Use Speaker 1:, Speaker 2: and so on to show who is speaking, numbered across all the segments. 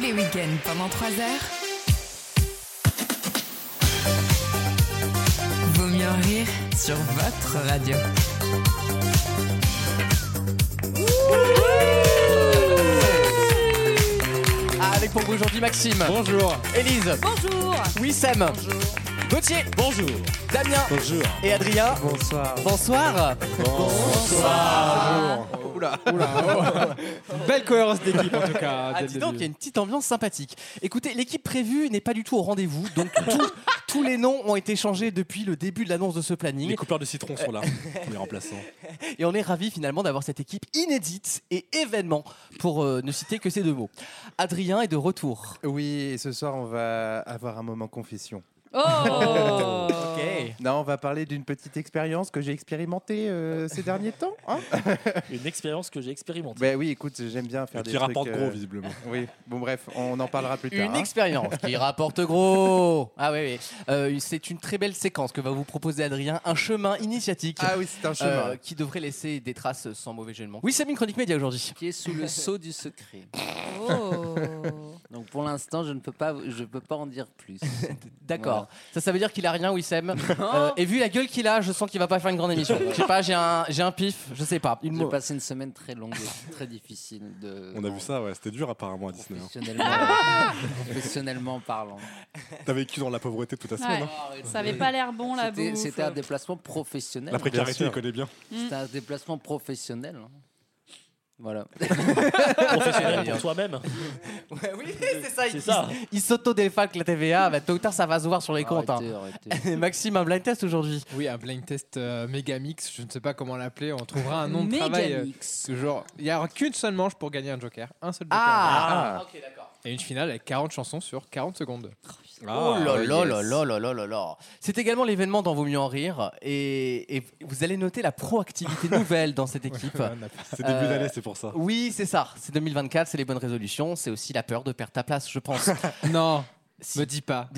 Speaker 1: les week-ends pendant 3 heures. Vaut mieux en rire sur votre radio.
Speaker 2: Avec pour vous aujourd'hui Maxime.
Speaker 3: Bonjour.
Speaker 2: Élise.
Speaker 4: Bonjour.
Speaker 2: Wissem. Gauthier.
Speaker 3: Bonjour.
Speaker 2: Damien.
Speaker 3: Bonjour. Ah,
Speaker 2: Et Adrien.
Speaker 3: Bonsoir.
Speaker 2: Bonsoir.
Speaker 3: Bonsoir. Oh. Oula. Belle cohérence d'équipe en tout cas.
Speaker 2: Ah,
Speaker 3: dès le
Speaker 2: dis donc, il y
Speaker 3: début.
Speaker 2: a une petite ambiance sympathique. Écoutez, l'équipe prévue n'est pas du tout au rendez-vous, donc tout- tous les noms ont été changés depuis le début de l'annonce de ce planning.
Speaker 3: Les coupeurs de citron sont là, pour les hein. remplaçants.
Speaker 2: Et on est ravis finalement d'avoir cette équipe inédite et événement, pour euh, ne citer que ces deux mots. Adrien est de retour.
Speaker 5: Oui, et ce soir, on va avoir un moment confession.
Speaker 4: Oh
Speaker 5: Non, on va parler d'une petite expérience que j'ai expérimentée euh, ces derniers temps. hein
Speaker 6: Une expérience que j'ai expérimentée.
Speaker 5: ben oui, écoute, j'aime bien faire des
Speaker 3: Qui rapporte
Speaker 5: trucs,
Speaker 3: gros,
Speaker 5: euh,
Speaker 3: visiblement.
Speaker 5: Oui, bon bref, on en parlera plus tard.
Speaker 2: Une
Speaker 5: hein.
Speaker 2: expérience qui rapporte gros. Ah oui, oui. Euh, c'est une très belle séquence que va vous proposer Adrien, un chemin initiatique.
Speaker 5: Ah oui, c'est un
Speaker 2: euh,
Speaker 5: chemin.
Speaker 2: qui devrait laisser des traces sans mauvais jeu de mots. Oui, c'est une chronique média aujourd'hui.
Speaker 7: qui est sous le sceau du secret.
Speaker 4: Oh
Speaker 7: Donc pour l'instant, je ne peux pas, je peux pas en dire plus.
Speaker 2: D'accord. Ça, ça veut dire qu'il a rien, Wissem. Euh,
Speaker 7: Voilà.
Speaker 2: et vu la gueule qu'il a, je sens qu'il va pas faire une grande émission. Je sais pas, j'ai un, j'ai un pif, je sais pas. Une
Speaker 7: J'ai
Speaker 2: mo-
Speaker 7: passé une semaine très longue, et très difficile. De,
Speaker 3: On a vu ça, ouais, c'était dur apparemment à Disney. hein.
Speaker 7: Professionnellement, professionnellement parlant.
Speaker 3: T'as vécu dans la pauvreté toute la semaine. hein.
Speaker 4: Ça avait pas l'air bon
Speaker 1: Ah
Speaker 4: la
Speaker 7: C'était-
Speaker 4: bouffe.
Speaker 7: C'était un déplacement professionnel.
Speaker 3: La précarité,
Speaker 5: sûr.
Speaker 3: il connaît bien.
Speaker 7: C'était un déplacement professionnel. hein. Voilà.
Speaker 6: Professionnel pour toi-même.
Speaker 2: Ouais, oui, c'est ça.
Speaker 6: C'est
Speaker 2: Il,
Speaker 6: ça.
Speaker 2: il- il s'auto-défalque la TVA. Bah, tôt ou tard, ça va se voir sur les comptes. hein.
Speaker 7: Arrêtez, arrêtez.
Speaker 2: Maxime, un blind test aujourd'hui.
Speaker 8: Oui, un blind test euh, Megamix, je ne sais pas comment l'appeler, on trouvera un nom de travail. euh,
Speaker 7: Megamix.
Speaker 8: ce genre, il n'y aura qu'une seule manche pour gagner un joker, un seul joker.
Speaker 2: Ah,
Speaker 8: Et une finale avec 40 chansons sur 40 secondes.
Speaker 2: Oh là
Speaker 3: Ah,
Speaker 2: là
Speaker 3: yes.
Speaker 2: là là là là là là. C'est également l'événement dans Vaut mieux en rire. Et, et vous allez noter la proactivité nouvelle dans cette équipe.
Speaker 8: On n'a pas-
Speaker 3: C'est début
Speaker 2: Euh,
Speaker 3: d'année, c'est pour ça.
Speaker 2: Oui, c'est ça. C'est 2024, c'est les bonnes résolutions. C'est aussi la peur de perdre ta place, je pense.
Speaker 8: non,
Speaker 2: Si-
Speaker 8: me dis pas.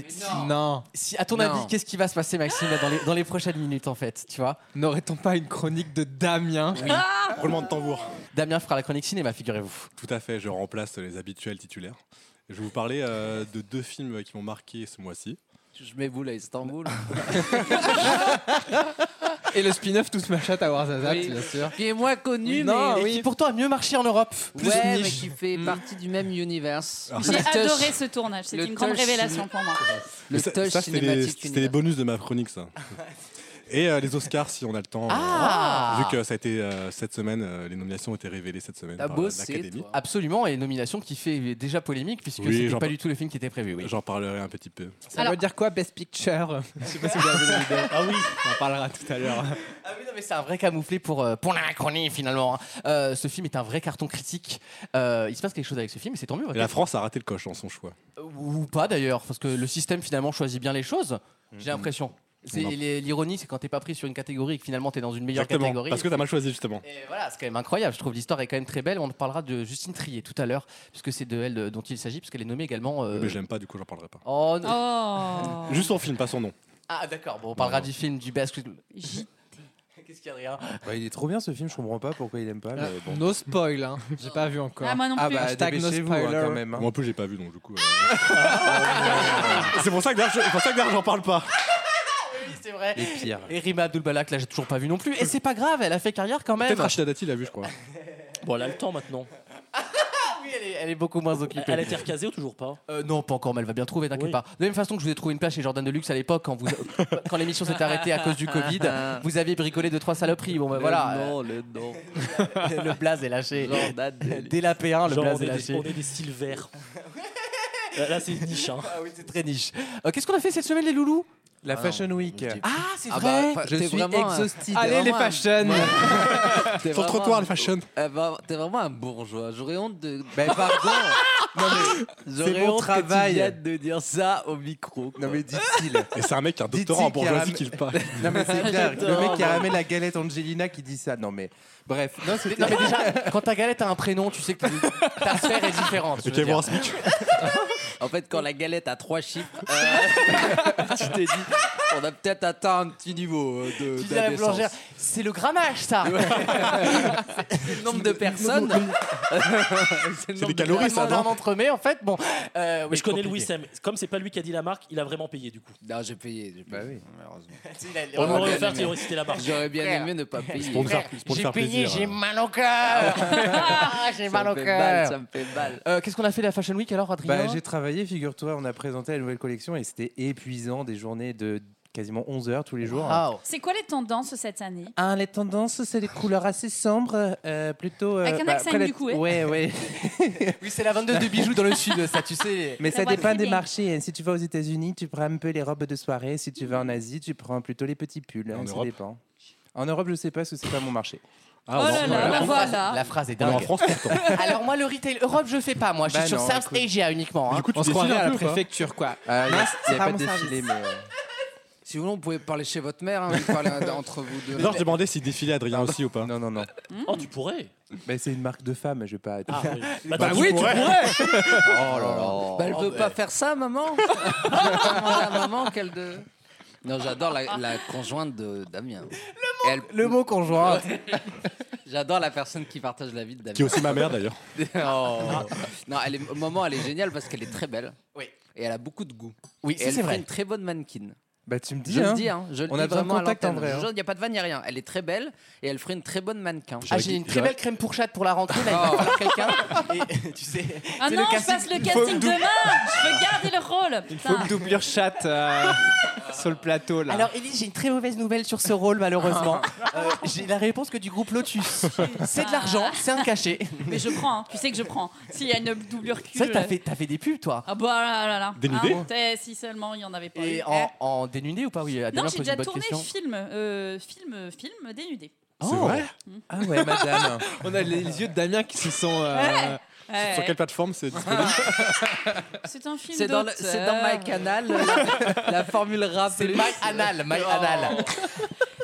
Speaker 2: non.
Speaker 8: Non,
Speaker 2: Si, à ton
Speaker 7: Non.
Speaker 2: avis, qu'est-ce qui va se passer, Maxime, là, dans les, dans les prochaines minutes, en fait, tu vois
Speaker 8: n'aurait-on pas une chronique de Damien
Speaker 3: Roulement de tambour.
Speaker 2: Damien fera la chronique cinéma, figurez-vous.
Speaker 3: Tout à fait, je remplace les habituels titulaires. Je vais vous parler euh, de deux films qui m'ont marqué ce mois-ci.
Speaker 7: Je mets boule à Istanbul.
Speaker 8: Et le spin-off Tous ma chatte à Warzazat,
Speaker 7: Oui.
Speaker 8: bien sûr.
Speaker 7: qui est moins connu,
Speaker 8: Non,
Speaker 7: mais.
Speaker 2: Et
Speaker 8: oui.
Speaker 2: qui pourtant a mieux marché en Europe. Plus
Speaker 7: ouais,
Speaker 2: niche.
Speaker 7: mais qui fait partie du même univers.
Speaker 3: Hmm. Ah.
Speaker 7: Le
Speaker 4: J'ai
Speaker 7: touch-
Speaker 4: adoré ce tournage, c'était
Speaker 7: Le
Speaker 4: une grande
Speaker 7: touch
Speaker 4: révélation
Speaker 7: ciné-
Speaker 4: pour moi.
Speaker 7: Le
Speaker 3: Mais ça-
Speaker 7: touch
Speaker 3: ça, c'était les,
Speaker 7: cinématique.
Speaker 3: c'était les
Speaker 7: univers.
Speaker 3: bonus de ma chronique, ça. Et euh, les Oscars, si on a le temps. euh,
Speaker 2: Ah.
Speaker 3: Vu que ça a été euh, cette semaine, euh, les nominations ont été révélées cette semaine
Speaker 7: T'as
Speaker 3: par
Speaker 7: bossé,
Speaker 3: l'Académie.
Speaker 7: toi.
Speaker 2: Absolument, et une nomination qui fait déjà polémique, puisque
Speaker 3: Oui,
Speaker 2: c'était
Speaker 3: j'en
Speaker 2: pas
Speaker 3: par-
Speaker 2: du tout le film qui était prévu. Oui.
Speaker 3: J'en parlerai un petit peu.
Speaker 8: Ça
Speaker 4: Alors-
Speaker 8: veut dire quoi, Best Picture Je sais pas si vous avez une idée.
Speaker 6: Ah oui.
Speaker 8: On en parlera tout à l'heure.
Speaker 2: Ah oui, non, mais c'est un vrai camouflet pour, euh, pour la chronique, finalement. hein. Euh, ce film est un vrai carton critique. Euh, il se passe quelque chose avec ce film, et c'est tant mieux.
Speaker 3: Et la France a raté le coche en son choix.
Speaker 2: Ou pas d'ailleurs, parce que le système finalement choisit bien les choses, j'ai l'impression. C'est-
Speaker 3: Mm-hmm. Non.
Speaker 2: les- L'ironie, c'est quand t'es pas pris sur une catégorie et que finalement t'es dans une meilleure
Speaker 3: Exactement.
Speaker 2: catégorie.
Speaker 3: Parce que t'as mal choisi, justement.
Speaker 2: Et voilà, c'est quand même incroyable. Je trouve l'histoire est quand même très belle. On parlera de Justine Trier tout à l'heure, puisque c'est de elle euh, dont il s'agit, puisqu'elle est nommée également. euh,
Speaker 3: Mais j'aime pas, du coup, j'en parlerai pas.
Speaker 2: Oh, non.
Speaker 4: Oh
Speaker 3: Juste son film, pas son nom.
Speaker 2: Ah d'accord, bon, on parlera
Speaker 3: Non.
Speaker 2: du film du Basque.
Speaker 4: J-
Speaker 2: Qu'est-ce qu'il y a rien
Speaker 5: Bah, il est trop bien ce film, je comprends pas pourquoi il aime pas. Ah, mais bon.
Speaker 8: Euh, No spoil, hein. j'ai pas vu encore.
Speaker 4: Ah, moi non
Speaker 5: Ah
Speaker 4: plus.
Speaker 5: bah
Speaker 8: Hashtag no
Speaker 5: dépêchez-vous hein,
Speaker 8: spoiler.
Speaker 5: quand même. hein.
Speaker 3: Moi, en plus, j'ai pas vu, donc du coup. euh, c'est pour ça que d'ailleurs, je- c'est pour ça que d'ailleurs, j'en parle pas.
Speaker 2: Oui, c'est vrai.
Speaker 5: Les pires.
Speaker 2: Et Rima Abdul-Balak, là, j'ai toujours pas vu non plus. Et c'est pas grave, elle a fait carrière quand même.
Speaker 3: Peut-être Rachida Dati l'a vu, je crois.
Speaker 6: Bon, elle a le temps maintenant.
Speaker 2: Oui, elle est, elle est beaucoup moins occupée.
Speaker 6: Elle a été recasée ou toujours pas
Speaker 2: Euh, non, pas encore, mais elle va bien trouver, t'inquiète
Speaker 6: Oui.
Speaker 2: pas. De la même façon que je vous ai trouvé une place chez Jordan Deluxe à l'époque, quand, vous- quand l'émission s'est arrêtée à cause du Covid, vous aviez bricolé deux, trois saloperies. Bon, ben
Speaker 7: Le
Speaker 2: voilà,
Speaker 7: nom, le nom.
Speaker 2: euh, le blaze est lâché.
Speaker 7: Jordan Deluxe.
Speaker 2: Dès la P1, le
Speaker 6: Genre,
Speaker 2: blaze
Speaker 6: on
Speaker 2: est
Speaker 6: est, des,
Speaker 2: lâché.
Speaker 6: on est des styles verts. Là, là, c'est une niche. Hein.
Speaker 2: Ah oui, c'est très niche. Euh, Qu'est-ce qu'on a fait cette semaine, les loulous
Speaker 5: La
Speaker 7: Ah,
Speaker 5: Fashion
Speaker 7: non.
Speaker 5: Week.
Speaker 2: Ah, c'est
Speaker 7: Ah
Speaker 2: vrai
Speaker 7: bah,
Speaker 5: Je
Speaker 7: t'es
Speaker 5: suis
Speaker 7: vraiment un-
Speaker 5: exhausted.
Speaker 8: Allez, les
Speaker 7: Vraiment un-
Speaker 8: fashions
Speaker 7: T'es
Speaker 3: Sur le
Speaker 7: vraiment
Speaker 3: trottoir,
Speaker 7: un-
Speaker 3: les fashion.
Speaker 7: Eh ben, T'es vraiment un bourgeois. J'aurais honte de.
Speaker 5: Ben pardon. non
Speaker 7: J'aurais
Speaker 5: mon
Speaker 7: honte
Speaker 5: travail.
Speaker 7: que tu viennes de dire ça au micro.
Speaker 5: mais,
Speaker 7: quoi.
Speaker 5: non mais dit-il.
Speaker 3: Et c'est un mec qui a un
Speaker 5: Dites-y
Speaker 3: doctorat en
Speaker 5: qu'il y a
Speaker 3: bourgeoisie
Speaker 5: un-
Speaker 3: qui le parle.
Speaker 5: Non mais c'est clair, le mec qui
Speaker 7: moi.
Speaker 5: a ramené la galette Angelina qui dit ça. Non mais bref, non c'était
Speaker 2: Non, mais déjà, quand ta galette a un prénom, tu sais que ta sphère est différente. je veux
Speaker 3: Et qui
Speaker 2: dire.
Speaker 3: voir un smic.
Speaker 7: En fait, quand la galette a trois chiffres, euh, tu te dis on a peut-être atteint un petit niveau euh, de.
Speaker 2: Tu dis à la
Speaker 7: d'indécence.
Speaker 2: boulangère, c'est le grammage ça
Speaker 7: Le nombre de personnes. C'est le nombre
Speaker 3: des
Speaker 7: de
Speaker 3: calories,
Speaker 2: T'as
Speaker 7: personnes.
Speaker 3: ça,
Speaker 2: mangé un entremets en fait, bon. euh, oui,
Speaker 6: Mais je connais Louis
Speaker 2: compliqué.
Speaker 6: Sam. Comme c'est pas lui qui a dit la marque, il a vraiment payé du coup.
Speaker 7: Non, j'ai payé. j'ai
Speaker 5: Bah
Speaker 7: payé,
Speaker 5: oui.
Speaker 7: malheureusement.
Speaker 2: Il a- il a-
Speaker 6: On
Speaker 7: Vraiment
Speaker 6: l'aurait
Speaker 7: bien
Speaker 6: offert
Speaker 7: aimé.
Speaker 6: s'il aurait cité la marque.
Speaker 7: J'aurais bien
Speaker 2: Frère.
Speaker 7: aimé ne pas payer.
Speaker 3: Pour me faire,
Speaker 2: Frère,
Speaker 3: pour me
Speaker 2: J'ai
Speaker 3: faire
Speaker 2: payé,
Speaker 3: plaisir. euh.
Speaker 2: j'ai mal au cœur Ah, J'ai
Speaker 7: Ça
Speaker 2: mal
Speaker 7: me
Speaker 2: au
Speaker 7: fait mal,
Speaker 2: cœur
Speaker 7: ça me fait mal.
Speaker 2: Euh, Qu'est-ce qu'on a fait la Fashion Week alors, Adrien
Speaker 5: Bah, j'ai travaillé, figure-toi, on a présenté la nouvelle collection et c'était épuisant, des journées de quasiment 11 heures tous les jours.
Speaker 2: Wow.
Speaker 4: C'est quoi les tendances cette année
Speaker 5: Ah, les tendances, c'est des couleurs assez sombres, euh, plutôt. euh,
Speaker 4: Avec un accent
Speaker 5: après la-
Speaker 4: hindou, hein.
Speaker 5: Ouais, ouais.
Speaker 2: Oui, c'est la 22 de bijoux dans le sud, ça, tu sais.
Speaker 5: Mais
Speaker 4: Ça
Speaker 5: ça
Speaker 4: va
Speaker 5: dépend
Speaker 4: très
Speaker 5: des
Speaker 4: bien.
Speaker 5: marchés. hein. Si tu vas aux États-Unis, tu prends un peu les robes de soirée. Si tu vas en Asie, tu prends plutôt les petits pulls.
Speaker 3: En
Speaker 5: hein, ça
Speaker 3: Europe
Speaker 5: dépend. En Europe, je sais pas, parce que c'est pas mon marché.
Speaker 3: Ah, on
Speaker 4: Oh
Speaker 3: en-
Speaker 4: là là,
Speaker 3: on en-
Speaker 4: la voilà.
Speaker 2: La phrase est
Speaker 3: on est en
Speaker 2: dingue.
Speaker 3: France pourtant.
Speaker 2: Alors moi, le retail Europe, je fais pas, moi. Je suis
Speaker 5: Bah
Speaker 2: sur
Speaker 5: non,
Speaker 2: South
Speaker 5: écoute.
Speaker 2: Asia uniquement. hein.
Speaker 3: Du coup, tu
Speaker 8: On se
Speaker 3: défiles
Speaker 8: croirait à
Speaker 3: un
Speaker 8: la
Speaker 3: peu, quoi.
Speaker 8: préfecture, quoi.
Speaker 5: Ah, Il
Speaker 7: c'est
Speaker 5: n'y a,
Speaker 7: pas
Speaker 5: pas
Speaker 7: mon
Speaker 5: de défilé, mais. euh,
Speaker 7: Si vous voulez, on pouvez parler chez votre mère, hein, vous parlez entre vous deux.
Speaker 3: D'ailleurs, je demandais si défilait Adrien aussi ou pas.
Speaker 5: Non, non, non.
Speaker 6: Oh, tu pourrais.
Speaker 5: Mais c'est une marque de femme, je vais pas.
Speaker 6: Ah, oui. Bah,
Speaker 3: Bah
Speaker 6: tu
Speaker 3: oui, tu
Speaker 6: pourrais.
Speaker 5: Oh là là.
Speaker 7: Bah, elle
Speaker 6: Oh,
Speaker 7: peut
Speaker 6: ouais.
Speaker 7: pas faire ça, maman. Demande à maman qu'elle de. Non, j'adore la, la conjointe de Damien. Le mot,
Speaker 2: Le mot hein. conjoint.
Speaker 7: J'adore la personne qui partage la vie de
Speaker 3: Qui est
Speaker 7: Damien.
Speaker 3: aussi ma mère d'ailleurs.
Speaker 7: Oh. Non, elle est, au moment, elle est géniale parce qu'elle est très belle.
Speaker 2: Oui.
Speaker 7: Et elle a beaucoup de goût.
Speaker 2: Oui,
Speaker 7: Et
Speaker 2: ça,
Speaker 7: elle
Speaker 2: c'est
Speaker 7: fait
Speaker 2: vrai.
Speaker 7: une très bonne mannequin.
Speaker 5: Bah, tu me dis.
Speaker 7: Je
Speaker 5: hein.
Speaker 7: le dis, hein. Je le
Speaker 5: On
Speaker 7: dis
Speaker 5: a besoin de
Speaker 7: vraiment à
Speaker 5: contact, en
Speaker 7: l'antenne.
Speaker 5: vrai, hein.
Speaker 7: Il n'y a pas de vanne, il n'y a rien. Elle est très belle et elle ferait une très bonne mannequin.
Speaker 2: Ah, j'ai une très
Speaker 3: j'aurais-
Speaker 2: belle crème pour chatte pour la rentrée. Là,
Speaker 7: Oh.
Speaker 2: il va falloir quelqu'un. Et, euh, tu sais.
Speaker 4: Ah
Speaker 2: c'est
Speaker 4: non,
Speaker 2: le
Speaker 4: je
Speaker 2: casting-
Speaker 4: passe le
Speaker 2: il faut
Speaker 4: casting
Speaker 2: dou-
Speaker 4: demain Je veux garder le rôle
Speaker 8: Il faut
Speaker 4: Putain.
Speaker 8: une doublure chatte euh, sur le plateau, là.
Speaker 2: Alors, Élise, j'ai une très mauvaise nouvelle sur ce rôle, malheureusement. Euh, j'ai la réponse que du groupe Lotus. C'est de l'argent, c'est un cachet.
Speaker 4: Mais je prends, hein. tu sais que je prends. S'il y a une doublure cul.
Speaker 2: C'est vrai que t'as
Speaker 4: euh,
Speaker 2: fait, t'as fait des pubs, toi.
Speaker 4: Ah bah là là là.
Speaker 3: Dénudé
Speaker 4: Ah, t'es- si seulement il y en avait
Speaker 7: Oh,
Speaker 4: pas. eu. Eh.
Speaker 2: Et en, en dénudé ou pas Oui, Adrien
Speaker 4: Non,
Speaker 2: pose
Speaker 4: j'ai
Speaker 2: une
Speaker 4: déjà
Speaker 2: bonne
Speaker 4: tourné
Speaker 2: question.
Speaker 4: film, euh, film, film dénudé.
Speaker 2: Oh.
Speaker 3: C'est vrai
Speaker 5: Ah ouais, madame.
Speaker 8: On a les les yeux de Damien qui se sont. euh,
Speaker 4: Ouais,
Speaker 3: Sur quelle plateforme c'est disponible
Speaker 4: C'est un film
Speaker 7: C'est dans, le-
Speaker 4: d'auteur.
Speaker 7: c'est dans My Canal, la, la formule Oh. rap.
Speaker 2: C'est My Anal, My Anal.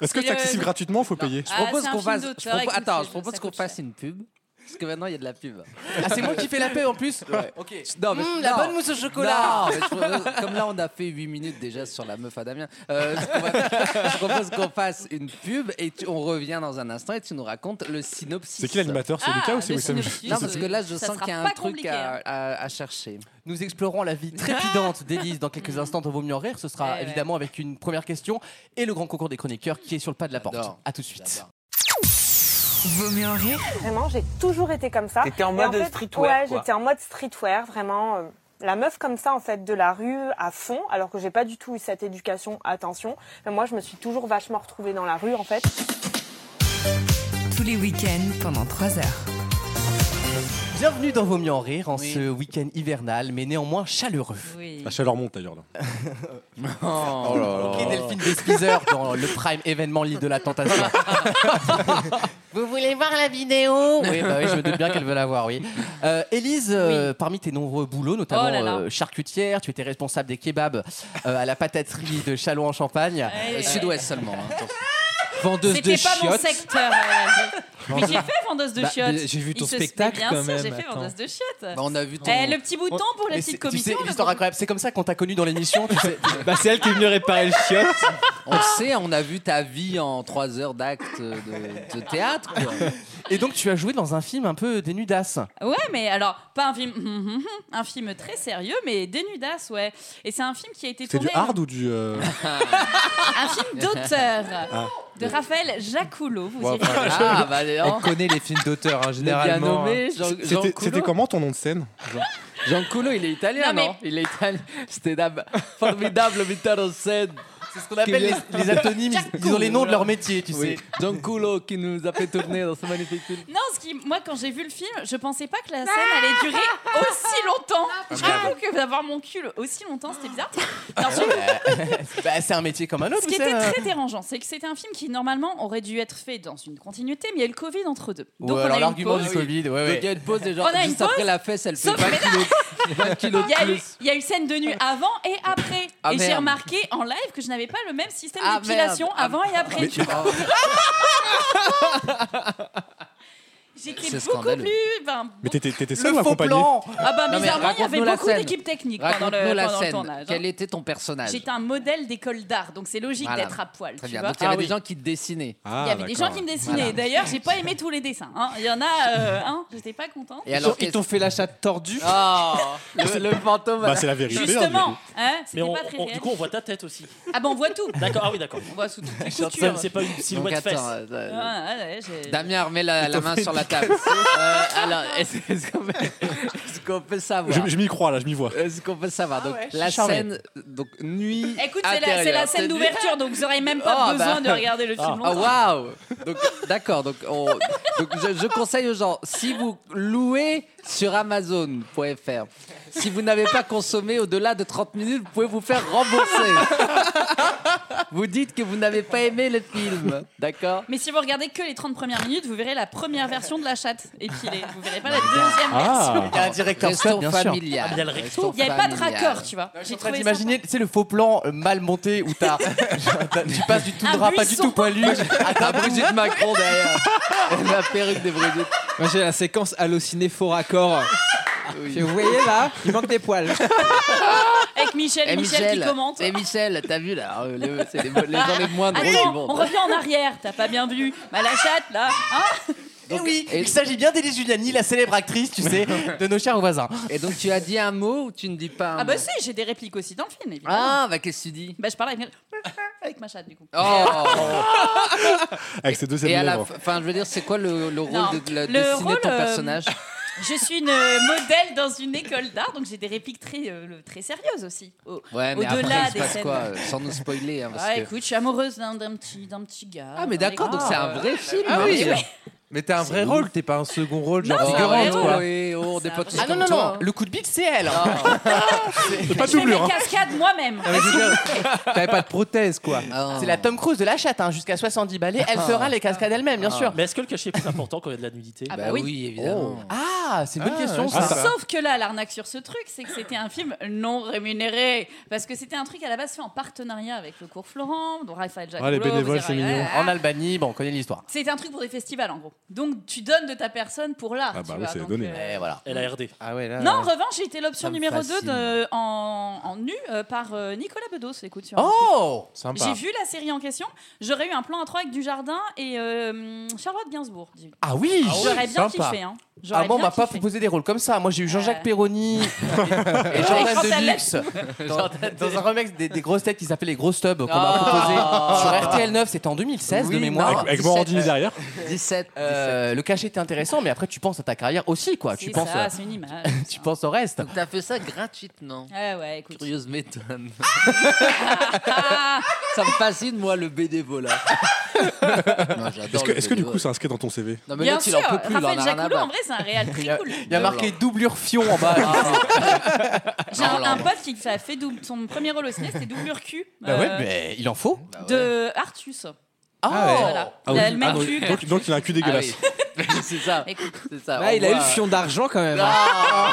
Speaker 3: Est-ce que
Speaker 4: C'est,
Speaker 3: c'est accessible
Speaker 4: euh,
Speaker 3: gratuitement ou faut payer
Speaker 7: Je propose
Speaker 4: Ah, c'est un
Speaker 7: qu'on
Speaker 4: film
Speaker 7: fasse. je
Speaker 4: d'auteur,
Speaker 7: propose-
Speaker 4: écoute,
Speaker 7: attends,
Speaker 4: c'est-
Speaker 7: je propose
Speaker 4: ça
Speaker 7: qu'on
Speaker 4: coûte
Speaker 7: fasse
Speaker 4: cher.
Speaker 7: une pub. Parce que maintenant, il y a de la pub.
Speaker 2: Ah, c'est moi qui fais la paix en plus Ok.
Speaker 7: Non,
Speaker 2: Hum,
Speaker 7: non,
Speaker 2: la bonne mousse au
Speaker 7: non,
Speaker 2: chocolat
Speaker 7: mais je propose- comme là, on a fait 8 minutes déjà sur la meuf à Damien. euh, ce qu'on va- je propose qu'on fasse une pub et tu- on revient dans un instant et tu nous racontes le synopsis.
Speaker 3: C'est qui l'animateur C'est
Speaker 4: Ah,
Speaker 3: Lucas ou c'est
Speaker 4: le
Speaker 3: Wissam
Speaker 4: synopsis.
Speaker 7: Non, parce que là, je
Speaker 4: Ça
Speaker 7: sens
Speaker 4: sera
Speaker 7: qu'il y a un
Speaker 4: pas
Speaker 7: truc
Speaker 4: compliqué,
Speaker 7: à,
Speaker 4: hein.
Speaker 7: à- à chercher.
Speaker 2: Nous explorons la vie trépidante d'Élise dans quelques instants dans Vaut mieux en rire. Ce sera
Speaker 4: Eh ouais.
Speaker 2: évidemment avec une première question et le grand concours des chroniqueurs qui est sur le pas de la porte.
Speaker 7: J'adore.
Speaker 2: A tout de suite.
Speaker 1: Vaut mieux en rire
Speaker 9: Vraiment, j'ai toujours été comme ça.
Speaker 10: T'étais en
Speaker 9: Et
Speaker 10: mode
Speaker 9: fait,
Speaker 10: streetwear,
Speaker 9: Ouais,
Speaker 10: quoi.
Speaker 9: j'étais en mode streetwear, vraiment. euh, la meuf comme ça, en fait, de la rue à fond, alors que j'ai pas du tout eu cette éducation, attention. Mais moi, je me suis toujours vachement retrouvée dans la rue, en fait.
Speaker 1: tous les week-ends pendant 3 heures.
Speaker 2: Bienvenue dans Vaut mieux en rire en
Speaker 7: Oui.
Speaker 2: ce week-end hivernal mais néanmoins chaleureux.
Speaker 4: Oui.
Speaker 3: La chaleur monte d'ailleurs là.
Speaker 2: Et Delphine Despizer dans le prime événement L'île de la Tentation. Vous voulez voir la vidéo Oui, bah oui, je me doute bien qu'elle veut la voir, oui. Euh, Élise, euh, parmi tes nombreux boulots, notamment
Speaker 4: Oh là là.
Speaker 2: euh, charcutière, tu étais responsable des kebabs euh, à la pataterie de Châlons en Champagne.
Speaker 4: Ouais,
Speaker 7: Euh,
Speaker 4: ouais.
Speaker 7: Sud-Ouest seulement. hein, attention.
Speaker 8: vendeuse de
Speaker 4: C'était pas mon
Speaker 8: chiottes.
Speaker 4: secteur. euh, je- Mais j'ai fait vendeuse de
Speaker 8: Bah,
Speaker 4: chiottes.
Speaker 8: mais j'ai vu
Speaker 4: Il
Speaker 8: ton
Speaker 4: se- mais
Speaker 8: spectacle,
Speaker 4: bien
Speaker 8: quand
Speaker 4: sûr, J'ai
Speaker 8: même,
Speaker 4: fait
Speaker 8: attends.
Speaker 4: vendeuse de chiottes.
Speaker 7: Bah, on a vu ton.
Speaker 4: Eh, le petit bouton pour la
Speaker 2: Mais
Speaker 4: petite
Speaker 2: c'est- tu sais,
Speaker 4: commission. le
Speaker 2: l'histoire
Speaker 4: bouton.
Speaker 2: incroyable, c'est comme ça qu'on t'a connu dans l'émission. tu sais.
Speaker 8: Bah, c'est elle qui est venue réparer le chiotte.
Speaker 7: On sait, on a vu ta vie en trois heures d'acte de, de théâtre. quoi.
Speaker 2: Et donc, tu as joué dans un film un peu dénudasse.
Speaker 4: Ouais, mais alors, pas un film. hum, hum, hum, un film très sérieux, mais dénudasse, ouais. Et c'est un film qui a été
Speaker 3: C'est du
Speaker 4: tourné.
Speaker 3: hard ou du. euh,
Speaker 4: Un film d'auteur
Speaker 3: Ah.
Speaker 4: de Raphaël Jacoulot. Vous
Speaker 5: Ouais,
Speaker 4: irez-
Speaker 5: enfin,
Speaker 7: Ah, bah,
Speaker 5: on
Speaker 7: alors,
Speaker 5: connaît les films d'auteur, hein,
Speaker 7: le bien
Speaker 5: généralement.
Speaker 7: nommé, Jean, Jean
Speaker 3: C'était
Speaker 7: Coulot.
Speaker 3: c'était comment ton nom de scène
Speaker 7: Jean Coulot, il est italien,
Speaker 4: Non, mais-
Speaker 7: non, Il est italien. C'était dab- formidable metteur en scène.
Speaker 2: C'est ce qu'on appelle les, les aponymes, ils- ils ont les noms de leur métier, tu sais.
Speaker 7: Oui. Jean Coulot qui nous a fait tourner dans ce magnifique film.
Speaker 4: Non, ce qui, moi, quand j'ai vu le film, je pensais pas que la scène allait durer aussi longtemps. J'avoue que d'avoir mon cul aussi longtemps, c'était bizarre. Mais ensuite,
Speaker 2: Bah, c'est un métier comme un autre,
Speaker 4: ce qui
Speaker 2: vous savez,
Speaker 4: était
Speaker 2: hein.
Speaker 4: très dérangeant, c'est que c'était un film qui normalement aurait dû être fait dans une continuité, mais il y a eu le Covid entre deux. Donc
Speaker 2: Ouais,
Speaker 4: on
Speaker 2: alors
Speaker 4: a eu une
Speaker 2: l'argument
Speaker 4: pause.
Speaker 2: du Covid, ouais,
Speaker 7: Donc
Speaker 2: ouais.
Speaker 7: il y a une pause et genre,
Speaker 4: On a une
Speaker 7: juste
Speaker 4: pause,
Speaker 7: après la fesse, elle fait
Speaker 4: sauf
Speaker 7: 20
Speaker 4: que-
Speaker 7: kilos, 20 kilos
Speaker 4: Il y,
Speaker 7: de
Speaker 4: a eu,
Speaker 7: plus.
Speaker 4: il y a eu scène de nu avant et après.
Speaker 7: Ah,
Speaker 4: et j'ai
Speaker 7: merde.
Speaker 4: remarqué en live que je n'avais pas le même système
Speaker 7: Ah,
Speaker 4: d'épilation
Speaker 7: merde. Ah,
Speaker 4: avant et après.
Speaker 7: Mais-
Speaker 4: tu vois. J'étais
Speaker 7: C'est
Speaker 4: beaucoup
Speaker 7: scandaleux.
Speaker 4: plus. ben,
Speaker 3: Mais t'étais, t'étais
Speaker 2: Le
Speaker 3: seul ou
Speaker 2: faux
Speaker 3: accompagné
Speaker 2: plan
Speaker 4: Ah bah
Speaker 7: Non, mais
Speaker 4: bizarrement, il y avait
Speaker 7: raconte-nous la
Speaker 4: beaucoup
Speaker 7: scène.
Speaker 4: d'équipes techniques pendant le,
Speaker 7: Raconte-nous la
Speaker 4: pendant le
Speaker 7: scène.
Speaker 4: tournage. hein.
Speaker 7: Quel était ton personnage
Speaker 4: J'étais un modèle d'école d'art, donc c'est logique
Speaker 7: Voilà.
Speaker 4: d'être à poil.
Speaker 7: Très
Speaker 4: tu
Speaker 7: bien.
Speaker 4: vois.
Speaker 7: Donc il y avait
Speaker 4: Ah
Speaker 7: des
Speaker 4: oui.
Speaker 7: gens qui te dessinaient.
Speaker 3: Ah,
Speaker 4: Il y avait des gens
Speaker 3: d'accord.
Speaker 4: qui me dessinaient. D'ailleurs, j'ai pas aimé tous les dessins. hein. Il y en a euh, un, j'étais pas contente.
Speaker 7: Et alors,
Speaker 8: Ils t'ont fait la chatte tordue.
Speaker 7: Oh, le, le fantôme.
Speaker 3: Bah, c'est la vérité. hein, du
Speaker 4: Justement,
Speaker 3: coup.
Speaker 4: hein,
Speaker 6: Mais
Speaker 4: c'était
Speaker 6: on,
Speaker 4: pas très
Speaker 6: on-
Speaker 4: réel.
Speaker 6: du coup, on voit ta tête aussi.
Speaker 4: Ah bah on voit tout.
Speaker 6: D'accord, ah oui, d'accord.
Speaker 4: On voit sous toutes les
Speaker 6: C'est
Speaker 4: coutures.
Speaker 6: c'est pas une
Speaker 7: Donc,
Speaker 6: silhouette
Speaker 7: attends,
Speaker 6: fesse.
Speaker 7: euh, euh,
Speaker 4: Ouais, Ah, ouais, j'ai-
Speaker 7: Damien remet la, la main sur la table. Euh, alors, est-ce est-ce qu'on peut, est-ce qu'on peut savoir
Speaker 3: Je, je m'y crois là, je m'y vois.
Speaker 7: Est-ce qu'on peut savoir
Speaker 4: Ah
Speaker 7: Donc,
Speaker 2: ouais, je suis
Speaker 7: la
Speaker 2: charmé.
Speaker 7: scène, donc nuit.
Speaker 4: Écoute, c'est la, c'est la
Speaker 7: intérieure,
Speaker 4: scène
Speaker 7: tenue-
Speaker 4: d'ouverture, donc vous n'aurez même pas
Speaker 7: Oh, bah.
Speaker 4: besoin de regarder le film
Speaker 6: Ah.
Speaker 7: Ah
Speaker 4: longtemps.
Speaker 7: waouh Donc d'accord, donc, on- donc je, je conseille aux gens, si vous louez sur Amazon.fr, si vous n'avez pas consommé au-delà de 30 minutes, vous pouvez vous faire rembourser. Vous dites que vous n'avez pas aimé le film, d'accord
Speaker 4: Mais si vous regardez que les 30 premières minutes, vous verrez la première version de la chatte épilée. Vous verrez pas la deuxième
Speaker 7: Ah,
Speaker 4: version.
Speaker 2: Il y a un directeur
Speaker 7: Restons
Speaker 2: bien sûr.
Speaker 6: Ah,
Speaker 7: familial.
Speaker 6: mais il y a le recto.
Speaker 7: Restons
Speaker 4: Il n'y avait pas de
Speaker 7: familial.
Speaker 4: raccord, tu vois.
Speaker 2: Je suis
Speaker 4: J'ai
Speaker 2: en train
Speaker 4: trouvé
Speaker 2: d'imaginer, tu sais, le faux plan euh, mal monté où t'as, tu passes du tout
Speaker 4: Un
Speaker 2: drap, pas du
Speaker 4: buisson.
Speaker 2: tout poilu, à
Speaker 7: T'as
Speaker 2: ta brune.
Speaker 7: Brigitte Macron derrière. La perruque de Brigitte.
Speaker 8: Moi j'ai la séquence hallucinée faux raccord. Je- Vous voyez là, il manque des poils.
Speaker 4: ça- Avec Michel,
Speaker 7: Et
Speaker 4: Michel, qui commente.
Speaker 7: Et Eh, Michel, t'as vu là euh, les- C'est les, mo- les gens les moins drôles du
Speaker 4: Attends, on
Speaker 7: monde.
Speaker 4: revient en arrière, t'as pas bien vu. Bah, la chatte, là, hein
Speaker 2: Eh oui,
Speaker 7: et-
Speaker 2: il s'agit bien d'Élise Giuliani, la célèbre actrice, tu sais, de nos chers voisins.
Speaker 7: Et donc tu as dit un mot ou tu ne dis pas un
Speaker 4: Ah bah
Speaker 7: mot
Speaker 4: si, j'ai des répliques aussi dans le film, évidemment.
Speaker 7: Ah, bah qu'est-ce que tu dis
Speaker 4: Bah, je parle avec... avec ma chatte, du coup.
Speaker 7: Oh
Speaker 3: Avec ses deux
Speaker 7: Et à la
Speaker 3: lèvres.
Speaker 7: fin, enfin, je veux dire, c'est quoi le, le rôle
Speaker 4: Non,
Speaker 7: de, de la
Speaker 4: le
Speaker 7: dessiner
Speaker 4: rôle,
Speaker 7: ton
Speaker 4: euh,
Speaker 7: personnage
Speaker 4: Je suis une euh, modèle dans une école d'art, donc j'ai des répliques très, euh, le- très sérieuses aussi. Oh.
Speaker 7: Ouais, mais après,
Speaker 4: au-delà
Speaker 7: il se
Speaker 4: des
Speaker 7: passe
Speaker 4: scènes.
Speaker 7: quoi euh, Sans nous spoiler, hein, parce
Speaker 4: Ah,
Speaker 7: que-
Speaker 4: écoute, je suis amoureuse d'un d'un petit, d'un petit gars.
Speaker 7: Ah, mais d'accord, donc c'est un vrai film.
Speaker 4: Ah
Speaker 7: hein,
Speaker 4: oui,
Speaker 7: bien
Speaker 4: oui.
Speaker 7: sûr.
Speaker 5: Mais t'as un vrai rôle, t'es pas un second rôle, genre
Speaker 4: Non, c'est un
Speaker 5: figurante,
Speaker 4: vrai
Speaker 5: quoi.
Speaker 4: rôle.
Speaker 7: Oui, oh, des
Speaker 4: Ça
Speaker 7: potes
Speaker 4: va.
Speaker 2: Ah non, non, non, le coup de bite, c'est elle.
Speaker 4: Je fais mes
Speaker 3: hein.
Speaker 7: hein.
Speaker 4: cascades moi-même.
Speaker 5: Ah, mais je veux dire, T'avais pas de prothèse, quoi.
Speaker 7: Ah.
Speaker 2: C'est la Tom Cruise de la chatte, hein, jusqu'à 70 balais. Elle fera les cascades elle-même, bien
Speaker 7: euh,
Speaker 2: sûr.
Speaker 6: Mais est-ce que le cachet est plus important quand il y a de la nudité
Speaker 4: Ah
Speaker 7: Bah,
Speaker 4: bah oui.
Speaker 7: oui. évidemment.
Speaker 2: Ah, c'est une bonne
Speaker 5: Ah,
Speaker 2: question,
Speaker 5: ouais,
Speaker 2: ça.
Speaker 5: ça va.
Speaker 4: Sauf que là, l'arnaque sur ce truc, c'est que c'était un film non rémunéré. Parce que c'était un truc à la base fait en partenariat avec le cours Florent, dont Raphaël Jacques.
Speaker 3: Ah, les bénévoles, c'est mignon.
Speaker 4: Ah.
Speaker 2: En Albanie, bon, on connaît l'histoire.
Speaker 4: C'était un truc pour des festivals en gros. Donc tu donnes de ta personne pour l'art.
Speaker 3: Ah bah
Speaker 4: tu
Speaker 3: oui,
Speaker 4: vois,
Speaker 3: c'est
Speaker 4: donc,
Speaker 3: donné.
Speaker 4: euh,
Speaker 2: Et voilà.
Speaker 6: Elle a RD.
Speaker 5: Ah
Speaker 2: Euh,
Speaker 5: ouais, là.
Speaker 4: Non, en revanche, j'ai été l'option
Speaker 7: Ça me
Speaker 4: numéro 2
Speaker 7: fascine.
Speaker 4: de, en, en nu euh, par euh, Nicolas Bedos. Écoute, sur un
Speaker 2: Oh
Speaker 4: truc.
Speaker 5: Sympa.
Speaker 4: J'ai vu la série en question. J'aurais eu un plan à 3 avec Dujardin et euh, Charlotte Gainsbourg. dis-
Speaker 2: Ah oui
Speaker 4: J'aurais bien
Speaker 2: sympa.
Speaker 4: kiffé. Hein. J'aurais
Speaker 2: Ah bon, on
Speaker 4: bien
Speaker 2: m'a pas
Speaker 4: kiffé.
Speaker 2: proposé des rôles comme ça. Moi, j'ai eu Jean-Jacques
Speaker 4: Ouais.
Speaker 2: Perroni et Jordan
Speaker 4: Jean-Jacques
Speaker 2: Deluxe dans, dans un remix des, des grosses têtes qui s'appelait les grosses tubs qu'on m'a proposé
Speaker 7: Ah.
Speaker 2: sur RTL 9. C'était en 2016 de
Speaker 7: Oui,
Speaker 2: mémoire.
Speaker 7: non.
Speaker 3: Avec, avec mon ordi
Speaker 7: 17,
Speaker 3: derrière.
Speaker 7: 17.
Speaker 2: Euh, le cachet était intéressant, mais après, tu penses à ta carrière aussi, quoi. Tu
Speaker 4: C'est
Speaker 2: penses,
Speaker 4: ça,
Speaker 2: euh,
Speaker 4: c'est une image.
Speaker 2: tu
Speaker 4: ça.
Speaker 2: penses au reste.
Speaker 7: Donc t'as fait ça gratuitement.
Speaker 4: Ouais, ouais, écoute.
Speaker 7: Curieuse méthode.
Speaker 4: Ah,
Speaker 7: Ça me fascine, moi, le bénévolat. Non, j'adore
Speaker 3: Est-ce que,
Speaker 7: le
Speaker 3: est-ce que du
Speaker 7: bénévolat.
Speaker 3: coup c'est inscrit dans ton CV
Speaker 7: Non, mais
Speaker 4: bien
Speaker 7: l'autre, il
Speaker 4: sûr,
Speaker 7: en peut plus, il en
Speaker 4: Raphaël
Speaker 7: a rien à
Speaker 4: Jacoulot, en
Speaker 7: battre.
Speaker 4: vrai, c'est un réel
Speaker 2: Il y a,
Speaker 4: très cool.
Speaker 2: il y a marqué doublure fion en bas.
Speaker 4: J'ai
Speaker 2: Oh
Speaker 4: un,
Speaker 7: là,
Speaker 4: un pote qui a fait dou- son premier rôle au ciné, c'était doublure cul
Speaker 2: Bah ouais,
Speaker 4: euh,
Speaker 2: mais il en faut.
Speaker 4: de Artus.
Speaker 2: Ah ouais.
Speaker 4: Voilà.
Speaker 3: Ah
Speaker 4: il
Speaker 3: oui.
Speaker 4: a le même
Speaker 3: Ah oui.
Speaker 4: cul.
Speaker 3: donc, donc il a un cul
Speaker 7: Ah
Speaker 3: dégueulasse.
Speaker 7: oui. c'est ça.
Speaker 4: Écoute,
Speaker 7: C'est ça.
Speaker 8: Là,
Speaker 7: Ah, on
Speaker 8: il a eu
Speaker 7: voit-
Speaker 8: le fion d'argent quand même. hein,
Speaker 7: Ah,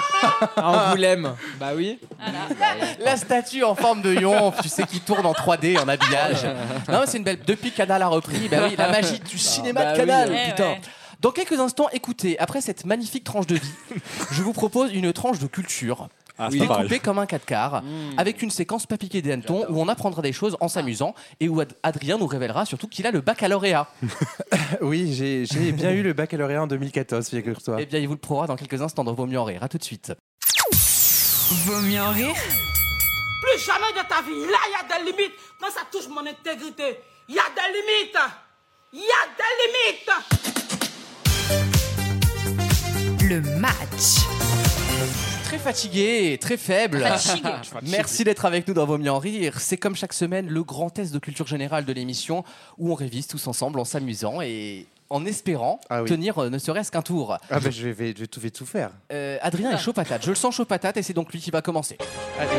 Speaker 8: À Angoulême. Bah oui.
Speaker 4: voilà.
Speaker 2: La statue en forme de lion, tu sais, qui tourne en 3D en habillage. Non, mais c'est une belle. Depuis Canal a repris, bah oui, la magie
Speaker 3: Ah,
Speaker 2: du cinéma
Speaker 8: bah
Speaker 2: de
Speaker 8: oui,
Speaker 2: Canal,
Speaker 4: ouais.
Speaker 2: putain.
Speaker 3: Eh
Speaker 4: Ouais, ouais.
Speaker 2: Dans quelques instants, écoutez, après cette magnifique tranche de vie, je vous propose une tranche de culture,
Speaker 3: Ah, c'est pas pareil.
Speaker 2: découpée comme un 4 quarts,
Speaker 7: Hmm.
Speaker 2: avec une séquence pas piquée des hannetons où on apprendra des choses en s'amusant et où Ad- Adrien nous révélera surtout qu'il a le baccalauréat.
Speaker 5: Oui, j'ai j'ai bien eu le baccalauréat en 2014, figure-toi.
Speaker 3: Bah.
Speaker 2: Eh bien, il vous le prouvera dans quelques instants dans Vaut mieux en rire. À tout de suite.
Speaker 1: Vaut mieux en rire
Speaker 10: Plus jamais de ta vie. Là, il y a des limites. Quand ça touche mon intégrité, il y a des limites. Il y a des limites.
Speaker 1: Le match.
Speaker 2: Très fatigué, très faible.
Speaker 4: Fatigué.
Speaker 2: Merci d'être avec nous dans Vaut mieux en rire. C'est comme chaque semaine le grand test de culture générale de l'émission où on révise tous ensemble en s'amusant et en espérant
Speaker 5: Ah oui.
Speaker 2: tenir euh, ne serait-ce qu'un tour.
Speaker 5: Ah bah je vais, je vais tout, je vais tout faire.
Speaker 2: Euh, Adrien est chaud patate. Je le sens chaud patate et c'est donc lui qui va commencer.
Speaker 5: Allez.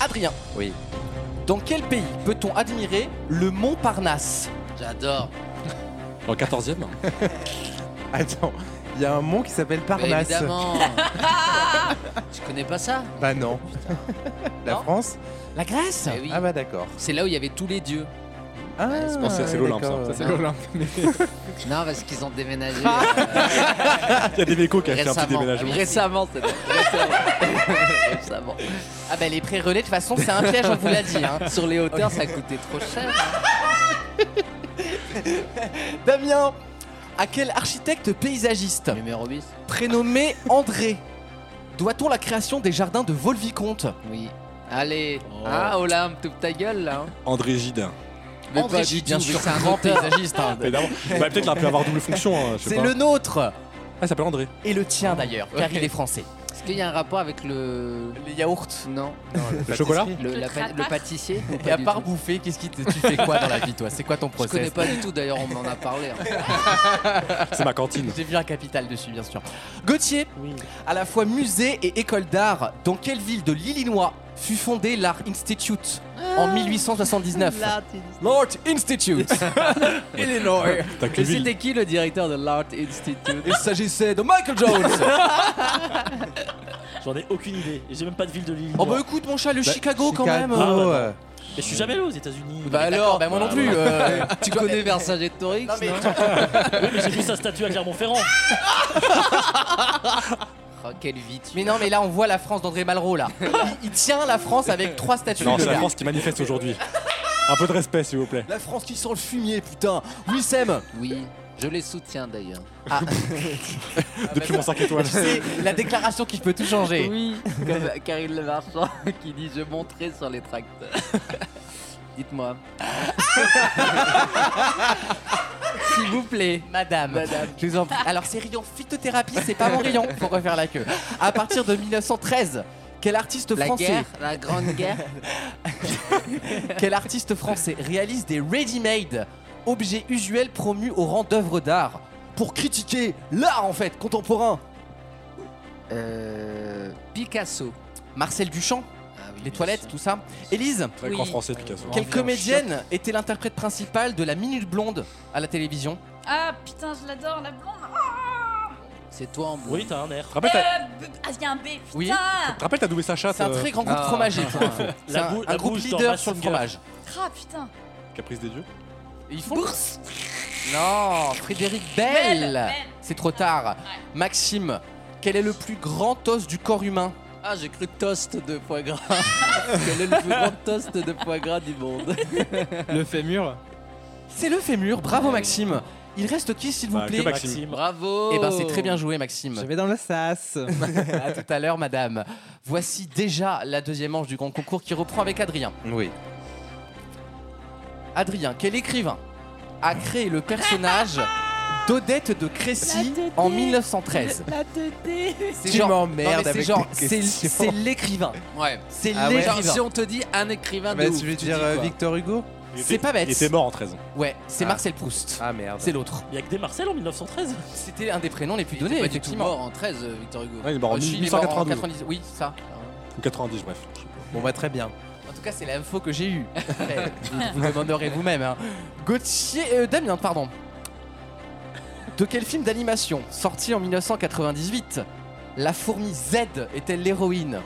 Speaker 2: Adrien.
Speaker 5: Oui.
Speaker 2: Dans quel pays peut-on admirer le Mont Parnasse
Speaker 7: J'adore.
Speaker 3: En 14 e
Speaker 5: Attends, il y a un mont qui s'appelle
Speaker 8: Ah,
Speaker 7: Mais
Speaker 5: Parnasse.
Speaker 7: Bah, évidemment. tu connais pas ça
Speaker 5: Bah non. La
Speaker 2: Non
Speaker 5: France
Speaker 2: La Grèce
Speaker 7: Eh oui.
Speaker 5: Ah bah d'accord.
Speaker 7: C'est là où il y avait tous les dieux.
Speaker 5: Ah,
Speaker 7: c'est
Speaker 3: Non, ça, c'est l'Olympe, ça. Ça, c'est l'Olympe,
Speaker 7: Hein non, parce qu'ils ont déménagé. euh,
Speaker 3: Il y a des mécos qui a fait un petit déménagement.
Speaker 7: Récemment, c'est Récemment.
Speaker 2: Ah bah les pré-relais, de toute façon, c'est un piège, on vous l'a dit. hein.
Speaker 7: Sur les hauteurs, ça coûtait trop cher.
Speaker 2: Damien, à quel architecte paysagiste
Speaker 7: Numéro 10.
Speaker 2: Prénommé André, doit-on la création des jardins de Volvicomte
Speaker 7: Oui. Allez, hein, Olympe, toute ta gueule là. hein. Oh,
Speaker 3: André Gide.
Speaker 7: Mais
Speaker 2: André
Speaker 7: pas
Speaker 2: Gide,
Speaker 7: du
Speaker 2: bien
Speaker 7: tout,
Speaker 2: sûr,
Speaker 7: c'est un
Speaker 2: grand
Speaker 7: auteur.
Speaker 2: paysagiste. hein.
Speaker 3: Évidemment. Bah, peut-être qu'il a pu avoir double fonction. hein, je sais
Speaker 2: C'est
Speaker 3: pas.
Speaker 2: le nôtre
Speaker 3: Ah, il s'appelle André.
Speaker 2: et le tien d'ailleurs, car
Speaker 7: Ok.
Speaker 2: il est français.
Speaker 7: Est-ce qu'il y a un rapport avec le.
Speaker 2: Les yaourts.
Speaker 7: Non,
Speaker 3: Le chocolat
Speaker 7: le,
Speaker 4: Le
Speaker 7: la pa-
Speaker 4: tratar.
Speaker 7: le pâtissier
Speaker 2: Et à part bouffer, qu'est-ce qui te- tu fais quoi dans la vie, toi C'est quoi ton
Speaker 7: Je connais
Speaker 2: process
Speaker 7: pas du tout, d'ailleurs, on m'en a parlé. hein.
Speaker 3: C'est ma cantine.
Speaker 2: J'ai vu un capital dessus, bien sûr. Gauthier,
Speaker 6: Oui.
Speaker 2: à la fois musée et école d'art, dans quelle ville de l'Illinois fut fondé l'Art Institute en 1879 L'Art Institute Illinois
Speaker 3: T'as que
Speaker 7: Et
Speaker 3: le ville.
Speaker 7: c'était qui le directeur de l'Art Institute
Speaker 2: Il s'agissait de Michael Jones
Speaker 6: J'en ai aucune idée. Et j'ai même pas de ville de l'île.
Speaker 2: Oh bah écoute, mon chat, le Chicago, quand même
Speaker 6: Ah,
Speaker 5: Chicago,
Speaker 6: ouais.
Speaker 5: euh,
Speaker 6: Mais je suis jamais allé aux États-Unis.
Speaker 2: Bah alors, bah moi non plus euh,
Speaker 7: Tu connais Vercingétorix Non,
Speaker 6: Oui, mais j'ai vu sa statue à Clermont-Ferrand.
Speaker 7: Oh, quelle vie tu
Speaker 2: Mais non, mais là, on voit la France d'André Malraux, là. Il, il tient la France avec trois statues
Speaker 3: Non,
Speaker 2: de
Speaker 3: c'est la
Speaker 2: gars.
Speaker 3: France qui manifeste aujourd'hui. Un peu de respect, s'il vous plaît.
Speaker 2: La France qui sent le fumier, putain Wissem
Speaker 7: Oui, je les soutiens d'ailleurs.
Speaker 3: Depuis mon 5 étoiles.
Speaker 2: Tu sais, la déclaration qui peut tout changer.
Speaker 7: Oui, comme Karine Le Marchand qui dit Je monterai sur les tracteurs. Dites-moi. S'il vous plaît.
Speaker 2: Madame. Je vous en prie. Alors, c'est rayon phytothérapie, c'est pas mon rayon. Faut refaire la queue. À partir de 1913, quel artiste
Speaker 7: La
Speaker 2: français
Speaker 7: guerre, la grande guerre.
Speaker 2: Quel artiste français réalise des ready-made, objets usuels promus au rang d'œuvre d'art pour critiquer l'art en fait contemporain
Speaker 7: Euh, Picasso.
Speaker 2: Marcel Duchamp,
Speaker 7: Ah oui,
Speaker 2: les
Speaker 7: bien
Speaker 2: toilettes,
Speaker 7: sûr.
Speaker 2: tout ça. Élise,
Speaker 7: Oh,
Speaker 3: Très grand français, Picasso.
Speaker 2: quelle comédienne était l'interprète principale de La Minute Blonde à la télévision
Speaker 4: Ah putain, je l'adore, la blonde.
Speaker 7: C'est toi en bleu.
Speaker 6: Oui, t'as un air.
Speaker 3: Rappelle, t'as-
Speaker 4: Ah, b- ah, il y a un B, putain.
Speaker 2: Oui.
Speaker 3: rappelle, t'as doublé sa chatte. euh,
Speaker 2: C'est un très grand groupe
Speaker 7: Ah.
Speaker 2: fromager. pour info. C'est
Speaker 6: euh. La
Speaker 2: un,
Speaker 6: bou-
Speaker 2: un
Speaker 6: la
Speaker 2: groupe
Speaker 6: bouche
Speaker 2: leader
Speaker 6: d'Ormas
Speaker 2: sur le
Speaker 6: Singer.
Speaker 2: fromage.
Speaker 4: Ah putain.
Speaker 3: Caprice des dieux.
Speaker 2: Et Ils font Non, Frédéric Bell.
Speaker 4: Bell, Bell.
Speaker 2: C'est trop tard. Maxime, quel est le plus grand os du corps humain
Speaker 7: Ah, j'ai cru toast de foie gras. Quel est le plus grand toast de foie gras du monde
Speaker 8: Le fémur.
Speaker 2: C'est le fémur. Bravo Maxime. Il reste qui s'il vous
Speaker 3: Bah, que
Speaker 2: plaît
Speaker 3: Maxime.
Speaker 7: Bravo.
Speaker 2: Eh ben c'est très bien joué Maxime.
Speaker 8: Je vais dans le sas.
Speaker 2: à tout à l'heure madame. Voici déjà la deuxième manche du grand concours qui reprend avec Adrien.
Speaker 5: Oui.
Speaker 2: Adrien, quel écrivain a créé le personnage d'Odette de Crécy en 1913
Speaker 4: La 2D.
Speaker 2: C'est
Speaker 5: Tu
Speaker 2: genre-
Speaker 5: m'emmerdes
Speaker 2: non, mais c'est
Speaker 5: avec
Speaker 2: genre-
Speaker 5: tes
Speaker 2: c'est-
Speaker 5: questions.
Speaker 2: C'est l'écrivain.
Speaker 7: Ouais.
Speaker 2: C'est
Speaker 5: Ah ouais.
Speaker 2: l'écrivain.
Speaker 7: Genre, si on te dit un écrivain
Speaker 5: Bah,
Speaker 7: de ouf,
Speaker 5: tu veux
Speaker 7: tu
Speaker 5: dire
Speaker 7: dis
Speaker 5: euh,
Speaker 7: quoi
Speaker 5: Victor Hugo
Speaker 3: Il
Speaker 2: C'est
Speaker 3: était-
Speaker 2: pas bête.
Speaker 3: Il était mort en 13 ans.
Speaker 2: Ouais, c'est
Speaker 5: Ah.
Speaker 2: Marcel Proust.
Speaker 5: Ah merde.
Speaker 2: C'est l'autre.
Speaker 6: Il y a que des Marcel en 1913.
Speaker 2: C'était un des prénoms les plus
Speaker 7: Il était
Speaker 2: donnés,
Speaker 7: pas du tout
Speaker 2: effectivement.
Speaker 7: mort en 13, euh, Victor Hugo.
Speaker 3: Ouais, il est mort en
Speaker 2: Euh, si, il est mort en
Speaker 3: 1892.
Speaker 2: 90, Oui, ça.
Speaker 3: Ou 90, bref.
Speaker 5: Bon bah très bien.
Speaker 2: En tout cas, c'est l'info que j'ai eue. Après, vous, vous demanderez vous-même. hein. Gauthier. euh, Damien, pardon. De quel film d'animation, sorti en 1998, la fourmi Z est-elle l'héroïne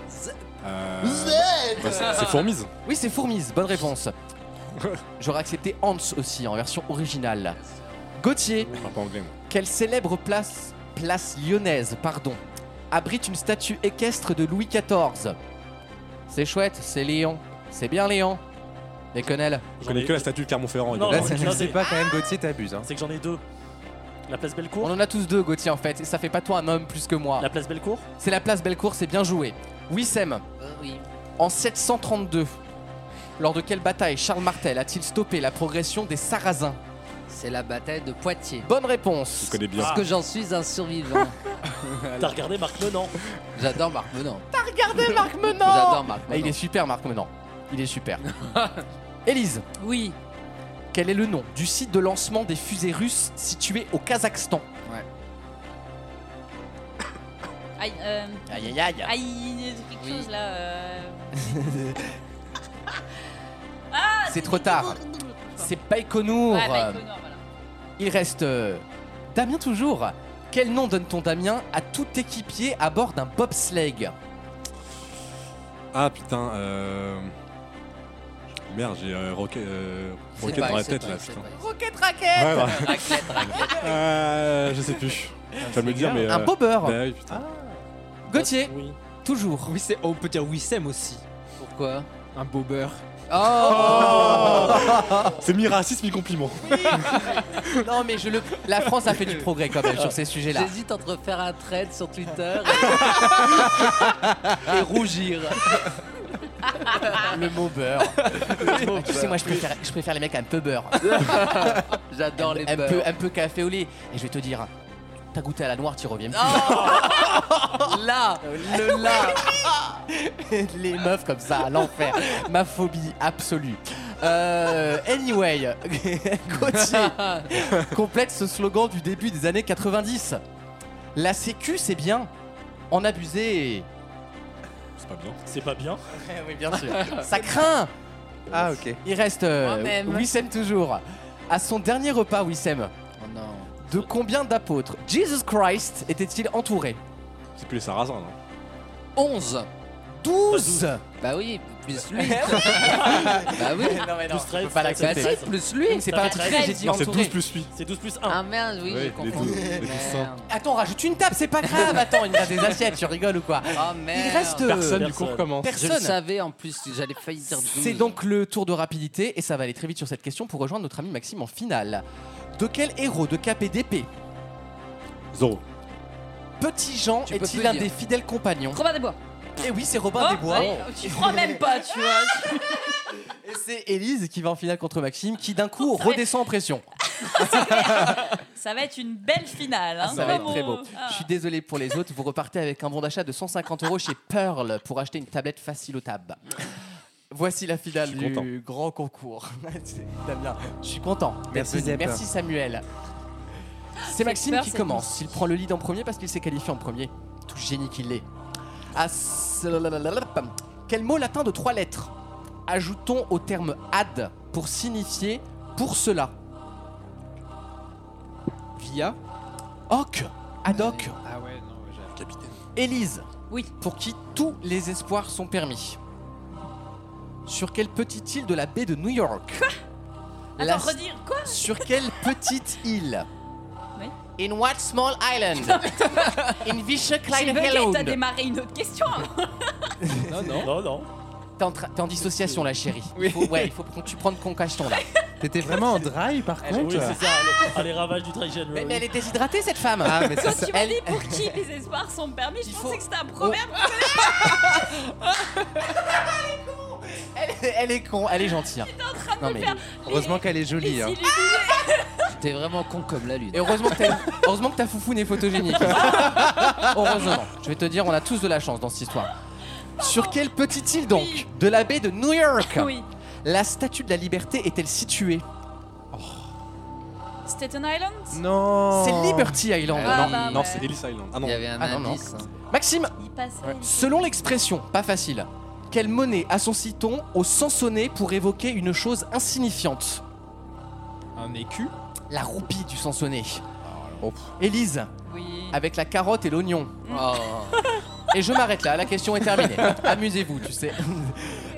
Speaker 3: Euh, bah, c'est c'est Fourmise.
Speaker 2: Oui, c'est Fourmise, bonne réponse. J'aurais accepté Hans aussi en version originale. Gauthier,
Speaker 3: Enfin, pas anglais. moi.
Speaker 2: quelle célèbre place, place lyonnaise, pardon, abrite une statue équestre de Louis XIV C'est chouette, c'est Léon. C'est bien Léon. Mais connais
Speaker 3: Je connais que la statue de Clermont-Ferrand.
Speaker 6: Non,
Speaker 5: Là
Speaker 3: évidemment.
Speaker 5: Bah, si tu
Speaker 6: non,
Speaker 5: le sais
Speaker 6: c'est-
Speaker 5: pas quand même Gauthier t'abuses. Hein.
Speaker 6: C'est que j'en ai deux. La place
Speaker 2: On
Speaker 6: Bellecour.
Speaker 2: en a tous deux, Gauthier, en fait. Et ça fait pas toi un homme plus que moi.
Speaker 6: La place Bellecour.
Speaker 2: C'est la place Bellecour, c'est bien joué. Wissem,
Speaker 7: Euh, oui.
Speaker 2: en 732, lors de quelle bataille Charles Martel a-t-il stoppé la progression des Sarrasins
Speaker 7: C'est la bataille de Poitiers.
Speaker 2: Bonne
Speaker 3: Je
Speaker 2: réponse.
Speaker 3: connais bien.
Speaker 7: Parce que j'en suis un survivant.
Speaker 6: T'as regardé Marc Menant.
Speaker 7: J'adore Marc Menant.
Speaker 2: Regardez Marc
Speaker 7: J'adore Marc
Speaker 2: Ah, il
Speaker 7: Menant.
Speaker 2: est super, Marc Menant. Il est super. Élise,
Speaker 7: Oui.
Speaker 2: quel est le nom du site de lancement des fusées russes situé au Kazakhstan
Speaker 4: Aïe, euh,
Speaker 2: Aïe aïe
Speaker 7: Ah,
Speaker 2: aïe
Speaker 4: aïe, il y a quelque
Speaker 7: Oui.
Speaker 4: chose là. euh,
Speaker 7: Ah,
Speaker 2: C'est trop tard. C'est euh, Baïkonour.
Speaker 4: Ouais, Baïkonour, voilà.
Speaker 2: Il reste euh, Damien toujours. Quel nom donne-t-on Damien à tout équipier à bord d'un bobsleigh
Speaker 3: Ah putain. Euh... Merde, j'ai euh, roquet, euh,
Speaker 2: C'est
Speaker 3: roquet
Speaker 2: pas-
Speaker 3: dans la
Speaker 2: c'est
Speaker 3: tête
Speaker 2: pas-
Speaker 3: là,
Speaker 2: c'est
Speaker 3: putain.
Speaker 2: pas-
Speaker 1: Roquette,
Speaker 3: Ouais,
Speaker 1: raquette
Speaker 3: ouais. Euh, je sais plus. Tu vas me le dire, mais.
Speaker 2: Un
Speaker 3: euh,
Speaker 2: bobber.
Speaker 3: bah oui, putain.
Speaker 2: Gauthier, toujours.
Speaker 6: ben, Oui, c'est- on peut dire Wissem aussi.
Speaker 7: Pourquoi
Speaker 8: Un bobber.
Speaker 2: Ah.
Speaker 3: C'est mi-racisme, mi-compliment.
Speaker 2: Non, mais je le. La France a fait du progrès quand même sur ces sujets-là.
Speaker 7: J'hésite entre faire un trade sur Twitter et rougir.
Speaker 2: Le mot beurre. tu sais, moi, je préfère, je préfère les mecs un peu beurre.
Speaker 7: J'adore les
Speaker 2: un,
Speaker 7: beurs.
Speaker 2: peu, un peu café au lait. Et je vais te dire, t'as goûté à la noire, tu reviens plus.
Speaker 7: Là, le là.
Speaker 2: les meufs comme ça, à l'enfer. Ma phobie absolue. Euh, anyway, Gauthier complète ce slogan du début des années 90. La sécu, c'est bien. En abuser,
Speaker 3: C'est pas bien.
Speaker 6: C'est pas bien.
Speaker 2: Eh oui, bien sûr. ça craint.
Speaker 5: Ah, ok.
Speaker 2: Il reste euh,
Speaker 4: Moi-même.
Speaker 2: Wissem toujours. À son dernier repas, Wissem,
Speaker 7: Oh non.
Speaker 2: de combien d'apôtres Jesus Christ était-il entouré
Speaker 3: C'est plus les sarrasins, non
Speaker 7: 11.
Speaker 2: 12
Speaker 7: Bah oui, plus lui. bah oui.
Speaker 2: Eh Non, mais non,
Speaker 6: Plus
Speaker 2: on peut
Speaker 6: treize,
Speaker 2: pas
Speaker 7: Bah
Speaker 2: l'accepter.
Speaker 7: si, plus lui.
Speaker 2: C'est pas un
Speaker 6: treize.
Speaker 2: trait, j'ai dit
Speaker 3: Non, c'est 12
Speaker 2: entouré.
Speaker 3: plus 8.
Speaker 6: C'est 12 plus 1.
Speaker 7: Ah merde, oui,
Speaker 3: Oui,
Speaker 7: j'ai
Speaker 3: les
Speaker 7: confondu.
Speaker 3: douze, les douze
Speaker 7: Merde.
Speaker 2: Attends, rajoute une table, c'est pas grave. Attends, il y a des assiettes, tu rigoles ou quoi
Speaker 7: Oh merde.
Speaker 2: Il reste euh,
Speaker 6: Personne.
Speaker 8: du cours commence.
Speaker 7: Je le
Speaker 2: personne.
Speaker 7: savais en plus, j'allais failli dire 12.
Speaker 2: C'est donc le tour de rapidité et ça va aller très vite sur cette question pour rejoindre notre ami Maxime en finale. De quel héros de KPDP
Speaker 3: Zoro.
Speaker 2: Petit Jean
Speaker 7: Tu peux plus
Speaker 2: est-il l'un
Speaker 7: dire.
Speaker 2: des fidèles compagnons
Speaker 4: Robin des Bois.
Speaker 2: Eh oui, c'est Robin des
Speaker 4: Oh,
Speaker 2: Bois.
Speaker 4: allez, tu crois même pas, tu vois.
Speaker 7: oh.
Speaker 2: Et c'est Élise qui va en finale contre Maxime, qui d'un coup
Speaker 4: Ça va
Speaker 2: redescend en pression.
Speaker 4: Ça va être une belle finale. hein,
Speaker 2: Ça va être
Speaker 4: bravo.
Speaker 2: très beau.
Speaker 4: Ah.
Speaker 2: Je suis désolé pour les autres, vous repartez avec un bon d'achat de 150 euros chez Pearl pour acheter une tablette facile au tab. Voici la finale
Speaker 3: Je suis content.
Speaker 2: du grand concours. C'est- Damien, je suis content. d'être
Speaker 5: Merci,
Speaker 2: venu.
Speaker 5: Zep.
Speaker 2: Merci Samuel. C'est Maxime
Speaker 4: peur,
Speaker 2: qui
Speaker 4: cette
Speaker 2: commence. Il prend le lead en premier parce qu'il s'est qualifié en premier. Tout génie qu'il est. Ah, ce- Quel mot latin de trois lettres ajoutons au terme ad pour signifier pour cela
Speaker 8: Via.
Speaker 2: Hoc, ad hoc.
Speaker 8: Ah ouais, non, ouais, j'avais-
Speaker 2: Élise.
Speaker 4: Oui.
Speaker 2: Pour qui tous les espoirs sont permis. Sur quelle petite île de la baie de New York La-
Speaker 4: Attends, redire quoi
Speaker 2: Sur quelle petite île
Speaker 4: Oui.
Speaker 2: In what small island In
Speaker 4: J'ai bugué, t'as
Speaker 2: Vischer
Speaker 4: démarré une autre question avant.
Speaker 6: Non, non. Non, non.
Speaker 2: T'es en, tra- t'es en dissociation là, chérie. Il faut, ouais, il faut que tu prennes concassion là.
Speaker 5: T'étais vraiment en dry par
Speaker 6: Oui,
Speaker 5: contre
Speaker 6: c'est ça. les- Ah, les ravages du Trigen.
Speaker 2: Mais, mais elle est déshydratée cette femme.
Speaker 5: Ah, mais c'est
Speaker 4: Quand
Speaker 5: ça.
Speaker 4: tu m'as
Speaker 2: elle-
Speaker 4: dit pour qui les espoirs sont permis, je
Speaker 2: Il
Speaker 4: pensais
Speaker 2: faut-
Speaker 4: que c'était un proverbe.
Speaker 2: Elle, elle est con, elle est gentille. hein.
Speaker 4: en train de
Speaker 2: Non,
Speaker 4: me
Speaker 2: mais-
Speaker 4: faire
Speaker 5: Heureusement qu'elle est
Speaker 4: les
Speaker 5: jolie. hein.
Speaker 4: illuminés.
Speaker 7: T'es vraiment con comme la lune.
Speaker 2: Et heureusement que, t'as- heureusement que ta foufoune est photogénique. heureusement. Je vais te dire, on a tous de la chance dans cette histoire. Sur quelle petite île donc
Speaker 4: Oui.
Speaker 2: de la baie de New York
Speaker 4: Oui.
Speaker 2: la statue de la liberté est-elle située
Speaker 4: Staten Island
Speaker 5: Non
Speaker 2: C'est Liberty Island.
Speaker 7: Ah,
Speaker 2: non.
Speaker 7: bah,
Speaker 3: Non,
Speaker 4: ouais.
Speaker 3: c'est Ellis Island. Ah non.
Speaker 7: Il y avait un
Speaker 2: Ah, non, non.
Speaker 7: indice. hein.
Speaker 2: Maxime,
Speaker 4: Il passait.
Speaker 2: selon l'expression, pas facile, quelle monnaie associe-t-on au sansonnet pour évoquer une chose insignifiante
Speaker 8: Un écu. Ah,
Speaker 2: La roupie du sansonnet. Élise,
Speaker 4: Oui.
Speaker 2: avec la carotte et l'oignon.
Speaker 7: Oh.
Speaker 2: Et je m'arrête là, la question est terminée. Amusez-vous, tu sais.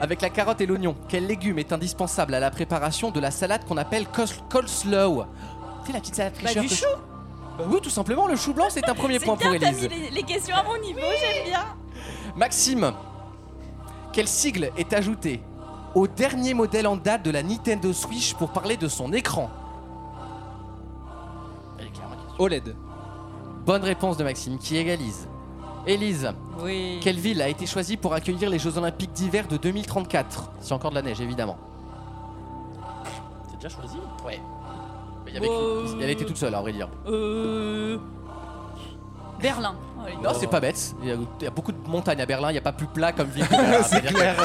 Speaker 2: Avec la carotte et l'oignon, quel légume est indispensable à la préparation de la salade qu'on appelle cos- coleslaw C'est la petite salade
Speaker 4: Bah,
Speaker 2: fraîcheur
Speaker 4: du
Speaker 2: que-
Speaker 4: chou.
Speaker 2: Bah oui, tout simplement, le chou blanc, c'est un premier
Speaker 4: C'est
Speaker 2: point pour
Speaker 4: bien, t'as mis
Speaker 2: Élise.
Speaker 4: les, les questions à mon niveau, j'aime bien.
Speaker 2: Maxime, quel sigle est ajouté au dernier modèle en date de la Nintendo Switch pour parler de son écran
Speaker 8: OLED.
Speaker 2: Bonne réponse de Maxime qui égalise. Élise,
Speaker 4: Oui.
Speaker 2: quelle ville a été choisie pour accueillir les Jeux Olympiques d'hiver de 2034 Si encore de la neige, évidemment.
Speaker 6: C'est déjà choisi.
Speaker 2: Il y avait que-
Speaker 4: Euh.
Speaker 2: Elle était toute seule, à vrai dire.
Speaker 4: Euh. Berlin. Allez.
Speaker 2: Non, c'est pas bête. Il y, a, il y a beaucoup de montagnes à Berlin. Il n'y a pas plus plat comme ville. que Berlin, c'est clair.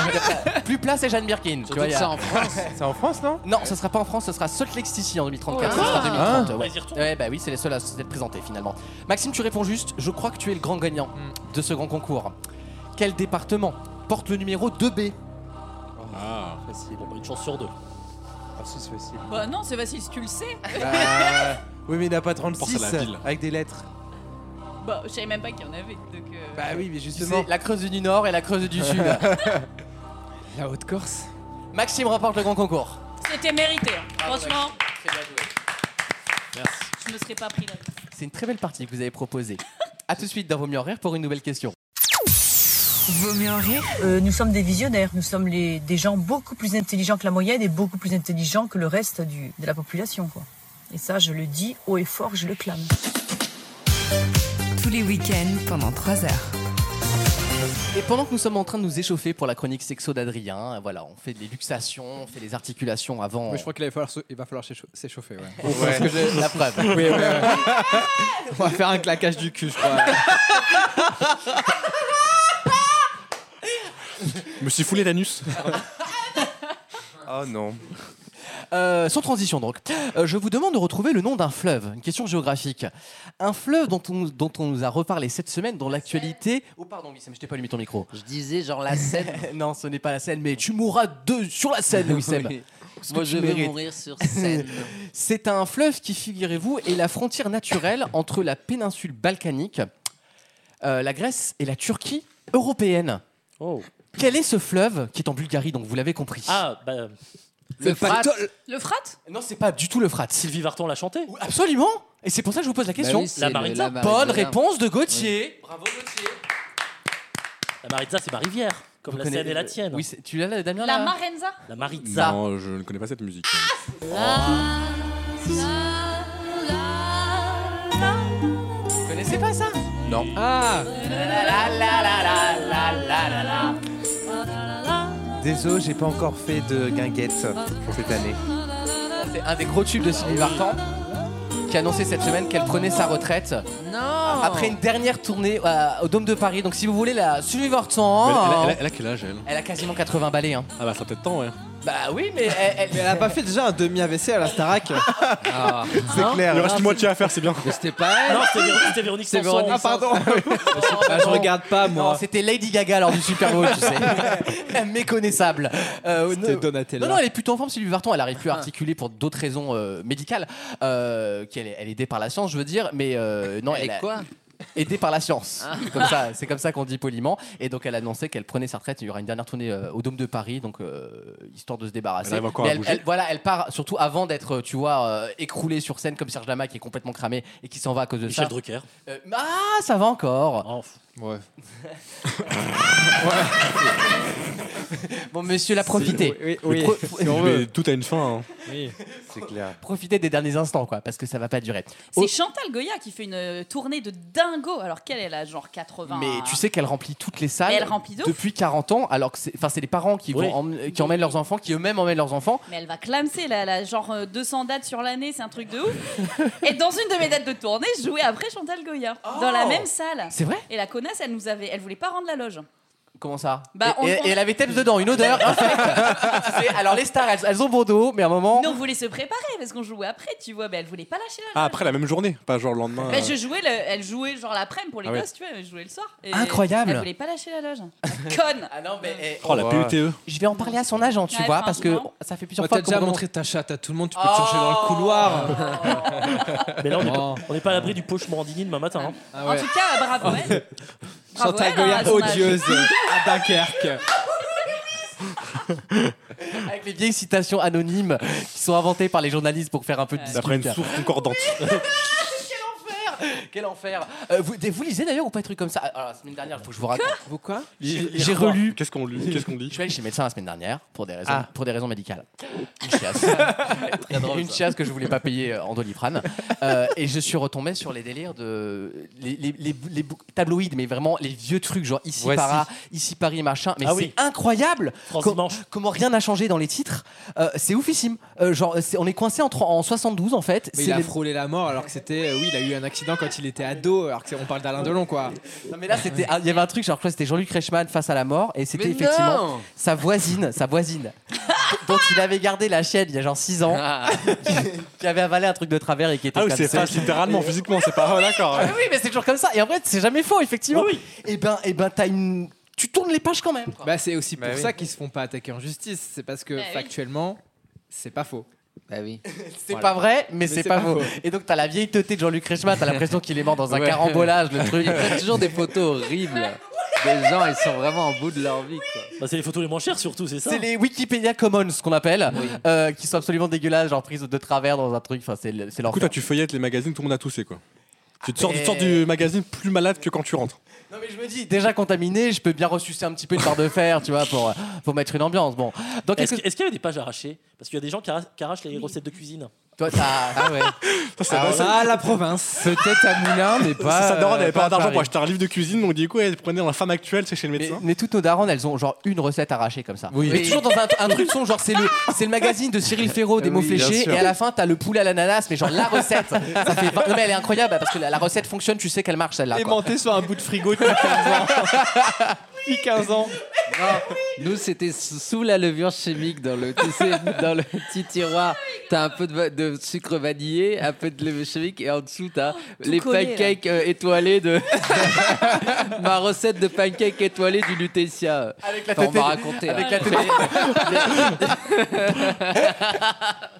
Speaker 2: plus plat, c'est Jeanne Birkin. Tu
Speaker 7: Surtout
Speaker 2: vois,
Speaker 7: que
Speaker 2: il y a-
Speaker 7: ça en France.
Speaker 5: C'est en France, non
Speaker 2: Non, ce sera pas en France, ce sera Salt Lake City en 2034.
Speaker 4: Oh là
Speaker 2: ce sera
Speaker 4: là.
Speaker 2: 2030.
Speaker 6: Ah.
Speaker 2: ouais.
Speaker 6: Vas-y, retourne.
Speaker 2: Ouais, bah oui, c'est les seuls à s'être présentés finalement. Maxime, tu réponds juste. Je crois que tu es le grand gagnant
Speaker 8: Mm.
Speaker 2: de ce grand concours. Quel département porte le numéro 2B
Speaker 3: Ah.
Speaker 6: Facile. Bon, bah, une chance sur deux.
Speaker 5: Ah, si, c'est facile.
Speaker 4: Bah non, c'est facile si tu le sais.
Speaker 5: Bah, Oui, mais il n'a pas 36
Speaker 3: Pense à la ville.
Speaker 5: avec des lettres.
Speaker 4: Bah, je savais même pas qu'il y en avait. Donc, euh,
Speaker 5: Bah oui, mais
Speaker 2: Tu sais,
Speaker 5: justement.
Speaker 2: la Creuse du Nord et la Creuse du Sud.
Speaker 8: La Haute-Corse.
Speaker 2: Maxime remporte le grand concours.
Speaker 4: C'était mérité. hein. Franchement,
Speaker 2: Merci.
Speaker 4: je me serais pas pris la
Speaker 2: C'est une très belle partie que vous avez proposée. A tout de suite dans Vaut mieux en rire pour une nouvelle question.
Speaker 11: Vaut mieux en rire Euh, Nous sommes des visionnaires, nous sommes les- des gens beaucoup plus intelligents que la moyenne et beaucoup plus intelligents que le reste Ah, du- de la population. Quoi. Et ça, je le dis haut et fort, je le clame.
Speaker 1: Tous les week-ends pendant 3 heures.
Speaker 2: Et pendant que nous sommes en train de nous échauffer pour la chronique sexo d'Adrien, voilà, on fait des luxations, on fait des articulations avant.
Speaker 8: Mais je crois qu'il va falloir, se- il va falloir s'échau- s'échauffer. Ouais.
Speaker 2: Ouais.
Speaker 8: Parce que j'ai-
Speaker 2: La preuve.
Speaker 8: Oui, ouais, ouais. On va faire un claquage du cul, je crois.
Speaker 3: Je me suis foulé l'anus.
Speaker 2: Oh non. sans transition donc, Euh, je vous demande de retrouver le nom d'un fleuve, une question géographique. Un fleuve dont on, dont on nous a reparlé cette semaine, dont l'actualité... Oh pardon, Wissem, je t'ai pas allumé ton micro. Je disais genre la Seine. non, ce n'est pas la Seine, mais tu mourras de, sur la Seine, Wissem.
Speaker 7: Oui.
Speaker 2: Parce que
Speaker 7: Moi,
Speaker 2: tu
Speaker 7: je vais
Speaker 2: mérites.
Speaker 7: mourir sur scène.
Speaker 2: C'est un fleuve qui, figurez-vous, est la frontière naturelle entre la péninsule balkanique, euh, la Grèce et la Turquie européenne.
Speaker 3: Oh.
Speaker 2: Quel est ce fleuve qui est en Bulgarie, donc vous l'avez compris
Speaker 6: Ah, bah.
Speaker 2: Le Frat.
Speaker 4: Le frat
Speaker 2: Non, c'est pas du tout le frat.
Speaker 6: Sylvie Vartan l'a chanté
Speaker 2: Absolument Et c'est pour ça que je vous pose
Speaker 7: Bah
Speaker 2: la question.
Speaker 6: oui, c'est La le-
Speaker 2: Ah
Speaker 6: Maritza. la Maritza.
Speaker 2: Bonne réponse de Gauthier Bravo Gauthier
Speaker 6: La Maritza, c'est ma rivière, comme
Speaker 2: Vous
Speaker 6: la
Speaker 2: connaissez-
Speaker 6: Seine et la tienne.
Speaker 2: Oui, c'est- tu l'as, là, Damien
Speaker 4: La
Speaker 2: là
Speaker 4: Marenza
Speaker 6: La Maritza.
Speaker 3: Non, je ne connais pas cette musique.
Speaker 2: Vous connaissez pas ça
Speaker 3: Non.
Speaker 2: Ah
Speaker 5: Désolé, j'ai pas encore fait de guinguette cette année.
Speaker 2: C'est un des gros tubes de Sylvie Vartan qui a annoncé cette semaine qu'elle prenait sa retraite.
Speaker 7: Non
Speaker 2: Après une dernière tournée euh, au Dôme de Paris. Donc si vous voulez la Sylvie Vartan.
Speaker 3: Mais elle,
Speaker 2: hein,
Speaker 3: elle a- elle a quel âge, elle
Speaker 2: elle a quasiment 80 balais. Hein.
Speaker 3: Ah bah, ça peut-être temps, ouais.
Speaker 2: Bah oui, mais elle,
Speaker 8: Mais elle a pas fait déjà un demi AVC à la Starac
Speaker 3: C'est Hein clair. Il reste une moitié à faire, c'est bien.
Speaker 8: C'était
Speaker 2: pas
Speaker 8: elle.
Speaker 2: elle. Ah,
Speaker 8: Non,
Speaker 6: c'était Véro- c'était Véronique
Speaker 8: C'est
Speaker 2: Sanson.
Speaker 8: Véronique. Ah, pardon. Bah, je regarde pas, moi.
Speaker 2: Non, c'était Lady Gaga lors du Super Bowl, tu sais. Méconnaissable. Euh,
Speaker 8: C'était
Speaker 2: non-
Speaker 8: Donatella.
Speaker 2: Non, non, elle est plutôt en forme, Sylvie Vartan. Elle arrive
Speaker 7: Ah.
Speaker 2: plus à articuler pour d'autres raisons euh, médicales. euh, qu'elle est, elle est aidée par la science, je veux dire. Mais euh, non,
Speaker 7: Elle est
Speaker 2: a-
Speaker 7: quoi
Speaker 2: Aidée par la science.
Speaker 7: Ah.
Speaker 2: Comme ça, c'est comme ça qu'on dit poliment. Et donc, elle annonçait qu'elle prenait sa retraite. Il y aura une dernière tournée euh, au Dôme de Paris, donc euh, histoire de se débarrasser.
Speaker 3: Elle arrive encore
Speaker 2: Mais
Speaker 3: à bouger.
Speaker 2: voilà, elle part surtout avant d'être, tu vois, euh, écroulée sur scène comme Serge Lama qui est complètement cramé et qui s'en va à cause de
Speaker 6: Michel
Speaker 2: ça.
Speaker 6: Drucker.
Speaker 2: Euh, ah, ça va encore.
Speaker 8: Ouais.
Speaker 2: Bon, monsieur, la profitez.
Speaker 3: Mais
Speaker 8: Oui,
Speaker 3: pro- mais tout a une fin. hein.
Speaker 2: C'est clair. Profitez des derniers instants, quoi, parce que ça va pas durer.
Speaker 4: C'est
Speaker 2: Oh,
Speaker 4: Chantal Goya qui fait une euh, tournée de dingo. Alors qu'elle, elle a genre 80.
Speaker 2: mais tu sais qu'elle remplit toutes les salles
Speaker 4: Mais elle remplit de ouf.
Speaker 2: depuis 40 ans, alors que c'est, enfin, c'est les parents qui, vont
Speaker 4: Oui.
Speaker 2: emmener- qui emmènent leurs enfants, qui eux-mêmes emmènent leurs enfants.
Speaker 4: Mais elle va clamser, là, elle a genre euh, 200 dates sur l'année, c'est un truc de ouf. Et dans une de mes dates de tournée, je jouais après Chantal Goya, dans
Speaker 2: Oh.
Speaker 4: la même salle.
Speaker 2: C'est vrai
Speaker 4: Et la connasse, elle nous avait, elle voulait pas rendre la loge.
Speaker 2: Comment ça
Speaker 4: Bah,
Speaker 2: et,
Speaker 4: on-
Speaker 2: et-
Speaker 4: on-
Speaker 2: et elle avait Teps dedans, une odeur. en fait. Tu sais, alors les stars, elles, elles ont bon dos, mais à un moment.
Speaker 4: Nous, on voulait se préparer parce qu'on jouait après, tu vois. Mais elle voulait pas lâcher la
Speaker 3: Ah, après la même journée, pas genre le lendemain.
Speaker 4: Mais
Speaker 3: euh.
Speaker 4: je jouais, le- elle jouait genre l'après-midi pour les
Speaker 3: Ah ouais.
Speaker 4: gosses, tu vois, elle jouait le soir. Et
Speaker 2: Incroyable.
Speaker 4: Elle voulait pas lâcher la loge. Conne
Speaker 2: Ah non, mais.
Speaker 3: Oh, la PUTE.
Speaker 2: Je vais en parler à son agent, tu
Speaker 4: Ouais,
Speaker 2: vois, parce que
Speaker 4: franchement.
Speaker 2: ça fait
Speaker 8: Moi,
Speaker 2: plusieurs
Speaker 8: Bah, t'as
Speaker 2: fois qu'on
Speaker 8: déjà
Speaker 2: me demande-
Speaker 8: montré ta chatte à tout le monde, tu peux
Speaker 4: Oh.
Speaker 8: te chercher dans le
Speaker 4: Ah
Speaker 8: couloir.
Speaker 6: Mais là, on n'est
Speaker 8: Non.
Speaker 6: pas, on n'est pas à l'abri du poche Morandini demain matin. hein.
Speaker 8: Ah
Speaker 4: En
Speaker 8: ouais.
Speaker 4: tout cas, bravo elle. Bravo
Speaker 8: Chantal
Speaker 4: elle, hein, à
Speaker 8: Goya
Speaker 4: son âge.
Speaker 8: odieuse à Dunkerque.
Speaker 2: Avec les vieilles citations anonymes qui sont inventées par les journalistes pour faire un peu de
Speaker 3: D'après une
Speaker 2: discute.
Speaker 3: source concordante.
Speaker 2: Quel enfer Euh, vous, vous lisez d'ailleurs ou pas des trucs comme ça Alors, la semaine dernière, il faut que je vous raconte.
Speaker 8: Vous quoi
Speaker 2: J'ai
Speaker 3: Lire
Speaker 2: j'ai
Speaker 3: quoi
Speaker 2: relu.
Speaker 3: Qu'est-ce qu'on lit Qu'est-ce qu'on
Speaker 2: Je
Speaker 3: dit
Speaker 2: suis allé chez le médecin la semaine dernière pour des raisons,
Speaker 3: Ah.
Speaker 2: pour des raisons médicales. Une chiasse. Une chiasse que je voulais pas payer euh, en doliprane. Euh, et je suis retombé sur les délires de. Les, les- les- les bou- tabloïds, mais vraiment les vieux trucs, genre ici,
Speaker 8: Voici.
Speaker 2: para, ici, Paris, machin. Mais
Speaker 6: Ah
Speaker 2: c'est
Speaker 6: oui.
Speaker 2: incroyable
Speaker 6: France
Speaker 2: com-
Speaker 6: Dimanche.
Speaker 2: comment rien n'a changé dans les titres. Euh, c'est oufissime. Euh, genre, c'est- on est coincé entre, en 72 en fait.
Speaker 8: Mais
Speaker 2: C'est
Speaker 8: il a
Speaker 2: les-
Speaker 8: frôlé la mort alors que c'était. euh, Oui, il a eu un accident quand il était ado, alors que c'est- on parle d'Alain Delon, quoi.
Speaker 2: Non, mais là, c'était, ah, il y avait un truc, genre, je crois que c'était Jean-Luc Reichmann face à la mort, et c'était
Speaker 7: Mais
Speaker 2: effectivement
Speaker 7: non
Speaker 2: sa voisine, sa voisine, dont il avait gardé la chaîne il y a genre 6 ans,
Speaker 7: Ah.
Speaker 2: qui avait avalé un truc de travers et qui était
Speaker 3: Ah oui,
Speaker 2: comme
Speaker 3: c'est
Speaker 2: ça.
Speaker 3: pas littéralement, physiquement, c'est pas. Ah, d'accord.
Speaker 2: Ah oui, mais c'est toujours comme ça. Et en fait, c'est jamais faux, effectivement.
Speaker 6: Oui,
Speaker 2: Et ben, et ben, t'as une, tu tournes les pages quand même. quoi.
Speaker 8: Bah, c'est aussi pour
Speaker 5: oui.
Speaker 8: ça qu'ils se font pas attaquer en justice. C'est parce que
Speaker 4: Bah oui.
Speaker 8: factuellement, c'est pas faux.
Speaker 7: Bah oui.
Speaker 2: C'est
Speaker 8: Voilà.
Speaker 2: pas vrai, mais, c'est pas faux.
Speaker 8: faux.
Speaker 2: Et donc, t'as la vieille teuté de Jean-Luc Reichmann, t'as l'impression qu'il est mort dans un
Speaker 7: Ouais.
Speaker 2: carambolage, le truc.
Speaker 7: Il y a toujours des photos horribles. des gens, ils sont vraiment au bout de leur vie. Quoi.
Speaker 6: Bah, c'est les photos les moins chères surtout, c'est ça
Speaker 2: C'est les Wikipédia Commons, ce qu'on appelle, euh, qui sont absolument dégueulasses, genre prises de travers dans un truc. Enfin, c'est le- c'est
Speaker 3: Du coup,
Speaker 2: l'enfer.
Speaker 3: toi, tu feuillettes les magazines, tout le monde a toussé, quoi. Tu te sors, tu te
Speaker 2: mais-
Speaker 3: sors du magazine plus malade que quand tu rentres.
Speaker 2: Non, mais je me dis, déjà contaminé, je peux bien ressucer un petit peu une barre de fer, tu vois, pour, euh, pour mettre une ambiance. Bon. Donc,
Speaker 6: Est-ce que- est-ce qu'il y avait des pages arrachées Parce qu'il y a des gens qui, arra- qui arrachent les recettes de cuisine.
Speaker 2: Toi, t'as. Ah ouais.
Speaker 3: ça
Speaker 8: Alors
Speaker 3: va,
Speaker 8: là,
Speaker 3: ça-
Speaker 8: Ah, la province. Peut-être à Moulins, mais pas.
Speaker 3: Ça, sa daronne, elle
Speaker 8: euh,
Speaker 3: avait pas d'argent
Speaker 8: à
Speaker 3: pour
Speaker 8: Paris.
Speaker 3: acheter un livre de cuisine, donc du coup, elle prenait dans la femme actuelle, c'est chez le
Speaker 2: Mais,
Speaker 3: médecin.
Speaker 2: mais toutes nos darons, elles ont genre une recette arrachée comme ça.
Speaker 3: Oui.
Speaker 2: Mais toujours dans un, un truc son, genre c'est le, c'est le magazine de Cyril Ferraud des
Speaker 8: Oui,
Speaker 2: mots
Speaker 8: bien
Speaker 2: fléchés
Speaker 8: sûr.
Speaker 2: et à la fin t'as le poulet à l'ananas, mais genre la recette. ça fait vingt- Non, mais elle est incroyable parce que la, la recette fonctionne, tu sais qu'elle marche celle-là. quoi.
Speaker 8: Aimanté sur un bout de frigo depuis 15 ans. Depuis 15 ans.
Speaker 7: Nous, c'était sous sous la levure chimique dans le, tu sais, dans le petit tiroir. T'as un peu de, va- de sucre vanillé, un peu de levure chimique et en dessous, t'as les
Speaker 12: collé,
Speaker 7: pancakes euh, étoilés de. Ma recette de pancakes étoilés du Lutetia.
Speaker 2: Avec la
Speaker 7: Enfin,
Speaker 2: tête-
Speaker 7: On va raconter.
Speaker 2: avec
Speaker 7: hein.
Speaker 2: la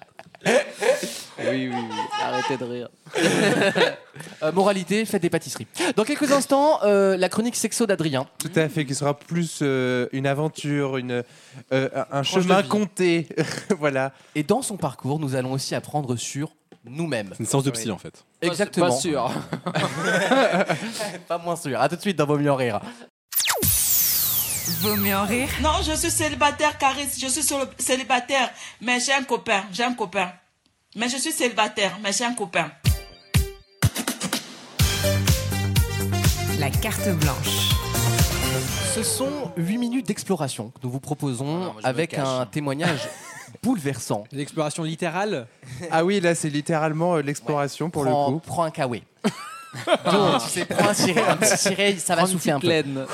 Speaker 7: oui, oui, oui. Arrêtez de rire.
Speaker 2: Euh, moralité, faites des pâtisseries. Dans quelques instants, euh, la chronique sexo d'Adrien.
Speaker 5: Tout à fait, qui sera plus euh, une aventure, une, euh, un- un
Speaker 2: Tranche de
Speaker 5: chemin
Speaker 2: vie.
Speaker 5: compté. voilà.
Speaker 2: Et dans son parcours, nous allons aussi apprendre sur nous-mêmes.
Speaker 3: Une séance de psy, en fait.
Speaker 2: Exactement.
Speaker 7: Pas sûr.
Speaker 2: Pas moins sûr. À tout de suite dans Vaut mieux en rire.
Speaker 10: Vaut mieux en rire. Non, je suis célibataire, Caris. Je suis sur le- célibataire, mais j'ai un copain. J'ai un copain. Mais je suis célibataire, mais j'ai un copain.
Speaker 1: La carte blanche.
Speaker 2: Ce sont 8 minutes d'exploration que nous vous
Speaker 7: Ah
Speaker 2: proposons
Speaker 8: moi, je me
Speaker 2: avec
Speaker 8: cache.
Speaker 2: un témoignage bouleversant.
Speaker 8: L'exploration littérale.
Speaker 5: Ah oui, là, c'est littéralement euh, l'exploration pour
Speaker 2: Prends-
Speaker 5: le coup.
Speaker 2: Prends un kawé. Donc, tu sais, prends un ciré, un petit ciré, ça va
Speaker 7: Prends une
Speaker 2: souffler un peu.
Speaker 7: petite laine.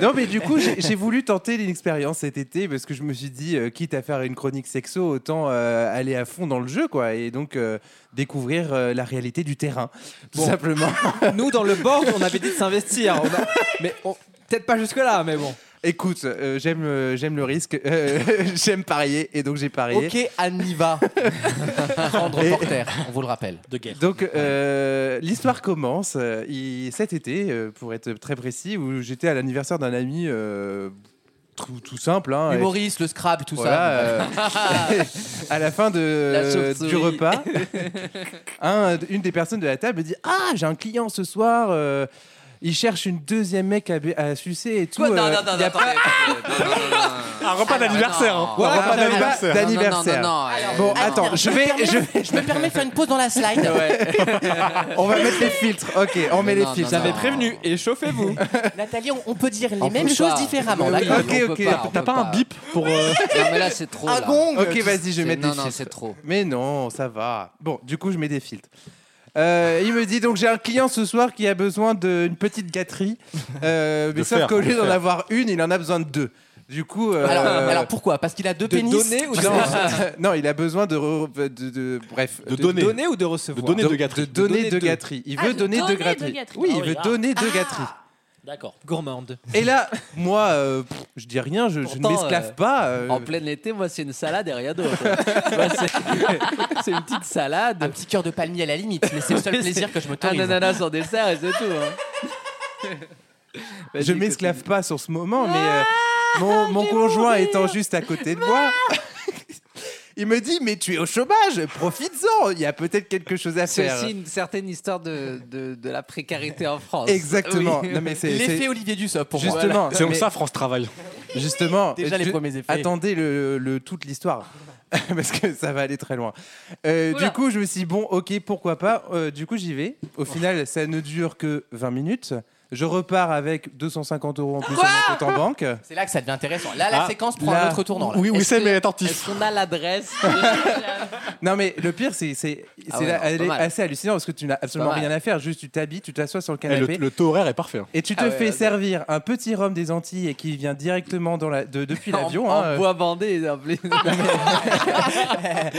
Speaker 5: Non, mais du coup, j'ai j'ai voulu tenter l'expérience cet été parce que je me suis dit, euh, quitte à faire une chronique sexo, autant euh, aller à fond dans le jeu, quoi, et donc euh, découvrir euh, la réalité du terrain, tout
Speaker 8: Bon.
Speaker 5: simplement.
Speaker 8: Nous, dans le board, on avait dit de s'investir. On a- Mais on- peut-être pas jusque-là, mais bon.
Speaker 5: Écoute, euh, j'aime euh, j'aime le risque, euh, j'aime parier, et donc j'ai parié.
Speaker 2: Ok, Anne y va. Grande
Speaker 5: Et-
Speaker 2: reporter, on vous le rappelle.
Speaker 6: De guerre.
Speaker 5: Donc euh, l'histoire commence euh, il- cet été, euh, pour être très précis, où j'étais à l'anniversaire d'un ami euh, tout, tout simple. hein, et-
Speaker 2: Humoriste, le Scrabble, tout
Speaker 5: Voilà,
Speaker 2: ça.
Speaker 5: euh, à la
Speaker 2: La
Speaker 5: fin de,
Speaker 2: chauve-souris.
Speaker 5: du repas, un- une des personnes de la table me dit Ah, j'ai un client ce soir. euh, il cherche une deuxième mec à, bu- à sucer et tout.
Speaker 7: Quoi Bah, non,
Speaker 5: euh,
Speaker 7: non, non,
Speaker 5: il y a
Speaker 7: attendez,
Speaker 5: pas-
Speaker 7: attendez, non, non, non, non.
Speaker 3: Un repas d'anniversaire. hein.
Speaker 5: Voilà,
Speaker 3: un repas
Speaker 5: un repas
Speaker 3: d'anniversaire.
Speaker 5: d'anniversaire.
Speaker 7: Non, non, non, non, non, euh,
Speaker 5: Bon,
Speaker 7: non.
Speaker 5: attends, je vais, je vais-
Speaker 2: Je me permets de faire une pause dans la slide.
Speaker 5: on va mettre les filtres. Ok, on met
Speaker 7: Mais
Speaker 5: les
Speaker 7: non,
Speaker 5: filtres.
Speaker 7: non, non.
Speaker 8: Prévenu, et chauffez-vous.
Speaker 2: Nathalie, on, on peut dire les
Speaker 7: On
Speaker 2: mêmes
Speaker 7: peut
Speaker 2: choses
Speaker 7: pas.
Speaker 2: différemment.
Speaker 7: Oui, oui,
Speaker 2: d'accord
Speaker 7: on peut
Speaker 5: Ok, ok.
Speaker 7: pas,
Speaker 5: T'as-
Speaker 7: on
Speaker 5: t'as
Speaker 7: peut
Speaker 5: pas un
Speaker 7: pas.
Speaker 3: Bip pour. euh,
Speaker 7: Non, mais là, c'est trop.
Speaker 2: Un
Speaker 7: là.
Speaker 2: gong
Speaker 5: Ok,
Speaker 2: tu-
Speaker 5: vas-y, je vais
Speaker 7: C'est-
Speaker 5: mettre
Speaker 7: Non,
Speaker 5: des
Speaker 7: non,
Speaker 5: filtres.
Speaker 7: c'est trop.
Speaker 5: Mais non, ça va. Bon, du coup, je mets des filtres. Euh, il me dit donc j'ai un client ce soir qui a besoin d'une petite gâterie, Euh, mais
Speaker 3: De
Speaker 5: sauf
Speaker 3: faire, hein,
Speaker 5: qu'au
Speaker 3: de
Speaker 5: lieu d'en
Speaker 3: faire.
Speaker 5: avoir une, il en a besoin de deux. Du coup, euh,
Speaker 2: Alors, alors pourquoi Parce qu'il a deux
Speaker 8: De
Speaker 2: pénis
Speaker 8: donner ou de
Speaker 5: non,
Speaker 8: recevoir
Speaker 5: non, il a besoin de, re- de- de- bref,
Speaker 3: De donner.
Speaker 8: Donner ou de recevoir
Speaker 3: De donner
Speaker 5: de,
Speaker 3: deux gâteries.
Speaker 5: de donner
Speaker 8: De donner
Speaker 5: deux
Speaker 8: deux.
Speaker 5: gâteries. Il
Speaker 4: Ah,
Speaker 5: veut
Speaker 4: de
Speaker 5: donner
Speaker 4: donner
Speaker 5: deux
Speaker 4: deux
Speaker 5: gâteries.
Speaker 4: gâteries.
Speaker 5: Oui,
Speaker 6: Ah
Speaker 5: il
Speaker 6: oui,
Speaker 5: veut
Speaker 6: là.
Speaker 5: donner deux gâteries.
Speaker 6: D'accord.
Speaker 8: Gourmande.
Speaker 5: Et là, moi, euh, pff, je dis rien, je, je ne
Speaker 7: Pourtant,
Speaker 5: m'esclave
Speaker 7: euh,
Speaker 5: pas. euh,
Speaker 7: En plein été, moi, c'est une salade et rien d'autre. Moi, c'est- c'est une petite salade.
Speaker 2: Un petit cœur de palmier à la limite, mais c'est le seul plaisir que je me
Speaker 7: Un
Speaker 2: donne.
Speaker 7: ananas en dessert et c'est tout. hein. Vas-y,
Speaker 5: je
Speaker 7: continue.
Speaker 5: m'esclave pas sur ce moment, mais
Speaker 2: Ah,
Speaker 5: euh, mon, mon conjoint étant juste à côté
Speaker 2: Bah.
Speaker 5: de moi, il me dit Mais tu es au chômage, profites-en, il y a peut-être quelque chose à
Speaker 7: C'est
Speaker 5: faire.
Speaker 7: aussi une certaine histoire de, de, de la précarité en France.
Speaker 5: Exactement.
Speaker 7: Oui.
Speaker 5: Non, mais c'est- c'est-
Speaker 2: L'effet Olivier Dussopt pour moi.
Speaker 5: justement,
Speaker 3: C'est comme
Speaker 5: mais
Speaker 3: ça, France travaille.
Speaker 5: justement,
Speaker 2: Déjà les
Speaker 5: je-
Speaker 2: premiers effets.
Speaker 5: Attendez le, le- toute l'histoire. Parce que ça va aller très loin. Euh,
Speaker 4: Oula.
Speaker 5: du coup, je me suis dit, bon, ok, pourquoi pas. Euh, du coup, j'y vais. Au final, ça ne dure que 20 minutes. Je repars avec 250 euros en plus sur mon compte en banque.
Speaker 2: C'est là que ça devient intéressant. Là, la
Speaker 3: Ah,
Speaker 2: séquence prend
Speaker 5: là.
Speaker 2: un autre tournant. là.
Speaker 3: Oui, oui,
Speaker 7: Est-ce
Speaker 3: c'est,
Speaker 7: que-
Speaker 3: mais
Speaker 7: Est-ce
Speaker 3: attentif.
Speaker 7: qu'on a l'adresse
Speaker 5: Non mais le pire c'est c'est
Speaker 7: Ah
Speaker 5: c'est
Speaker 7: ouais,
Speaker 5: la-
Speaker 7: non,
Speaker 5: elle
Speaker 7: pas
Speaker 5: est
Speaker 7: mal.
Speaker 5: assez hallucinant parce que tu n'as absolument
Speaker 7: mal.
Speaker 5: rien à faire juste tu t'habilles tu t'assois sur le
Speaker 3: Eh, Le,
Speaker 5: canapé
Speaker 3: le taux horaire est parfait. hein.
Speaker 5: et tu te
Speaker 7: Ah ouais,
Speaker 5: fais
Speaker 7: ouais.
Speaker 5: servir un petit rhum des Antilles et qui vient directement dans la de- depuis
Speaker 7: en,
Speaker 5: l'avion
Speaker 7: en
Speaker 5: hein, euh,
Speaker 7: bois bandé en plus.
Speaker 5: euh,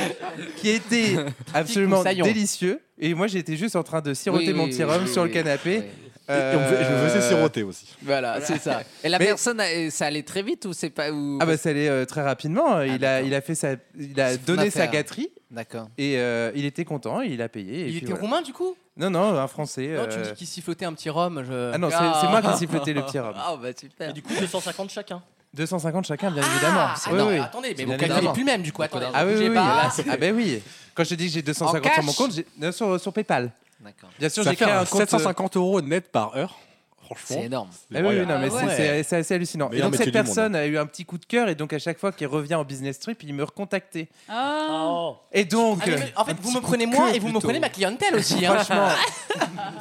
Speaker 5: qui était
Speaker 2: Petit
Speaker 5: absolument
Speaker 2: coup, saillon.
Speaker 5: délicieux et moi j'étais juste en train de siroter
Speaker 7: Oui,
Speaker 5: mon
Speaker 7: oui,
Speaker 5: petit
Speaker 7: oui,
Speaker 5: rhum
Speaker 7: oui,
Speaker 5: sur
Speaker 7: oui.
Speaker 5: le canapé.
Speaker 7: Oui.
Speaker 5: Euh,
Speaker 3: Et on me fait- je me faisais siroter aussi.
Speaker 7: Voilà, c'est ça. Et la
Speaker 5: Mais-
Speaker 7: personne, a- ça allait très vite ou c'est pas ou...
Speaker 5: Ah bah ça allait euh, très rapidement. Il a
Speaker 7: d'accord.
Speaker 5: il a fait sa il a
Speaker 7: C'est son
Speaker 5: donné sa
Speaker 7: affaire.
Speaker 5: gâterie
Speaker 2: D'accord.
Speaker 5: Et euh, il était content, il a payé. et
Speaker 2: Il
Speaker 5: puis
Speaker 2: était
Speaker 5: voilà.
Speaker 2: roumain du coup
Speaker 5: Non, non, un français.
Speaker 2: Non, tu
Speaker 5: euh,
Speaker 2: dis qu'il sifflotait un petit rhum. je-
Speaker 5: Ah non, c'est- c'est moi qui ai siffloté le petit rhum.
Speaker 2: Ah bah super.
Speaker 6: Et du coup, 250 chacun.
Speaker 5: 250 chacun, bien évidemment.
Speaker 2: ah non, mais attendez, mais
Speaker 5: Bien
Speaker 2: mon calcul
Speaker 5: évidemment.
Speaker 2: est plus le même, du coup, attendez,
Speaker 5: Ah oui,
Speaker 2: bougez
Speaker 5: oui, oui.
Speaker 2: pas.
Speaker 5: Ah, c'est- ah ben oui. Quand je te dis que j'ai 250 sur mon
Speaker 2: cash
Speaker 5: compte, j'ai- non, sur, sur PayPal.
Speaker 7: D'accord.
Speaker 5: Bien sûr,
Speaker 3: Ça
Speaker 5: j'ai
Speaker 3: fait
Speaker 5: créé
Speaker 3: un
Speaker 5: un compte. euh,
Speaker 3: 750 euros net par heure. Franchement,
Speaker 7: C'est énorme.
Speaker 5: Ah oui, oui, non, mais
Speaker 3: Ah ouais.
Speaker 5: c'est- c'est c'est assez hallucinant.
Speaker 3: Mais
Speaker 5: et
Speaker 3: non,
Speaker 5: donc,
Speaker 3: mais
Speaker 5: cette
Speaker 3: c'est du monde.
Speaker 5: personne a eu un petit coup de cœur, et donc, à chaque fois qu'il revient en business trip, il me recontactait.
Speaker 6: Ah.
Speaker 4: Oh.
Speaker 5: Et donc.
Speaker 2: Ah, mais- mais en fait,
Speaker 5: un
Speaker 2: vous
Speaker 5: petit
Speaker 2: me
Speaker 5: coup
Speaker 2: prenez
Speaker 5: de
Speaker 2: moi
Speaker 5: queue
Speaker 2: et vous me
Speaker 5: plutôt.
Speaker 2: prenez ma clientèle aussi. hein.
Speaker 5: Franchement.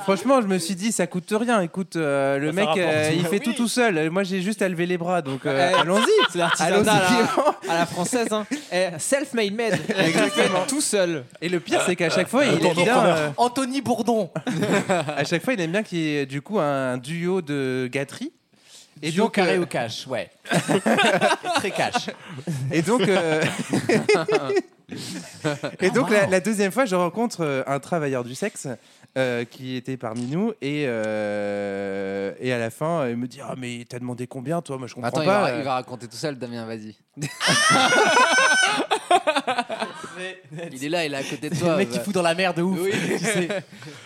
Speaker 5: Franchement, je me suis dit, ça coûte rien. Écoute, euh,
Speaker 2: Ça
Speaker 5: le
Speaker 2: fait
Speaker 5: mec, euh,
Speaker 2: rapport.
Speaker 5: il fait
Speaker 2: Ah Oui.
Speaker 5: tout tout seul. Moi, j'ai juste à lever les bras, donc euh,
Speaker 12: Eh,
Speaker 5: allons-y.
Speaker 12: C'est l'artisanat
Speaker 5: Allons-y,
Speaker 12: à,
Speaker 5: Clément.
Speaker 12: la- à la française. Hein. Eh, Self-made man.
Speaker 5: Exactement.
Speaker 12: Tout seul.
Speaker 5: Et le pire, c'est qu'à chaque fois, il aime bien. euh,
Speaker 2: Anthony Bourdon.
Speaker 5: à chaque fois, il aime bien qu'il y ait du coup un duo de gâteries.
Speaker 2: Et Duo carré
Speaker 5: euh,
Speaker 2: au cash, ouais. Très cash.
Speaker 5: Et donc, euh, et donc la, la deuxième fois, je rencontre euh, un travailleur du sexe euh, qui était parmi nous et, euh, et à la fin, euh, il me dit Ah, mais t'as demandé combien, toi Moi, je comprends
Speaker 7: Attends, il
Speaker 5: pas.
Speaker 7: va, il va raconter tout seul, Damien, vas-y. il est là, il est à côté de toi.
Speaker 2: le mec qui
Speaker 7: bah.
Speaker 2: fout dans la merde de ouf.
Speaker 7: Oui, tu sais.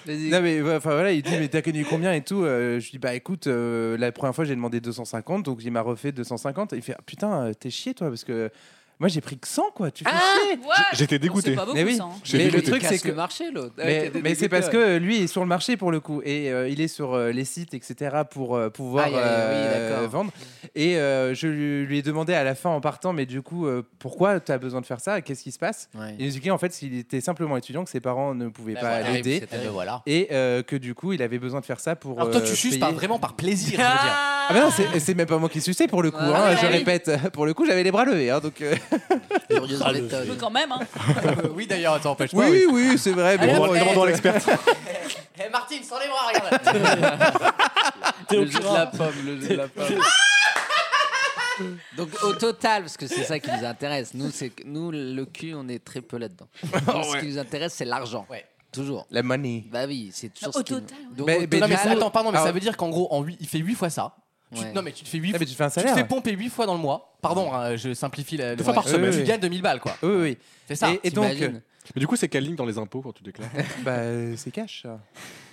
Speaker 5: Non, mais ouais, enfin voilà, il dit Mais t'as connu combien et tout Euh, Je lui dis Bah écoute, euh, la première fois, j'ai demandé 250, donc il m'a refait 250. Il fait Ah, Putain, euh, t'es chié, toi, parce que. Moi j'ai pris que 100 quoi, tu fais chier.
Speaker 3: J'étais dégoûté.
Speaker 5: mais oui.
Speaker 4: hein.
Speaker 5: Mais le truc c'est que
Speaker 7: le marché, l'autre.
Speaker 2: Ah,
Speaker 7: Ouais,
Speaker 5: Mais,
Speaker 7: t'es- t'es
Speaker 5: mais c'est
Speaker 7: dégoûté,
Speaker 5: parce
Speaker 7: ouais.
Speaker 5: que lui est sur le marché pour le coup et euh, il est sur euh, les sites etc pour euh, pouvoir
Speaker 7: Aïe, aïe, aïe,
Speaker 5: euh,
Speaker 7: oui, d'accord.
Speaker 5: vendre
Speaker 2: Mm.
Speaker 5: et euh, je lui, lui ai demandé à la fin en partant mais du coup euh, pourquoi tu as besoin de faire ça qu'est-ce qui se passe
Speaker 7: Ouais.
Speaker 5: il nous expliquait en fait qu'il était simplement étudiant que ses parents ne pouvaient
Speaker 2: Ben
Speaker 5: pas
Speaker 2: voilà,
Speaker 5: l'aider
Speaker 2: c'était- ben voilà.
Speaker 5: et euh, que du coup il avait besoin de faire ça pour
Speaker 2: Alors toi,
Speaker 5: euh,
Speaker 2: tu suces
Speaker 5: payer-
Speaker 2: par, vraiment par plaisir, je veux dire.
Speaker 5: ah bah non c'est- c'est même pas moi qui suçais pour le coup
Speaker 2: Ah
Speaker 5: hein,
Speaker 2: ouais,
Speaker 5: je
Speaker 2: oui.
Speaker 5: répète pour le coup j'avais les bras levés hein, donc euh,
Speaker 4: Je veux quand même. Hein.
Speaker 2: oui, d'ailleurs, attends, empêche pas.
Speaker 5: oui oui c'est vrai mais
Speaker 2: Allez,
Speaker 5: bon, euh,
Speaker 2: on
Speaker 5: il
Speaker 2: fait-
Speaker 5: rentre dans l'expert
Speaker 2: Eh Martine, sans les bras, regarde.
Speaker 7: Le jeu de la pomme, le jeu de la pomme. Donc au total, parce que c'est ça qui nous intéresse, nous, c'est que- nous le cul, on est très peu là-dedans. Nous, Ce qui nous intéresse, c'est l'argent. Toujours.
Speaker 5: la money
Speaker 7: Bah oui, c'est toujours
Speaker 4: Au
Speaker 7: ce qui nous-
Speaker 4: total, ouais.
Speaker 7: Donc,
Speaker 2: Mais,
Speaker 7: au
Speaker 2: mais
Speaker 7: total-
Speaker 2: non, mais ça- attends, pardon, mais
Speaker 7: Ah,
Speaker 2: ça veut dire qu'en gros, en huit- il fait 8 fois ça. Tu-
Speaker 7: Ouais.
Speaker 2: non, mais tu te fais 8
Speaker 5: Ah, mais tu te fais un
Speaker 2: te
Speaker 5: salaire.
Speaker 2: fais pomper 8 fois dans le mois. Pardon, hein, je simplifie la.
Speaker 3: Deux fois par
Speaker 2: Ouais.
Speaker 3: semaine.
Speaker 2: Tu
Speaker 3: Oui.
Speaker 2: gagnes 2000 balles, quoi.
Speaker 5: Oui, oui.
Speaker 2: C'est ça.
Speaker 5: Et, et donc, euh,
Speaker 2: T'imagines
Speaker 3: Mais du coup, c'est quelle ligne dans les impôts quand tu déclares
Speaker 5: bah, euh, c'est cash. ça.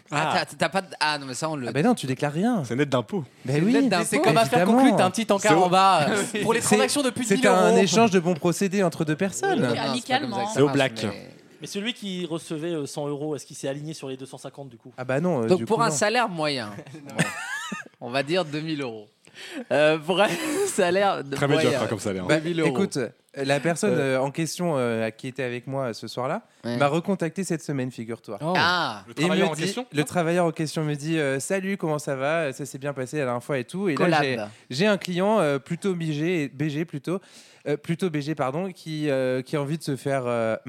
Speaker 7: Ah, t'as- t'as pas de- ah, non, mais ça, on le.
Speaker 5: Ah bah non, tu déclares rien.
Speaker 3: C'est net d'impôts.
Speaker 5: Ben
Speaker 7: net
Speaker 5: oui,
Speaker 7: d'impôts.
Speaker 2: C'est comme affaire
Speaker 5: évidemment.
Speaker 2: conclue, t'as un petit encart
Speaker 5: C'est-
Speaker 2: en bas. euh, Pour les transactions de plus de
Speaker 5: C'est
Speaker 2: 1000 euros.
Speaker 5: un échange de bons procédés entre deux personnes.
Speaker 4: Oui, amicalement.
Speaker 7: C'est au black.
Speaker 6: Mais celui qui recevait euh, 100 euros, est-ce qu'il s'est aligné sur les 250 du coup
Speaker 5: Ah bah non. euh,
Speaker 7: Donc
Speaker 5: du
Speaker 7: pour
Speaker 5: coup,
Speaker 7: un
Speaker 5: non.
Speaker 7: salaire moyen, bon, on va dire 2000 euros. Euh, pour un salaire de
Speaker 3: Très belle
Speaker 7: moyen,
Speaker 3: offre, hein, comme salaire.
Speaker 5: Bah,
Speaker 7: 2000 euros.
Speaker 5: écoute, euh, la personne euh, en question euh, qui était avec moi ce soir-là
Speaker 7: Ouais.
Speaker 5: m'a recontacté cette semaine, figure-toi.
Speaker 2: Oh.
Speaker 7: Ah. Le
Speaker 5: Et il me
Speaker 3: travailleur en
Speaker 5: dit-
Speaker 3: question
Speaker 5: Le travailleur en question me dit euh, Salut, comment ça va Ça s'est bien passé la dernière fois et tout. Et là,
Speaker 7: Collab.
Speaker 5: j'ai- j'ai un client euh, plutôt BG, BG plutôt, euh, plutôt BG, pardon, qui, euh, qui a envie de se faire. euh,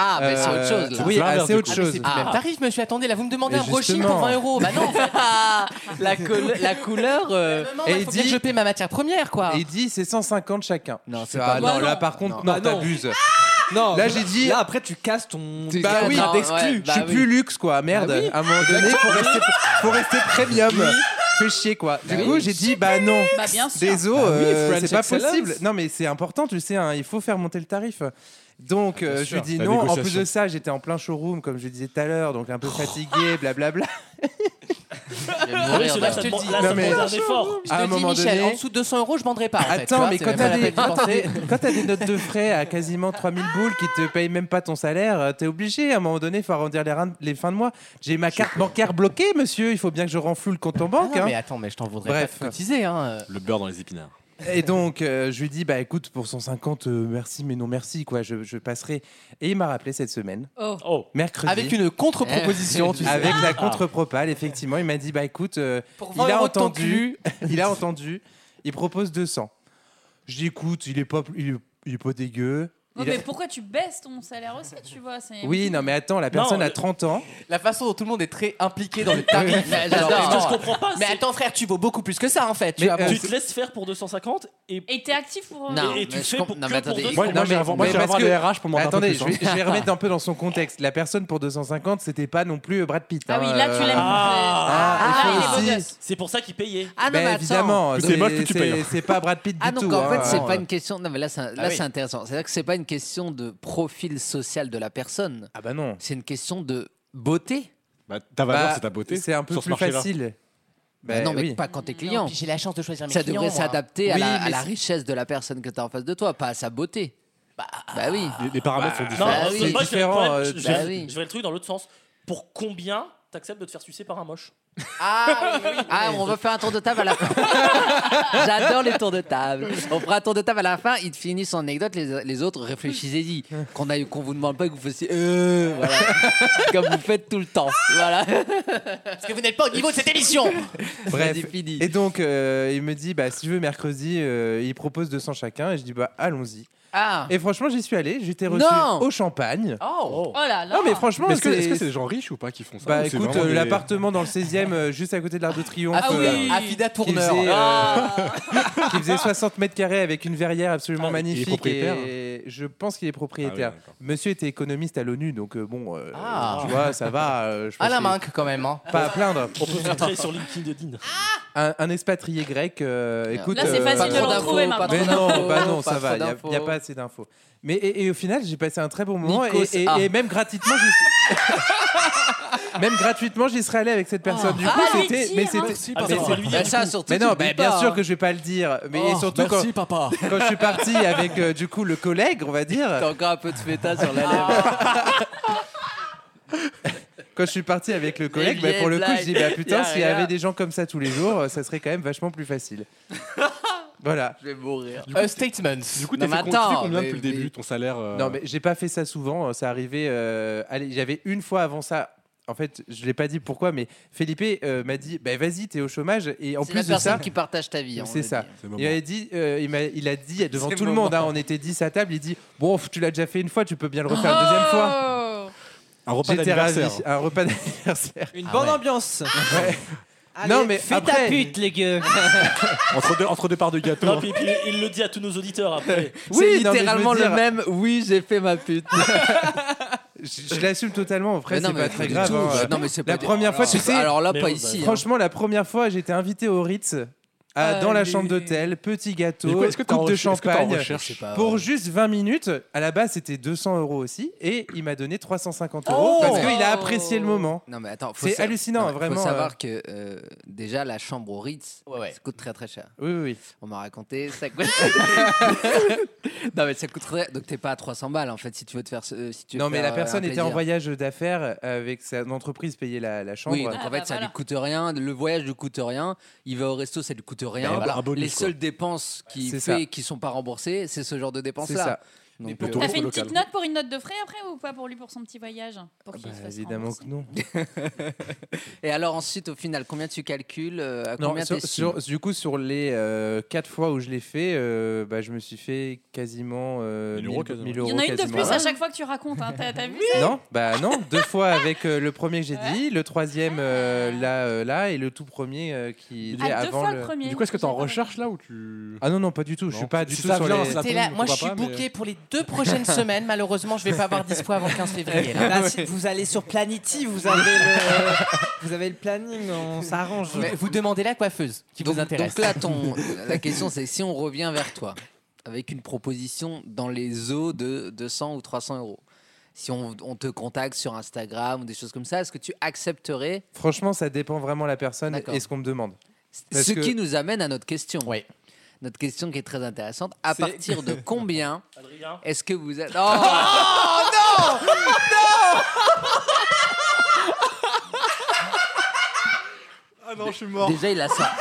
Speaker 7: Ah, mais c'est autre
Speaker 5: Euh,
Speaker 7: chose là.
Speaker 5: oui, ah, c'est autre
Speaker 2: Ah, mais
Speaker 5: chose.
Speaker 2: C'est plus le même tarif, monsieur. Attendez, là, vous me demandez
Speaker 5: Mais
Speaker 2: un brushing
Speaker 5: justement.
Speaker 2: pour 20 euros. Bah non, en fait.
Speaker 7: la, colo- la couleur. euh,
Speaker 2: Non,
Speaker 5: Et
Speaker 2: bah,
Speaker 5: il
Speaker 2: faut bien
Speaker 5: dit-
Speaker 2: que je paie ma matière première, quoi.
Speaker 5: Et il dit c'est 150 chacun.
Speaker 7: Non,
Speaker 5: Je fais,
Speaker 7: c'est
Speaker 5: ah
Speaker 7: pas-
Speaker 5: non,
Speaker 7: bah
Speaker 5: là
Speaker 7: non.
Speaker 5: par contre,
Speaker 7: Non.
Speaker 5: non,
Speaker 7: Ah non.
Speaker 5: t'abuses.
Speaker 12: Non,
Speaker 5: Là, j'ai dit-
Speaker 12: Là, après, tu casses ton.
Speaker 7: T'es-
Speaker 5: Bah oui,
Speaker 7: Non,
Speaker 5: t'exclus.
Speaker 7: ouais, bah
Speaker 5: je suis
Speaker 7: oui.
Speaker 5: plus luxe, quoi. Merde.
Speaker 7: Bah oui.
Speaker 5: À un moment donné, faut rester, faut rester premium. Fais chier, quoi. Du
Speaker 7: Bah
Speaker 5: coup,
Speaker 7: oui.
Speaker 5: j'ai dit, bah non.
Speaker 4: Bah, bien sûr.
Speaker 5: Désolé,
Speaker 12: Bah oui,
Speaker 5: euh,
Speaker 12: French
Speaker 5: c'est pas
Speaker 12: excellence.
Speaker 5: possible. Non, mais c'est important, tu sais, hein, il faut faire monter le tarif. Donc, euh, je
Speaker 3: sûr.
Speaker 5: lui dis
Speaker 3: La
Speaker 5: non. En plus
Speaker 3: négociation.
Speaker 5: de ça, j'étais en plein showroom, comme je le disais tout à l'heure, donc un peu fatigué, blablabla.
Speaker 7: je vais
Speaker 6: Ah oui,
Speaker 7: mourir,
Speaker 6: celui-là,
Speaker 7: là.
Speaker 6: ça
Speaker 2: je te
Speaker 6: demande-
Speaker 2: dis.
Speaker 6: là,
Speaker 5: Non,
Speaker 6: ça
Speaker 5: mais-
Speaker 6: demande un effort.
Speaker 2: Je
Speaker 5: à un
Speaker 2: te dis,
Speaker 5: moment
Speaker 2: Michel,
Speaker 5: donné-
Speaker 2: en dessous de 200 euros, je vendrai pas. en fait, tu
Speaker 5: Attends,
Speaker 2: vois,
Speaker 5: mais
Speaker 2: Ah, c'est
Speaker 5: quand
Speaker 2: même pas
Speaker 5: t'as
Speaker 2: la
Speaker 5: des,
Speaker 2: peine d'y
Speaker 5: quand t'as
Speaker 2: penser.
Speaker 5: des- quand t'as des notes de frais à quasiment 3000 boules qui te payent même pas ton salaire, euh, t'es obligé. À un moment donné, il faut arrondir les, reins- les fins de mois. J'ai ma carte bancaire bloquée, monsieur. Il faut bien que je renfloue le compte en
Speaker 2: Ah
Speaker 5: banque.
Speaker 2: non,
Speaker 5: hein.
Speaker 2: mais attends, mais je t'en voudrais
Speaker 5: Bref.
Speaker 2: pas te cotiser. Hein.
Speaker 3: Le beurre dans les épinards.
Speaker 5: Et donc, euh, je lui dis, bah écoute, pour 150, euh, merci, mais non merci, quoi. Je, je passerai. Et il m'a rappelé cette semaine,
Speaker 4: Oh.
Speaker 6: Oh.
Speaker 5: mercredi.
Speaker 2: Avec une contre-proposition, tu sais.
Speaker 5: Avec la contre-propale, effectivement, il m'a dit bah écoute, euh,
Speaker 2: Pour 20
Speaker 5: il a
Speaker 2: euros de ton
Speaker 5: entendu, il a entendu, il propose 200. Je dis écoute, il est pas, il est, il est pas dégueu.
Speaker 4: Ouais,
Speaker 5: Il a-
Speaker 4: mais pourquoi tu baisses ton salaire aussi, tu vois c'est-
Speaker 5: Oui, non, mais attends, la personne
Speaker 6: Non,
Speaker 5: a
Speaker 6: le-
Speaker 5: 30 ans.
Speaker 2: La façon dont tout le monde est très impliqué dans le tarif.
Speaker 7: Mais
Speaker 2: Alors,
Speaker 7: j'adore.
Speaker 2: vraiment,
Speaker 6: Je comprends pas.
Speaker 2: Mais
Speaker 6: c'est-
Speaker 2: attends, frère, tu vaux beaucoup plus que ça en fait. tu
Speaker 5: Mais,
Speaker 2: vois.
Speaker 5: euh,
Speaker 6: Tu te laisses faire pour 250 et.
Speaker 4: Et t'es actif pour. euh,
Speaker 7: Non,
Speaker 6: Et- et tu
Speaker 7: mais
Speaker 6: fais
Speaker 7: je
Speaker 6: pour
Speaker 7: comp-
Speaker 6: que
Speaker 7: non, mais
Speaker 6: pour
Speaker 7: attendez.
Speaker 6: deux
Speaker 5: Ouais,
Speaker 6: cents.
Speaker 5: non, mais-
Speaker 3: avoir- moi, je
Speaker 5: mais
Speaker 3: vais
Speaker 5: parce
Speaker 3: avoir des
Speaker 5: que-
Speaker 3: RH pour m'en
Speaker 5: Mais
Speaker 3: mettre un hein. peu
Speaker 5: attendez,
Speaker 3: plus,
Speaker 5: je vais, je vais remettre un peu dans son contexte. La personne pour 250, c'était pas non plus Brad Pitt.
Speaker 4: Ah oui,
Speaker 5: hein,
Speaker 4: là tu
Speaker 5: euh,
Speaker 4: l'aimes.
Speaker 6: Ah.
Speaker 5: Ah,
Speaker 4: Là,
Speaker 5: il
Speaker 4: il
Speaker 5: faut
Speaker 4: est beau
Speaker 5: aussi-
Speaker 4: gosse.
Speaker 6: C'est pour ça qu'il payait.
Speaker 7: Ah non,
Speaker 5: Ben,
Speaker 7: mais attends.
Speaker 5: évidemment,
Speaker 3: Plus t'es moche, plus tu
Speaker 5: c'est-
Speaker 3: payes, hein.
Speaker 5: c'est pas Brad Pitt du
Speaker 7: Ah donc
Speaker 5: tout.
Speaker 7: en fait
Speaker 5: hein.
Speaker 7: c'est pas une question. Non mais là c'est un- là,
Speaker 2: Ah oui.
Speaker 7: c'est intéressant. C'est-à-dire que c'est pas une
Speaker 2: question de profil social de la personne.
Speaker 5: Ah bah non.
Speaker 2: C'est une question de beauté.
Speaker 3: Bah, ta valeur, c'est ta beauté. sur ce marché-là.
Speaker 2: Bah non, mais pas quand t'es client.
Speaker 7: J'ai la chance de choisir mes
Speaker 2: ça
Speaker 7: clients.
Speaker 2: devrait
Speaker 7: moi.
Speaker 2: s'adapter à,
Speaker 7: Oui,
Speaker 2: la, à
Speaker 7: mais
Speaker 2: la
Speaker 7: c'est-
Speaker 2: richesse de la personne que t'as en face de toi, pas à sa beauté. Bah, oui.
Speaker 7: ah,
Speaker 3: Les, les paramètres sont
Speaker 2: Non,
Speaker 3: différents.
Speaker 2: bah oui.
Speaker 6: moi, je verrais le problème-
Speaker 2: euh,
Speaker 6: je,
Speaker 2: bah
Speaker 6: verrais-
Speaker 2: oui.
Speaker 6: je verrais le truc dans l'autre sens. Pour combien t'acceptes de te faire sucer par un moche
Speaker 2: Ah, on va faire un tour de table à la fin. J'adore les tours de table. On fera un tour de table à la fin. Il finit son anecdote. Les, les autres, réfléchissez-y. Qu'on aille- qu'on vous demande pas que vous fassiez. Euh, voilà. Comme vous faites tout le temps. Voilà.
Speaker 7: Parce que vous n'êtes pas au niveau de cette émission.
Speaker 5: Bref. Et donc, euh, il me dit, bah, si je veux mercredi, euh, il propose 200 chacun. Et je dis, bah, allons-y.
Speaker 2: Ah.
Speaker 5: Et franchement, j'y suis allé. J'étais reçu
Speaker 2: Non.
Speaker 5: au champagne.
Speaker 2: Oh.
Speaker 4: là là.
Speaker 5: Non, mais franchement,
Speaker 3: Est-ce que est-ce que c'est des gens riches ou pas qui font ça
Speaker 5: Bah
Speaker 3: Ou c'est
Speaker 5: écoute,
Speaker 3: vraiment
Speaker 5: euh,
Speaker 3: des-
Speaker 5: l'appartement dans le 16e, euh, juste à côté de l'Arc de Triomphe.
Speaker 13: Ah oui,
Speaker 5: euh,
Speaker 13: Affida
Speaker 5: qui
Speaker 13: Tourneur.
Speaker 5: faisait, euh,
Speaker 13: Ah.
Speaker 5: qui faisait 60 mètres carrés avec une verrière absolument
Speaker 13: Ah, il est
Speaker 5: magnifique.
Speaker 13: propriétaire hein.
Speaker 5: et je pense qu'il est propriétaire. Monsieur était économiste à l'ONU, donc euh, bon, euh,
Speaker 13: Ah.
Speaker 5: tu vois, ça va. euh, je
Speaker 13: À
Speaker 5: pense
Speaker 13: la
Speaker 5: qu'il-
Speaker 13: manque, quand même, hein.
Speaker 5: Pas à plaindre.
Speaker 6: On peut filtrer sur LinkedIn de Dean.
Speaker 5: Un, un expatrié grec, euh, écoute.
Speaker 6: Là, c'est
Speaker 5: euh,
Speaker 6: facile
Speaker 5: pas
Speaker 6: de
Speaker 5: trop
Speaker 6: le
Speaker 5: d'infos,
Speaker 6: retrouver
Speaker 5: pas
Speaker 6: maintenant.
Speaker 5: Mais non,
Speaker 6: Pas
Speaker 5: bah
Speaker 6: trop
Speaker 5: non, ça va, il
Speaker 6: d'infos.
Speaker 5: n'y a, pas assez d'infos. Mais et, et au final, j'ai passé un très bon moment et,
Speaker 13: Nikos
Speaker 5: et-
Speaker 13: A.
Speaker 5: et même gratuitement, j'y suis- même gratuitement, j'y serais allé avec cette personne. Du
Speaker 13: Ah,
Speaker 5: coup,
Speaker 13: lui
Speaker 5: c'était,
Speaker 13: dire,
Speaker 5: mais
Speaker 13: hein.
Speaker 5: c'était,
Speaker 13: Merci, papa. Bah, lui dire, Bah, ça, du coup. surtout,
Speaker 5: Mais non,
Speaker 13: t'oublies
Speaker 5: bah, bien
Speaker 13: pas, hein.
Speaker 5: sûr que je vais pas le dire. Mais
Speaker 13: Oh,
Speaker 5: et surtout
Speaker 13: merci,
Speaker 5: quand,
Speaker 13: papa.
Speaker 5: quand je suis parti avec euh, du coup le collègue, on va dire.
Speaker 2: T'as encore un peu de feta sur la lèvre.
Speaker 5: Quand je suis parti avec le collègue, bah,
Speaker 2: vieilles
Speaker 5: pour le coup,
Speaker 2: blagues.
Speaker 5: je dis bah
Speaker 2: Y
Speaker 5: putain,
Speaker 2: a
Speaker 5: s'il y
Speaker 2: rien.
Speaker 5: avait des gens comme ça tous les jours, euh, ça serait quand même vachement plus facile. Voilà.
Speaker 2: Je vais mourir.
Speaker 5: Du coup,
Speaker 13: A statement.
Speaker 5: Du
Speaker 3: coup, t'as fait com- tu fais combien depuis le début ton salaire euh,
Speaker 5: Non, mais j'ai pas fait ça souvent. Ça arrivait. Euh, allez, j'avais une fois avant ça. En fait, je l'ai pas dit pourquoi, mais Felipe euh, m'a dit bah, Vas-y, t'es au chômage. Et en
Speaker 2: C'est
Speaker 5: plus
Speaker 2: la
Speaker 5: de ça.
Speaker 2: personne qui partage ta vie. on
Speaker 5: C'est
Speaker 2: le
Speaker 5: ça.
Speaker 2: dit.
Speaker 5: Il, avait dit, euh, il, m'a- il a dit devant
Speaker 2: C'est
Speaker 5: tout
Speaker 2: le
Speaker 5: le monde
Speaker 2: moment.
Speaker 5: hein, on était 10 à table. Il dit Bon, pff, tu l'as déjà fait une fois, tu peux bien le refaire
Speaker 2: Oh
Speaker 5: une deuxième fois.
Speaker 3: Un repas
Speaker 5: J'étais
Speaker 3: d'anniversaire.
Speaker 5: ravi. Un repas d'anniversaire.
Speaker 8: Une bonne ambiance.
Speaker 2: Ah
Speaker 8: Allez,
Speaker 5: non, mais
Speaker 8: fais
Speaker 5: après-
Speaker 8: ta pute, les gueux.
Speaker 3: entre, deux, entre deux parts de gâteau.
Speaker 6: Non, puis, puis il le dit à tous nos auditeurs après.
Speaker 5: C'est
Speaker 2: Oui, littéralement le même. Oui, j'ai fait ma pute.
Speaker 5: Je, je l'assume totalement. En vrai,
Speaker 2: Mais non,
Speaker 5: c'est
Speaker 2: mais
Speaker 5: pas
Speaker 2: pas
Speaker 5: très
Speaker 2: du
Speaker 5: grave.
Speaker 2: tout.
Speaker 5: hein.
Speaker 2: Non, mais c'est
Speaker 5: la
Speaker 2: pas des-
Speaker 5: première fois,
Speaker 2: alors
Speaker 5: tu
Speaker 2: là,
Speaker 5: sais.
Speaker 2: alors là, Mais pas non, ici, bah, hein.
Speaker 5: Franchement, la première fois, j'étais invité au Ritz. à-
Speaker 2: Ah,
Speaker 5: dans la
Speaker 13: Allez.
Speaker 5: chambre d'hôtel, petit
Speaker 13: Mais
Speaker 5: gâteau,
Speaker 13: quoi, est-ce que t'es en
Speaker 5: coupe de
Speaker 13: recherche- est-ce que t'es en
Speaker 5: champagne.
Speaker 13: recherche Je sais pas,
Speaker 5: Pour
Speaker 13: ouais.
Speaker 5: juste 20 minutes, à la base c'était 200 euros aussi, et il m'a donné 350 euros
Speaker 2: Oh
Speaker 5: parce qu'il a apprécié le moment.
Speaker 2: Non mais attends, faut
Speaker 5: c'est
Speaker 2: sa-
Speaker 5: hallucinant,
Speaker 2: non, mais
Speaker 5: vraiment.
Speaker 2: Faut
Speaker 5: euh,
Speaker 2: savoir que euh, déjà la chambre au Ritz, ça coûte très très cher.
Speaker 5: Oui oui.
Speaker 2: On m'a raconté ça coûte. non mais ça coûte très. Donc t'es pas à 300 balles en fait si tu veux te faire. ce- Si tu veux
Speaker 5: Non, mais
Speaker 2: faire,
Speaker 5: la
Speaker 2: euh,
Speaker 5: personne
Speaker 2: un
Speaker 5: était en
Speaker 2: plaisir.
Speaker 5: voyage d'affaires avec sa entreprise payait la, la chambre.
Speaker 2: Oui, donc en fait, ça lui coûte rien. Le voyage lui coûte rien. Il va au resto, ça lui coûte rien.
Speaker 5: Bah, voilà. Un bonus,
Speaker 2: Les
Speaker 5: quoi.
Speaker 2: seules dépenses qui
Speaker 5: C'est
Speaker 2: fait,
Speaker 5: ça.
Speaker 2: qui sont pas remboursées, c'est ce genre de dépenses
Speaker 5: C'est
Speaker 2: là.
Speaker 5: ça.
Speaker 2: Donc,
Speaker 5: Mais
Speaker 2: euh,
Speaker 4: T'as fait une petite note pour une note de frais après ou pas pour lui pour son petit voyage pour qu'il
Speaker 5: Bah,
Speaker 4: se fasse
Speaker 5: évidemment que non.
Speaker 2: Et alors ensuite, au final, combien tu calcules euh, à
Speaker 5: Non,
Speaker 2: combien
Speaker 5: sur-
Speaker 2: t'estimes
Speaker 5: sur- du coup, sur les 4 fois où je l'ai fait, euh, bah, je me suis fait quasiment euh, 1000 euros.
Speaker 4: Il y en a une de plus à chaque fois que tu racontes. hein. T'as t'as vu ça
Speaker 5: Non, bah non, deux fois avec euh, le premier que j'ai dit, le troisième euh, là, euh, là, et le tout premier euh, qui
Speaker 4: Ah,
Speaker 5: est
Speaker 4: deux
Speaker 5: avant
Speaker 4: fois le premier. hein. Du coup, est-ce
Speaker 5: que t'en recherches
Speaker 3: là ou tu
Speaker 5: Ah non non, pas du tout. Je suis pas du tout sur les.
Speaker 7: T'es là, moi je suis booké pour les deux prochaines semaines. Malheureusement, je vais pas avoir dispo avant le 15 février. là.
Speaker 8: Là, si- vous allez sur Planity, vous avez le, vous avez le planning, on s'arrange.
Speaker 7: Mais vous demandez la coiffeuse qui vous intéresse.
Speaker 2: Donc là, ton, la question, c'est si on revient vers toi avec une proposition dans les eaux de 200 ou 300 euros. Si on, on te contacte sur Instagram ou des choses comme ça, est-ce que tu accepterais
Speaker 5: Franchement, ça dépend vraiment la personne
Speaker 2: D'accord.
Speaker 5: et ce qu'on me demande. Parce
Speaker 2: Ce
Speaker 5: que-
Speaker 2: qui nous amène à notre question. Notre question qui est très intéressante. À
Speaker 5: C'est-
Speaker 2: partir de combien
Speaker 6: Adrien
Speaker 2: est-ce que vous êtes. Oh!
Speaker 7: Oh non
Speaker 3: Ah non, je suis mort.
Speaker 2: Déjà, il a ça.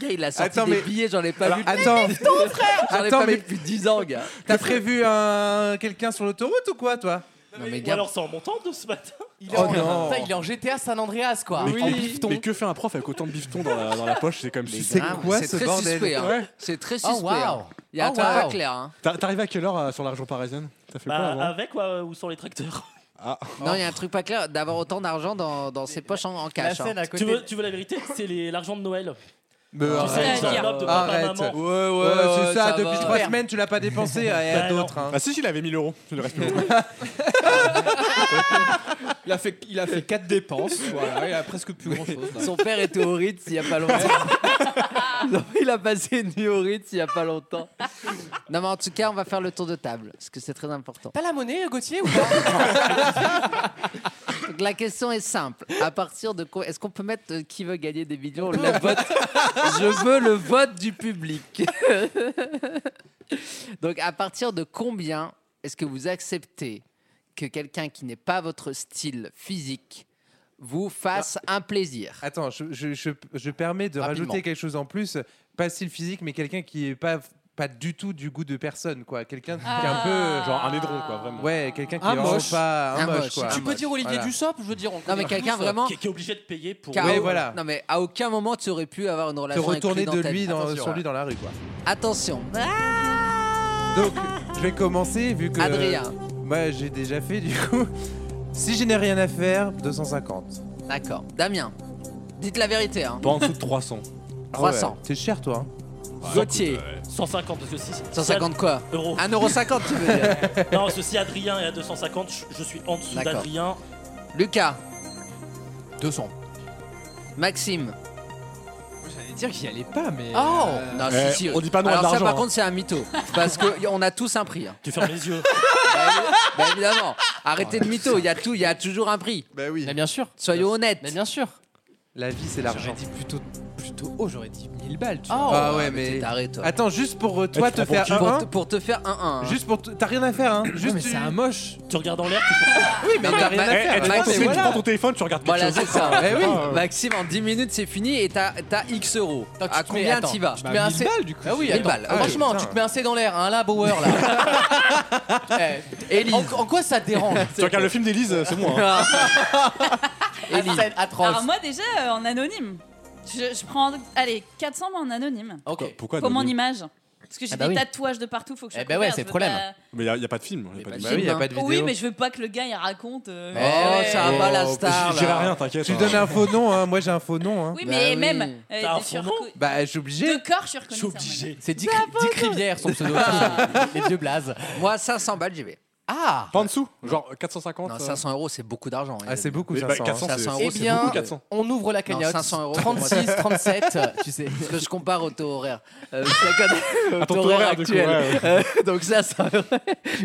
Speaker 2: Gars, il a sorti
Speaker 5: Attends,
Speaker 2: des
Speaker 5: mais-
Speaker 2: billets, j'en ai pas
Speaker 5: Alors,
Speaker 2: vu. depuis-
Speaker 5: attends,
Speaker 2: J'en ai
Speaker 5: Attends,
Speaker 2: pas
Speaker 5: mais-
Speaker 2: vu depuis 10 ans, gars.
Speaker 5: T'as prévu un quelqu'un sur l'autoroute ou quoi, toi
Speaker 2: Non mais
Speaker 6: Ou alors c'est en montant de ce matin.
Speaker 5: Oh non.
Speaker 7: Putain, il est en GTA San Andreas quoi.
Speaker 3: Mais,
Speaker 7: En
Speaker 3: mais- mais que fait un prof avec autant de bifetons dans la, dans la poche C'est quand même suspect.
Speaker 2: grave, Ah, c'est très suspect, hein.
Speaker 3: Ouais.
Speaker 2: C'est très
Speaker 7: Oh,
Speaker 2: suspect.
Speaker 7: waouh.
Speaker 2: hein. Il y a un
Speaker 7: Oh,
Speaker 2: truc pas
Speaker 7: waouh.
Speaker 2: clair. hein.
Speaker 3: T'as- T'arrives à quelle heure euh, sur la région parisienne T'as fait quoi
Speaker 6: Bah,
Speaker 3: avant
Speaker 6: avec ou, euh, ou sans les tracteurs
Speaker 3: Ah.
Speaker 2: Non, il y a un truc pas clair d'avoir autant d'argent dans, dans ses poches en, en cash. hein.
Speaker 6: tu, veux, tu veux la vérité C'est les- l'argent de Noël.
Speaker 5: Mais
Speaker 6: Tu sais,
Speaker 5: arrête.
Speaker 6: les enveloppes de papa,
Speaker 5: Arrête.
Speaker 6: maman.
Speaker 5: Ouais,
Speaker 6: ouais,
Speaker 5: c'est ça,
Speaker 6: ça
Speaker 5: depuis
Speaker 6: va.
Speaker 5: trois semaines, tu l'as pas dépensé. et à
Speaker 6: Bah, non.
Speaker 5: d'autres. hein.
Speaker 3: Ah si, si, il avait 1000 euros. Je le reste.
Speaker 8: Il a fait, il a fait quatre dépenses, voilà, il a presque plus grand chose.
Speaker 7: Son père était au Ritz il y a pas longtemps. Non, il a passé une nuit au Ritz il y a pas longtemps. Non, mais en tout cas, on va faire le tour de table, parce que c'est très important.
Speaker 14: Pas la monnaie, Gauthier ou pas
Speaker 7: Donc, la question est simple. À partir de quoi Est-ce qu'on peut mettre euh, qui veut gagner des millions le vote Je veux le vote du public. Donc à partir de combien est-ce que vous acceptez que quelqu'un qui n'est pas votre style physique vous fasse
Speaker 14: Ah.
Speaker 7: un plaisir
Speaker 5: Attends, je, je- je- je permets de
Speaker 7: Rapidement.
Speaker 5: rajouter quelque chose en plus. Pas style physique, mais quelqu'un qui est pas pas du tout du goût de personne quoi quelqu'un qui est un peu genre un édron quoi vraiment ouais quelqu'un qui est
Speaker 14: Un
Speaker 5: vraiment
Speaker 14: moche.
Speaker 5: pas un,
Speaker 7: Un
Speaker 5: moche,
Speaker 7: moche.
Speaker 5: quoi
Speaker 7: Tu
Speaker 14: Tu peux dire Olivier
Speaker 5: Voilà.
Speaker 14: Dussopt, je veux dire. on
Speaker 7: Non
Speaker 14: connaît
Speaker 7: mais
Speaker 14: tous,
Speaker 7: quelqu'un
Speaker 14: euh,
Speaker 7: vraiment
Speaker 6: qui est obligé de payer pour.
Speaker 7: qu'à
Speaker 5: Ouais,
Speaker 7: au-
Speaker 5: voilà.
Speaker 7: Non mais à aucun moment tu aurais pu avoir une
Speaker 5: te
Speaker 7: relation
Speaker 5: retourner
Speaker 7: avec lui
Speaker 5: de
Speaker 7: dans
Speaker 5: lui
Speaker 7: ta
Speaker 5: dans,
Speaker 7: vie.
Speaker 5: sur lui dans la rue quoi
Speaker 7: Attention.
Speaker 5: Donc, je vais commencer vu que.
Speaker 7: Adrien.
Speaker 5: Moi, j'ai déjà fait du coup. Si je n'ai rien à faire, 250.
Speaker 7: D'accord. Damien, dites la vérité hein.
Speaker 3: Pas en dessous de 300.
Speaker 5: Ah ouais,
Speaker 7: 300.
Speaker 5: T'es cher, toi. hein.
Speaker 7: Gauthier.
Speaker 6: 150 euh, parce que si
Speaker 7: 150 quoi
Speaker 6: Euros.
Speaker 7: 1,50€ tu veux dire
Speaker 6: Non, parce que si Adrien est à 250, je- je suis en dessous
Speaker 7: D'accord.
Speaker 6: d'Adrien.
Speaker 7: Lucas,
Speaker 8: 200.
Speaker 7: Maxime.
Speaker 8: J'allais dire qu'il y allait pas, mais.
Speaker 7: Oh
Speaker 8: euh,
Speaker 7: Non,
Speaker 5: Eh,
Speaker 8: euh,
Speaker 7: si, si.
Speaker 8: on dit pas non à
Speaker 7: Alors
Speaker 8: de
Speaker 7: ça,
Speaker 8: l'argent,
Speaker 7: par
Speaker 8: hein.
Speaker 7: contre, c'est un mytho. Parce qu'on a tous un prix. hein.
Speaker 6: Tu fermes les yeux.
Speaker 7: Bah évidemment. Arrêtez de mytho, il y, a tout- il y a toujours un prix.
Speaker 5: Bah oui.
Speaker 2: Mais bien sûr.
Speaker 7: Soyons honnêtes.
Speaker 2: Mais bien sûr.
Speaker 5: La vie, c'est l'argent.
Speaker 8: J'aurais dit plutôt, plutôt haut, j'aurais dit 1000 balles. Tu
Speaker 14: Oh.
Speaker 8: vois.
Speaker 5: ah ouais, mais.
Speaker 7: t'es taré, toi.
Speaker 5: Attends, juste pour euh, toi
Speaker 8: tu
Speaker 5: te
Speaker 8: prends
Speaker 5: faire
Speaker 8: pour qui
Speaker 7: Pour,
Speaker 5: un,
Speaker 7: te, pour te faire un 1.
Speaker 5: Juste pour. te- T'as rien à faire, hein.
Speaker 8: Non,
Speaker 5: Juste.
Speaker 8: Ah, mais c'est un moche.
Speaker 6: Tu regardes en l'air, tu
Speaker 5: Oui, mais
Speaker 7: Non,
Speaker 5: t'as
Speaker 7: mais
Speaker 5: rien à
Speaker 7: Max-
Speaker 5: faire.
Speaker 7: Max-
Speaker 5: Attends,
Speaker 7: Max-
Speaker 5: mais
Speaker 3: Tu prends
Speaker 5: voilà.
Speaker 3: ton téléphone, tu regardes quelque
Speaker 7: Voilà,
Speaker 3: chose.
Speaker 7: c'est ça.
Speaker 5: Eh oui.
Speaker 7: Ah, ouais. Maxime, en 10 minutes, c'est fini et t'as t'as X euros.
Speaker 14: Attends, tu
Speaker 7: à
Speaker 14: te mets-
Speaker 7: combien
Speaker 14: attends,
Speaker 7: t'y vas
Speaker 14: tu te mets un
Speaker 8: 1000
Speaker 14: C-
Speaker 8: Bah, balles, du coup.
Speaker 14: Ah oui,
Speaker 7: Mille
Speaker 14: attends,
Speaker 7: balles, ah
Speaker 5: oui,
Speaker 14: franchement,
Speaker 5: putain.
Speaker 14: tu te mets un C dans l'air, hein, là, Bauer, là. Eh,
Speaker 7: Élise.
Speaker 14: en, en quoi ça te dérange
Speaker 3: Tu regardes le film d'Élise, euh, c'est moi. hein.
Speaker 14: La
Speaker 7: Élise.
Speaker 14: scène atroce.
Speaker 4: Alors moi déjà euh, en anonyme, je, je prends allez 400 mais en anonyme.
Speaker 14: Ok.
Speaker 3: Pourquoi
Speaker 4: Pour mon
Speaker 3: anonyme
Speaker 4: image. Parce que j'ai
Speaker 14: Ah bah
Speaker 4: des
Speaker 14: oui.
Speaker 4: tatouages de partout, faut que je.
Speaker 14: Eh
Speaker 4: sois
Speaker 14: bah ouais,
Speaker 4: couverte,
Speaker 14: c'est
Speaker 4: je veux
Speaker 14: problème.
Speaker 4: pas-
Speaker 3: Mais il n'y a pas de film. y a pas de
Speaker 7: pas de
Speaker 3: film.
Speaker 5: Bah oui, y a
Speaker 7: Film,
Speaker 5: pas de vidéo.
Speaker 4: Oui, mais je veux pas que le gars il raconte. euh,
Speaker 7: Oh,
Speaker 4: ouais.
Speaker 7: ça va la
Speaker 5: Oh,
Speaker 7: star.
Speaker 3: Je dirai
Speaker 7: là.
Speaker 3: rien, t'inquiète.
Speaker 5: Tu
Speaker 3: hein.
Speaker 5: donnes un faux nom, hein. Moi, j'ai un faux nom, hein.
Speaker 4: Oui,
Speaker 7: Bah
Speaker 4: mais
Speaker 7: oui.
Speaker 4: même euh,
Speaker 6: T'as un
Speaker 4: des surco-
Speaker 6: fourneau
Speaker 5: Bah, je suis obligé.
Speaker 4: de corps, je suis
Speaker 6: Je suis
Speaker 4: reconnaissable.
Speaker 6: obligé.
Speaker 2: C'est Dick, Dick Rivière, son pseudo. Les vieux blazes.
Speaker 7: Moi, 500 balles, j'y vais.
Speaker 2: Ah
Speaker 3: Pas en dessous Genre 450
Speaker 7: Non,
Speaker 3: euh,
Speaker 7: 500 Ah, euros, c'est beaucoup d'argent.
Speaker 5: Ah, c'est beaucoup,
Speaker 3: mais
Speaker 5: ça.
Speaker 3: bah, 400,
Speaker 7: 500
Speaker 3: c'est-
Speaker 7: euros,
Speaker 2: Eh
Speaker 7: c'est
Speaker 2: bien,
Speaker 3: beaucoup, 400.
Speaker 2: on ouvre la
Speaker 7: Non,
Speaker 2: cagnotte.
Speaker 7: 500 euros pour moi,
Speaker 2: 36, 37, tu sais.
Speaker 7: Parce que je compare au taux horaire. Euh, je la connais, au
Speaker 3: ton
Speaker 7: taux
Speaker 3: taux
Speaker 7: horaire
Speaker 3: horaire, du coup,
Speaker 7: actuel.
Speaker 3: ouais,
Speaker 7: Euh, donc ça, 100 euros,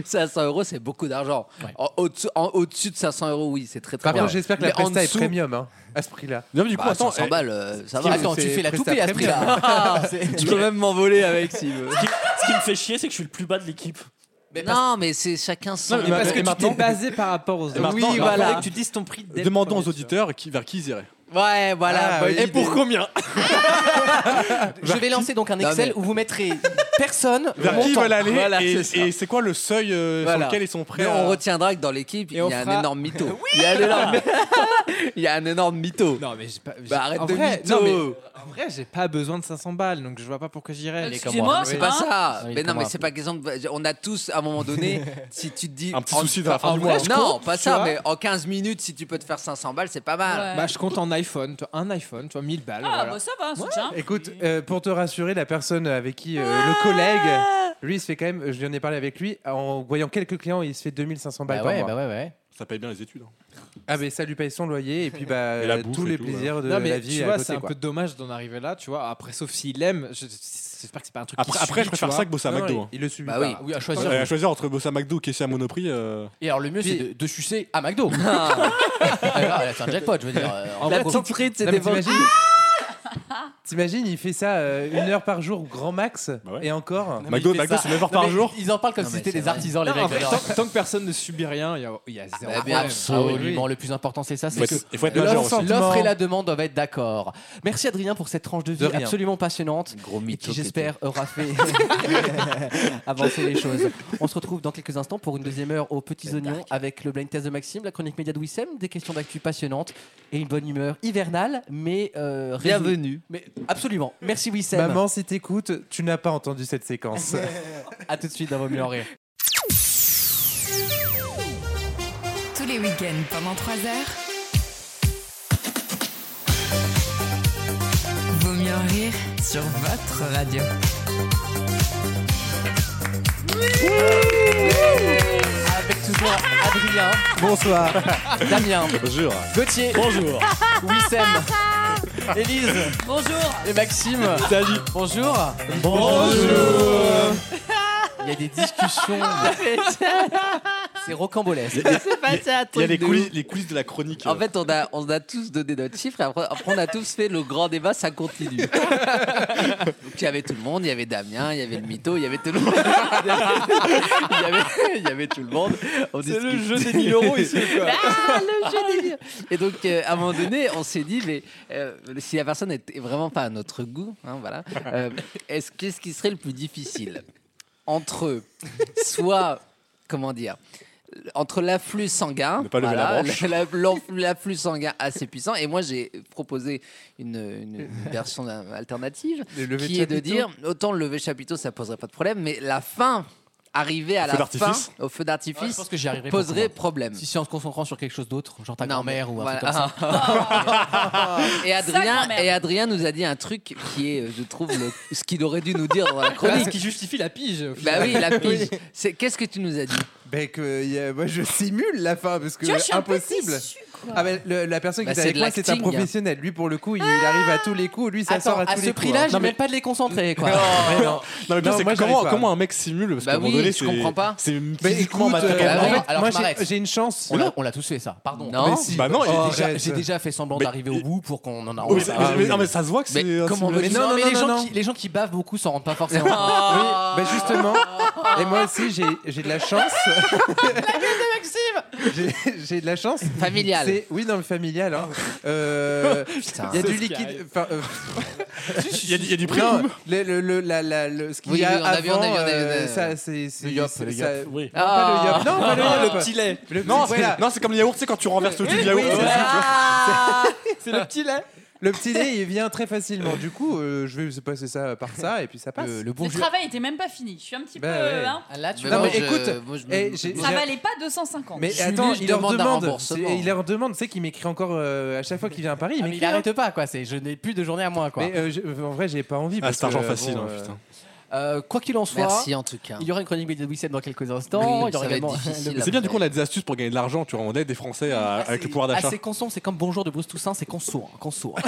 Speaker 7: 500 euros, c'est beaucoup d'argent. En- au-dessous- en- Au-dessus de 500 euros, oui, c'est très très
Speaker 5: Par
Speaker 7: bien.
Speaker 5: contre, j'espère que la
Speaker 7: Mais en
Speaker 5: Presta est
Speaker 7: dessous-
Speaker 5: premium, hein. À ce prix-là.
Speaker 3: Non, mais du coup,
Speaker 7: Bah,
Speaker 3: attends.
Speaker 7: 500
Speaker 3: eh,
Speaker 7: balles, euh, ça va.
Speaker 2: Attends, tu
Speaker 5: c'est
Speaker 2: fais la
Speaker 5: Presta
Speaker 2: toupée à ce
Speaker 5: Premium.
Speaker 2: prix-là. Ah, c'est-
Speaker 7: Je peux même m'envoler avec s'il veut.
Speaker 6: Ce qui, ce qui me fait chier, c'est que je suis le plus bas de l'équipe.
Speaker 7: Non, mais c'est chacun son.
Speaker 12: Mais parce que tu
Speaker 3: maintenant-
Speaker 12: t'es basé par rapport aux autres.
Speaker 7: Oui, voilà.
Speaker 12: Tu dises ton prix dès le
Speaker 3: Demandons
Speaker 12: premier,
Speaker 3: aux
Speaker 12: tu vois.
Speaker 3: auditeurs qui- vers qui ils iraient.
Speaker 7: Ouais, voilà.
Speaker 5: Ah,
Speaker 7: bonne
Speaker 5: oui.
Speaker 7: idée.
Speaker 5: Et pour
Speaker 3: combien
Speaker 2: Je vais lancer donc un
Speaker 7: Non,
Speaker 2: Excel
Speaker 7: mais-
Speaker 2: où vous mettrez personne,
Speaker 3: Vers qui ils
Speaker 2: montant.
Speaker 3: veulent aller
Speaker 7: Voilà,
Speaker 3: et-
Speaker 7: c'est ça.
Speaker 3: et c'est quoi le seuil euh, sur
Speaker 7: Voilà.
Speaker 3: lequel ils sont prêts
Speaker 7: Mais on
Speaker 3: à-
Speaker 7: retiendra que dans l'équipe, il y
Speaker 12: on
Speaker 7: a un
Speaker 12: fera-
Speaker 7: énorme mytho. Il y a un énorme, il y a un énorme mytho.
Speaker 8: Non, mais j'ai pas. j'ai-
Speaker 7: Bah, arrête
Speaker 8: en
Speaker 7: de
Speaker 8: vrai,
Speaker 7: mytho.
Speaker 8: non, mais en vrai, j'ai pas besoin de 500 balles, donc je vois pas pourquoi j'irais.
Speaker 4: Elle est comme moi. Excusez-moi,
Speaker 7: C'est
Speaker 4: Oui.
Speaker 7: pas
Speaker 4: Hein
Speaker 7: ça.
Speaker 2: Oui,
Speaker 7: mais non,
Speaker 2: comment
Speaker 7: mais c'est pas exemple. On a tous, à un moment donné, si tu te dis.
Speaker 3: Un petit
Speaker 7: en-
Speaker 3: souci de la fin
Speaker 7: en-
Speaker 3: du mois.
Speaker 7: Non, pas
Speaker 8: tu
Speaker 7: ça,
Speaker 8: vois.
Speaker 7: mais en 15 minutes, si tu peux te faire 500 balles, c'est pas mal.
Speaker 4: Ouais.
Speaker 8: Bah, je compte en iPhone, tu vois, un iPhone, tu vois, 1000 balles.
Speaker 4: Ah
Speaker 8: voilà.
Speaker 4: bah ça va, c'est déjà. un
Speaker 5: Écoute,
Speaker 4: prix.
Speaker 5: euh, pour te rassurer, la personne avec qui euh, le collègue, lui, il se fait quand même. Je viens de parler avec lui. En voyant quelques clients, il se fait 2500 balles
Speaker 2: Bah
Speaker 5: par
Speaker 2: ouais,
Speaker 5: mois.
Speaker 2: bah ouais, ouais.
Speaker 3: Ça paye bien les études. hein.
Speaker 5: Ah, mais ça lui paye son loyer et puis bah,
Speaker 3: Et la
Speaker 5: euh,
Speaker 3: bouffe
Speaker 5: tous
Speaker 3: et
Speaker 5: les
Speaker 3: tout,
Speaker 5: plaisirs de
Speaker 8: Non, mais
Speaker 5: la vie
Speaker 8: tu
Speaker 5: à
Speaker 8: vois,
Speaker 5: côté,
Speaker 8: c'est un
Speaker 5: quoi.
Speaker 8: peu dommage d'en arriver là, tu vois. Après, sauf s'il aime, je- j'espère que c'est pas un truc
Speaker 3: Après,
Speaker 8: qui
Speaker 3: après je
Speaker 8: suit, tu
Speaker 3: préfère
Speaker 8: vois.
Speaker 3: ça que bosser à
Speaker 5: Non,
Speaker 3: McDo.
Speaker 5: il-
Speaker 3: hein.
Speaker 5: Il le suit
Speaker 7: Bah
Speaker 5: pas.
Speaker 7: oui.
Speaker 2: Oui, à choisir.
Speaker 3: Euh, À choisir entre bosser à McDo ou caissier à Monoprix. euh,
Speaker 2: Et alors, le mieux, c'est
Speaker 5: Puis-
Speaker 2: de, de sucer à McDo.
Speaker 7: Ah,
Speaker 2: Alors, là, c'est un jackpot, je veux dire. euh, en
Speaker 7: la
Speaker 2: gros.
Speaker 7: petite frite,
Speaker 5: Non,
Speaker 7: c'était
Speaker 5: mais
Speaker 7: bon.
Speaker 5: t'imagines- T'imagines, il fait ça euh, une heure par jour, grand max,
Speaker 3: Bah ouais.
Speaker 5: et encore.
Speaker 2: Non, mais
Speaker 3: McDo,
Speaker 2: il fait
Speaker 3: McDo,
Speaker 2: ça.
Speaker 3: c'est 9 heures
Speaker 2: Non,
Speaker 3: par
Speaker 2: mais
Speaker 3: jour.
Speaker 2: Ils en parlent comme
Speaker 7: Non,
Speaker 2: si
Speaker 7: mais
Speaker 2: c'était
Speaker 7: c'est
Speaker 2: des
Speaker 7: vrai.
Speaker 2: artisans, les
Speaker 8: Non, en
Speaker 2: mecs.
Speaker 8: vrai,
Speaker 2: alors.
Speaker 8: tant, tant que personne ne subit rien, il y a- il y, a zéro
Speaker 5: Ah,
Speaker 7: Bah, bien
Speaker 8: problème. Ah
Speaker 7: sûr.
Speaker 2: Absolument, le plus important, c'est ça.
Speaker 3: Il faut
Speaker 2: C'est que
Speaker 3: être- il faut être
Speaker 5: le
Speaker 3: majeur
Speaker 5: lanceur-
Speaker 3: aussi.
Speaker 2: L'offre et la demande doivent être d'accord. Merci Adrien pour cette tranche de vie
Speaker 5: De rien.
Speaker 2: absolument passionnante
Speaker 7: Gros
Speaker 2: et
Speaker 7: mytho.
Speaker 2: qui j'espère aura fait avancer les choses. On se retrouve dans quelques instants pour une deuxième heure aux petits oignons avec le blind test de Maxime, la chronique média de Wissem, des questions d'actu passionnantes et une bonne humeur hivernale mais euh, résolu-
Speaker 7: Bienvenue.
Speaker 2: Mais absolument. Merci Wissem.
Speaker 5: Maman, si t'écoutes, tu n'as pas entendu cette séquence.
Speaker 2: À tout de suite dans Vaut mieux en rire.
Speaker 1: Tous les week-ends pendant 3 heures. Vaut mieux en rire sur votre radio.
Speaker 2: Avec tous Bonjour Adrien.
Speaker 5: Bonsoir.
Speaker 2: Damien.
Speaker 3: Bonjour.
Speaker 2: Gauthier.
Speaker 6: Bonjour.
Speaker 2: Wissem. Élise.
Speaker 4: Bonjour.
Speaker 2: Et Maxime.
Speaker 6: Salut.
Speaker 2: Bonjour.
Speaker 6: Bonjour.
Speaker 2: Il y a des discussions. C'est rocambolesque.
Speaker 7: passé un
Speaker 3: Il y a
Speaker 7: truc
Speaker 3: les
Speaker 7: de
Speaker 3: coulisses,
Speaker 7: ouf.
Speaker 3: les coulisses de la chronique.
Speaker 7: En fait, on a, on a tous donné notre chiffre et après, après, on a tous fait le grand débat, ça continue. Donc, il y avait tout le monde, il y avait Damien, il y avait le mytho, il y avait tout le monde. il, y avait, il y avait tout le monde. C'est le jeu des 1000 euros ici. Ah, le jeu des 1000 Et donc, euh, à un moment donné, on s'est dit, mais euh, si la personne n'est vraiment pas à notre goût, hein, voilà, euh, est-ce- qu'est-ce qui serait le plus difficile entre eux, soit, comment dire, entre l'afflux sanguin,
Speaker 3: pas lever la branche.
Speaker 7: la- l'enf- l'afflux sanguin assez puissant, et moi j'ai proposé une, une- une version d'un- alternative
Speaker 5: Le lever
Speaker 7: qui
Speaker 5: de
Speaker 7: est de
Speaker 5: chapiteau.
Speaker 7: dire autant le lever chapiteau ça poserait pas de problème, mais la fin, arriver à
Speaker 2: Au feu
Speaker 7: la fin
Speaker 2: d'artifice
Speaker 7: au feu
Speaker 2: Ouais,
Speaker 7: d'artifice,
Speaker 2: Ah, je pense que j'y arriverai pas
Speaker 7: poserait
Speaker 2: pour moi.
Speaker 7: problème.
Speaker 2: Si c'est en se concentrant sur quelque chose d'autre, genre ta
Speaker 7: Non,
Speaker 2: grand-mère
Speaker 7: mais
Speaker 2: ou un truc
Speaker 7: voilà.
Speaker 2: comme ça.
Speaker 7: Et Adrien,
Speaker 4: grand-mère.
Speaker 7: et Adrien nous a dit un truc qui est, je trouve, le- ce qu'il aurait dû nous dire dans la chronique.
Speaker 8: Ce qui justifie la pige. au
Speaker 7: Bah
Speaker 8: final.
Speaker 7: oui, la pige. C'est- Qu'est-ce que tu nous as dit
Speaker 5: Ben que y a- moi je simule la fin parce que
Speaker 7: Tu vois, je suis un peu
Speaker 5: impossible.
Speaker 7: déçue, quoi.
Speaker 5: Ah ben le- la personne
Speaker 7: Bah,
Speaker 5: qui est
Speaker 7: c'est
Speaker 5: avec
Speaker 7: de
Speaker 5: moi c'est un
Speaker 7: l'acting, hein.
Speaker 5: professionnel. Lui pour le coup il, il arrive à tous les coups. Lui ça
Speaker 2: Attends,
Speaker 5: sort à,
Speaker 2: à
Speaker 5: tous
Speaker 2: ce
Speaker 5: les coups.
Speaker 2: prix-là,
Speaker 5: hein.
Speaker 2: j'ai même pas de les concentrer. Quoi.
Speaker 5: Non,
Speaker 2: non.
Speaker 3: Non, mais le pire,
Speaker 5: Non,
Speaker 3: c'est
Speaker 5: moi,
Speaker 3: que comment,
Speaker 5: j'arrive pas.
Speaker 3: comment un mec simule Parce
Speaker 2: Bah
Speaker 3: qu'à un moment
Speaker 2: oui,
Speaker 3: donné,
Speaker 2: je
Speaker 3: c'est-
Speaker 2: comprends pas.
Speaker 3: C'est
Speaker 5: Mais
Speaker 3: physiquement
Speaker 5: écoute, euh,
Speaker 3: matériellement.
Speaker 5: en fait,
Speaker 2: Alors,
Speaker 5: moi
Speaker 2: je m'arrête.
Speaker 5: j'ai- j'ai une chance.
Speaker 2: On l'a- On l'a tous fait ça, pardon.
Speaker 7: Non.
Speaker 5: Mais si.
Speaker 3: Bah non, il
Speaker 5: Oh,
Speaker 3: est
Speaker 2: J'ai-
Speaker 5: arrête.
Speaker 2: J'ai déjà fait semblant
Speaker 3: Mais-
Speaker 2: d'arriver au bout pour qu'on en
Speaker 3: Oh,
Speaker 2: arrête.
Speaker 3: c'est-
Speaker 5: ah,
Speaker 3: mais-
Speaker 5: oui.
Speaker 3: non, mais ça se voit que
Speaker 7: Mais
Speaker 3: c'est. un
Speaker 7: comment
Speaker 3: simulateur.
Speaker 2: Mais
Speaker 7: veux-tu-
Speaker 5: non,
Speaker 2: non,
Speaker 5: non,
Speaker 2: mais
Speaker 5: non,
Speaker 2: les,
Speaker 5: non,
Speaker 2: gens
Speaker 5: non.
Speaker 2: Qui, les gens qui bavent beaucoup s'en rendent pas forcément.
Speaker 5: Oui, ben justement, et moi aussi j'ai j'ai de la chance. J'ai- J'ai de la chance.
Speaker 7: Familial.
Speaker 5: C'est- Oui, non, mais familial. hein. Euh, Il y a du liquide. enfin, euh,
Speaker 3: Il y a du- il y a du prix.
Speaker 5: Non, le, le- le- la- la- le- ce qu'il
Speaker 7: Oui,
Speaker 5: y a
Speaker 7: oui, on a vu, on a
Speaker 5: avant,
Speaker 7: vu, on a vu,
Speaker 5: euh,
Speaker 7: on a vu.
Speaker 5: ça, c'est c'est-
Speaker 2: Le yop,
Speaker 5: c'est-
Speaker 2: le
Speaker 5: ça-
Speaker 6: Oui.
Speaker 7: Oh.
Speaker 5: Non, pas le yop. Non, pas
Speaker 6: Ah,
Speaker 5: le yop.
Speaker 6: le petit lait.
Speaker 5: Le petit-
Speaker 3: Non, c'est-
Speaker 5: voilà.
Speaker 3: non, c'est comme le yaourt, c'est quand tu renverses le jus de
Speaker 5: Oui,
Speaker 3: yaourt.
Speaker 5: oui,
Speaker 3: c'est-
Speaker 6: C'est le petit lait.
Speaker 5: Le petit lait, il vient très facilement. Du coup, euh, je vais passer ça par ça et puis ça passe.
Speaker 2: Le, le bon
Speaker 4: Le
Speaker 2: jeu.
Speaker 4: travail était même pas fini. Je suis un petit
Speaker 5: Bah
Speaker 4: peu.
Speaker 5: ouais.
Speaker 4: hein.
Speaker 2: Ah, Là, tu
Speaker 7: Mais
Speaker 5: Non,
Speaker 2: vois,
Speaker 5: mais
Speaker 7: moi, je- euh,
Speaker 5: écoute,
Speaker 7: moi, je me-
Speaker 5: eh, j'ai-
Speaker 7: Ça
Speaker 4: Ça
Speaker 5: j'ai-
Speaker 4: valait pas 250.
Speaker 5: Mais
Speaker 7: Julie,
Speaker 5: attends,
Speaker 7: je
Speaker 5: il leur
Speaker 7: demande un
Speaker 5: demande.
Speaker 7: remboursement.
Speaker 5: C'est- Il leur demande, c'est qu'il m'écrit encore euh, à chaque fois qu'il vient à Paris.
Speaker 2: Ah, mais il
Speaker 5: m'écrit, hein.
Speaker 2: arrête pas, quoi. c'est Je n'ai plus de journée à moi, quoi.
Speaker 5: Mais euh, je- en vrai, j'ai pas envie.
Speaker 3: Ah,
Speaker 5: parce
Speaker 3: cet argent
Speaker 5: que,
Speaker 3: facile,
Speaker 5: bon,
Speaker 3: hein,
Speaker 5: euh,
Speaker 3: putain.
Speaker 2: Euh, quoi qu'il en soit,
Speaker 7: Merci en tout cas.
Speaker 2: il y aura une chronique média de Wissem dans quelques
Speaker 7: Oui,
Speaker 2: instants. il y
Speaker 7: ça
Speaker 2: aura
Speaker 7: va être
Speaker 2: également
Speaker 7: difficile.
Speaker 3: C'est bien, du coup, on a des astuces pour gagner de l'argent. Tu vois, on aide des Français à- euh, avec le pouvoir d'achat.
Speaker 2: Assez conso, c'est comme bonjour de Bruce Toussaint, c'est conso. hein, conso, hein.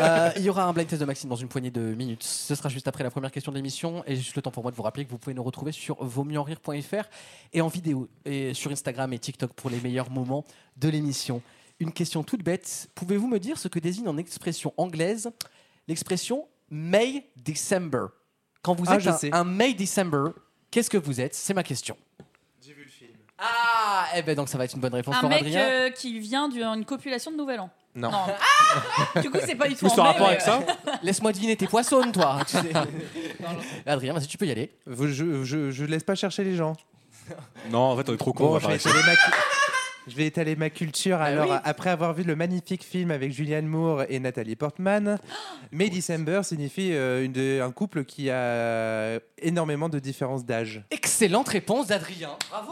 Speaker 2: Euh, il y aura un blind test de Maxime dans une poignée de minutes. Ce sera juste après la première question de l'émission. Et juste le temps pour moi de vous rappeler que vous pouvez nous retrouver sur rire.fr et en vidéo. Et sur Instagram et TikTok pour les meilleurs moments de l'émission. Une question toute bête. Pouvez-vous me dire ce que désigne en expression anglaise l'expression May December Quand vous
Speaker 5: Ah,
Speaker 2: êtes
Speaker 5: je
Speaker 2: un-
Speaker 5: sais.
Speaker 2: un May December, qu'est-ce que vous êtes C'est ma question. Ah, eh ben donc ça va être une bonne réponse
Speaker 4: Un
Speaker 2: pour
Speaker 4: mec
Speaker 2: Adrien.
Speaker 4: euh, qui vient d'une copulation de Nouvel An.
Speaker 5: Non.
Speaker 4: Ah du coup, c'est pas du tout.
Speaker 3: Oui, c'est en
Speaker 4: en mai,
Speaker 3: rapport
Speaker 4: mais,
Speaker 3: avec ça
Speaker 2: Laisse-moi deviner tes poissons, toi. tu sais. Adrien, vas-y, tu peux y aller.
Speaker 5: vous- je, je, je laisse pas chercher les gens.
Speaker 3: Non, en fait, on est trop con.
Speaker 5: Bon, je vais, étaler ma cu- je vais étaler ma culture. Alors, après avoir vu le magnifique film avec Julianne Moore et Nathalie Portman, May December signifie euh, une de- un couple qui a énormément de différences d'âge.
Speaker 2: Excellente réponse d'Adrien. Bravo.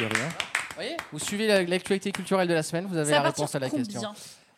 Speaker 5: De rien.
Speaker 2: Vous voyez, vous suivez la- l'actualité culturelle de la semaine, vous avez
Speaker 4: C'est à
Speaker 2: la
Speaker 4: partir
Speaker 2: réponse à
Speaker 4: de
Speaker 2: la question.
Speaker 4: combien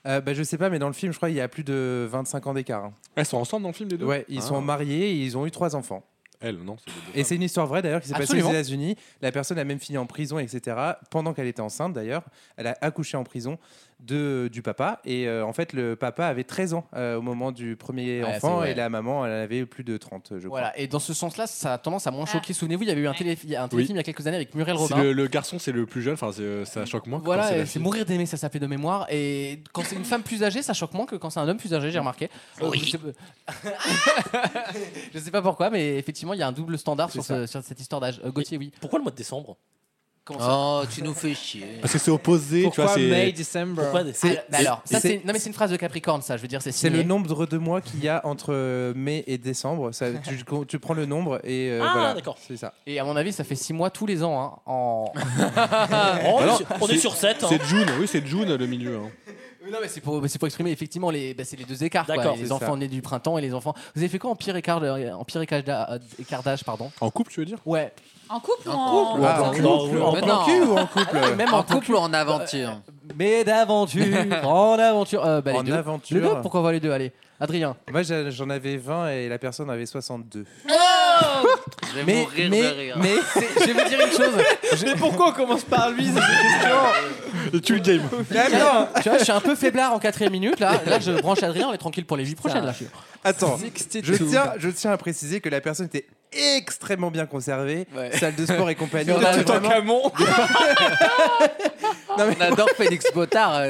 Speaker 5: Euh, bah, je sais pas, mais dans le film, je crois qu'il y a plus de 25 ans d'écart. hein.
Speaker 3: Elles sont ensemble dans le film, les deux
Speaker 5: Ouais, ils
Speaker 3: Ah.
Speaker 5: sont mariés et ils ont eu trois enfants.
Speaker 3: Elles, non c'est les deux
Speaker 5: Et c'est une histoire vraie d'ailleurs qui s'est passée aux
Speaker 2: Absolument.
Speaker 5: États-Unis. La personne a même fini en prison, etc. Pendant qu'elle était enceinte d'ailleurs, elle a accouché en prison de, du papa. Et euh, en fait, le papa avait 13 ans euh, au moment du premier
Speaker 2: Ah, c'est
Speaker 5: enfant
Speaker 2: vrai.
Speaker 5: et la maman, elle avait plus de 30, je crois.
Speaker 2: Voilà, et dans ce sens-là, ça a tendance à moins choquer. Souvenez-vous, il y avait eu un, télé- il y a un téléfilm il y a quelques années avec Muriel
Speaker 3: C'est
Speaker 2: Robin.
Speaker 3: le, le garçon, c'est le plus jeune, enfin, c'est, euh, ça choque moins. que quand
Speaker 2: Voilà,
Speaker 3: la
Speaker 2: et c'est
Speaker 3: fille.
Speaker 2: mourir d'aimer, ça s'appelait de mémoire. Et quand c'est une femme plus âgée, ça choque moins que quand c'est un homme plus âgé, j'ai remarqué. Euh, je, sais... pas- Je sais pas pourquoi, mais effectivement, il y a un double standard sur, ce- sur cette histoire d'âge. Euh, Gauthier, oui.
Speaker 6: Pourquoi le mois de décembre
Speaker 2: Comment ça
Speaker 7: Oh, tu nous fais chier.
Speaker 3: Parce que c'est opposé,
Speaker 12: Pourquoi
Speaker 3: tu vois.
Speaker 12: May,
Speaker 3: C'est...
Speaker 12: December
Speaker 6: Pourquoi des-
Speaker 2: Ah, bah alors, ça
Speaker 5: c'est-
Speaker 2: c'est non mais c'est une phrase de Capricorne, ça. Je veux dire, c'est
Speaker 5: C'est
Speaker 2: signé.
Speaker 5: le nombre de mois qu'il y a entre mai et décembre. Ça, tu, tu prends le nombre et euh,
Speaker 6: Ah,
Speaker 5: voilà.
Speaker 6: d'accord.
Speaker 5: C'est ça.
Speaker 2: Et à mon avis, ça fait six mois tous les ans. hein, en...
Speaker 6: Oh, on est
Speaker 3: Alors,
Speaker 6: sur- On est sur hein. Bah, 7.
Speaker 3: C'est June, oui, c'est June le milieu. hein.
Speaker 2: non, mais c'est pour, c'est pour exprimer effectivement les, bah, c'est les deux écarts. quoi.
Speaker 6: D'accord,
Speaker 2: les
Speaker 5: c'est
Speaker 2: enfants
Speaker 5: ça.
Speaker 2: nés du printemps et les enfants. Vous avez fait quoi en pire écart, de- en pire écart d'a- euh, écart d'âge, pardon
Speaker 3: En couple, tu veux dire
Speaker 2: Ouais.
Speaker 4: En couple ou en.
Speaker 5: Ou en tant
Speaker 6: en
Speaker 5: que
Speaker 6: couple,
Speaker 5: couple.
Speaker 6: en
Speaker 5: En
Speaker 7: tant
Speaker 5: tant
Speaker 7: que-
Speaker 5: que ou en couple euh,
Speaker 2: Même
Speaker 7: En couple ou en aventure
Speaker 2: Mais d'aventure, en aventure. Euh, bah, les
Speaker 5: En
Speaker 2: deux.
Speaker 5: aventure.
Speaker 2: Les deux, pourquoi on va les deux Allez, Adrien.
Speaker 5: Moi, j'a- j'en avais 20 et la personne avait 62.
Speaker 7: Je vais
Speaker 2: Mais-
Speaker 7: mourir
Speaker 2: mais-
Speaker 7: de rire.
Speaker 2: mais c'est- je vais vous dire une chose.
Speaker 12: Mais pourquoi on commence par lui
Speaker 3: Tu le game.
Speaker 12: D'accord.
Speaker 2: Tu vois, je suis un peu faiblard en quatrième minute. Là, là je branche Adrien, on est tranquille pour les vies prochaines. Là.
Speaker 5: Attends,
Speaker 2: 62.
Speaker 5: je tiens, je tiens à préciser que la personne était extrêmement bien conservée, salle de sport et compagnie.
Speaker 7: On a
Speaker 5: C'était
Speaker 7: tout en
Speaker 5: vraiment-
Speaker 7: camon. On adore Félix Botard.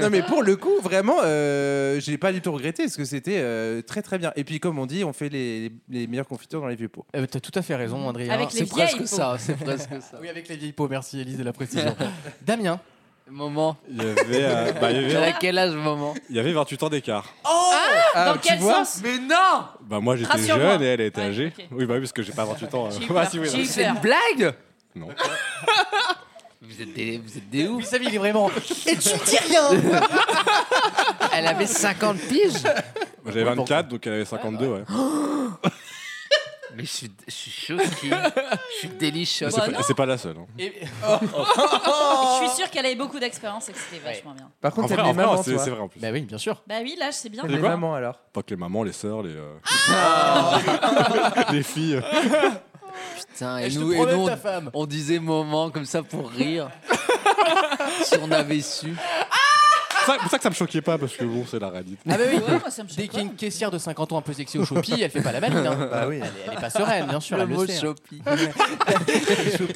Speaker 5: non mais pour le coup, vraiment, euh, j'ai pas du tout regretté parce que c'était euh, très très bien. Et puis comme on dit, on fait les, les meilleures confitures dans les vieux pots.
Speaker 2: Eh ben, T'as tout à fait raison, Adrien.
Speaker 5: Avec les
Speaker 2: c'est
Speaker 5: vieilles
Speaker 2: presque
Speaker 5: peaux.
Speaker 2: ça. C'est presque ça. Oui, avec les vieilles peaux. Merci, Élise, de la précision. Damien.
Speaker 7: Moment.
Speaker 3: Il y avait. euh, bah, il y
Speaker 7: Tu as
Speaker 3: avait,
Speaker 7: quel âge, moment
Speaker 3: il y avait 28 ans d'écart.
Speaker 7: Oh
Speaker 3: Ah, Dans tu quel vois
Speaker 7: sens Mais non
Speaker 3: Bah, moi j'étais
Speaker 7: Rassure-moi.
Speaker 3: jeune et elle était âgée. Oui, bah oui, parce que j'ai pas 28 ans. euh.
Speaker 7: J'ai eu
Speaker 3: Ah,
Speaker 7: peur,
Speaker 3: si, oui,
Speaker 7: j'ai
Speaker 3: non.
Speaker 7: eu peur. blague
Speaker 3: Non.
Speaker 7: Vous êtes des, vous êtes des ouf.
Speaker 2: Vous savez, il est vraiment.
Speaker 14: Et tu dis rien
Speaker 7: Elle avait 50 piges.
Speaker 3: Moi, J'avais 24, donc elle avait 52, ouais.
Speaker 7: Mais je suis, je suis choqué. Je suis
Speaker 3: Et
Speaker 7: délicieux.
Speaker 3: c'est pas- et c'est pas la seule. hein.
Speaker 4: Je suis sûre qu'elle avait beaucoup d'expérience et que c'était vachement bien.
Speaker 5: Par contre,
Speaker 3: En
Speaker 5: t'aimes
Speaker 3: vrai,
Speaker 5: les
Speaker 3: en vrai,
Speaker 5: mamans,
Speaker 3: c'est
Speaker 5: toi.
Speaker 3: c'est vrai en plus.
Speaker 2: Bah oui, bien sûr.
Speaker 4: Bah oui, l'âge c'est bien.
Speaker 3: T'aimes quoi
Speaker 5: alors
Speaker 3: Pas que les mamans, les sœurs, les. euh, les filles.
Speaker 7: Putain,
Speaker 2: Et
Speaker 7: et
Speaker 2: je te
Speaker 7: nous, et
Speaker 2: promets
Speaker 7: nous,
Speaker 2: ta
Speaker 7: on, on disait moment comme ça pour rire. si on avait su.
Speaker 3: Ça- C'est pour ça que ça me choquait pas, parce que bon, c'est la réalité.
Speaker 2: Ah bah oui, dès qu'il y a une caissière de 50 ans un peu sexy au Shopee, elle fait pas la belle. hein.
Speaker 3: Bah oui.
Speaker 2: elle, est- elle est pas sereine, bien sûr.
Speaker 7: Le
Speaker 2: elle
Speaker 7: mot
Speaker 2: le sait, hein.
Speaker 7: Shopee.
Speaker 2: Shopee.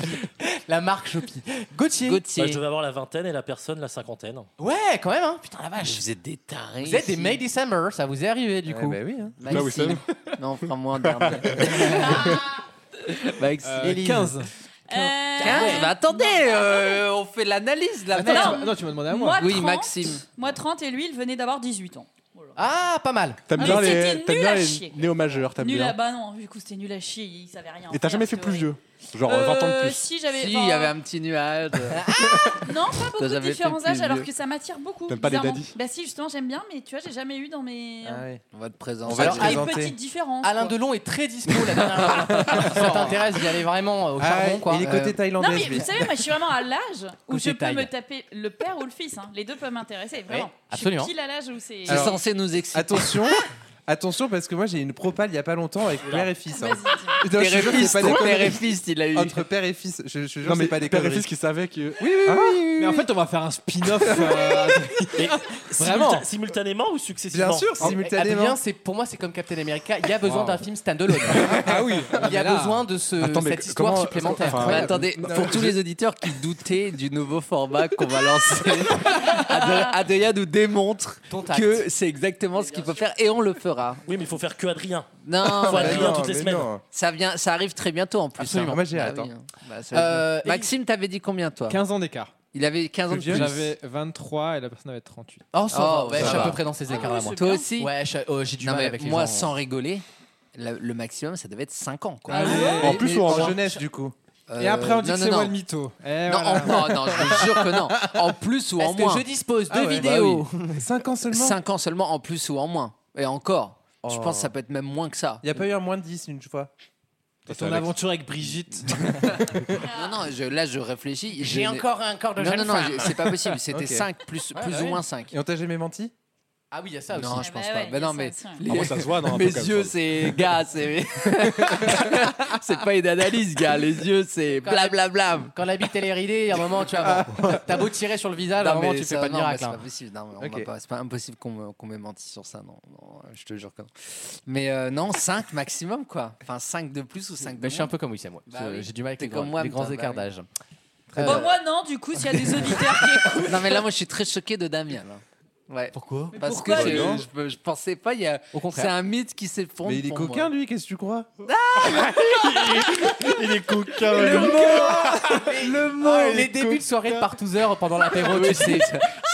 Speaker 2: La marque Shopee. Gauthier.
Speaker 6: Bah, je devais avoir la vingtaine et la personne la cinquantaine.
Speaker 2: Ouais, quand même, hein. Putain, la vache.
Speaker 7: Vous êtes des tarés.
Speaker 2: Vous êtes des May December, ça vous est arrivé du coup.
Speaker 5: bah oui, hein.
Speaker 2: Maxime.
Speaker 7: Là, oui, ça. Non, enfin, moi en dernier. Maxime.
Speaker 8: Euh, 15.
Speaker 7: 15 Mais attendez, euh, on fait l'analyse là.
Speaker 8: Attends,
Speaker 4: Non.
Speaker 5: Ah,
Speaker 8: tu m'as- non, tu m'as demandé à moi.
Speaker 4: Moi,
Speaker 7: Oui,
Speaker 4: 30,
Speaker 7: Maxime.
Speaker 4: Moi 30 et lui, il venait d'avoir 18 ans. Oh
Speaker 2: Ah, pas mal.
Speaker 3: T'aimes
Speaker 4: Mais
Speaker 3: bien
Speaker 4: c'était
Speaker 3: les, t'aimes
Speaker 4: nul
Speaker 3: bien
Speaker 4: à
Speaker 3: les
Speaker 4: chier.
Speaker 3: néo-majeurs, t'aimes
Speaker 4: Nul
Speaker 3: bien.
Speaker 4: à bah non, du coup c'était nul à chier, il savait rien.
Speaker 3: Et t'as
Speaker 4: faire,
Speaker 3: jamais fait
Speaker 4: tu
Speaker 3: plus
Speaker 4: vois.
Speaker 3: vieux Genre
Speaker 4: Euh,
Speaker 3: 20 ans de plus.
Speaker 4: Si, j'avais.
Speaker 7: Si,
Speaker 4: enfin,
Speaker 7: il y avait un petit nuage.
Speaker 4: Non, pas beaucoup de
Speaker 7: jamais fait
Speaker 4: différents
Speaker 7: plus
Speaker 4: âges, alors
Speaker 7: vieux.
Speaker 4: que ça m'attire beaucoup.
Speaker 7: T'aimes pas les
Speaker 4: bizarrement.
Speaker 7: daddies
Speaker 4: Bah si, justement, j'aime bien, mais tu vois, j'ai jamais eu dans mes.
Speaker 7: On va te présenter.
Speaker 2: On va te
Speaker 4: Alors, les petites différences.
Speaker 2: Alain
Speaker 4: quoi.
Speaker 2: Delon est très dispo la dernière fois. si ça t'intéresse d'y aller vraiment euh, au
Speaker 5: Ah
Speaker 2: charbon,
Speaker 5: ouais,
Speaker 2: quoi.
Speaker 5: il est côté thaïlandais,
Speaker 4: Non, mais vous savez, moi je suis vraiment à l'âge où
Speaker 2: Côté
Speaker 4: je peux
Speaker 2: taille.
Speaker 4: me taper le père ou le fils. hein. Les deux peuvent m'intéresser, vraiment.
Speaker 2: Oui,
Speaker 4: Je suis
Speaker 5: absolument.
Speaker 4: pile à l'âge où
Speaker 7: Ah,
Speaker 4: c'est.
Speaker 5: Alors,
Speaker 7: nous exciter.
Speaker 5: Attention, attention parce que moi j'ai une propale il y a pas longtemps avec père et fils. hein.
Speaker 7: Vas-y, dis.
Speaker 5: Non, je te
Speaker 7: Père et
Speaker 5: jure,
Speaker 7: fils,
Speaker 5: c'est pas
Speaker 7: ton
Speaker 5: des
Speaker 7: père
Speaker 5: conneries.
Speaker 7: et fils, il a eu.
Speaker 5: Entre père et fils, je, je te jure,
Speaker 3: Non,
Speaker 5: c'est
Speaker 3: mais
Speaker 5: pas des
Speaker 3: père et
Speaker 5: conneries.
Speaker 3: fils qui savaient que.
Speaker 5: Oui, oui, oui, oui,
Speaker 6: Mais en
Speaker 5: oui.
Speaker 6: fait, on va faire un spin-off. euh, mais
Speaker 2: Vraiment.
Speaker 6: simulta- simultanément ou successivement
Speaker 2: En- Eh, Adrien, c'est pour moi, c'est comme Captain America. Il y a besoin
Speaker 6: Wow.
Speaker 2: d'un film standalone.
Speaker 5: ah oui.
Speaker 2: Il y a besoin de ce,
Speaker 7: Attends, mais
Speaker 2: cette histoire
Speaker 7: comment-
Speaker 2: supplémentaire. Bah,
Speaker 7: Mais attendez, pour tous les auditeurs qui doutaient du nouveau format qu'on va lancer, Adrien- Adrien nous démontre
Speaker 6: tact.
Speaker 7: que c'est exactement ce qu'il faut faire et on le fera.
Speaker 6: Oui, mais il faut faire que Adrien.
Speaker 7: Non,
Speaker 6: faut
Speaker 5: Ah,
Speaker 7: mais
Speaker 6: Adrien
Speaker 7: non,
Speaker 6: toutes les
Speaker 7: mais
Speaker 6: semaines.
Speaker 7: non. Ça, vient, ça arrive très bientôt en plus.
Speaker 8: Absolument.
Speaker 7: hein.
Speaker 8: Moi, j'ai hâte,
Speaker 7: oui,
Speaker 8: hein.
Speaker 7: hein. Bah, ça va être
Speaker 8: Euh,
Speaker 7: bien. Maxime, t'avais dit combien toi
Speaker 8: 15 ans d'écart.
Speaker 7: Il avait 15 ans de
Speaker 8: Le vieux,
Speaker 7: plus.
Speaker 8: J'avais 23 et la personne avait 38.
Speaker 2: Oh, ça va,
Speaker 7: Oh,
Speaker 2: ouais,
Speaker 7: ça
Speaker 2: je suis à
Speaker 7: va.
Speaker 2: peu près dans ces écarts
Speaker 8: Ah,
Speaker 2: là, moi.
Speaker 7: Toi aussi
Speaker 2: Ouais, je- oh, j'ai du
Speaker 7: Non,
Speaker 2: mal
Speaker 7: mais
Speaker 2: avec les
Speaker 7: Moi,
Speaker 2: gens.
Speaker 7: sans rigoler, la- le maximum, ça devait être 5 ans. Quoi.
Speaker 8: Ah ouais En plus
Speaker 5: ou en jeunesse, du coup
Speaker 8: Et après, on dit
Speaker 3: Euh,
Speaker 7: non,
Speaker 8: que
Speaker 7: euh, non,
Speaker 8: c'est
Speaker 7: non.
Speaker 8: moi le mytho. Eh,
Speaker 7: Non,
Speaker 8: voilà.
Speaker 7: en- non, non, je vous jure que non. En plus ou en
Speaker 2: Est-ce que
Speaker 7: moins.
Speaker 2: je dispose de
Speaker 7: Ah ouais, bah
Speaker 2: vidéos
Speaker 7: oui.
Speaker 5: 5 ans seulement
Speaker 7: 5 ans seulement, en plus ou en moins. Et encore, je
Speaker 5: Oh.
Speaker 7: pense que ça peut être même moins que ça.
Speaker 5: Il n'y a pas eu un moins de 10 une fois.
Speaker 6: Ton aventure avec Brigitte.
Speaker 7: Non, non, je- là je réfléchis.
Speaker 2: Ah. J'ai
Speaker 7: Je-
Speaker 2: encore un corps de
Speaker 7: non,
Speaker 2: jeune
Speaker 7: Non, non,
Speaker 2: femme.
Speaker 7: je- c'est pas possible. C'était
Speaker 2: Ok.
Speaker 7: 5 plus,
Speaker 2: Ouais, bah
Speaker 7: plus
Speaker 2: ouais.
Speaker 7: ou moins 5.
Speaker 5: Et on t'a jamais menti
Speaker 2: Ah oui, il y a ça aussi.
Speaker 7: Non, je pense pas. Bah non, mais
Speaker 2: Ah, moi, ça se voit, non, un peu
Speaker 7: mes
Speaker 2: comme
Speaker 7: yeux,
Speaker 2: ça.
Speaker 7: c'est gars, c'est c'est pas une analyse, gars. Les yeux, c'est blablabla.
Speaker 2: Quand la bite elle est ridée, il y a un moment, tu vas voir. T'as beau tirer sur le visage, à un
Speaker 7: Ah Non,
Speaker 2: moment,
Speaker 7: mais
Speaker 2: tu fais
Speaker 7: ça,
Speaker 2: pas de
Speaker 7: non, mais
Speaker 2: miracle.
Speaker 7: C'est
Speaker 2: hein.
Speaker 7: pas possible. non, on va
Speaker 2: Ok.
Speaker 7: pas- c'est pas impossible qu'on me, qu'on m'ait menti sur ça. Non, non, euh, je te jure que non. Mais euh, non, 5 maximum, quoi. Enfin, 5 de plus ou 5 de
Speaker 2: Mais
Speaker 7: moins.
Speaker 2: je suis un peu comme Wissam, moi.
Speaker 7: Bah
Speaker 2: Je-
Speaker 7: oui.
Speaker 2: J'ai du mal avec
Speaker 7: T'es
Speaker 2: les grands,
Speaker 7: comme moi,
Speaker 2: les grands
Speaker 7: putain,
Speaker 2: écarts
Speaker 7: bah oui.
Speaker 2: d'âge.
Speaker 7: Très Ah,
Speaker 4: Bon,
Speaker 7: bien.
Speaker 4: moi non, du coup, s'il y a des auditeurs qui écoutent.
Speaker 7: Non, mais là, moi, je suis très choqué de Damien. là. Ouais. Pourquoi Parce
Speaker 4: pourquoi,
Speaker 7: que
Speaker 4: lui
Speaker 7: je, je- je pensais pas. Il y a.
Speaker 2: contraire.
Speaker 7: C'est un mythe qui s'effondre.
Speaker 5: Mais il est
Speaker 7: pour moi.
Speaker 5: coquin, lui, qu'est-ce que tu crois
Speaker 3: Il est coquin.
Speaker 7: Le
Speaker 5: Le mot
Speaker 2: les débuts de soirée de partouzeur pendant l'apéro, tu sais.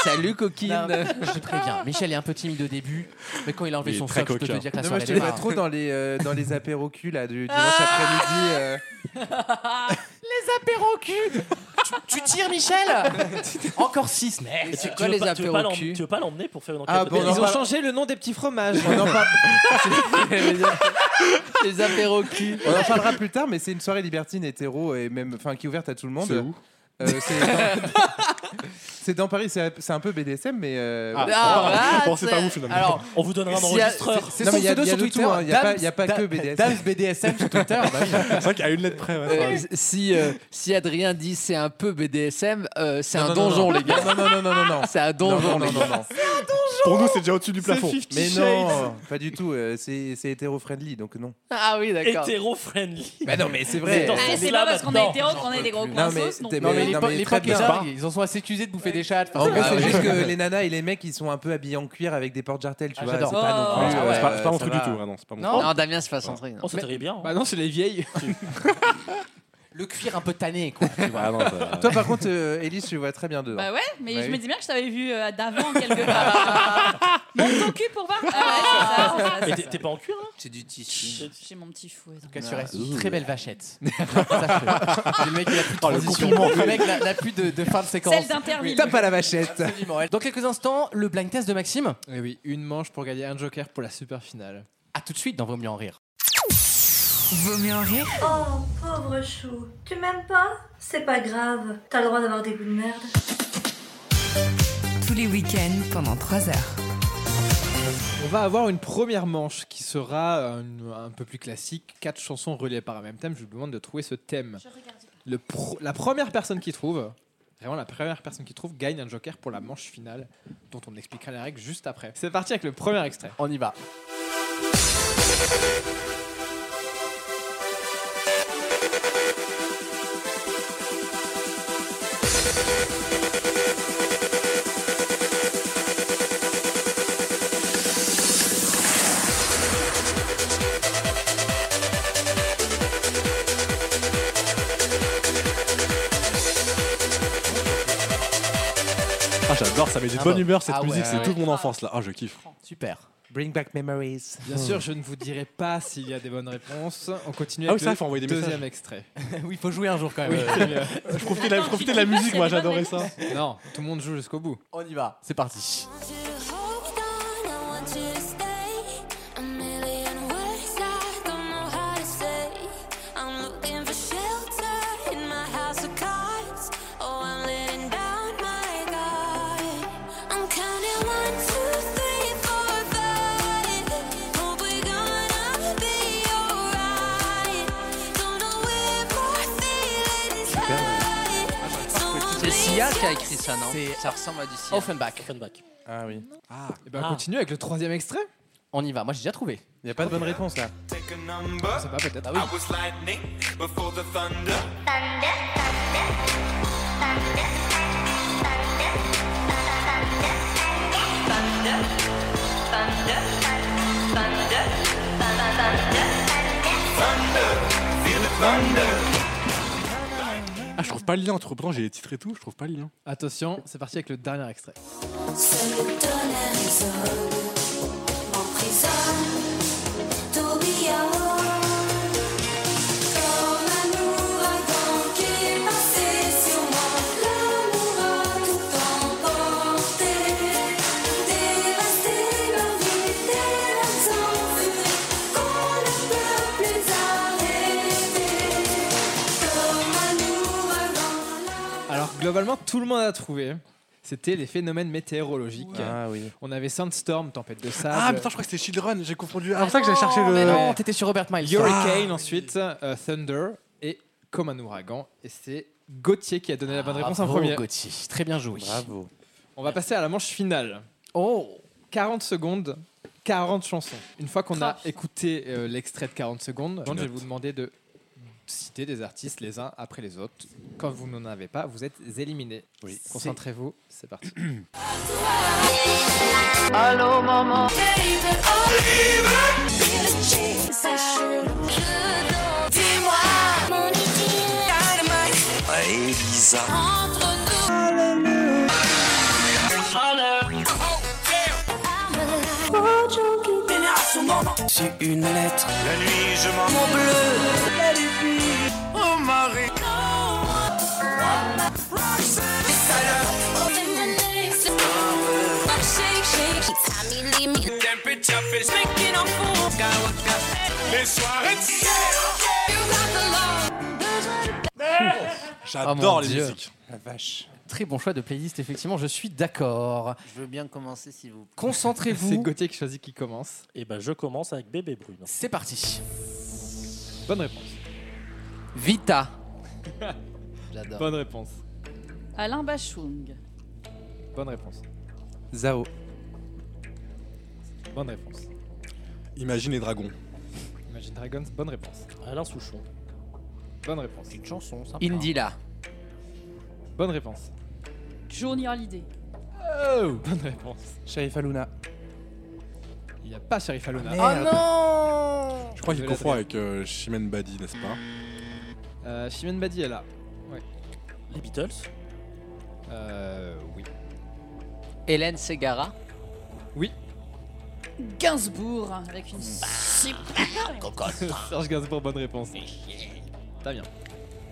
Speaker 2: Salut coquine. je préviens. Michel est un peu timide au début, mais quand il a enlevé
Speaker 5: Il est
Speaker 2: son
Speaker 5: très
Speaker 2: socle, je peux te
Speaker 5: coquin.
Speaker 2: dire que la
Speaker 5: Non,
Speaker 2: soirée
Speaker 5: moi, je te
Speaker 2: est
Speaker 5: vois
Speaker 2: barre.
Speaker 5: trop dans les, euh, dans les apéros cul, là, du dimanche
Speaker 7: Ah
Speaker 5: après-midi. euh.
Speaker 2: Les apéros cul tu, tu tires Michel Encore 6 mais
Speaker 6: Et tu- tu
Speaker 7: quoi,
Speaker 6: veux
Speaker 7: les
Speaker 6: pas- tu veux pas
Speaker 7: apéros
Speaker 6: l'em-
Speaker 7: cul
Speaker 6: Tu veux pas l'emmener pour faire une enquête
Speaker 12: Ah,
Speaker 6: de
Speaker 12: bon,
Speaker 6: terrain
Speaker 12: ils ont changé le nom des petits fromages.
Speaker 5: On en parle-
Speaker 7: Les apéros cul.
Speaker 5: On en parlera plus tard, mais c'est une soirée libertine hétéro et même, enfin, qui est ouverte à tout le monde.
Speaker 3: C'est où
Speaker 5: Euh, c'est dans- c'est dans Paris, c'est c'est un peu BDSM, mais. euh,
Speaker 6: Ah,
Speaker 5: ouais.
Speaker 6: ah, ah, Bon, c'est pas ouf, finalement. alors, On vous donnera un
Speaker 5: s'il y
Speaker 2: ah,
Speaker 5: a-
Speaker 6: enregistreur.
Speaker 5: c'est-
Speaker 6: Non,
Speaker 5: C'est
Speaker 6: mais
Speaker 5: son
Speaker 6: il y a-
Speaker 5: pseudo
Speaker 6: il y a
Speaker 5: sur
Speaker 6: de
Speaker 5: Twitter.
Speaker 6: tout, hein.
Speaker 5: Il n'y a,
Speaker 6: Dams-
Speaker 5: pas- il y a pas
Speaker 6: Da-
Speaker 5: que
Speaker 6: Da-
Speaker 5: BDSM.
Speaker 6: Dams BDSM sur Twitter, bah oui.
Speaker 3: C'est vrai qu'à une lettre près, ouais.
Speaker 7: Euh, si, euh, si Adrien dit c'est un peu BDSM, euh, c'est
Speaker 5: Non,
Speaker 7: un
Speaker 5: non, non,
Speaker 7: donjon,
Speaker 5: non.
Speaker 7: les gars.
Speaker 5: Non, non, non, non, non, non.
Speaker 7: C'est un donjon,
Speaker 5: Non, non,
Speaker 7: les
Speaker 5: non,
Speaker 7: gars.
Speaker 5: non, non.
Speaker 3: Pour nous, c'est déjà au-dessus du plafond.
Speaker 5: Mais non, pas du tout. euh, c'est c'est hétéro-friendly, donc non.
Speaker 7: Ah oui, d'accord.
Speaker 6: Hétéro-friendly.
Speaker 5: Bah non, mais c'est vrai.
Speaker 6: dans ce
Speaker 4: Ah, C'est
Speaker 6: sens-là,
Speaker 4: pas parce qu'on est
Speaker 6: maintenant.
Speaker 4: hétéro qu'on est des gros
Speaker 5: Non,
Speaker 4: coins
Speaker 5: mais
Speaker 4: sauce non
Speaker 5: t'es-
Speaker 4: plus.
Speaker 2: Non, mais,
Speaker 5: non,
Speaker 2: l'époque-
Speaker 5: mais
Speaker 2: l'époque
Speaker 5: très
Speaker 2: est
Speaker 5: bien.
Speaker 2: dingue. Ils en sont assez usés de Ah bouffer des chattes.
Speaker 5: Ah, En gros, c'est juste que les nanas et les mecs, ils sont un peu habillés en cuir avec des portes jartelles, tu
Speaker 2: Ah,
Speaker 5: vois.
Speaker 2: j'adore.
Speaker 5: C'est pas non
Speaker 2: Oh,
Speaker 5: plus,
Speaker 2: ah
Speaker 5: euh,
Speaker 2: ouais,
Speaker 5: ça
Speaker 2: pas mon
Speaker 5: va.
Speaker 2: truc du tout, ah non,
Speaker 3: c'est pas
Speaker 2: mon
Speaker 7: Non, non, Damien se passe son truc.
Speaker 6: Oh, ça t'arrive bien. hein.
Speaker 2: Bah non, c'est les vieilles. Le cuir un peu tanné, quoi.
Speaker 3: Ah,
Speaker 2: tu vois.
Speaker 5: Toi, par contre, euh, Élise, tu vois très bien dedans.
Speaker 4: Bah ouais, mais
Speaker 5: Bah
Speaker 4: je
Speaker 5: oui.
Speaker 4: me dis bien que je t'avais vu euh, d'avant quelque part. Monte ton cul pour voir. Ah ouais, c'est ça, c'est ça, Ah,
Speaker 6: Mais
Speaker 4: c'est
Speaker 6: t'es
Speaker 4: ça.
Speaker 6: t'es pas en cuir là
Speaker 7: C'est du tissu.
Speaker 4: J'ai mon petit fouet. donc.
Speaker 2: En tout cas, tu restes une
Speaker 7: Ouh.
Speaker 2: très belle vachette. Sachez-le. le mec, il a plus de
Speaker 5: Oh, le
Speaker 2: transition.
Speaker 5: compliment.
Speaker 2: Le mec, la, la plus de, de fin de séquence.
Speaker 4: Celle d'Interville.
Speaker 5: Tape à la vachette.
Speaker 2: Absolument. Dans quelques instants, le blind test de Maxime.
Speaker 8: Et Eh oui, une manche pour gagner un joker pour la super finale.
Speaker 2: À tout de suite dans Vaut mieux en rire.
Speaker 1: Vaut mieux en rire
Speaker 15: Oh, pauvre chou. Tu m'aimes pas C'est pas grave. T'as le droit d'avoir des goûts de merde.
Speaker 1: tous les week-ends pendant 3 heures.
Speaker 8: On va avoir une première manche qui sera euh, une- un peu plus classique. Quatre chansons reliées par un même thème. Je vous demande de trouver ce thème. Le pro- la première personne qui trouve, vraiment la première personne qui trouve, gagne un joker pour la manche finale, dont on expliquera les règles juste après. C'est parti avec le premier extrait.
Speaker 2: On y va.
Speaker 3: Ah, j'adore, ça met du
Speaker 2: Ah
Speaker 6: bah,
Speaker 3: bonne
Speaker 2: bon.
Speaker 3: humeur cette
Speaker 2: Ah ouais,
Speaker 3: musique, c'est
Speaker 2: ouais.
Speaker 3: toute mon enfance là. Ah, je kiffe.
Speaker 2: Super.
Speaker 5: Bring back memories.
Speaker 8: Bien sûr, je ne vous dirai pas s'il y a des bonnes réponses. On continue
Speaker 3: Ah oui,
Speaker 8: avec
Speaker 3: ça,
Speaker 8: le
Speaker 3: faut envoyer des
Speaker 8: deuxième
Speaker 3: messages.
Speaker 8: extrait.
Speaker 2: oui, il faut jouer un jour quand même.
Speaker 8: Oui, c'est le-
Speaker 3: Je profitais de la, je profitais de la musique, moi, j'adorais ça.
Speaker 8: Non, tout le monde joue jusqu'au bout.
Speaker 2: On y va. C'est parti.
Speaker 7: Oh, C'est Sia qui a écrit ça, non Ça ressemble à du Sia.
Speaker 2: Offenbach.
Speaker 5: Ah oui.
Speaker 8: Et ben,
Speaker 2: Ah.
Speaker 8: on continue avec le troisième extrait.
Speaker 2: On y va. Moi, j'ai déjà trouvé.
Speaker 5: Il n'y a pas de bonne réponse là.
Speaker 8: C'est pas peut-être.
Speaker 2: oui.
Speaker 3: Ah, je trouve pas le lien entre. Pourtant, j'ai les titres et tout, je trouve pas le lien.
Speaker 8: Attention, c'est parti avec le dernier extrait. Alors globalement, tout le monde a trouvé. C'était les phénomènes météorologiques.
Speaker 5: Ah oui.
Speaker 8: On avait Sandstorm, tempête de sable.
Speaker 3: Ah, putain, je crois que c'était Children, j'ai confondu. Ah, c'est pour ça que j'allais chercher le.
Speaker 2: Non, t'étais sur Robert Miles.
Speaker 8: Hurricane ensuite, euh, Thunder et Comme un ouragan. Et c'est Gauthier qui a donné la bonne réponse en
Speaker 2: Ah, Bravo,
Speaker 8: premier.
Speaker 2: Gauthier. Très bien joué.
Speaker 5: Bravo.
Speaker 8: On va passer à la manche finale. Oh 40 secondes, 40 chansons. Une fois qu'on a écouté euh, l'extrait de 40 secondes, je vais
Speaker 3: note.
Speaker 8: vous demander de citer des artistes les uns après les autres. Quand vous n'en avez pas, vous êtes éliminés.
Speaker 3: Oui.
Speaker 8: Concentrez-vous, c'est parti.
Speaker 16: Allô maman
Speaker 17: J'ai une lettre. La nuit, je m'en
Speaker 16: Mon bleu.
Speaker 17: Oh, Marie.
Speaker 16: Les soirées
Speaker 5: Oh,
Speaker 3: J'adore les musiques.
Speaker 5: La vache.
Speaker 2: Très bon choix de playlist, effectivement, je suis d'accord.
Speaker 7: Je veux bien commencer si vous.
Speaker 2: Concentrez-vous.
Speaker 8: C'est Gauthier qui choisit qui commence.
Speaker 6: Et ben je commence avec Bébé Brune.
Speaker 2: C'est parti.
Speaker 8: Bonne réponse.
Speaker 7: Vita.
Speaker 2: J'adore.
Speaker 8: Bonne réponse.
Speaker 4: Alain Bachung.
Speaker 8: Bonne réponse.
Speaker 5: Zao.
Speaker 8: Bonne réponse.
Speaker 3: Imagine les dragons.
Speaker 8: Imagine Dragons, bonne réponse.
Speaker 6: Alain Souchon.
Speaker 8: Bonne réponse. Une chanson, sympa.
Speaker 7: Indila.
Speaker 8: Bonne réponse.
Speaker 4: Johnny Hallyday.
Speaker 8: Bonne réponse.
Speaker 5: Sharif Aluna.
Speaker 8: Il n'y a pas Sharif Alona.
Speaker 14: non
Speaker 3: Je crois qu'il
Speaker 8: Je
Speaker 3: confond
Speaker 8: l'adore.
Speaker 3: avec euh, Chimène Badi, n'est-ce pas
Speaker 8: Euh, Chimène Badi est là. Ouais.
Speaker 6: Les Beatles.
Speaker 8: Euh, oui.
Speaker 7: Hélène Segara.
Speaker 4: Gainsbourg avec une super
Speaker 8: Ah.
Speaker 4: cocotte.
Speaker 8: Serge Gainsbourg, bonne réponse. Damien.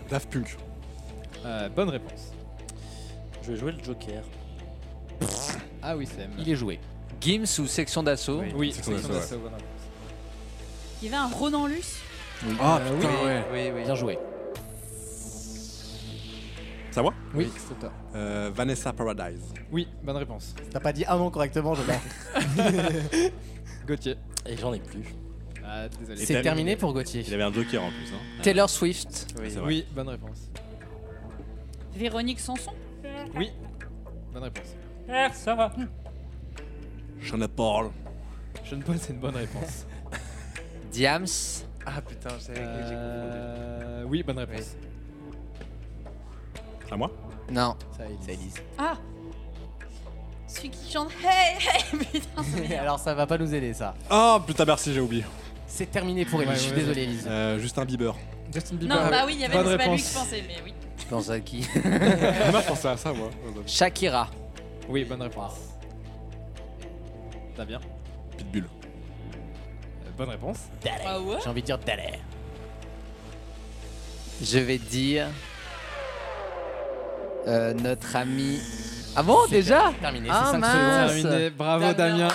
Speaker 3: Daft Punk.
Speaker 8: Euh, bonne réponse.
Speaker 6: Je vais jouer le Joker.
Speaker 8: Ah oui, Sam.
Speaker 7: Il est joué. Gims ou section d'assaut
Speaker 8: Oui,
Speaker 3: Section
Speaker 8: Section
Speaker 3: d'assaut,
Speaker 8: d'assaut,
Speaker 3: ouais.
Speaker 8: bonne réponse.
Speaker 4: Il y avait un Ronan Luce.
Speaker 3: Ah
Speaker 8: Euh,
Speaker 3: putain,
Speaker 8: oui.
Speaker 3: ouais.
Speaker 8: Oui, oui.
Speaker 7: Bien joué.
Speaker 3: Ça va
Speaker 8: Oui, c'est toi.
Speaker 3: Euh, Vanessa Paradise.
Speaker 8: Oui, bonne réponse.
Speaker 14: T'as pas dit un nom correctement, je
Speaker 8: Gauthier.
Speaker 6: Et j'en ai plus.
Speaker 8: Ah, désolé.
Speaker 2: C'est terminé pour Gauthier.
Speaker 3: Il avait un Joker en plus. Hein.
Speaker 7: Taylor Swift.
Speaker 3: Oui, c'est vrai.
Speaker 8: Oui, bonne réponse.
Speaker 4: Véronique Sanson.
Speaker 8: Oui. Bonne réponse.
Speaker 6: ça va.
Speaker 3: Sean Paul.
Speaker 8: Sean Paul, c'est une bonne réponse.
Speaker 7: Diams.
Speaker 5: Ah putain, je savais que j'ai confondu.
Speaker 8: Euh, oui, bonne réponse.
Speaker 3: À moi
Speaker 7: Non.
Speaker 14: Ça, Elise.
Speaker 4: Ah Celui qui chante Hey Hey Putain, c'est meilleur.
Speaker 14: Alors ça va pas nous aider ça.
Speaker 3: Ah putain, merci, j'ai oublié.
Speaker 2: C'est terminé pour Elise,
Speaker 14: Ouais,
Speaker 2: je suis
Speaker 14: ouais,
Speaker 2: désolé
Speaker 14: ouais.
Speaker 2: Elise.
Speaker 3: Euh, Justin Bieber.
Speaker 8: Justin
Speaker 4: Non, bah oui, il y avait,
Speaker 8: bonne
Speaker 4: c'est pas lui
Speaker 8: réponse.
Speaker 4: que je pensais, mais oui.
Speaker 7: Je pense à qui
Speaker 3: Moi, je pensais à ça, moi.
Speaker 7: Shakira.
Speaker 8: Oui, bonne réponse. Damien.
Speaker 3: Pitbull.
Speaker 8: Euh, Bonne réponse.
Speaker 4: Ah ouais
Speaker 14: J'ai envie de dire d'aller.
Speaker 7: Je vais dire. euh, notre ami. Ah bon, déjà
Speaker 2: Terminé,
Speaker 7: Ah,
Speaker 2: c'est 5
Speaker 7: mince.
Speaker 2: secondes.
Speaker 8: Terminé. Bravo Damien.
Speaker 4: Damien.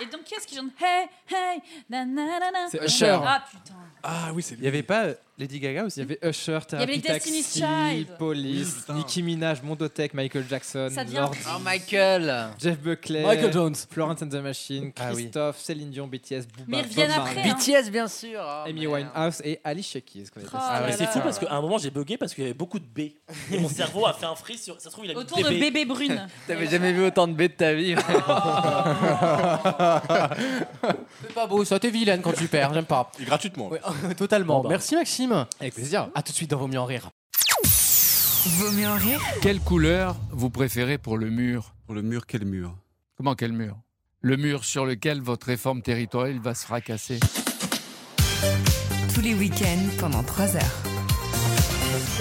Speaker 4: Et donc, qui est-ce qui chante Hey Hey na, na, na, na
Speaker 8: C'est Usher.
Speaker 4: Ah putain.
Speaker 3: Ah oui, c'est
Speaker 5: Il y avait pas euh, Lady Gaga aussi
Speaker 8: Il y avait Usher,
Speaker 4: y avait les
Speaker 8: Therapy
Speaker 4: Destiny's
Speaker 8: Taxi,
Speaker 4: Child.
Speaker 8: Police, Nicki Minaj, Mondotech, Michael Jackson,
Speaker 4: Ça devient-
Speaker 8: Lordi,
Speaker 7: Oh, Michael
Speaker 8: Jeff Buckley,
Speaker 2: Michael Jones.
Speaker 8: Florence and the Machine,
Speaker 5: Ah oui.
Speaker 8: Christophe, Céline Dion, BTS,
Speaker 4: Mais
Speaker 8: Booba,
Speaker 4: ils reviennent
Speaker 8: Bob
Speaker 4: après.
Speaker 8: Marley,
Speaker 4: hein.
Speaker 7: BTS, bien sûr Oh,
Speaker 8: Amy
Speaker 7: merde.
Speaker 8: Winehouse et Ali Shakiz. qu'on
Speaker 4: Oh
Speaker 8: était-
Speaker 4: là
Speaker 6: Mais Ah c'est
Speaker 4: là.
Speaker 6: fou parce qu'à un moment j'ai bugué parce qu'il y avait beaucoup de B. Et mon cerveau a fait un freeze sur. Ça se trouve, il a mis
Speaker 4: Autour de bébé brune.
Speaker 7: T'avais jamais vu autant de bêtes de ta vie.
Speaker 2: C'est pas beau ça, t'es vilaine quand tu perds, j'aime pas.
Speaker 3: Et gratuitement.
Speaker 2: Ouais, totalement.
Speaker 6: Bon, bah.
Speaker 2: Merci Maxime.
Speaker 8: Avec plaisir.
Speaker 2: À tout de suite dans Vaut mieux en rire.
Speaker 1: Vaut mieux en rire
Speaker 18: Quelle couleur vous préférez pour le mur
Speaker 3: Pour le mur, quel mur
Speaker 18: Comment quel mur Le mur sur lequel votre réforme territoriale va se fracasser.
Speaker 1: tous les week-ends pendant 3 heures.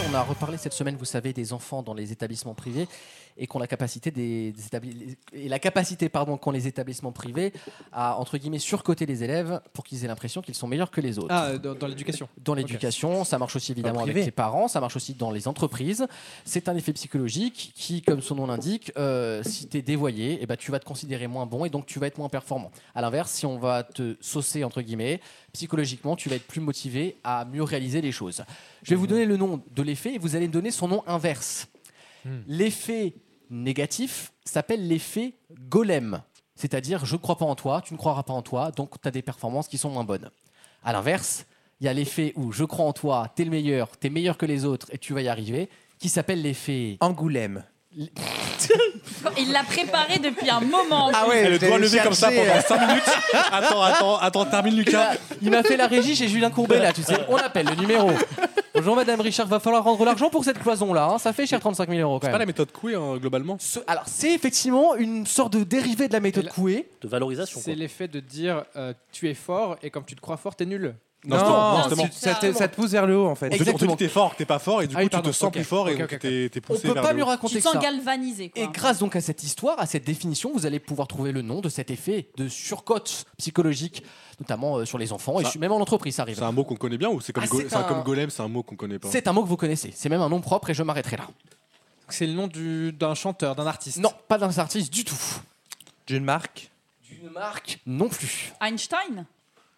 Speaker 2: On a reparlé cette semaine, vous savez, des enfants dans les établissements privés et qu'on la capacité des, des établi- et la capacité pardon qu'ont les établissements privés à entre guillemets surcoter les élèves pour qu'ils aient l'impression qu'ils sont meilleurs que les autres.
Speaker 8: Ah, euh, dans, dans l'éducation.
Speaker 2: Dans l'éducation, ça marche aussi évidemment
Speaker 8: Dans le
Speaker 2: avec
Speaker 8: privé.
Speaker 2: les parents, ça marche aussi dans les entreprises. C'est un effet psychologique qui, comme son nom l'indique, euh, si tu es dévoyé, eh ben, tu vas te considérer moins bon et donc tu vas être moins performant. À l'inverse, si on va te saucer, entre guillemets, psychologiquement, tu vas être plus motivé à mieux réaliser les choses. Je vais vous donner le nom de l'effet et vous allez me donner son nom inverse. L'effet négatif s'appelle l'effet golem. C'est-à-dire, je ne crois pas en toi, tu ne croiras pas en toi, donc tu as des performances qui sont moins bonnes. À l'inverse, il y a l'effet où je crois en toi, t'es le meilleur, t'es meilleur que les autres et tu vas y arriver, qui s'appelle l'effet.
Speaker 5: Angoulême.
Speaker 4: Il l'a préparé depuis un moment.
Speaker 5: Ah
Speaker 3: Et
Speaker 5: ouais,
Speaker 3: le
Speaker 5: je l'ai
Speaker 3: doigt levé comme ça
Speaker 5: cherché,
Speaker 3: pendant 5 minutes. Attends, attends, attends, termine Lucas.
Speaker 2: Il m'a fait la régie chez Julien Courbet là, tu sais. On appelle le numéro. Bonjour Madame Richard, va falloir rendre l'argent pour cette cloison là, hein. ça fait cher 35 000 euros quand
Speaker 3: C'est pas la
Speaker 2: même.
Speaker 3: méthode Coué, hein, globalement.
Speaker 2: Ce- alors c'est effectivement une sorte de dérivé de la méthode
Speaker 8: Et là-
Speaker 2: Coué.
Speaker 6: De valorisation.
Speaker 8: C'est
Speaker 6: Quoi.
Speaker 8: l'effet de dire euh, tu es fort et comme tu te crois fort, t'es nul.
Speaker 5: Non,
Speaker 3: justement,
Speaker 5: non,
Speaker 3: justement.
Speaker 5: tu- ça, te, ça te pousse vers le haut en fait.
Speaker 3: On te dit- on te dit
Speaker 2: Exactement.
Speaker 3: que t'es fort, que t'es pas fort, et du
Speaker 8: Ah
Speaker 3: coup
Speaker 8: oui,
Speaker 3: tu
Speaker 8: pardon,
Speaker 3: te sens
Speaker 8: ok,
Speaker 3: plus fort et
Speaker 8: ok,
Speaker 3: donc
Speaker 8: ok.
Speaker 3: t'es- t'es
Speaker 2: On
Speaker 3: poussé
Speaker 2: peut
Speaker 3: vers
Speaker 2: pas
Speaker 3: le
Speaker 2: lui
Speaker 3: haut.
Speaker 2: raconter
Speaker 4: Tu te
Speaker 2: que
Speaker 4: sens
Speaker 2: ça.
Speaker 4: galvanisé. Quoi.
Speaker 2: Et grâce donc à cette histoire, à cette définition, vous allez pouvoir trouver le nom de cet effet de surcote psychologique, notamment euh, sur les enfants
Speaker 3: Ça-
Speaker 2: et même en entreprise, ça
Speaker 3: C'est
Speaker 2: arrive.
Speaker 3: un mot qu'on connaît bien ou c'est comme,
Speaker 2: Ah,
Speaker 3: go-
Speaker 2: c'est
Speaker 3: c'est un-
Speaker 2: un-
Speaker 3: comme golem, c'est un mot qu'on connaît pas
Speaker 2: C'est un mot que vous connaissez, c'est même un nom propre et je m'arrêterai là.
Speaker 8: C'est le nom du- d'un chanteur, d'un artiste.
Speaker 2: Non, pas d'un artiste du tout.
Speaker 5: D'une marque
Speaker 2: D'une marque non plus.
Speaker 4: Einstein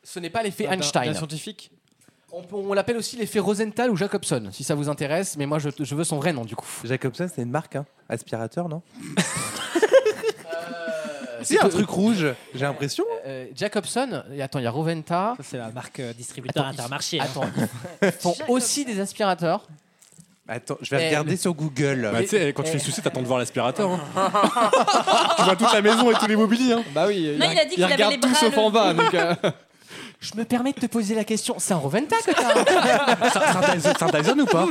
Speaker 2: Ce n'est pas l'effet
Speaker 8: D'un- d'un
Speaker 2: Einstein.
Speaker 8: scientifique.
Speaker 2: On, peut- on l'appelle aussi l'effet Rosenthal ou Jacobson, si ça vous intéresse, mais moi je, je veux son vrai nom du coup.
Speaker 5: Jacobson, c'est une marque, hein. Aspirateur, non
Speaker 3: Euh,
Speaker 2: C'est
Speaker 5: un truc rouge, j'ai l'impression.
Speaker 2: Euh, Jacobson, et attends, il y a Roventa.
Speaker 19: c'est la marque
Speaker 2: euh,
Speaker 19: distributeur Intermarché. hein.
Speaker 2: Attends, ils font aussi des aspirateurs.
Speaker 5: Attends, je
Speaker 2: Eh,
Speaker 5: vais regarder
Speaker 2: le-
Speaker 5: sur Google.
Speaker 3: Bah, tu sais, quand tu fais le
Speaker 5: Eh.
Speaker 3: suicide, t'attends de voir l'aspirateur. hein. tu vois toute la maison et tous les mobiliers. hein.
Speaker 8: Bah oui.
Speaker 4: Non, il a dit qu'il avait les bras.
Speaker 8: euh,
Speaker 4: le-
Speaker 2: Je me permets de te poser la question, c'est un Roventa que t'as
Speaker 5: C'est un Dyson ou pas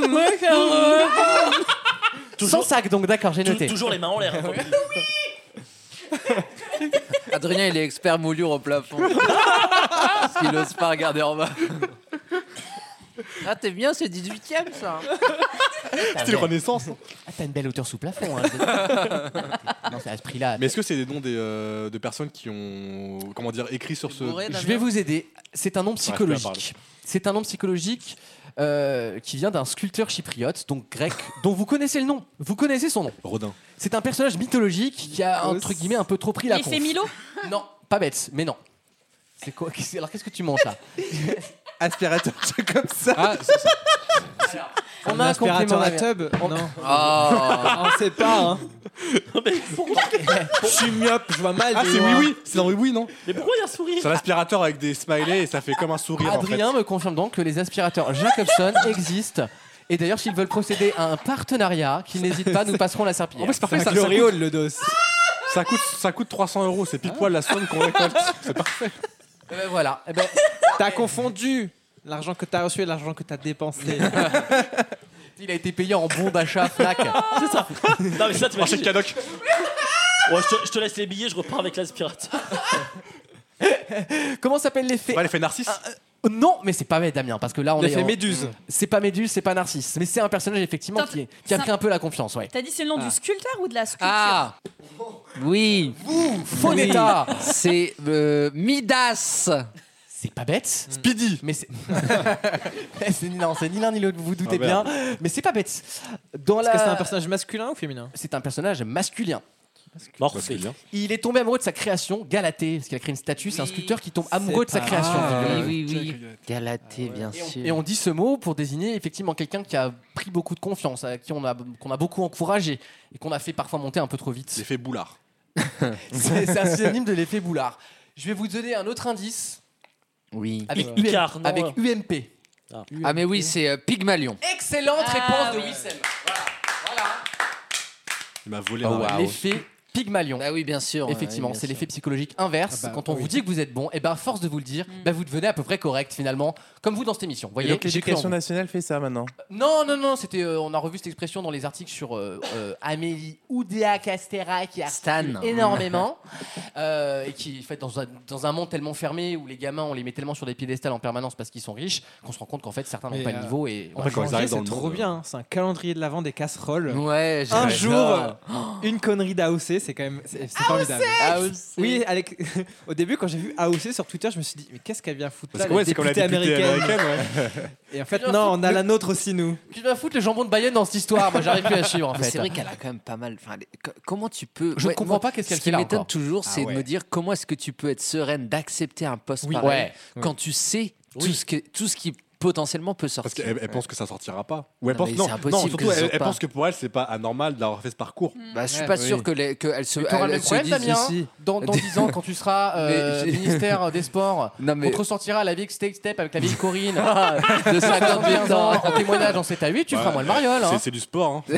Speaker 2: Sans sac donc, d'accord, j'ai
Speaker 6: Tou-
Speaker 2: noté.
Speaker 6: Toujours les mains en l'air. hein, quand même.
Speaker 7: Adrien, il est expert moulure au plafond. Parce qu'il n'ose pas regarder en bas. Ah, t'es bien, c'est 18ème ça.
Speaker 3: C'était une renaissance.
Speaker 2: Ah, t'as une belle hauteur sous plafond. hein. non, c'est à ce prix-là.
Speaker 3: Mais est-ce que c'est des noms des, euh, de personnes qui ont comment dire écrit sur ce
Speaker 2: Je vais vous aider. C'est un nom
Speaker 3: Ça reste plus à
Speaker 2: psychologique. C'est un nom psychologique euh, qui vient d'un sculpteur chypriote, donc grec, dont vous connaissez le nom. Vous connaissez son nom.
Speaker 3: Rodin.
Speaker 2: C'est un personnage mythologique qui a, entre guillemets, un peu trop pris la conf.
Speaker 4: L'effet Milo
Speaker 2: Non, pas bête, mais non. C'est quoi qu'est-ce- Alors qu'est-ce que tu manges là
Speaker 5: Aspirateur, c'est comme ça.
Speaker 2: On a un complément
Speaker 8: aspirateur à
Speaker 2: Damien.
Speaker 8: tub Non.
Speaker 2: Ah.
Speaker 8: On sait pas, hein. Je suis myope, je vois mal.
Speaker 3: Ah,
Speaker 8: de
Speaker 3: c'est oui,
Speaker 8: loin.
Speaker 3: oui, c'est dans oui, oui, non
Speaker 6: Mais pourquoi il y a un sourire
Speaker 3: C'est un aspirateur avec des smileys et ça fait comme un sourire.
Speaker 2: Adrien
Speaker 3: en fait.
Speaker 2: me confirme donc que les aspirateurs Jacobson existent. Et d'ailleurs, s'ils veulent procéder à un partenariat, qu'ils n'hésitent pas, nous passerons la serpillière.
Speaker 3: En plus, c'est parfait, ça, le dos. Ça coûte, ça coûte 300 euros, c'est pile poil la somme qu'on récolte. C'est parfait.
Speaker 2: Eh ben voilà. Eh ben,
Speaker 8: T'as confondu l'argent que t'as reçu et l'argent que t'as dépensé.
Speaker 2: il a été payé en bon d'achat Fnac.
Speaker 6: C'est ça. Non, mais ça,
Speaker 8: Marché
Speaker 6: t'imagines. Ouais, je, te, je te laisse les billets, je repars avec l'aspirateur.
Speaker 2: Comment s'appelle l'effet
Speaker 3: L'effet Narcisse
Speaker 7: Ah,
Speaker 2: Euh, Non, mais c'est pas vrai, Damien, parce que là on
Speaker 8: L'effet
Speaker 2: est. en-
Speaker 8: Méduse.
Speaker 2: C'est pas Méduse, c'est pas Narcisse, mais c'est un personnage effectivement
Speaker 4: Attends,
Speaker 2: qui, est- qui a
Speaker 4: ça-
Speaker 2: pris un peu la confiance, ouais.
Speaker 4: T'as dit c'est le nom
Speaker 2: Ah.
Speaker 4: du sculpteur ou de la sculpture
Speaker 7: Ah Oui.
Speaker 2: Vous,
Speaker 4: Fonetta.
Speaker 7: C'est euh, Midas.
Speaker 2: C'est pas bête.
Speaker 3: Speedy.
Speaker 2: Mais c'est. C'est- non, c'est ni l'un ni l'autre, vous vous doutez
Speaker 8: Ah, merde.
Speaker 2: bien. Mais c'est pas bête. Dans
Speaker 8: Est-ce que c'est un
Speaker 2: la.
Speaker 8: personnage masculin ou féminin
Speaker 2: C'est un personnage masculin.
Speaker 6: Morphée.
Speaker 2: Il est tombé amoureux de sa création, Galatée, parce qu'il a créé une statue. C'est un sculpteur qui tombe amoureux de sa
Speaker 7: pas
Speaker 2: création.
Speaker 7: mal.
Speaker 2: figurez-vous.
Speaker 7: Ah, Oui, oui, oui. Galatée, bien
Speaker 2: Et on-
Speaker 7: sûr.
Speaker 2: Et on dit ce mot pour désigner effectivement quelqu'un qui a pris beaucoup de confiance, à qui on a, qu'on a beaucoup encouragé et qu'on a fait parfois monter un peu trop vite.
Speaker 3: L'effet boulard.
Speaker 2: c'est, c'est un synonyme de l'effet boulard. Je vais vous donner un autre indice
Speaker 7: Oui.
Speaker 2: avec,
Speaker 7: Avec
Speaker 2: UM-
Speaker 7: Icar, non,
Speaker 2: avec
Speaker 7: euh.
Speaker 2: UMP.
Speaker 7: Ah, mais oui, c'est euh, Pygmalion.
Speaker 2: Excellente
Speaker 7: Ah,
Speaker 2: réponse de
Speaker 7: oui.
Speaker 2: Wissem.
Speaker 3: Il m'a volé
Speaker 7: Oh,
Speaker 3: ma-
Speaker 7: waouh.
Speaker 2: L'effet Pygmalion.
Speaker 7: Ah oui, bien sûr.
Speaker 2: Effectivement,
Speaker 7: oui, bien
Speaker 2: c'est
Speaker 7: sûr.
Speaker 2: l'effet psychologique inverse.
Speaker 7: Ah bah,
Speaker 2: Quand on
Speaker 7: oui.
Speaker 2: vous dit que vous êtes bon, et ben à force de vous le dire,
Speaker 7: Mm.
Speaker 2: bah, vous devenez à peu près correct finalement, comme vous dans cette émission. Vous
Speaker 5: Et
Speaker 2: voyez,
Speaker 5: Donc
Speaker 2: j'ai cru en
Speaker 5: l'éducation
Speaker 2: vous.
Speaker 5: nationale fait ça maintenant.
Speaker 2: Non, non, non, c'était, euh, on a revu cette expression dans les articles sur euh, euh, Amélie Oudéa Castera qui articule
Speaker 7: Stan.
Speaker 2: énormément euh, et qui est faite dans un, dans un monde tellement fermé où les gamins on les met tellement sur des piédestals en permanence parce qu'ils sont riches qu'on se rend compte qu'en fait certains n'ont
Speaker 8: Mais,
Speaker 2: pas le
Speaker 8: euh,
Speaker 2: niveau et
Speaker 8: En janvier, c'est
Speaker 3: euh.
Speaker 8: trop bien. hein. C'est un calendrier de l'avant des casseroles.
Speaker 7: Ouais, j'ai
Speaker 8: Un
Speaker 7: fait
Speaker 8: jour,
Speaker 7: ça.
Speaker 8: euh, une connerie d'AOC, c'est quand même c'est c'est formidable.
Speaker 2: Ah
Speaker 3: Ah
Speaker 7: AOC.
Speaker 8: Oui, Alex- au début, quand j'ai vu AOC sur Twitter, je me suis dit, mais qu'est-ce qu'elle vient foutre là,
Speaker 3: Parce que ouais, c'est comme la
Speaker 8: députée
Speaker 3: députée
Speaker 8: ouais.
Speaker 3: américaine,
Speaker 8: Et en fait,
Speaker 7: Putain,
Speaker 8: non,
Speaker 7: fou-
Speaker 8: on a
Speaker 7: le-
Speaker 8: la nôtre aussi, nous.
Speaker 2: Tu dois foutre le jambon de Bayonne dans cette histoire. Moi, j'arrive plus à suivre en
Speaker 7: Mais
Speaker 2: fait.
Speaker 7: C'est vrai qu'elle a quand même pas mal. Enfin, les- co- comment tu peux.
Speaker 2: Je comprends
Speaker 7: moi,
Speaker 2: pas qu'est-ce qu'elle
Speaker 7: Ce
Speaker 2: fait
Speaker 7: qui
Speaker 2: là
Speaker 7: m'étonne
Speaker 2: encore.
Speaker 7: toujours,
Speaker 2: Ah
Speaker 7: c'est de
Speaker 2: ouais.
Speaker 7: me dire comment est-ce que tu peux être sereine d'accepter un poste
Speaker 2: Oui.
Speaker 7: pareil
Speaker 2: Ouais.
Speaker 7: quand tu sais tout ce que tout ce qui potentiellement peut sortir.
Speaker 3: Parce qu'elle elle pense que ça sortira pas. Ou
Speaker 7: Non,
Speaker 3: elle pense
Speaker 7: mais
Speaker 3: non,
Speaker 7: c'est
Speaker 3: non,
Speaker 7: impossible
Speaker 3: surtout
Speaker 7: que ça
Speaker 3: elle,
Speaker 7: sorte
Speaker 3: elle
Speaker 7: pas.
Speaker 3: pense que pour elle c'est pas anormal d'avoir fait ce parcours.
Speaker 7: Bah, je suis pas sûr que les- que elle se-
Speaker 2: Tu auras
Speaker 7: elle-
Speaker 2: le
Speaker 7: elle
Speaker 2: même
Speaker 7: se
Speaker 2: problème,
Speaker 7: dise
Speaker 2: Damien.
Speaker 7: ici.
Speaker 2: Dans, dans 10 ans, quand tu seras euh,
Speaker 7: Mais j'ai-
Speaker 2: ministère des Sports,
Speaker 7: Non, mais-
Speaker 2: on te ressortira la vieille Steak Step avec la vieille Corinne
Speaker 7: De 58 ans.
Speaker 2: en témoignage en 7 à 8. Tu feras moins le mariole.
Speaker 3: C'est
Speaker 2: hein.
Speaker 3: c'est du sport. hein.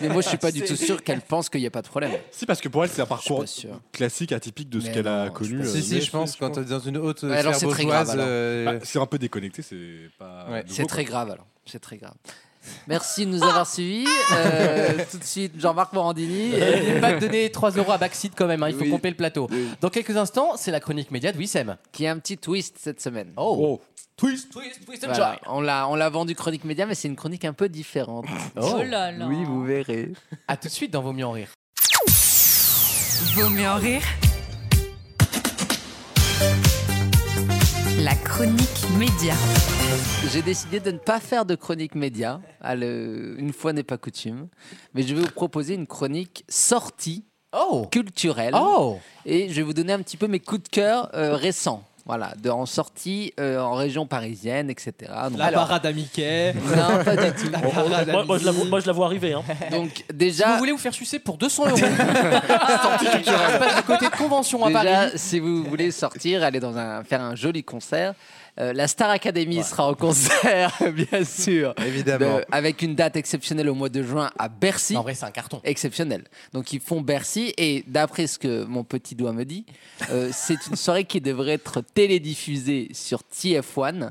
Speaker 7: Mais moi, je suis pas du tout
Speaker 3: C'est-
Speaker 7: sûr qu'elle pense qu'il n'y a pas de problème.
Speaker 3: Si, parce que pour elle, c'est un parcours classique, atypique de ce
Speaker 7: Mais
Speaker 3: qu'elle a
Speaker 7: non,
Speaker 3: connu. euh,
Speaker 7: je
Speaker 5: Si, si, je pense, quand t'es dans une haute sphère bourgeoise, euh,
Speaker 3: Bah, c'est un peu déconnecté, c'est pas.
Speaker 7: Ouais.
Speaker 3: nouveau,
Speaker 7: C'est
Speaker 3: quoi.
Speaker 7: très grave alors. C'est très grave. Merci de nous avoir suivis. Euh, tout de suite, Jean-Marc Morandini.
Speaker 2: Et il va te donner 3 euros à backseat quand même, hein, il faut pomper le plateau. Dans quelques instants, c'est la chronique média de Wissem.
Speaker 7: Qui a un petit twist cette semaine.
Speaker 2: Oh, Twist, twist, twist and
Speaker 7: Voilà,
Speaker 2: joy.
Speaker 7: on l'a, on l'a vendu chronique média, mais c'est une chronique un peu différente.
Speaker 2: Oh. Oh là là. Oui,
Speaker 7: vous verrez.
Speaker 2: À tout de suite dans Vaut mieux en rire.
Speaker 1: Vaut mieux en rire. La chronique média.
Speaker 7: J'ai décidé de ne pas faire de chronique média. à le- Une fois n'est pas coutume, mais je vais vous proposer une chronique sortie.
Speaker 2: Oh.
Speaker 7: culturelle
Speaker 2: Oh.
Speaker 7: et je vais vous donner un petit peu mes coups de cœur euh, récents Voilà, de, en sortie euh, en région parisienne, etc. Donc,
Speaker 8: La
Speaker 7: alors-
Speaker 8: parade à Mickey.
Speaker 7: Non, pas du tout.
Speaker 8: La parade à
Speaker 6: Moi, moi, je la vois,
Speaker 8: Mickey.
Speaker 6: moi, je la vois arriver. hein.
Speaker 7: Donc déjà,
Speaker 2: vous voulez vous faire sucer pour 200 euros. Ça se passe du côté de convention à
Speaker 7: Déjà,
Speaker 2: Paris.
Speaker 7: si vous voulez sortir, aller dans un, faire un joli concert, euh, la Star Academy sera en concert, bien sûr.
Speaker 3: Bah,
Speaker 5: Évidemment.
Speaker 7: De- avec une date exceptionnelle au mois de juin à Bercy. En
Speaker 2: vrai, c'est un carton.
Speaker 7: Exceptionnel. Donc, ils font Bercy et d'après ce que mon petit doigt me dit, euh, c'est une soirée qui devrait être télédiffusée sur TF1.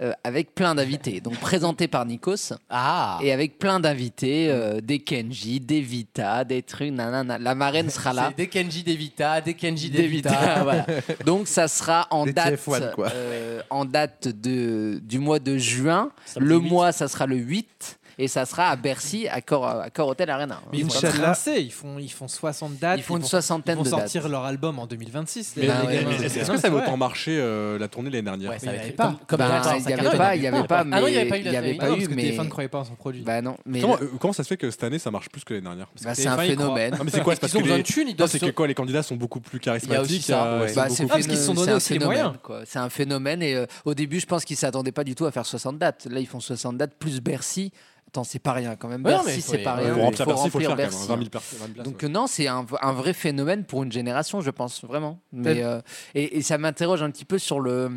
Speaker 7: euh, avec plein d'invités, donc présentée par Nikos,
Speaker 2: Ah.
Speaker 7: et avec plein d'invités, euh, des Kenji, des Vita, des trucs, nanana. La marraine sera là.
Speaker 2: C'est des Kenji Devita, des Kenji
Speaker 7: Devita,
Speaker 2: Devita.
Speaker 7: voilà. Donc ça sera en
Speaker 2: Des
Speaker 7: date,
Speaker 2: TF1, quoi.
Speaker 7: euh, en date de, du mois de juin.
Speaker 2: Samedi
Speaker 7: Le
Speaker 2: 8.
Speaker 7: mois, ça sera le 8. Et ça sera à Bercy, à Cor, à Cor Hotel Arena.
Speaker 8: Mais ils vont se rincer, ils font, ils font 60 dates.
Speaker 7: Ils font une soixantaine
Speaker 8: Ils
Speaker 7: de
Speaker 8: vont sortir
Speaker 7: dates.
Speaker 8: leur album en 2026.
Speaker 3: Mais-
Speaker 7: Ah
Speaker 3: mais- mais- mais- Est-ce que ça avait autant marché euh, la tournée l'année dernière
Speaker 8: Ouais, ça avait été pas. Comme- comme
Speaker 7: Ben,
Speaker 8: Jackson,
Speaker 7: il
Speaker 8: ça
Speaker 7: n'y avait
Speaker 8: cartonne.
Speaker 7: pas, il y avait pas, mais
Speaker 8: Ah non, il y avait pas eu
Speaker 7: il
Speaker 8: la
Speaker 7: y avait
Speaker 8: série.
Speaker 7: pas
Speaker 8: Ah non,
Speaker 7: eu,
Speaker 8: parce que
Speaker 7: mais-
Speaker 8: TF1 ne croyait pas en son produit.
Speaker 7: Bah non, mais
Speaker 3: comment,
Speaker 7: le-
Speaker 3: euh, comment ça se fait que cette année ça marche plus que l'année dernière Parce
Speaker 7: Bah,
Speaker 3: que
Speaker 7: c'est un
Speaker 3: TF1, ils croient.
Speaker 7: phénomène.
Speaker 3: Ah, mais c'est quoi c'est
Speaker 7: Parce
Speaker 3: parce
Speaker 7: qu'ils ont
Speaker 3: que
Speaker 7: besoin
Speaker 3: les-
Speaker 7: de thunes, ils
Speaker 3: Non,
Speaker 7: doivent
Speaker 3: c'est
Speaker 7: se-
Speaker 3: que quoi Les candidats sont beaucoup plus
Speaker 7: Il y a aussi
Speaker 3: charismatiques.
Speaker 7: ça.
Speaker 3: euh,
Speaker 7: Ouais.
Speaker 3: ils
Speaker 7: Bah,
Speaker 3: sont
Speaker 7: c'est
Speaker 3: beaucoup-
Speaker 7: phénomène- c'est un phénomène, quoi. C'est un phénomène. Et euh, au début, je pense qu'ils s'attendaient pas du tout à faire 60 dates. Là, ils font 60 dates plus Bercy. Attends, c'est pas rien quand même.
Speaker 3: Ouais, non,
Speaker 7: Bercy,
Speaker 3: mais faut
Speaker 7: c'est
Speaker 3: les-
Speaker 7: pas
Speaker 3: faut
Speaker 7: rien.
Speaker 3: remplir Bercy, faut le faire quand même,
Speaker 7: Bercy.
Speaker 3: hein. 20 000 personnes, 20 000 places,
Speaker 7: Donc euh, non, c'est un, un vrai phénomène pour une génération, je pense vraiment. Mais
Speaker 2: Peut-être.
Speaker 7: euh, et, et ça m'interroge un petit peu sur le,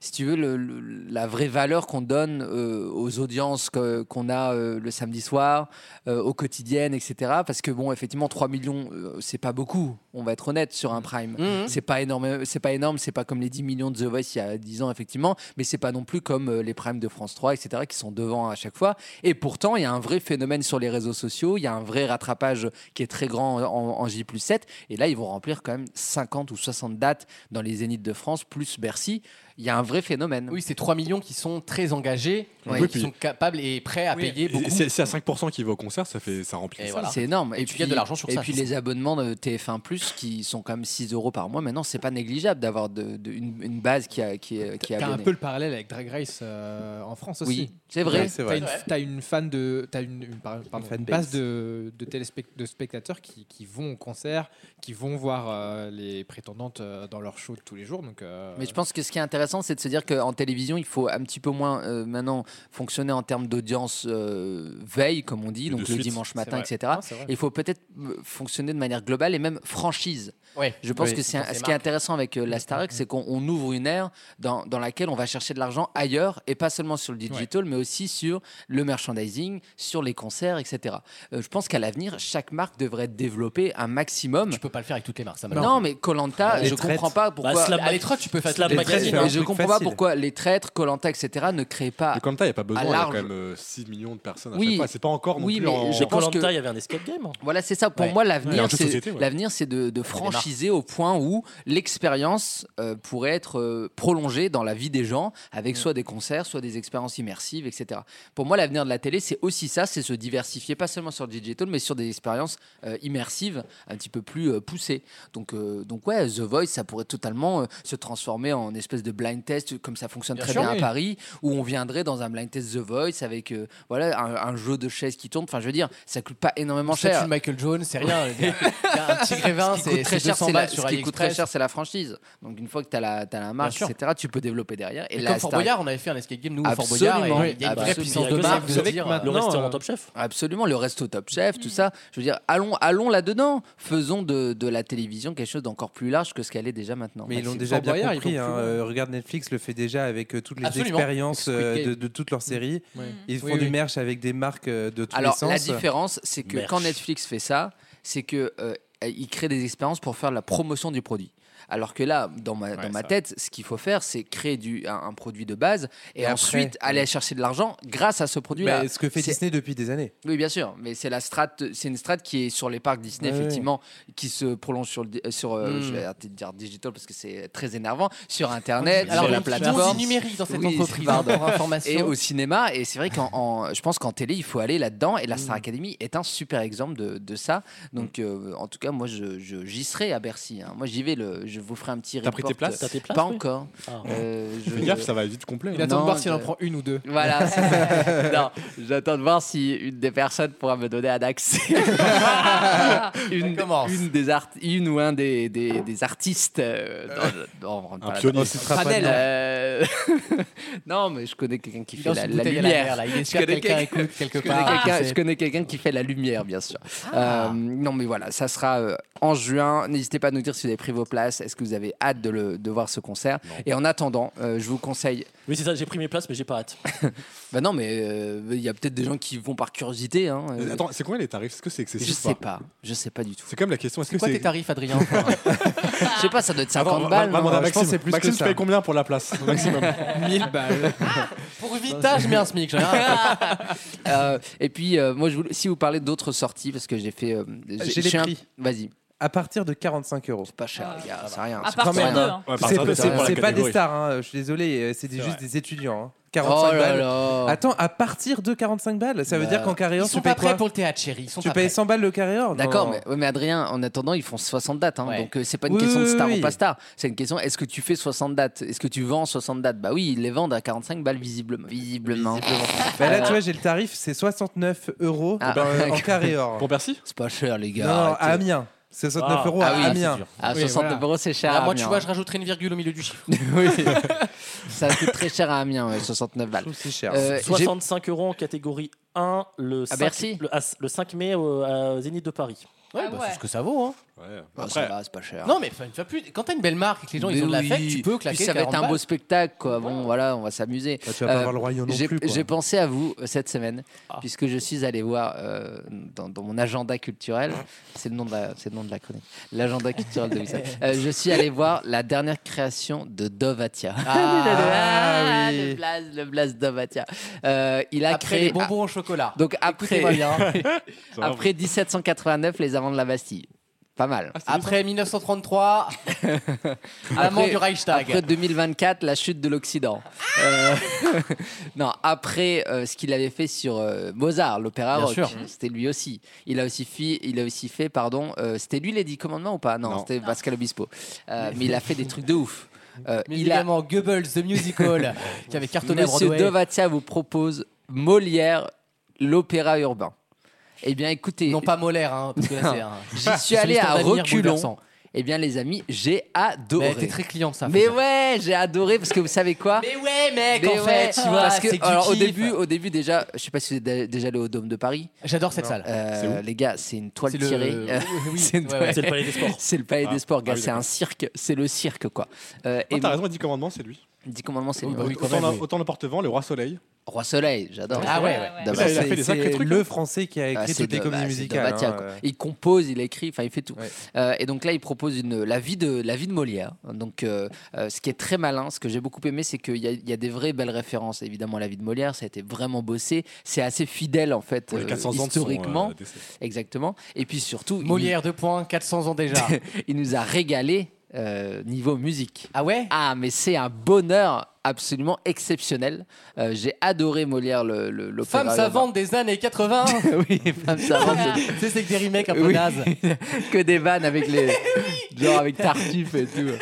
Speaker 7: si tu veux, le- le- la vraie valeur qu'on donne euh, aux audiences que- qu'on a euh, le samedi soir, euh, aux quotidiennes, etc. Parce que bon, effectivement, 3 millions, euh, c'est pas beaucoup. On va être honnête sur un prime.
Speaker 2: Mhm.
Speaker 7: C'est pas énorme, c'est pas énorme, c'est pas comme les 10 millions de The Voice il y a 10 ans effectivement, mais c'est pas non plus comme euh, les primes de France 3 etc qui sont devant à chaque fois. Et pourtant il y a un vrai phénomène sur les réseaux sociaux, il y a un vrai rattrapage qui est très grand en, en J 7 et là ils vont remplir quand même 50 ou 60 dates dans les zéniths de France plus Bercy. Il y a un vrai phénomène.
Speaker 2: Oui, c'est 3 millions qui sont très engagés,
Speaker 7: Oui.
Speaker 2: qui
Speaker 7: Oui, puis-
Speaker 2: sont capables et prêts à payer
Speaker 3: Et
Speaker 2: beaucoup.
Speaker 3: C'est c'est à 5% qui va au concert, ça fait ça remplit.
Speaker 7: C'est
Speaker 3: ça.
Speaker 7: énorme.
Speaker 2: Et tu gagnes de l'argent sur
Speaker 7: et
Speaker 2: ça,
Speaker 7: puis
Speaker 2: c'est
Speaker 7: les abonnements de TF1 Plus qui sont quand même 6 euros par mois. Maintenant, c'est pas négligeable d'avoir de, de- une, une base qui a qui, est- qui est
Speaker 8: T'as un
Speaker 7: abonnée.
Speaker 8: peu le parallèle avec Drag Race euh, en France aussi.
Speaker 7: Oui, c'est vrai. Ouais, c'est
Speaker 8: T'as
Speaker 7: vrai.
Speaker 8: une, t'as une fan de, t'as une, une, par- pardon,
Speaker 5: fanbase.
Speaker 8: une base de, de, téléspec- de spectateurs qui, qui vont au concert, qui vont voir euh, les prétendantes euh, dans leur show tous les jours. Donc, euh,
Speaker 7: Mais je pense que ce qui est intéressant, c'est de se dire qu'en télévision, il faut un petit peu moins euh, maintenant fonctionner en termes d'audience euh, veille, comme on dit,
Speaker 2: Et
Speaker 7: donc le
Speaker 2: de suite.
Speaker 7: dimanche
Speaker 2: C'est
Speaker 7: matin,
Speaker 2: vrai.
Speaker 7: etc.
Speaker 2: Non, c'est vrai.
Speaker 7: Et il faut peut-être euh, fonctionner de manière globale et même franchise.
Speaker 2: Ouais.
Speaker 7: Je pense
Speaker 2: Oui,
Speaker 7: que c'est
Speaker 2: dans
Speaker 7: un-
Speaker 2: ces
Speaker 7: ce qui est
Speaker 2: marques.
Speaker 7: intéressant avec
Speaker 2: Mm.
Speaker 7: euh, la Starac, c'est qu'on on ouvre une ère dans, dans laquelle on va chercher de l'argent ailleurs et pas seulement sur le digital, mais aussi sur le merchandising, sur les concerts, etc. Euh, je pense qu'à l'avenir, chaque marque devrait développer un maximum. Tu
Speaker 2: peux pas le faire avec toutes les marques, ça
Speaker 7: Non,
Speaker 2: malheureusement.
Speaker 7: mais Colanta,
Speaker 2: Les
Speaker 7: je
Speaker 2: traites.
Speaker 7: comprends pas
Speaker 2: Bah,
Speaker 7: pourquoi.
Speaker 2: Slap- Ah, les traites, tu peux faire Slap
Speaker 7: les
Speaker 2: Magazine,
Speaker 7: traites,
Speaker 2: hein,
Speaker 7: mais
Speaker 2: un
Speaker 7: je
Speaker 2: truc
Speaker 7: comprends pas
Speaker 2: facile.
Speaker 7: pourquoi les traîtres, Colanta, etc. ne créent pas.
Speaker 3: Le Colanta, il n'y a pas besoin,
Speaker 7: à
Speaker 3: il y a quand
Speaker 7: large.
Speaker 3: même euh, 6 millions de personnes à
Speaker 7: Oui.
Speaker 3: chaque fois. C'est pas encore non
Speaker 7: Oui,
Speaker 3: plus
Speaker 7: mais
Speaker 3: en...
Speaker 7: je pense que- Koh-Lanta, il y
Speaker 6: Il y avait un escape game. hein.
Speaker 7: Voilà, c'est ça. Pour
Speaker 6: Ouais.
Speaker 7: moi,
Speaker 6: Il y a un
Speaker 7: l'avenir,
Speaker 6: jeu de
Speaker 7: c'est
Speaker 6: société, ouais.
Speaker 7: l'avenir, c'est de, de franchiser au point où l'expérience euh, pourrait être euh, prolongée dans la vie des gens avec
Speaker 2: Mm.
Speaker 7: soit des concerts, soit des expériences immersives, etc. Pour moi, l'avenir de la télé, c'est aussi ça, c'est se diversifier, pas seulement sur le digital, mais sur des expériences euh, immersives un petit peu plus euh, poussées. Donc, euh, donc ouais, The Voice, ça pourrait totalement euh, se transformer en espèce de blind test, comme ça fonctionne
Speaker 2: Bien
Speaker 7: très
Speaker 2: sûr,
Speaker 7: bien
Speaker 2: oui.
Speaker 7: à Paris, où on viendrait dans un blind test The Voice avec euh, voilà un, un jeu de chaises qui tourne. Enfin, je veux dire, ça coûte pas énormément
Speaker 2: C'est
Speaker 7: cher.
Speaker 2: une Michael Jones, c'est rien. Il y a un petit grévin,
Speaker 7: Ce qui coûte
Speaker 2: c'est
Speaker 7: très
Speaker 2: c'est
Speaker 7: cher,
Speaker 2: 200
Speaker 7: c'est la,
Speaker 2: balles
Speaker 7: ce
Speaker 2: sur
Speaker 7: qui coûte très
Speaker 2: AliExpress.
Speaker 7: cher, c'est la franchise. Donc une fois que tu as la, t'as la marque,
Speaker 2: sûr.
Speaker 7: etc., tu peux développer derrière. Et
Speaker 2: Et
Speaker 7: la
Speaker 2: comme Fort
Speaker 7: Star-
Speaker 2: Boyard, on avait fait un escape game, nous, au Fort Boyard, et il y a une vraie
Speaker 7: absolument.
Speaker 2: puissance de marque. de dire,
Speaker 7: Ah,
Speaker 2: euh,
Speaker 7: Chef. Absolument, le resto Top Chef, tout ça. Je veux dire, allons, allons là-dedans. Faisons de, de la télévision quelque chose d'encore plus large que ce qu'elle est déjà maintenant.
Speaker 5: Mais ils l'ont déjà
Speaker 7: Maxime.
Speaker 5: bien compris. hein. Euh, regarde Netflix le fait déjà avec euh, toutes les
Speaker 7: Absolument.
Speaker 5: expériences
Speaker 7: Avec Squid
Speaker 5: euh, de,
Speaker 7: Game.
Speaker 5: de toutes leurs séries.
Speaker 7: Ouais.
Speaker 5: Ils font
Speaker 7: Mm. Oui,
Speaker 5: du
Speaker 7: oui.
Speaker 5: merch avec des marques euh, de tous
Speaker 7: Alors,
Speaker 5: les sens.
Speaker 7: la différence, c'est que
Speaker 5: Merch.
Speaker 7: quand Netflix fait ça, c'est que euh, il crée des expériences pour faire la promotion du produit. Alors que là, dans ma, dans ma tête, ce qu'il faut faire, c'est créer du, un, un produit de base et,
Speaker 5: Et après,
Speaker 7: ensuite aller chercher de l'argent grâce à ce produit-là.
Speaker 5: Mais ce que fait
Speaker 7: C'est-
Speaker 5: Disney depuis des années.
Speaker 7: oui, bien sûr, mais c'est la strate, c'est une strate qui est sur les parcs Disney
Speaker 5: Ouais, Hmm. ouais.
Speaker 7: effectivement, qui se prolonge sur le, di- euh, sur, euh,
Speaker 2: Mm.
Speaker 7: je vais arrêter de dire digital parce que c'est très énervant, sur internet,
Speaker 2: Alors,
Speaker 7: sur la
Speaker 2: on dit
Speaker 7: plateforme,
Speaker 2: numérique dans cette
Speaker 7: Oui,
Speaker 2: entreprise, hein,
Speaker 7: pardon.
Speaker 2: pour information.
Speaker 7: et au cinéma. Et c'est vrai qu'en, en- je pense qu'en télé, il faut aller là-dedans. Et la
Speaker 3: Mm.
Speaker 7: Star Academy est un super exemple de, de ça. Donc, euh, en tout cas, moi, je, je- j'y serai à Bercy. hein. Moi, j'y vais le, je vous ferai un petit
Speaker 3: T'as pris
Speaker 7: report. euh,
Speaker 3: tes places T'as tes places,
Speaker 7: Pas
Speaker 3: oui
Speaker 7: encore.
Speaker 3: Ah.
Speaker 7: Euh,
Speaker 3: Fais gaffe, ça va vite complet, Il hein. attend de
Speaker 7: Non,
Speaker 3: voir s'il
Speaker 7: je-
Speaker 3: en prend
Speaker 8: une ou deux.
Speaker 7: Voilà. c'est- non, j'attends de voir si une des personnes pourra me donner un accès. une, une des art- une ou un des, des, des artistes. euh, dans- dans- on rentre
Speaker 3: Un
Speaker 7: pas
Speaker 3: pionnier.
Speaker 7: là-dedans.
Speaker 3: Ce sera Pradel. pas
Speaker 7: Euh, non, mais je connais quelqu'un qui
Speaker 14: Il
Speaker 7: fait
Speaker 14: lance
Speaker 7: la,
Speaker 14: une
Speaker 7: la
Speaker 14: bouteille à la
Speaker 7: lumière.
Speaker 14: mer, là. Il est
Speaker 7: Je
Speaker 14: sûr que
Speaker 7: connais
Speaker 14: quelqu'un
Speaker 7: quelqu'un-
Speaker 14: écoute quelque
Speaker 7: je connais
Speaker 14: part.
Speaker 7: quelqu'un-
Speaker 14: Ah,
Speaker 7: Je
Speaker 14: c'est- Ah.
Speaker 7: connais quelqu'un qui fait la lumière, bien sûr. Euh, non, mais voilà, ça sera euh, en juin. N'hésitez pas à nous dire si vous avez pris vos places. Est-ce que vous avez hâte de, le, de voir ce concert Et en attendant, euh, je vous conseille.
Speaker 6: Oui, c'est ça, j'ai pris mes places, mais j'ai pas hâte.
Speaker 7: Bah non, mais euh, il y a peut-être des gens qui vont par curiosité. hein. Euh,
Speaker 3: Mais Attends, c'est combien les tarifs Est-ce que c'est excessif
Speaker 7: Je
Speaker 3: ou
Speaker 7: sais pas, je sais pas du tout.
Speaker 3: C'est comme la question. Est-ce que c'est
Speaker 7: Adrien Je sais pas, ça doit être 50
Speaker 3: Attends, on va-
Speaker 7: balles.
Speaker 3: on
Speaker 7: hein.
Speaker 3: va demander à
Speaker 7: non
Speaker 3: Maxime. Maxime, tu payes combien pour la place au maximum
Speaker 7: 1000
Speaker 8: bah,
Speaker 7: balles.
Speaker 14: Pour Vita, je mets un SMIC. j'en ai rien.
Speaker 7: Euh, et puis, euh, moi, je voulais- si vous parlez d'autres sorties, parce que j'ai fait. euh,
Speaker 5: J'ai
Speaker 7: je
Speaker 5: les
Speaker 7: suis un-
Speaker 5: prix.
Speaker 7: Vas-y.
Speaker 5: À partir de 45 euros.
Speaker 7: C'est pas cher, les gars, c'est rien.
Speaker 5: Ah,
Speaker 7: C'est
Speaker 5: quand
Speaker 7: rien.
Speaker 5: même, hein. C'est- c'est- C'est pas des stars, hein, je suis désolé, euh, c'est des- juste
Speaker 7: vrai.
Speaker 5: des étudiants. hein. 45
Speaker 7: Oh là
Speaker 5: balles.
Speaker 7: là.
Speaker 5: Attends, à partir de 45 balles, ça veut
Speaker 7: Bah,
Speaker 5: dire qu'en carré
Speaker 7: ils
Speaker 5: hors,
Speaker 7: sont
Speaker 5: tu payes
Speaker 7: pas prêts
Speaker 5: quoi
Speaker 7: pour le théâtre, chérie, ils sont
Speaker 5: Tu
Speaker 7: pas
Speaker 5: payes
Speaker 7: prêts.
Speaker 5: 100 balles le carré hors
Speaker 7: D'accord,
Speaker 5: non.
Speaker 7: mais, ouais, mais Adrien, en attendant, ils font 60 dates. hein, Donc, euh, c'est pas une
Speaker 5: Oui,
Speaker 7: question de
Speaker 5: oui,
Speaker 7: star
Speaker 5: oui.
Speaker 7: ou pas star. C'est une question est-ce que tu fais 60 dates Est-ce que tu vends 60 dates Bah oui, ils les vendent à 45 balles, visiblement. Visiblement.
Speaker 5: Bah là, tu vois, j'ai le tarif, c'est 69 euros
Speaker 7: euh, Ah,
Speaker 5: dans- euh, en
Speaker 7: d'accord.
Speaker 5: carré hors.
Speaker 7: Pour Bercy C'est pas cher, les
Speaker 5: Non,
Speaker 7: gars.
Speaker 5: non, à
Speaker 7: arrêtez.
Speaker 5: Amiens. 69
Speaker 7: Ah.
Speaker 5: euros
Speaker 7: Ah oui,
Speaker 5: à
Speaker 7: c'est
Speaker 5: Amiens.
Speaker 7: dur. Ah, 69 euros, c'est cher.
Speaker 14: Ah,
Speaker 7: à
Speaker 14: moi, tu
Speaker 7: Amiens. hein.
Speaker 14: vois, je rajouterai une virgule au milieu du chiffre.
Speaker 7: oui. Ça coûte très cher à Amiens, ouais, 69 balles.
Speaker 5: C'est cher.
Speaker 7: Euh, j'ai-
Speaker 6: 65 euros en catégorie 1 le 5,
Speaker 7: Bercy
Speaker 6: le, as- le 5 mai au à Zénith de Paris.
Speaker 14: Ouais, bah, c'est ce que ça vaut. Hein.
Speaker 7: Bah, ça va, c'est pas cher.
Speaker 14: Non, mais enfin, une fois plus, quand t'as une belle marque et que les gens
Speaker 7: Mais
Speaker 14: ils ont de la fête,
Speaker 7: oui.
Speaker 14: tu peux
Speaker 7: Puis
Speaker 14: claquer.
Speaker 7: ça va être
Speaker 14: 40
Speaker 7: un beau
Speaker 14: balles.
Speaker 7: spectacle, quoi. Bon, voilà, on va s'amuser.
Speaker 5: Bah, tu vas pas voir le royaume non
Speaker 7: Euh, j'ai-
Speaker 5: plus, quoi.
Speaker 7: J'ai pensé à vous euh, cette semaine,
Speaker 14: Ah.
Speaker 7: puisque je suis allé voir euh, dans, dans mon agenda culturel, c'est le nom de la, c'est le nom de la chronique, l'agenda culturel de Wissam. Euh, je suis allé voir la dernière création de Dovatia.
Speaker 14: Ah, oui.
Speaker 7: le blaze, le blaze Dovatia. Euh, il a
Speaker 14: Après
Speaker 7: créé
Speaker 14: les bonbons au chocolat.
Speaker 7: Donc après,
Speaker 14: Écoutez-moi bien.
Speaker 7: après 1789, les Amants de la Bastille. Pas mal.
Speaker 14: Après 1933, l'amant du Reichstag.
Speaker 7: Après 2024, la chute de l'Occident.
Speaker 14: Ah
Speaker 7: Euh, non, après euh, ce qu'il avait fait sur euh, Mozart, l'opéra
Speaker 14: Bien
Speaker 7: rock, hein,
Speaker 14: sûr.
Speaker 7: c'était lui aussi. Il a aussi fait, il a aussi fait pardon, euh, c'était lui les 10 commandements ou pas Non, c'était Pascal Obispo. Euh, mais il a fait des trucs de ouf. Euh,
Speaker 14: Mais évidemment, Goebbels, The Musical, qui avait cartonné à
Speaker 7: Monsieur
Speaker 14: Broadway.
Speaker 7: Dovatia vous propose Molière, l'opéra urbain. Eh bien, écoutez. Non, pas
Speaker 14: Molaire, hein, parce que là, c'est un-
Speaker 7: J'y
Speaker 14: c'est
Speaker 7: suis
Speaker 14: une
Speaker 7: allé
Speaker 14: histoire
Speaker 7: à
Speaker 14: d'avenir
Speaker 7: reculons.
Speaker 14: bouleversant.
Speaker 7: Eh bien, les amis, j'ai adoré.
Speaker 14: Mais t'es très client, ça,
Speaker 7: Mais ouais, j'ai adoré parce que vous savez quoi
Speaker 14: Mais ouais, mec,
Speaker 7: Mais
Speaker 14: en
Speaker 7: ouais,
Speaker 14: fait, tu vois,
Speaker 7: parce que,
Speaker 14: c'est du
Speaker 7: alors, au
Speaker 14: kiff.
Speaker 7: début, au début déjà, je sais pas si vous êtes dé- déjà allé au Dôme de Paris.
Speaker 14: J'adore cette
Speaker 7: Non.
Speaker 14: salle.
Speaker 7: Euh,
Speaker 14: Ah C'est où
Speaker 7: les gars, c'est une toile
Speaker 14: C'est le-
Speaker 7: tirée. Euh,
Speaker 14: oui, oui,
Speaker 7: une
Speaker 14: ouais, ouais.
Speaker 7: toile-
Speaker 14: C'est le Palais des Sports.
Speaker 7: C'est le Palais
Speaker 14: Ah.
Speaker 7: des Sports, gars.
Speaker 14: Ah oui,
Speaker 7: c'est un
Speaker 14: d'accord. Ah,
Speaker 7: cirque. C'est le cirque, quoi. Euh,
Speaker 3: Non,
Speaker 7: et-
Speaker 3: T'as raison, 10 commandements, c'est lui.
Speaker 7: 10 commandements,
Speaker 14: Oh, bah
Speaker 7: c'est lui.
Speaker 3: Autant- autant, le- autant le porte-vent, le roi soleil.
Speaker 7: Roi Soleil, j'adore.
Speaker 3: Ah ouais, ouais. Mais
Speaker 7: Dommage.
Speaker 3: ça, il a fait des sacrés
Speaker 7: C'est
Speaker 3: trucs,
Speaker 5: Le français qui a
Speaker 7: Ah,
Speaker 5: écrit
Speaker 7: c'est
Speaker 5: toutes les
Speaker 7: de-
Speaker 5: comédies
Speaker 7: bah, c'est de
Speaker 5: musicales.
Speaker 7: Batia,
Speaker 5: hein,
Speaker 7: quoi.
Speaker 5: euh.
Speaker 7: Il compose, il écrit, enfin il fait tout. Euh, et donc là, il propose une, la, vie de, la vie de Molière. Donc, euh, euh, ce qui est très malin, ce que j'ai beaucoup aimé, c'est qu'il y, a- il y a des vraies belles références. Évidemment, la vie de Molière, ça a été vraiment bossé. C'est assez fidèle, en fait, euh,
Speaker 14: Pour les 400 ans de son,
Speaker 7: historiquement.
Speaker 14: euh, décès.
Speaker 7: Exactement. Et puis surtout, il-
Speaker 14: Molière, deux points, 400 ans déjà.
Speaker 7: il nous a régalé euh, niveau musique.
Speaker 14: Ah ouais
Speaker 7: Ah, mais c'est un bonheur absolument exceptionnel. Euh, J'ai adoré Molière, le, le, l'opéra
Speaker 14: Femme
Speaker 7: urbain.
Speaker 14: savante des années 80.
Speaker 7: oui, femme savante.
Speaker 14: Tu sais, c'est que des remakes un peu
Speaker 7: Oui.
Speaker 14: nazes.
Speaker 7: que des vannes avec les. genre avec Tartuffe et tout.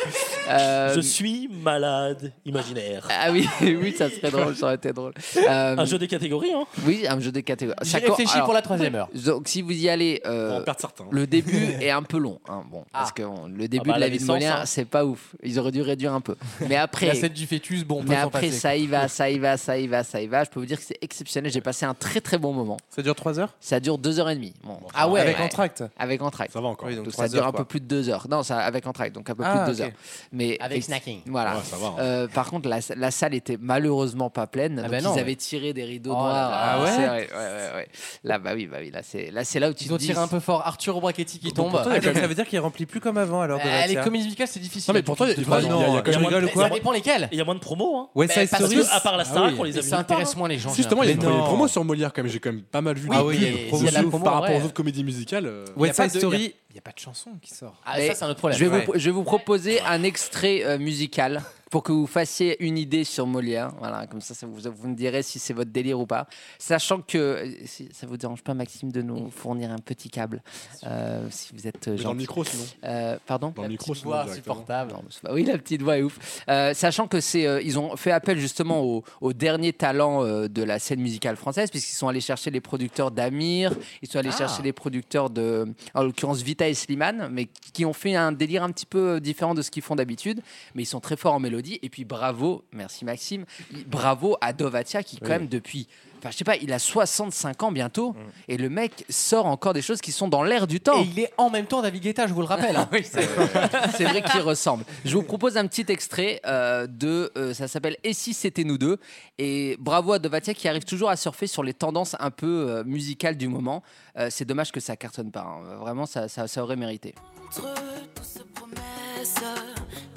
Speaker 7: Euh,
Speaker 6: Je suis malade imaginaire.
Speaker 7: Ah oui, oui, ça serait drôle, ça aurait été drôle. Euh,
Speaker 6: Un jeu des catégories, hein
Speaker 7: Oui, un jeu des catégories.
Speaker 6: J'y
Speaker 7: Ça co-
Speaker 6: réfléchis pour la troisième heure.
Speaker 7: Donc, si vous y allez, euh,
Speaker 6: On perd certains.
Speaker 7: le début est un peu long. hein, bon,
Speaker 5: Ah.
Speaker 7: parce que bon, le début
Speaker 14: bah,
Speaker 7: de
Speaker 14: la
Speaker 7: la vie de
Speaker 14: naissance,
Speaker 7: Molière,
Speaker 14: hein.
Speaker 7: c'est pas ouf. Ils auraient dû réduire un peu. Mais après,
Speaker 14: La scène du fœtus, bon, on peut
Speaker 7: mais
Speaker 14: s'en
Speaker 7: après,
Speaker 14: passer,
Speaker 7: ça
Speaker 14: quoi.
Speaker 7: y va, ça y va, ça y va, ça y va. Je peux vous dire que c'est exceptionnel. J'ai passé un très très bon moment.
Speaker 5: Ça dure 3 heures
Speaker 7: Ça dure 2 heures et demie. Bon,
Speaker 5: Ah ouais. Avec
Speaker 7: en
Speaker 5: entracte
Speaker 7: Avec entracte.
Speaker 3: Ça va encore.
Speaker 7: donc
Speaker 5: donc
Speaker 7: ça
Speaker 5: trois
Speaker 7: dure
Speaker 5: heures,
Speaker 7: un peu
Speaker 5: quoi.
Speaker 7: plus de 2 heures. Non, ça avec entracte, donc un peu
Speaker 5: Ah,
Speaker 7: plus de 2
Speaker 5: ok.
Speaker 7: heures. Mais
Speaker 14: Avec
Speaker 7: et-
Speaker 14: snacking.
Speaker 7: Voilà.
Speaker 14: Ouais, ça va, hein.
Speaker 7: Euh, par contre, la, la salle était malheureusement pas pleine. donc
Speaker 14: bah non,
Speaker 7: ils
Speaker 14: ouais.
Speaker 7: avaient tiré des rideaux
Speaker 14: Oh là
Speaker 7: noirs.
Speaker 14: là. Ah ouais
Speaker 7: C'est vrai, ouais, ouais, ouais. Là, bah oui, bah oui, là c'est là c'est là où tu
Speaker 14: Ils
Speaker 7: te
Speaker 14: ont
Speaker 7: dis-
Speaker 14: tiré un peu fort. Arthur Brachetti qui tombe.
Speaker 5: Donc, pourtant, il y a quand même- ça veut dire qu'il remplit plus comme avant alors. de
Speaker 7: Bah,
Speaker 14: Euh, les
Speaker 5: Batia.
Speaker 14: comédies musicales, c'est difficile.
Speaker 5: Non, mais pour toi, il y a-
Speaker 14: Tu
Speaker 5: tu
Speaker 14: vois,
Speaker 5: vois, non,
Speaker 14: il y a
Speaker 5: tu
Speaker 14: moins de-
Speaker 5: rigoles ou quoi
Speaker 14: Ça dépend lesquelles.
Speaker 6: Il y a moins de promos, hein
Speaker 5: West Side
Speaker 14: parce
Speaker 5: Story.
Speaker 14: que- à part la Starac, on les a vus
Speaker 3: Ça
Speaker 14: nulle part,
Speaker 3: intéresse
Speaker 14: hein. moins les gens,
Speaker 3: Justement, il y a
Speaker 14: j'ai
Speaker 3: des
Speaker 14: l'impression.
Speaker 3: promos sur Molière, quand même. J'ai quand même pas mal vu.
Speaker 14: Oui,
Speaker 3: des
Speaker 14: oui,
Speaker 3: pubs,
Speaker 14: il y a-
Speaker 3: des
Speaker 14: il y a de la
Speaker 3: ouf
Speaker 14: promo,
Speaker 3: par rapport
Speaker 14: ouais.
Speaker 3: aux autres comédies musicales. euh,
Speaker 5: West
Speaker 14: Il y a
Speaker 5: Side
Speaker 14: pas de-
Speaker 5: Story.
Speaker 14: Il n'y a pas de chanson qui sort.
Speaker 7: Mais
Speaker 14: ça, c'est un autre problème.
Speaker 7: Je vais, vous, je vais vous proposer un extrait euh, musical pour que vous fassiez une idée sur Molière. Voilà, comme ça, ça vous, vous me direz si c'est votre délire ou pas. Sachant que euh, si ça vous dérange pas, Maxime, de nous fournir un petit câble, euh, si vous êtes gentil.
Speaker 3: dans le micro, sinon.
Speaker 7: Euh, pardon.
Speaker 3: Dans le micro, sinon, directement.
Speaker 7: Non, mais c'est pas- Bah Oui, la petite voix est ouf. Euh, sachant que c'est, euh, ils ont fait appel justement aux, aux derniers talents euh, de la scène musicale française, puisqu'ils sont allés chercher les producteurs d'Amir, ils sont allés
Speaker 2: Ah.
Speaker 7: chercher les producteurs de, en l'occurrence Vita et Slimane, mais qui ont fait un délire un petit peu euh, différent de ce qu'ils font d'habitude, mais ils sont très forts en mélodie. Et puis bravo, merci Maxime, bravo à Dovatia qui quand
Speaker 2: Oui. Mm.
Speaker 7: même depuis. Enfin, je sais pas, il a 65 ans bientôt et le mec sort encore des choses qui sont dans l'air du temps.
Speaker 2: Et il est en même temps David Guetta, je vous le rappelle. hein.
Speaker 7: Oui, c'est vrai, C'est vrai qu'il ressemble. Je vous propose un petit extrait euh, de. euh, ça s'appelle Et si c'était nous deux Et bravo à Dovatia qui arrive toujours à surfer sur les tendances un peu euh, musicales du moment. Euh, c'est dommage que ça cartonne pas. hein. Vraiment, ça, ça- ça aurait mérité.
Speaker 16: Entre douces promesses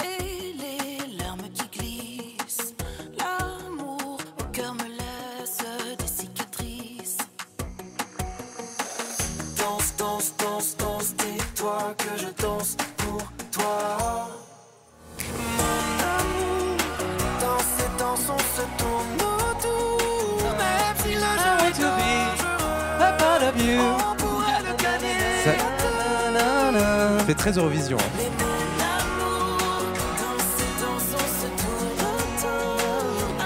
Speaker 16: et les larmes qui glissent, l'amour au cœur me laisse des cicatrices.
Speaker 17: Danse, danse, danse, danse, dis-toi que je danse pour toi. Mon amour, danse et danse, on se tourne autour. Même si le jeu est dangereux, on pourrait le gagner.
Speaker 5: Ça-
Speaker 7: Bah,
Speaker 5: C'est très Eurovision. hein.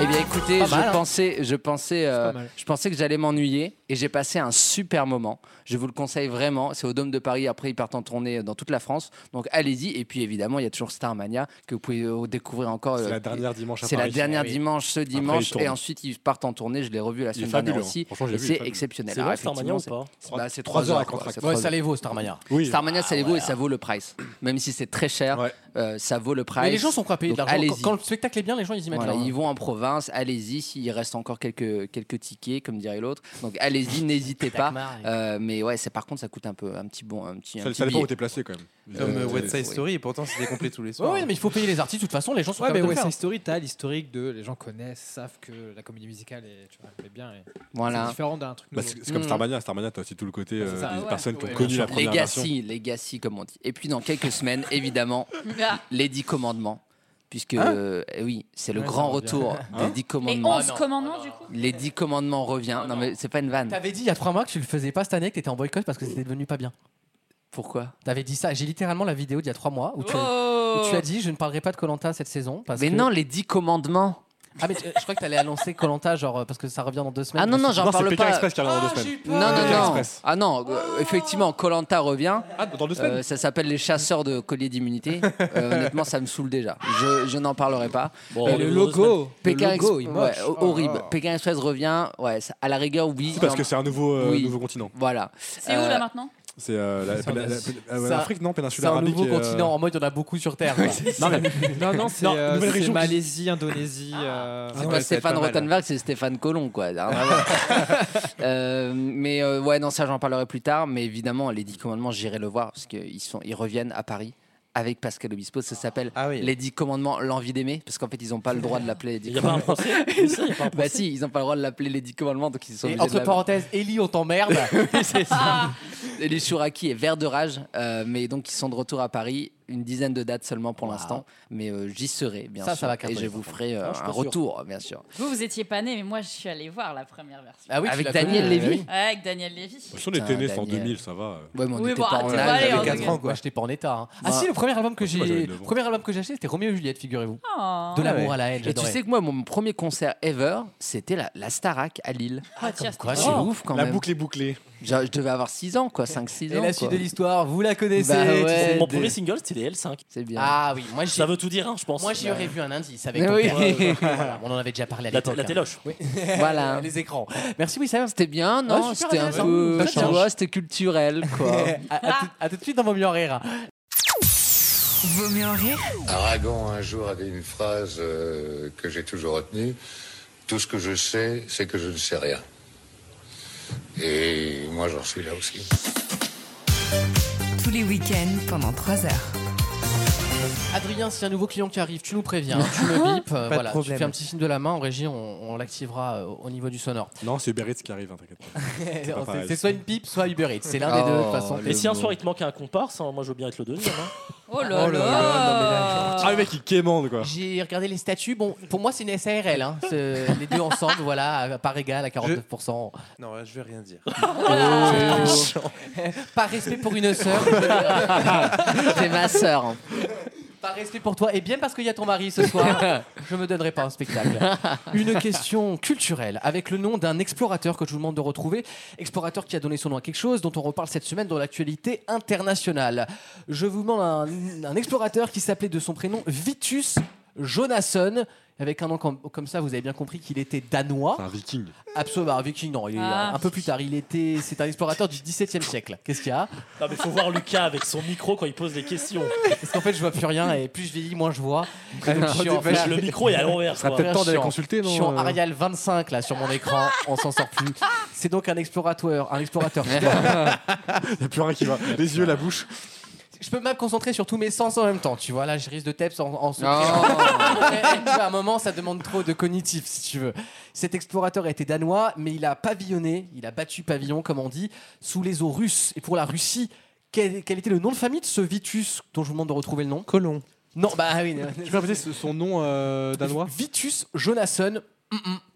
Speaker 7: Eh bien, écoutez,
Speaker 16: Pas
Speaker 7: je,
Speaker 16: mal, hein.
Speaker 7: pensais, je, pensais, euh,
Speaker 16: pas mal.
Speaker 7: je pensais que j'allais m'ennuyer et j'ai passé un super moment. Je vous le conseille vraiment. C'est au Dôme de Paris. Après, ils partent en tournée euh, dans toute la France. Donc, allez-y. Et puis, évidemment, il y a toujours Starmania que vous pouvez euh, découvrir encore.
Speaker 3: C'est
Speaker 7: euh,
Speaker 3: la dernière dimanche à
Speaker 7: C'est la
Speaker 3: Paris.
Speaker 7: dernière
Speaker 3: Ah Oui.
Speaker 7: dimanche, ce
Speaker 3: Après, ils
Speaker 7: dimanche.
Speaker 3: tournent.
Speaker 7: et ensuite, ils partent en tournée. Je l'ai revu
Speaker 3: Il
Speaker 7: la
Speaker 3: est
Speaker 7: semaine dernière
Speaker 3: fabuleux, hein.
Speaker 7: aussi.
Speaker 3: Franchement, j'ai
Speaker 7: et
Speaker 3: vu, il est
Speaker 7: c'est
Speaker 3: fabuleux.
Speaker 7: exceptionnel.
Speaker 6: C'est
Speaker 7: Alors,
Speaker 6: long, Starmania,
Speaker 7: effectivement,
Speaker 6: ou pas
Speaker 7: c'est- bah, C'est
Speaker 2: Trois
Speaker 7: 3
Speaker 2: heures
Speaker 7: heures.
Speaker 2: à
Speaker 7: quoi,
Speaker 2: contracter.
Speaker 7: c'est trois
Speaker 2: Ouais, ça
Speaker 7: heures.
Speaker 2: les vaut, Starmania.
Speaker 7: Oui. Starmania,
Speaker 3: Ah,
Speaker 7: ça les vaut et ça vaut le price. Même si c'est très cher, euh, ça vaut le price.
Speaker 2: Mais les gens sont quoi payés de
Speaker 7: Donc,
Speaker 2: l'argent
Speaker 7: allez-y.
Speaker 2: Quand- Quand le spectacle est bien, les gens ils y mettent.
Speaker 7: Voilà,
Speaker 2: leur-
Speaker 3: hein.
Speaker 7: ils vont en province, allez-y, s'il reste encore quelques, quelques tickets, comme dirait l'autre. Donc allez-y, n'hésitez pas.
Speaker 2: Claquemart,
Speaker 7: Euh, mais ouais, c'est, par contre, ça coûte un peu, un petit bon, un petit. un
Speaker 3: Ça,
Speaker 7: petit
Speaker 3: ça dépend où
Speaker 7: billet.
Speaker 3: t'es placé quand même.
Speaker 5: Comme
Speaker 7: Euh,
Speaker 5: euh, West Side
Speaker 7: oui.
Speaker 5: Story, et pourtant c'était complet tous les
Speaker 2: Ouais,
Speaker 7: euh,
Speaker 5: soirs. hein.
Speaker 2: ouais, mais il faut payer les artistes. De toute façon, les gens sont
Speaker 8: Ouais, mais
Speaker 2: capables de le
Speaker 8: ouais,
Speaker 2: faire.
Speaker 8: c'est historique, t'as l'historique de les gens connaissent, savent que la comédie musicale est, tu vois, elle plaît bien. et C'est différent d'un truc
Speaker 3: Bah,
Speaker 8: nouveau.
Speaker 3: c'est c'est comme Starmania. Starmania, t'as aussi tout le côté
Speaker 8: Ouais, c'est
Speaker 3: euh,
Speaker 8: ça.
Speaker 3: des
Speaker 8: Ah ouais.
Speaker 3: personnes qui ont
Speaker 8: Ouais,
Speaker 3: connu
Speaker 8: bien
Speaker 3: la
Speaker 8: sûr.
Speaker 3: première version.
Speaker 7: Legacy, Legacy, comme on dit. Et puis dans quelques semaines, évidemment, les 10 commandements. Puisque,
Speaker 4: Hein
Speaker 7: euh, eh oui, c'est le
Speaker 4: Ouais,
Speaker 7: grand
Speaker 4: ça revient.
Speaker 7: retour
Speaker 4: Hein
Speaker 7: des 10
Speaker 4: Et
Speaker 7: commandements.
Speaker 4: 11 commandements, du coup
Speaker 7: Les 10 commandements revient. Non, mais c'est pas une vanne.
Speaker 2: hein. T'avais dit il y a trois mois que tu le faisais pas cette année, que t'étais en boycott parce que c'était devenu pas bien.
Speaker 7: Pourquoi
Speaker 2: T'avais dit ça. J'ai littéralement la vidéo d'il y a trois mois où tu,
Speaker 7: Oh.
Speaker 2: as, où tu as dit je ne parlerai pas de Colanta cette saison. Parce
Speaker 7: Mais
Speaker 2: que-
Speaker 7: non, les 10 commandements.
Speaker 2: Ah mais tu- je crois que t'allais annoncer Colanta genre euh, parce que ça revient dans deux semaines.
Speaker 7: Ah non, non,
Speaker 2: Parce que-
Speaker 7: j'en parle pas.
Speaker 2: Ah, j'ai eu peur.
Speaker 7: Non, non,
Speaker 2: Pékin
Speaker 7: non.
Speaker 2: Express.
Speaker 7: Ah non, euh, effectivement, Colanta revient. Euh,
Speaker 3: dans deux
Speaker 2: semaines
Speaker 7: Ça s'appelle les chasseurs de colliers d'immunité. Euh, honnêtement, ça me saoule déjà. Je, je n'en parlerai pas.
Speaker 8: Bon,
Speaker 7: Euh,
Speaker 5: Bah,
Speaker 8: Et le logo, le
Speaker 7: Pékin Express-
Speaker 8: logo, il est moche.
Speaker 7: ouais,
Speaker 8: Oh là
Speaker 7: horrible.
Speaker 8: là.
Speaker 7: Pékin Express revient. Ouais, ça- à la rigueur, oui.
Speaker 3: C'est parce
Speaker 7: Non,
Speaker 3: que c'est un nouveau, euh,
Speaker 7: oui.
Speaker 3: nouveau continent.
Speaker 7: Voilà.
Speaker 4: C'est où là maintenant
Speaker 3: C'est euh, la,
Speaker 2: C'est un-
Speaker 3: la- la-
Speaker 2: c'est
Speaker 3: la- euh,
Speaker 2: un-
Speaker 3: l'Afrique, non, péninsule
Speaker 2: c'est un
Speaker 3: arabique.
Speaker 2: nouveau
Speaker 3: et, euh,
Speaker 2: continent. En mode, il y en a beaucoup sur Terre. quoi.
Speaker 8: non, non, non, c'est
Speaker 2: Non,
Speaker 8: euh,
Speaker 2: nouvelle
Speaker 8: c'est
Speaker 2: région qui-
Speaker 8: Malaisie, Indonésie.
Speaker 5: Ah
Speaker 8: euh,
Speaker 7: C'est pas Stéphane Rottenberg, c'est Stéphane Colomb, quoi. Hein, vraiment. Euh, mais euh, ouais, non, ça j'en parlerai plus tard. Mais évidemment, les 10 commandements, j'irai le voir parce qu'ils sont, ils reviennent à Paris avec Pascal Obispo. Ça s'appelle
Speaker 2: Ah
Speaker 7: les 10 commandements, l'envie d'aimer, parce qu'en fait, ils n'ont pas le droit de l'appeler les 10 commandements. bah si, ils n'ont pas le droit de l'appeler les 10 commandements, donc ils sont.
Speaker 2: Et
Speaker 7: obligés de
Speaker 2: entre
Speaker 7: la-
Speaker 2: parenthèses, Ellie, on t'emmerde.
Speaker 7: Et les Shuraki est vert de rage, euh, mais donc ils sont de retour à Paris, une dizaine de dates seulement pour l'instant, mais euh, j'y serai bien
Speaker 2: Ça, ça
Speaker 7: sûr,
Speaker 2: va
Speaker 7: et
Speaker 2: cartonner,
Speaker 7: je vous
Speaker 2: par contre.
Speaker 7: ferai euh,
Speaker 2: Non, je suis
Speaker 7: un
Speaker 2: pas sûr.
Speaker 7: retour, bien sûr.
Speaker 4: Vous, vous étiez pas né, mais moi, je suis allé voir la première version.
Speaker 7: Ah oui, tu Avec l'as Daniel connue,
Speaker 2: euh,
Speaker 7: Lévy oui.
Speaker 4: Ouais, avec Daniel Lévy.
Speaker 3: Si on était né en 2000, ça va.
Speaker 7: Ouais, mais on
Speaker 4: Oui,
Speaker 7: était
Speaker 4: bon,
Speaker 7: pas en
Speaker 4: attends,
Speaker 7: âge,
Speaker 4: allez,
Speaker 7: j'avais 4
Speaker 4: on regarde.
Speaker 7: ans, quoi.
Speaker 2: Ah, Moi, j'étais pas en état. hein. Ah
Speaker 7: Bah,
Speaker 2: si, le premier album que
Speaker 7: moi, j'avais
Speaker 2: j'ai,
Speaker 7: neuf ans. Ah,
Speaker 2: premier album que j'ai acheté, c'était Roméo et Juliette, figurez-vous.
Speaker 4: Oh.
Speaker 2: De l'amour à la haine.
Speaker 7: Et tu
Speaker 2: j'adorais.
Speaker 7: sais que moi, mon premier concert ever, c'était la, la Starac à Lille.
Speaker 4: Oh,
Speaker 2: Ah, tiens,
Speaker 7: Comme quoi,
Speaker 2: c'était
Speaker 7: c'est
Speaker 2: bon.
Speaker 7: ouf quand
Speaker 2: La
Speaker 7: même.
Speaker 2: boucle
Speaker 3: est bouclée.
Speaker 7: Je, je devais avoir 6 ans, quoi, 5-6 ans.
Speaker 2: Et la suite de l'histoire, vous la connaissez.
Speaker 7: Bah
Speaker 2: tu
Speaker 7: ouais,
Speaker 2: sais,
Speaker 7: mon
Speaker 2: Euh, de-
Speaker 6: Premier single, c'était les L5.
Speaker 7: C'est bien.
Speaker 2: Ah oui, moi
Speaker 6: Ça veut tout dire, hein, je pense.
Speaker 2: Moi j'y aurais vu un indice avec
Speaker 7: Mais
Speaker 2: ton
Speaker 7: oui.
Speaker 2: père. Ouais, ouais, voilà, on en avait déjà parlé à
Speaker 6: La-
Speaker 2: l'époque.
Speaker 6: la
Speaker 2: hein.
Speaker 6: téloche.
Speaker 2: Oui.
Speaker 7: Voilà.
Speaker 2: Les écrans. Merci, oui, ça
Speaker 7: C'était bien, non
Speaker 2: Ouais, super
Speaker 7: C'était un
Speaker 2: intéressant.
Speaker 7: peu.
Speaker 2: Ça
Speaker 7: tu
Speaker 2: change.
Speaker 7: vois, c'était culturel, quoi.
Speaker 2: à, à tout- à tout de suite dans Vaut mieux en rire.
Speaker 1: Vaut mieux en rire
Speaker 20: Aragon un jour avait une phrase euh, que j'ai toujours retenue. Tout ce que je sais, c'est que je ne sais rien. Et moi, j'en suis là aussi.
Speaker 1: Tous les week-ends pendant 3 heures.
Speaker 2: Adrien, s'il y a un nouveau client qui arrive, tu nous préviens, hein, tu me bip,
Speaker 21: Pas
Speaker 2: euh,
Speaker 21: de
Speaker 2: voilà, tu
Speaker 21: problème.
Speaker 2: fais un petit signe de la main en régie, on, on l'activera euh, au niveau du sonore.
Speaker 3: Non, c'est Uber Eats qui arrive, hein, t'inquiète pas.
Speaker 2: C'est
Speaker 3: pas pareil.
Speaker 2: c'est soit une pipe, soit Uber Eats, c'est l'un des deux de toute façon.
Speaker 6: Et si un soir il te manque un comparse, hein, moi je veux bien être le deuxième. hein.
Speaker 2: Oh
Speaker 6: là Oh là là, là. non, mais là,
Speaker 3: Ah, le mec, il quémande quoi.
Speaker 2: J'ai regardé les statuts. Bon, pour moi, c'est une SARL. Hein. C'est- Les deux ensemble, voilà, à part égale à 49%.
Speaker 5: Non, je vais rien dire.
Speaker 2: Par Oh. respect pour une sœur.
Speaker 7: C'est ma sœur.
Speaker 2: Par respect pour toi, et bien parce qu'il y a ton mari ce soir, je me donnerai pas un spectacle. Une question culturelle avec le nom d'un explorateur que je vous demande de retrouver. Explorateur qui a donné son nom à quelque chose dont on reparle cette semaine dans l'actualité internationale. Je vous demande un, un explorateur qui s'appelait de son prénom Vitus Jonasson. Avec un nom com- comme ça, vous avez bien compris qu'il était danois.
Speaker 3: Un viking.
Speaker 2: Absolument, un viking, non. il est
Speaker 6: Ah.
Speaker 2: un- un peu plus tard, il était. C'est un explorateur du XVIIe siècle. Qu'est-ce qu'il y a
Speaker 6: Non, mais faut voir Lucas avec son micro quand il pose des questions.
Speaker 2: parce qu'en fait, je vois plus rien et plus je vieillis, moins je vois.
Speaker 6: Ah,
Speaker 2: Et donc,
Speaker 6: non,
Speaker 2: je suis en-
Speaker 6: dépêche, le micro est à l'envers,
Speaker 2: Ça sera
Speaker 6: quoi.
Speaker 2: peut-être temps d'aller
Speaker 6: Chiant.
Speaker 2: consulter, non Je suis
Speaker 5: euh.
Speaker 8: euh.
Speaker 2: en Arial 25 là sur mon écran, on s'en sort plus. C'est donc un explorateur, un explorateur.
Speaker 3: Il n'y a plus rien qui va. Les yeux, la bouche.
Speaker 2: Je peux même me concentrer sur tous mes sens en même temps, tu vois. Là, je risque de taper en, en secret.
Speaker 21: Non.
Speaker 2: Eh, eh, tu vois, à un moment, ça demande trop de cognitif, si tu veux. Cet explorateur était danois, mais il a pavillonné, il a battu pavillon, comme on dit, sous les eaux russes. Et pour la Russie, quel, quel était le nom de famille de ce Vitus dont je vous demande de retrouver le nom
Speaker 5: Colon.
Speaker 2: Non, bah oui.
Speaker 3: Je peux répéter ce- son nom euh, danois
Speaker 2: Vitus Jonasson.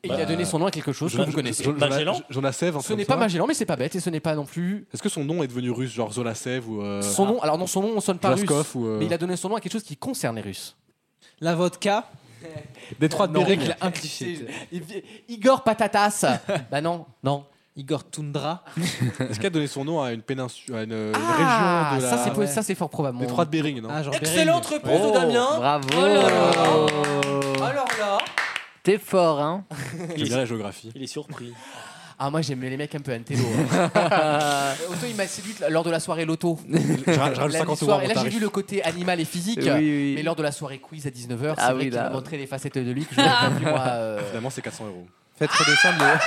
Speaker 2: Et il a donné son nom à quelque chose que vous connaissez.
Speaker 3: Magellan Jonasev,
Speaker 2: Ce n'est pas Magellan, mais c'est pas bête et ce n'est pas non plus.
Speaker 3: Est-ce que son nom est devenu russe, genre Zolasev ou. euh,
Speaker 2: Son nom, alors non, son nom, on sonne pas
Speaker 3: Jaskov
Speaker 2: russe.
Speaker 3: ou, euh,
Speaker 2: Mais il a donné son nom à quelque chose qui concerne les Russes.
Speaker 8: La vodka.
Speaker 3: Des trois
Speaker 2: Non, il a un cliché. Il- Igor Patatas. bah non, non.
Speaker 8: Igor Tundra.
Speaker 5: Ah,
Speaker 3: Est-ce qu'elle a donné son nom à une péninsule, à une, euh, une
Speaker 2: Ah,
Speaker 3: région de la...
Speaker 2: ça, c'est po- ça, c'est fort probablement.
Speaker 3: Des trois de Bering, non
Speaker 2: Ah, genre Excellente Bering. réponse de
Speaker 3: Oh,
Speaker 2: Damien.
Speaker 7: Bravo.
Speaker 2: Oh là
Speaker 7: là.
Speaker 2: Alors là.
Speaker 7: T'es fort, hein
Speaker 3: J'aime bien la géographie.
Speaker 6: Il est surpris.
Speaker 2: Ah, moi j'aime les mecs un peu Antelo. hein. Euh, Autant il m'a séduit lors de la soirée Loto.
Speaker 3: je rajoute
Speaker 2: Lundi
Speaker 3: 50 euros à
Speaker 2: soir,
Speaker 3: mon
Speaker 2: Et là j'ai
Speaker 3: tarif.
Speaker 2: vu le côté animal et physique.
Speaker 3: Oui, oui.
Speaker 2: Mais lors de la soirée quiz à 19h, c'est
Speaker 3: Ah oui,
Speaker 2: vrai qu'il
Speaker 3: là.
Speaker 2: m'a montré les facettes de lui que je n'avais pas vu moi. euh,
Speaker 3: Finalement, c'est 400 euros.
Speaker 5: Faites redescendre le.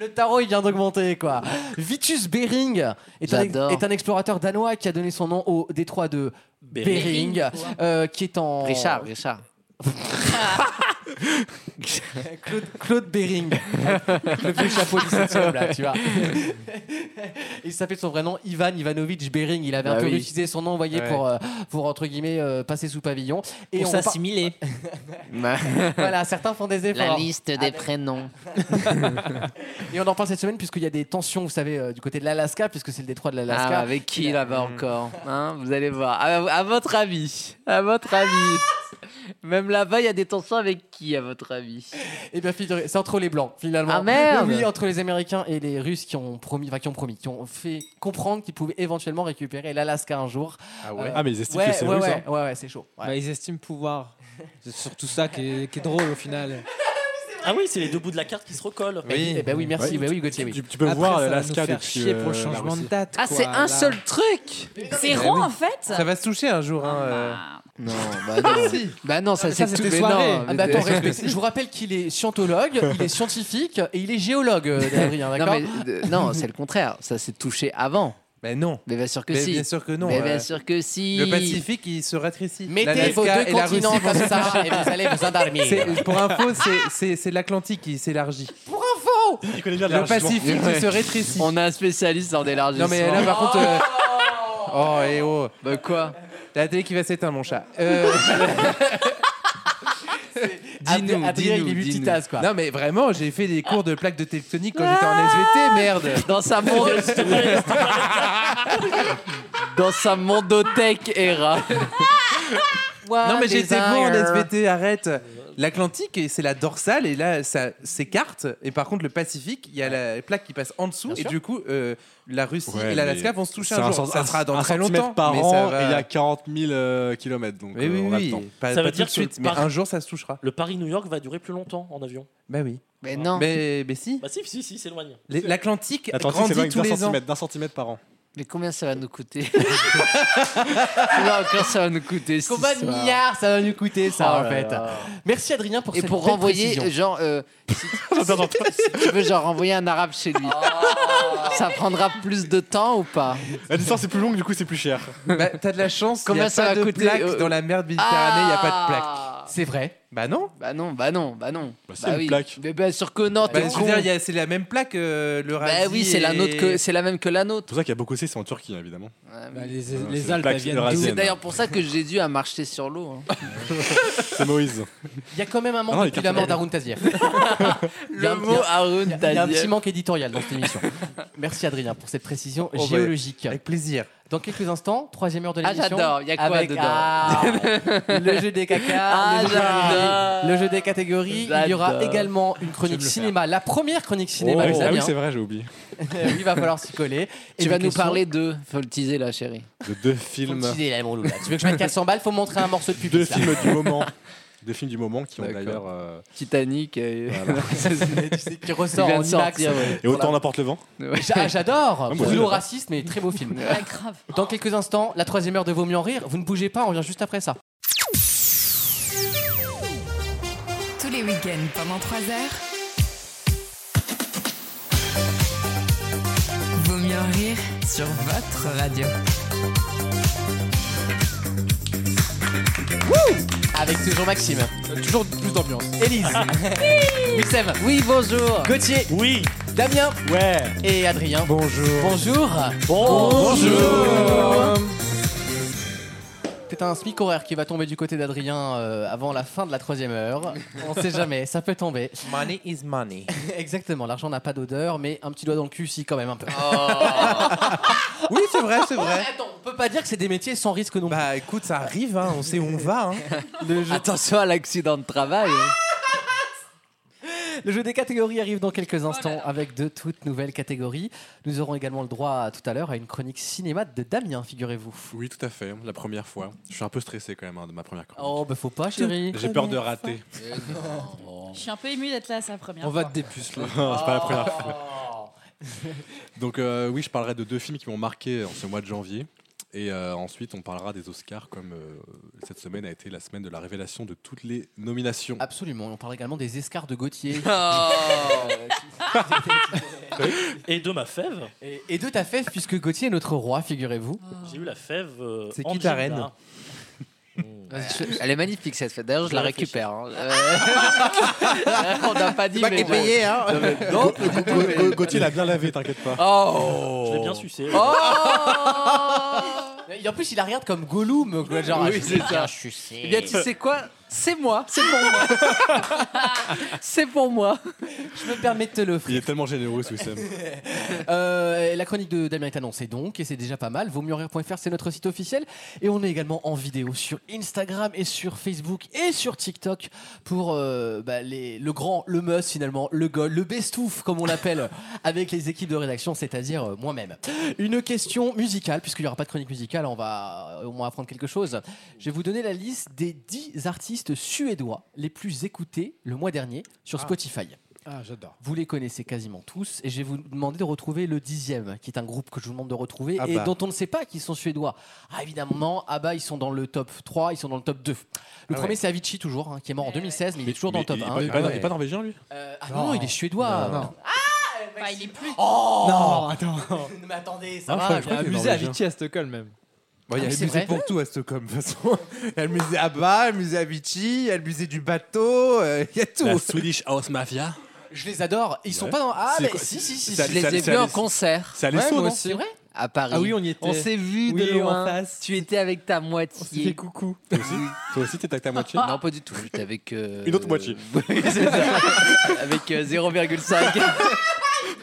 Speaker 2: Le tarot, il vient d'augmenter, quoi. Vitus Bering est un,
Speaker 7: J'adore.
Speaker 2: est un explorateur danois qui a donné son nom au détroit de
Speaker 7: Bering.
Speaker 2: Bering, euh, qui est en...
Speaker 7: Richard, Richard.
Speaker 2: Claude, Claude Bering. Avec le vieux chapeau 17e, là, tu vois. il s'appelle son vrai nom Ivan Ivanovitch Bering. Il avait
Speaker 7: Bah
Speaker 2: un peu
Speaker 7: oui.
Speaker 2: utilisé son nom, vous voyez,
Speaker 7: Ouais.
Speaker 2: pour, euh, pour, entre guillemets, euh, passer sous pavillon.
Speaker 22: Pour
Speaker 2: on repart-
Speaker 22: s'assimiler.
Speaker 2: voilà, certains font des efforts.
Speaker 7: La liste des prénoms.
Speaker 2: Et on en parle cette semaine puisqu'il y a des tensions, vous savez, euh, du côté de l'Alaska, puisque c'est le détroit de l'Alaska.
Speaker 7: Ah, avec qui là-bas encore hein Vous allez voir. À, à votre avis. À votre avis. Même là-bas, il y a des tensions avec qui, à votre avis
Speaker 2: Eh bien, figurez- c'est entre les blancs finalement.
Speaker 7: Ah, merde
Speaker 2: Oui, entre les Américains et les Russes qui ont promis, enfin, qui ont promis, qui ont fait comprendre qu'ils pouvaient éventuellement récupérer l'Alaska un jour.
Speaker 3: Ah ouais Ah, mais ils estiment
Speaker 2: ouais,
Speaker 3: que c'est
Speaker 2: ouais,
Speaker 3: russe,
Speaker 2: Ouais,
Speaker 3: hein.
Speaker 2: ouais, ouais, c'est chaud.
Speaker 8: Bah, ils estiment pouvoir. C'est surtout ça qui est, qui est drôle au final.
Speaker 6: Ah oui, c'est les deux bouts de la carte qui se recollent.
Speaker 8: Oui. Eh ben oui, merci, bah oui, Gauthier, oui.
Speaker 3: Tu, tu peux
Speaker 8: Après,
Speaker 3: voir
Speaker 5: euh,
Speaker 8: ça va
Speaker 3: l'Alaska
Speaker 8: nous faire
Speaker 3: depuis,
Speaker 8: chier pour le
Speaker 3: euh, la
Speaker 8: changement de
Speaker 3: Russie.
Speaker 8: date,
Speaker 7: Ah, c'est un seul truc
Speaker 4: C'est rond en fait.
Speaker 5: Ça va se toucher un jour. Hein, euh.
Speaker 8: Ah.
Speaker 7: Non, bah non. bah non, ça
Speaker 5: mais
Speaker 7: c'est
Speaker 5: ça,
Speaker 7: tout.
Speaker 5: c'était
Speaker 7: mais
Speaker 5: soirée.
Speaker 7: non,
Speaker 2: Ah, bah, attends, respecte- je vous rappelle qu'il est scientologue, il est scientifique et il est géologue, euh, Adrien,
Speaker 7: Non,
Speaker 2: d'accord
Speaker 7: mais, euh, non, c'est le contraire. Ça s'est touché avant.
Speaker 5: Mais non.
Speaker 7: Mais bien sûr que
Speaker 5: Mais
Speaker 7: si.
Speaker 5: bien sûr que non,
Speaker 7: Mais
Speaker 5: euh,
Speaker 7: bien sûr que si.
Speaker 5: Le Pacifique, il se rétrécit.
Speaker 7: Mettez
Speaker 5: L'Alaska
Speaker 7: vos deux
Speaker 5: et la
Speaker 7: continents
Speaker 5: Russie vont
Speaker 7: comme
Speaker 5: se
Speaker 7: ça
Speaker 5: toucher.
Speaker 7: et vous allez vous endormir.
Speaker 5: C'est- Pour info, c'est- c'est c'est l'Atlantique qui s'élargit.
Speaker 2: Pour info
Speaker 5: Il connaît bien Le Pacifique qui se rétrécit.
Speaker 7: On a un spécialiste en élargissement.
Speaker 5: Non, mais là, par contre. euh, Oh, et oh. Bah, quoi La télé qui va s'éteindre, mon chat. Euh, Dis-nous,
Speaker 2: Adrien, il est
Speaker 5: dis-nous, dis-nous.
Speaker 2: multitask, quoi.
Speaker 5: Non, mais vraiment, j'ai fait des cours de plaques de tectonique quand j'étais en
Speaker 2: Ah,
Speaker 5: SVT, merde.
Speaker 7: Dans sa montre. Dans sa mondothèque era.
Speaker 5: Non, mais j'étais bon en SVT, arrête. L'Atlantique, et c'est la dorsale, et là, ça s'écarte. Et par contre, le Pacifique, il y a la plaque qui passe en dessous, et
Speaker 3: sûr.
Speaker 5: du coup, euh, la Russie
Speaker 3: Ouais,
Speaker 5: et l'Alaska
Speaker 3: mais
Speaker 5: vont se toucher
Speaker 3: c'est
Speaker 5: un jour.
Speaker 3: cent-
Speaker 5: ça sera dans
Speaker 3: un
Speaker 5: très
Speaker 3: centimètre
Speaker 5: longtemps.
Speaker 3: par
Speaker 5: mais
Speaker 3: an,
Speaker 5: ça
Speaker 3: et il y
Speaker 5: va-
Speaker 3: a 40 000 euh, kilomètres, donc
Speaker 5: Mais
Speaker 3: euh,
Speaker 5: oui,
Speaker 3: on a le
Speaker 5: oui,
Speaker 3: temps.
Speaker 5: pas-
Speaker 6: Ça veut
Speaker 5: pas tout
Speaker 6: dire
Speaker 5: de
Speaker 6: que
Speaker 5: suite,
Speaker 6: le
Speaker 5: mais
Speaker 6: Paris-
Speaker 5: un jour, ça se touchera.
Speaker 6: Le Paris-New York va durer plus longtemps en avion.
Speaker 5: Bah
Speaker 2: ben
Speaker 5: oui.
Speaker 7: Mais non.
Speaker 5: Mais, mais si.
Speaker 6: Bah si, si, si, s'éloigne.
Speaker 5: Les- L'Atlantique
Speaker 3: L'Atlantique
Speaker 5: grandit
Speaker 3: s'éloigne
Speaker 5: tous
Speaker 3: d'un
Speaker 5: les ans.
Speaker 3: centimètre, d'un centimètre par an.
Speaker 7: Mais combien ça va nous coûter Là encore, ça va nous coûter. cette
Speaker 2: Combien de
Speaker 7: histoire.
Speaker 2: milliards ça va nous coûter, ça,
Speaker 7: Oh
Speaker 2: en
Speaker 7: là
Speaker 2: fait
Speaker 7: là.
Speaker 2: Merci, Adrien, Ah, pour
Speaker 7: Et
Speaker 2: cette
Speaker 7: pour
Speaker 2: belle
Speaker 7: renvoyer,
Speaker 2: précision.
Speaker 7: genre, euh, si, si tu veux, genre, renvoyer un arabe chez lui. Ça prendra plus de temps ou pas
Speaker 3: La distance est plus longue, du coup, Ah, c'est plus cher.
Speaker 5: Bah, t'as de la chance.
Speaker 7: Combien
Speaker 5: y a
Speaker 7: ça
Speaker 5: pas
Speaker 7: va
Speaker 5: de
Speaker 7: coûter,
Speaker 5: plaque
Speaker 7: euh,
Speaker 5: dans la mer de Méditerranée Il n'y a pas
Speaker 8: Ah.
Speaker 5: de plaque.
Speaker 2: C'est vrai.
Speaker 5: Bah non.
Speaker 7: Bah non, bah non, bah non. Bah,
Speaker 5: c'est une
Speaker 7: oui.
Speaker 5: plaque.
Speaker 7: Mais bien sûr que non,
Speaker 5: Bah,
Speaker 7: t'es
Speaker 5: je
Speaker 7: con.
Speaker 5: veux dire, il y a- c'est la même plaque, euh, le
Speaker 7: Bah
Speaker 5: radis
Speaker 7: oui, c'est la
Speaker 5: et-
Speaker 7: nôtre que- c'est la même que la nôtre.
Speaker 3: C'est pour ça qu'il y a beaucoup c'est en Turquie, évidemment.
Speaker 7: Bah,
Speaker 8: les-
Speaker 3: Voilà,
Speaker 8: les
Speaker 3: Ah, c'est la
Speaker 8: Alpes,
Speaker 3: plaque
Speaker 8: elles viennent
Speaker 3: eurasienne.
Speaker 7: C'est d'ailleurs pour ça que Jésus a marché sur l'eau. hein.
Speaker 3: C'est
Speaker 5: Ah,
Speaker 3: Moïse.
Speaker 2: Il y a quand même un manque
Speaker 3: Ah non, les
Speaker 2: depuis la
Speaker 3: cartes
Speaker 2: mort
Speaker 3: de la
Speaker 2: d'Arun Tazir.
Speaker 7: Le mot Haroun
Speaker 2: Il y a un
Speaker 7: Tazir.
Speaker 2: petit manque éditorial dans cette émission. Merci Adrien pour cette précision
Speaker 7: Oh, bah,
Speaker 2: géologique. Avec
Speaker 5: plaisir.
Speaker 2: Dans quelques instants, troisième heure de
Speaker 7: Ah,
Speaker 2: l'émission.
Speaker 7: j'adore. Il y a quoi
Speaker 2: avec-
Speaker 7: dedans
Speaker 2: Ah, Le jeu des cacas,
Speaker 7: Ah,
Speaker 2: le, jeu des
Speaker 7: j'adore.
Speaker 2: catégories, le jeu des catégories. Il y aura
Speaker 7: J'adore.
Speaker 2: également une chronique cinéma, la première chronique cinéma.
Speaker 3: ah oui,
Speaker 2: les
Speaker 3: c'est- ah oui,
Speaker 2: amis,
Speaker 3: c'est
Speaker 2: hein.
Speaker 3: vrai, j'ai oublié.
Speaker 2: Oui, il va falloir s'y coller.
Speaker 7: Tu
Speaker 2: Et
Speaker 7: vas
Speaker 2: des
Speaker 7: nous
Speaker 2: questions.
Speaker 7: parler de. Faut le teaser là, chérie.
Speaker 3: De deux films.
Speaker 2: Faut le teaser, là, mon loup, là. Tu veux que je mette 400 balles Faut me montrer un morceau de pub.
Speaker 3: Deux films du moment. Deux films du moment qui ont d'ailleurs. euh,
Speaker 7: Titanic. euh,
Speaker 3: Voilà.
Speaker 2: qui ressort
Speaker 7: Il vient
Speaker 2: en
Speaker 7: de
Speaker 2: IMAX.
Speaker 7: sortir, ouais.
Speaker 3: Et autant n'importe le vent.
Speaker 2: J'a- Ah, J'adore
Speaker 3: Ouais, moi,
Speaker 2: Bruno
Speaker 3: j'adore.
Speaker 2: raciste, mais très beau film.
Speaker 4: Ah,
Speaker 2: Dans quelques instants, la troisième heure de Vaut mieux en rire. Vous ne bougez pas, on revient juste après ça.
Speaker 1: Tous les week-ends pendant 3 heures. Vaut mieux en rire sur votre radio.
Speaker 2: Avec toujours Maxime. toujours plus d'ambiance. Élise. Wissem.
Speaker 7: Oui, bonjour.
Speaker 2: Gauthier.
Speaker 6: Oui.
Speaker 2: Damien.
Speaker 6: Ouais.
Speaker 2: Et Adrien.
Speaker 5: Bonjour.
Speaker 2: Bonjour. Bonjour. C'est un smic horaire qui va tomber du côté d'Adrien euh, avant la fin de la troisième heure. On sait jamais, ça peut tomber.
Speaker 5: Money is money.
Speaker 2: Exactement, l'argent n'a pas d'odeur, mais un petit doigt dans le cul, si, quand même, un peu.
Speaker 5: Oh. Oui, c'est vrai, c'est vrai.
Speaker 2: Attends, on peut pas dire que c'est des métiers sans risque non plus.
Speaker 5: Bah écoute, ça arrive, hein, on sait où on va. hein.
Speaker 7: Attention à l'accident de travail. hein.
Speaker 2: Le jeu des catégories arrive dans
Speaker 7: Oh
Speaker 2: quelques instants avec de toutes nouvelles catégories. Nous aurons également le droit tout à l'heure à une chronique cinéma de Damien, figurez-vous.
Speaker 3: Oui, tout à fait. La première fois. Je suis un peu stressé quand même hein, de ma première chronique.
Speaker 2: Oh, bah faut pas, chérie.
Speaker 3: J'ai peur de rater.
Speaker 4: Je suis un peu émue d'être là, c'est la première
Speaker 3: On
Speaker 4: fois.
Speaker 3: va te dépuceler. Non, c'est pas la première fois. Donc euh, oui, je parlerai de deux films qui m'ont marqué en ce mois de janvier. Et euh, ensuite, on parlera des Oscars, comme euh, cette semaine a été la semaine de la révélation de toutes les nominations.
Speaker 2: Absolument, on parle également des escarres de Gauthier.
Speaker 6: Et de ma fève.
Speaker 2: Et, et de ta fève, puisque Gauthier est notre roi, figurez-vous.
Speaker 4: Oh.
Speaker 6: J'ai eu la fève. euh,
Speaker 2: C'est qui ta
Speaker 6: Angela.
Speaker 2: reine
Speaker 7: Elle est magnifique cette fête. D'ailleurs, je
Speaker 6: Je
Speaker 7: la
Speaker 6: réfléchis.
Speaker 7: récupère. hein. Euh, On n'a pas dit.
Speaker 6: pas
Speaker 7: mais
Speaker 6: qu'elle
Speaker 7: bon.
Speaker 6: payait, hein.
Speaker 7: Non, mais- non, mais du coup, mais-
Speaker 3: Gauthier l'a bien lavé, t'inquiète pas.
Speaker 7: Oh
Speaker 6: Je l'ai bien sucé.
Speaker 2: Et en plus, il la regarde comme Gollum. quoi, Genre,
Speaker 7: Oui, c'est ça. Eh bien, tu sais quoi C'est moi. C'est pour moi. c'est pour moi.
Speaker 2: Je me permets de te l'offrir.
Speaker 3: Il est tellement généreux, ce Wissem.
Speaker 2: Euh, la chronique de Damien est annoncée donc, et c'est déjà pas mal. Vaut mieux en rire.fr, c'est notre site officiel. Et on est également en vidéo sur Instagram et sur Facebook et sur TikTok pour euh, bah, les- le grand, le must finalement, le goal, le bestouf comme on l'appelle avec les équipes de rédaction, c'est-à-dire euh, moi-même. Une question musicale, puisqu'il n'y aura pas de chronique musicale, on va euh, au moins apprendre quelque chose. Je vais vous donner la liste des 10 artistes suédois les plus écoutés le mois dernier sur
Speaker 8: Ah.
Speaker 2: Spotify.
Speaker 8: Ah, j'adore.
Speaker 2: Vous les connaissez quasiment tous et je vais vous demander de retrouver le dixième, qui est un groupe que je vous demande de retrouver
Speaker 8: Ah
Speaker 2: et
Speaker 8: bah.
Speaker 2: dont on ne sait pas qu'ils sont suédois. Ah évidemment, ah bah ils sont dans le top 3, ils sont dans le top 2. Le
Speaker 8: Ah
Speaker 2: premier
Speaker 8: ouais.
Speaker 2: c'est Avicii toujours, hein, qui est mort en 2016, mais, il est toujours dans le top
Speaker 3: il,
Speaker 2: 1.
Speaker 3: il est pas, il est pas norvégien, lui
Speaker 2: Ah non, il est suédois.
Speaker 4: Bah, il est plus.
Speaker 2: Oh
Speaker 8: Non, attends.
Speaker 2: Non, mais attendez, ça
Speaker 8: Ça
Speaker 2: va.
Speaker 5: Ah,
Speaker 8: va,
Speaker 2: je-
Speaker 8: il y a un musée à Vichy à Stockholm même.
Speaker 5: Bon, Bah, il y a
Speaker 2: Ah,
Speaker 5: le
Speaker 2: c'est
Speaker 5: musée
Speaker 2: vrai.
Speaker 5: pour tout à Stockholm, de toute façon. Il y a le musée Abba, le musée Avicii, il y a le musée du bateau, euh, il y a tout.
Speaker 3: La Swedish House Mafia.
Speaker 2: Je les adore. Ils sont
Speaker 3: Ouais.
Speaker 2: pas dans. Ah,
Speaker 3: C'est
Speaker 2: mais
Speaker 3: quoi-
Speaker 2: si, si, si.
Speaker 3: c'est à-
Speaker 2: si.
Speaker 7: Je les ai
Speaker 3: c'est
Speaker 7: vus
Speaker 3: à
Speaker 7: en
Speaker 3: Less-
Speaker 7: concert.
Speaker 3: c'est à Lesseau,
Speaker 7: moi
Speaker 3: non
Speaker 7: aussi.
Speaker 2: C'est vrai
Speaker 7: À Paris.
Speaker 8: Ah oui, on y était.
Speaker 7: On s'est vu
Speaker 8: Oui,
Speaker 7: de
Speaker 8: en
Speaker 7: loin.
Speaker 8: face.
Speaker 7: Tu étais avec ta
Speaker 8: On s'est fait
Speaker 7: moitié.
Speaker 8: coucou.
Speaker 3: Toi aussi Toi aussi, t'es avec ta moitié
Speaker 7: Non, pas du tout. J'étais avec. euh,
Speaker 3: Une autre moitié.
Speaker 7: Oui, c'est ça. Avec euh, 0,5.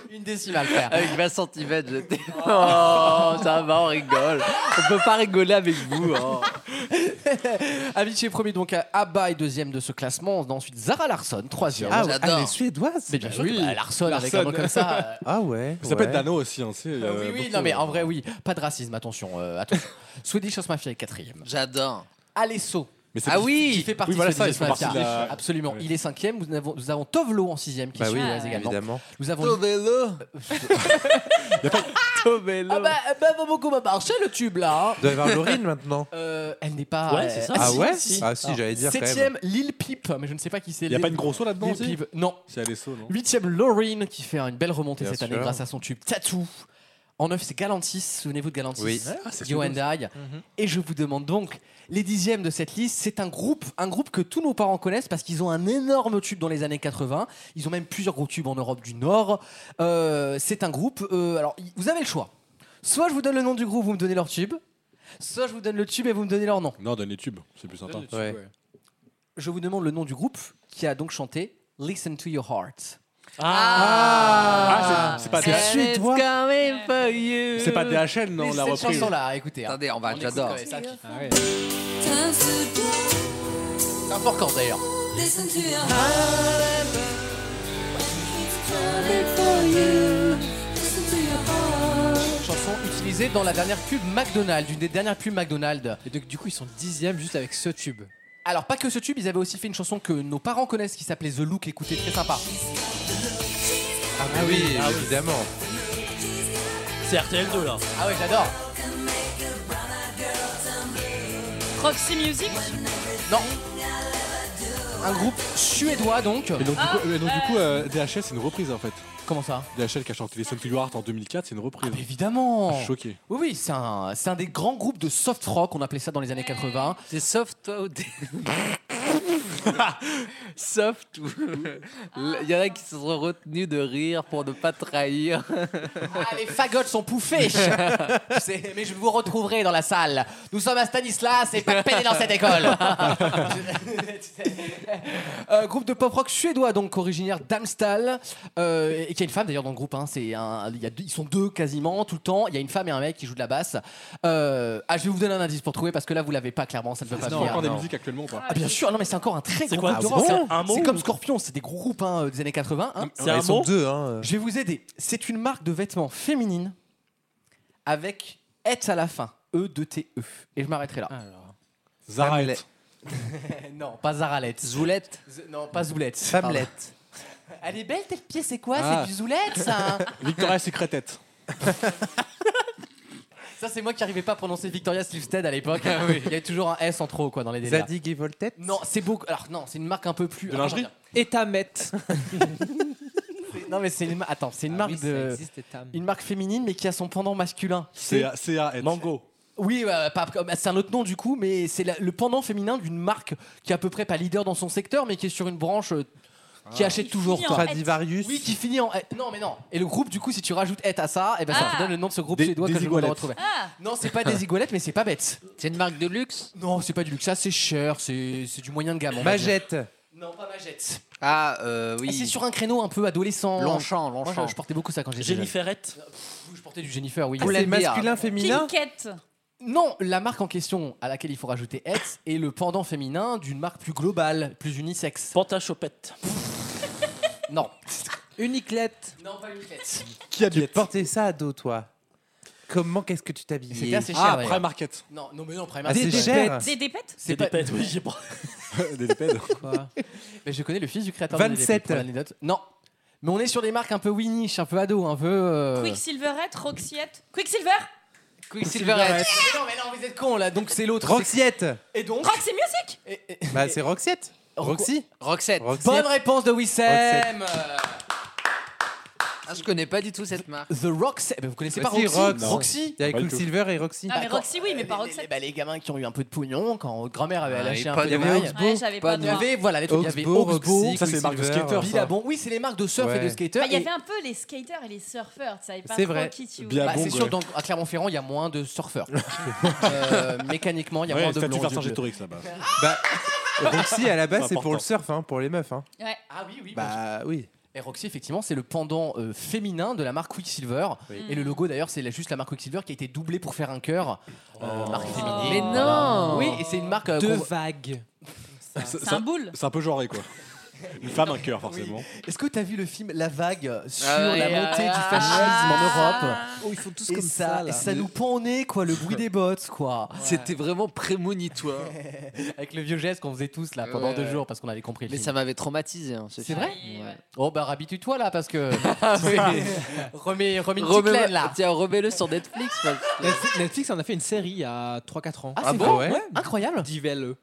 Speaker 2: Une décimale, frère.
Speaker 7: Avec Vincent Yvette, j'étais. Oh, ça va, on rigole. On peut pas rigoler avec vous. hein.
Speaker 2: Avicii est premier, donc à Abba est deuxième de ce classement. On a ensuite Zara Larson, troisième.
Speaker 5: Ah, ouais,
Speaker 7: J'adore.
Speaker 5: ah, les Suédoises
Speaker 2: Mais bien
Speaker 5: bah
Speaker 2: sûr,
Speaker 5: oui.
Speaker 2: que, bah, Larson, avec un nom comme ça. euh,
Speaker 5: Ah ouais.
Speaker 3: Ça peut
Speaker 5: ouais.
Speaker 3: être Dano aussi, hein, tu sais, il y a
Speaker 2: Ah oui, oui,
Speaker 3: beaucoup,
Speaker 2: non, mais en
Speaker 3: euh,
Speaker 2: vrai, oui. Pas de racisme, attention. euh, attention. Swedish House Mafia est quatrième.
Speaker 7: J'adore.
Speaker 2: Alesso.
Speaker 3: Mais c'est
Speaker 7: Ah
Speaker 3: plus-
Speaker 7: oui
Speaker 2: Qui fait partie
Speaker 3: Oui, voilà,
Speaker 2: de
Speaker 3: ça, ils
Speaker 2: Swedish Mafia.
Speaker 3: font partie de la-
Speaker 2: Absolument.
Speaker 3: Ouais.
Speaker 2: Il est cinquième. Nous avons, nous avons Tovlo en sixième qui
Speaker 5: Bah
Speaker 2: suit
Speaker 5: oui,
Speaker 2: euh, également.
Speaker 5: évidemment.
Speaker 2: Nous avons
Speaker 7: Sauvélo. Ah bah, euh, bah, bah, beaucoup m'a marché le tube là. hein.
Speaker 5: Il doit y avoir Laurine maintenant.
Speaker 2: Euh, elle n'est pas.
Speaker 5: Ouais, c'est ça. bah. Ah ouais Ah si, j'allais dire, quand même.
Speaker 2: Septième, Lil Peep, mais je ne sais pas qui c'est.
Speaker 3: Y a
Speaker 2: Lil-
Speaker 3: pas une grosso là-dedans
Speaker 2: Lil
Speaker 3: aussi
Speaker 2: Peep, Non.
Speaker 3: C'est Alesso, non
Speaker 2: Huitième, Lauryn qui fait une belle remontée
Speaker 3: Bien
Speaker 2: cette année
Speaker 3: sûr.
Speaker 2: grâce à son tube Tattoo. En neuf, c'est Galantis. Souvenez-vous de Galantis.
Speaker 3: Oui. Ah, c'est
Speaker 2: You and
Speaker 3: Smooth.
Speaker 2: I. Et je vous demande donc, les dixièmes de cette liste, c'est un groupe, un groupe que tous nos parents connaissent parce qu'ils ont un énorme tube dans les années 80. Ils ont même plusieurs gros tubes en Europe du Nord. Euh, c'est un groupe. euh, alors, y- vous avez le choix. Soit je vous donne le nom du groupe, vous me donnez leur tube. Soit je vous donne le tube et vous me donnez leur nom.
Speaker 3: Non, donne les tubes, c'est plus sympa.
Speaker 2: Donne les tubes, Ouais. ouais. Je vous demande le nom du groupe qui a donc chanté Listen to Your Heart.
Speaker 7: Ah.
Speaker 3: Ah, c'est- c'est pas DHL.
Speaker 7: And it's
Speaker 3: toi.
Speaker 7: coming for you.
Speaker 3: C'est pas DHL, non,
Speaker 7: Mais
Speaker 3: la
Speaker 7: cette
Speaker 3: reprise.
Speaker 7: chanson-là,
Speaker 2: hein.
Speaker 7: écoutez. Attendez, on
Speaker 2: Ah,
Speaker 7: va, j'adore.
Speaker 2: C'est important d'ailleurs. Ah.
Speaker 16: Listen to your
Speaker 2: Chanson utilisée dans la dernière pub McDonald's, une des dernières pubs McDonald's. Et du coup, ils sont dixièmes juste avec ce tube. Alors, pas que ce tube, ils avaient aussi fait une chanson que nos parents connaissent qui s'appelait The Look, écoutez, très sympa.
Speaker 5: Ah, bah oui, évidemment.
Speaker 6: C'est RTL2 là.
Speaker 2: Ah ouais, j'adore.
Speaker 4: Proxy Music
Speaker 2: Non. Un groupe suédois donc.
Speaker 3: Et donc,
Speaker 4: Ah,
Speaker 3: du coup, et donc, du coup, euh, DHL, c'est une reprise en fait.
Speaker 2: Comment ça
Speaker 3: DHL qui a chanté Listen to Your Heart en 2004, c'est une reprise.
Speaker 2: Évidemment.
Speaker 3: Je suis choqué.
Speaker 2: Oui, oui, c'est un, c'est un des grands groupes de soft rock, on appelait ça dans les années 80.
Speaker 7: C'est soft, toi, ou des- Soft. ou- Il y en a qui se sont retenus de rire pour ne pas trahir.
Speaker 2: Ah, les fagots sont pouffés C'est- Mais je vous retrouverai dans la salle. Nous sommes à Stanislas et pas de pédé dans cette école Euh, Groupe de pop rock suédois, donc originaire d'Amstal, euh, et qui a une femme d'ailleurs dans le groupe. hein. C'est un- il y a deux- ils sont deux quasiment tout le temps. Il y a une femme et un mec qui jouent de la basse. Euh, ah, je vais vous donner un indice pour trouver parce que là vous l'avez pas clairement, ça ne peut pas
Speaker 3: C'est
Speaker 2: venir.
Speaker 3: encore des
Speaker 2: Non.
Speaker 3: musiques actuellement ou pas
Speaker 2: Ah bien sûr, non mais c'est encore un très
Speaker 3: C'est
Speaker 2: gros
Speaker 7: Ah
Speaker 3: quoi,
Speaker 2: groupe de
Speaker 3: c'est
Speaker 2: rock. C'est-
Speaker 3: un- un mot
Speaker 2: C'est
Speaker 3: ou-
Speaker 2: comme Scorpion, c'est des gros groupes hein, des années 80. hein.
Speaker 5: C'est Ouais, un ils sont mot deux, hein.
Speaker 2: Je vais vous aider. C'est une marque de vêtements féminine avec et à la fin, E de T E. Et je m'arrêterai là.
Speaker 3: Zaralet.
Speaker 2: Eh non, pas Zaralette. Zoulette. non, pas Zoulette.
Speaker 5: Famlette.
Speaker 2: Pardon. Elle est belle telle pièce, c'est quoi
Speaker 3: Ah.
Speaker 2: C'est du Zoulette ça hein
Speaker 3: Victoria's Secret Tête.
Speaker 2: Ça c'est moi qui arrivais pas à prononcer Victoria Slipstead à l'époque. Ah Il y avait toujours un S en trop quoi dans les délires.
Speaker 5: Zadig et Voltet
Speaker 2: Non, c'est beaucoup. Alors non, c'est une marque un peu plus.
Speaker 5: De lingerie
Speaker 2: Attends, Etamet. C'est- non mais c'est une. ma- Attends, Ah c'est une marque de. une marque féminine mais qui a son pendant masculin.
Speaker 3: C'est CA Mango.
Speaker 2: Oui, euh, pas- bah, c'est un autre nom du coup, mais c'est la- le pendant féminin d'une marque qui est à peu près pas leader dans son secteur, mais qui est sur une branche euh, qui
Speaker 5: Ah.
Speaker 2: achète
Speaker 5: Qui
Speaker 2: toujours.
Speaker 5: finit
Speaker 2: quoi.
Speaker 5: en Stradivarius.
Speaker 2: Oui, qui finit en. et- Non, mais non. Et le groupe, du coup, si tu rajoutes et à ça, et ben, ça
Speaker 7: Ah.
Speaker 2: te donne le nom de ce groupe
Speaker 7: Des-
Speaker 2: suédois
Speaker 7: des
Speaker 2: que je voulais
Speaker 7: igualettes.
Speaker 2: retrouver.
Speaker 7: Ah.
Speaker 2: Non, c'est pas des igualettes, mais c'est pas bête.
Speaker 7: C'est une marque de luxe
Speaker 2: Non, c'est pas du luxe. Ça, c'est cher, c'est c'est du moyen de gamme. on va dire.
Speaker 5: Magette.
Speaker 2: Non, pas Magette.
Speaker 7: Ah, euh, oui.
Speaker 2: Ah, c'est sur un créneau un peu adolescent.
Speaker 7: Longchamp, Longchamp.
Speaker 2: Moi, je, je portais beaucoup ça quand j'étais jeune.
Speaker 6: Jenniferette.
Speaker 2: Pff, Je portais du Jennifer, oui.
Speaker 7: Ah, c'est Pull&Bear. masculin, féminin
Speaker 2: Non, la marque en question à laquelle il faut rajouter et est le pendant féminin d'une marque plus globale, plus unisexe.
Speaker 6: Pantachopette.
Speaker 2: non.
Speaker 5: Uniclette.
Speaker 2: Non, pas Uniclette.
Speaker 5: Qui a Tu portais ça à dos, toi Comment qu'est-ce que tu t'habillais
Speaker 2: C'était assez cher. d'ailleurs. Non, non, mais non, Primark.
Speaker 5: Ah, c'est cher
Speaker 4: Des dépettes
Speaker 2: C'est
Speaker 5: Des
Speaker 2: pas-
Speaker 5: dépettes, oui, j'ai
Speaker 6: pas-
Speaker 3: Des dépettes
Speaker 2: Quoi Mais je connais le fils du créateur de
Speaker 5: 27.
Speaker 2: Dépettes, pour l'anecdote. Non. Mais on est sur des marques un peu winish, un peu ado, un peu. euh,
Speaker 4: Quicksilverette, Roxyette. Quicksilver
Speaker 2: Quicksilverette. Mais non, mais non, vous êtes con là, donc c'est l'autre.
Speaker 5: Roxyette
Speaker 2: Et donc
Speaker 4: Roxy Music
Speaker 5: Bah, c'est Roxyette Roxy
Speaker 7: Roxette.
Speaker 2: Bonne réponse de Wissem
Speaker 7: Ah, je connais pas du tout cette marque.
Speaker 2: The Roxy. Bah, vous connaissez
Speaker 7: Bah
Speaker 2: pas
Speaker 7: si,
Speaker 2: Roxy
Speaker 7: Rox.
Speaker 2: Roxy
Speaker 7: Il y a Pas du tout.
Speaker 5: Silver et Roxy.
Speaker 4: Non, Ah, mais Roxy, oui, mais pas
Speaker 2: Les- Les, bah, les gamins qui ont eu un peu de pognon quand votre grand-mère avait
Speaker 7: Ah,
Speaker 2: lâché
Speaker 7: et
Speaker 2: un
Speaker 7: pas
Speaker 2: peu
Speaker 7: de
Speaker 2: de
Speaker 7: maille.
Speaker 2: maille.
Speaker 7: Ouais, j'avais pas
Speaker 2: Il
Speaker 7: de
Speaker 2: y
Speaker 7: maille.
Speaker 2: avait voilà les trucs. il y avait
Speaker 7: Auxbourg,
Speaker 2: Oxbow,
Speaker 7: Roxy, Ça, c'est les marques de Quicksilver, skateurs, ça.
Speaker 2: Billabong. Oui, c'est les marques de surf et de
Speaker 7: Ouais.
Speaker 2: skateurs.
Speaker 4: Bah, Il y avait un peu les skaters et les surfeurs, tu savais pas
Speaker 2: C'est
Speaker 4: trop
Speaker 2: vrai.
Speaker 4: qui tu
Speaker 2: Bah, c'est
Speaker 4: Ouais.
Speaker 2: sûr, donc, à Clermont-Ferrand, il y a moins de surfeurs. Euh, mécaniquement, il y a
Speaker 3: Ouais,
Speaker 2: moins de
Speaker 3: statut
Speaker 2: blonds.
Speaker 3: Vincent
Speaker 2: yeux bleus.
Speaker 3: Gétorix, là-bas.
Speaker 5: Bah, Roxy, à la base, c'est pour
Speaker 2: important.
Speaker 5: le surf, hein, pour les meufs. Hein.
Speaker 4: Ouais.
Speaker 2: Ah oui, oui.
Speaker 5: Bah, oui.
Speaker 2: Et Roxy, effectivement, c'est le pendant euh, féminin de la marque Quicksilver. Et le logo, d'ailleurs, c'est la- juste la marque Quicksilver qui a été doublée pour faire un cœur. euh, marque
Speaker 4: Oh.
Speaker 2: féminine.
Speaker 7: Mais
Speaker 2: Voilà.
Speaker 7: non
Speaker 2: Oui, et c'est une marque. euh,
Speaker 8: Deux
Speaker 2: qu'on-
Speaker 8: vagues.
Speaker 3: C'est
Speaker 4: un boule.
Speaker 3: C'est un peu genré, quoi. Une femme, un cœur, forcément.
Speaker 2: Est-ce que t'as vu le film La Vague sur
Speaker 3: Ah oui,
Speaker 2: la montée
Speaker 3: ah,
Speaker 2: du fascisme
Speaker 3: ah.
Speaker 2: en Europe
Speaker 23: Oh, ils font tous
Speaker 2: Et
Speaker 23: comme ça, là.
Speaker 2: et ça nous pend au nez, quoi, le bruit des bottes, quoi.
Speaker 7: C'était vraiment prémonitoire.
Speaker 2: Avec le vieux geste qu'on faisait tous là pendant
Speaker 7: Ouais,
Speaker 2: deux
Speaker 7: ouais.
Speaker 2: jours parce qu'on avait compris. le
Speaker 7: Mais
Speaker 2: film.
Speaker 7: ça m'avait traumatisé. hein, ce
Speaker 2: C'est
Speaker 7: film.
Speaker 2: vrai
Speaker 7: Ouais.
Speaker 2: Oh bah rabitue-toi là parce que.
Speaker 7: Ah,
Speaker 2: remets, remets une petite
Speaker 7: Remets-le-
Speaker 2: laine, là.
Speaker 7: Tiens, remets-le sur Netflix. parce que-
Speaker 8: Netflix, Netflix en a fait une série il y a 3-4 ans.
Speaker 7: Ah, Ah c'est bon vrai
Speaker 2: Incroyable.
Speaker 8: Divelle.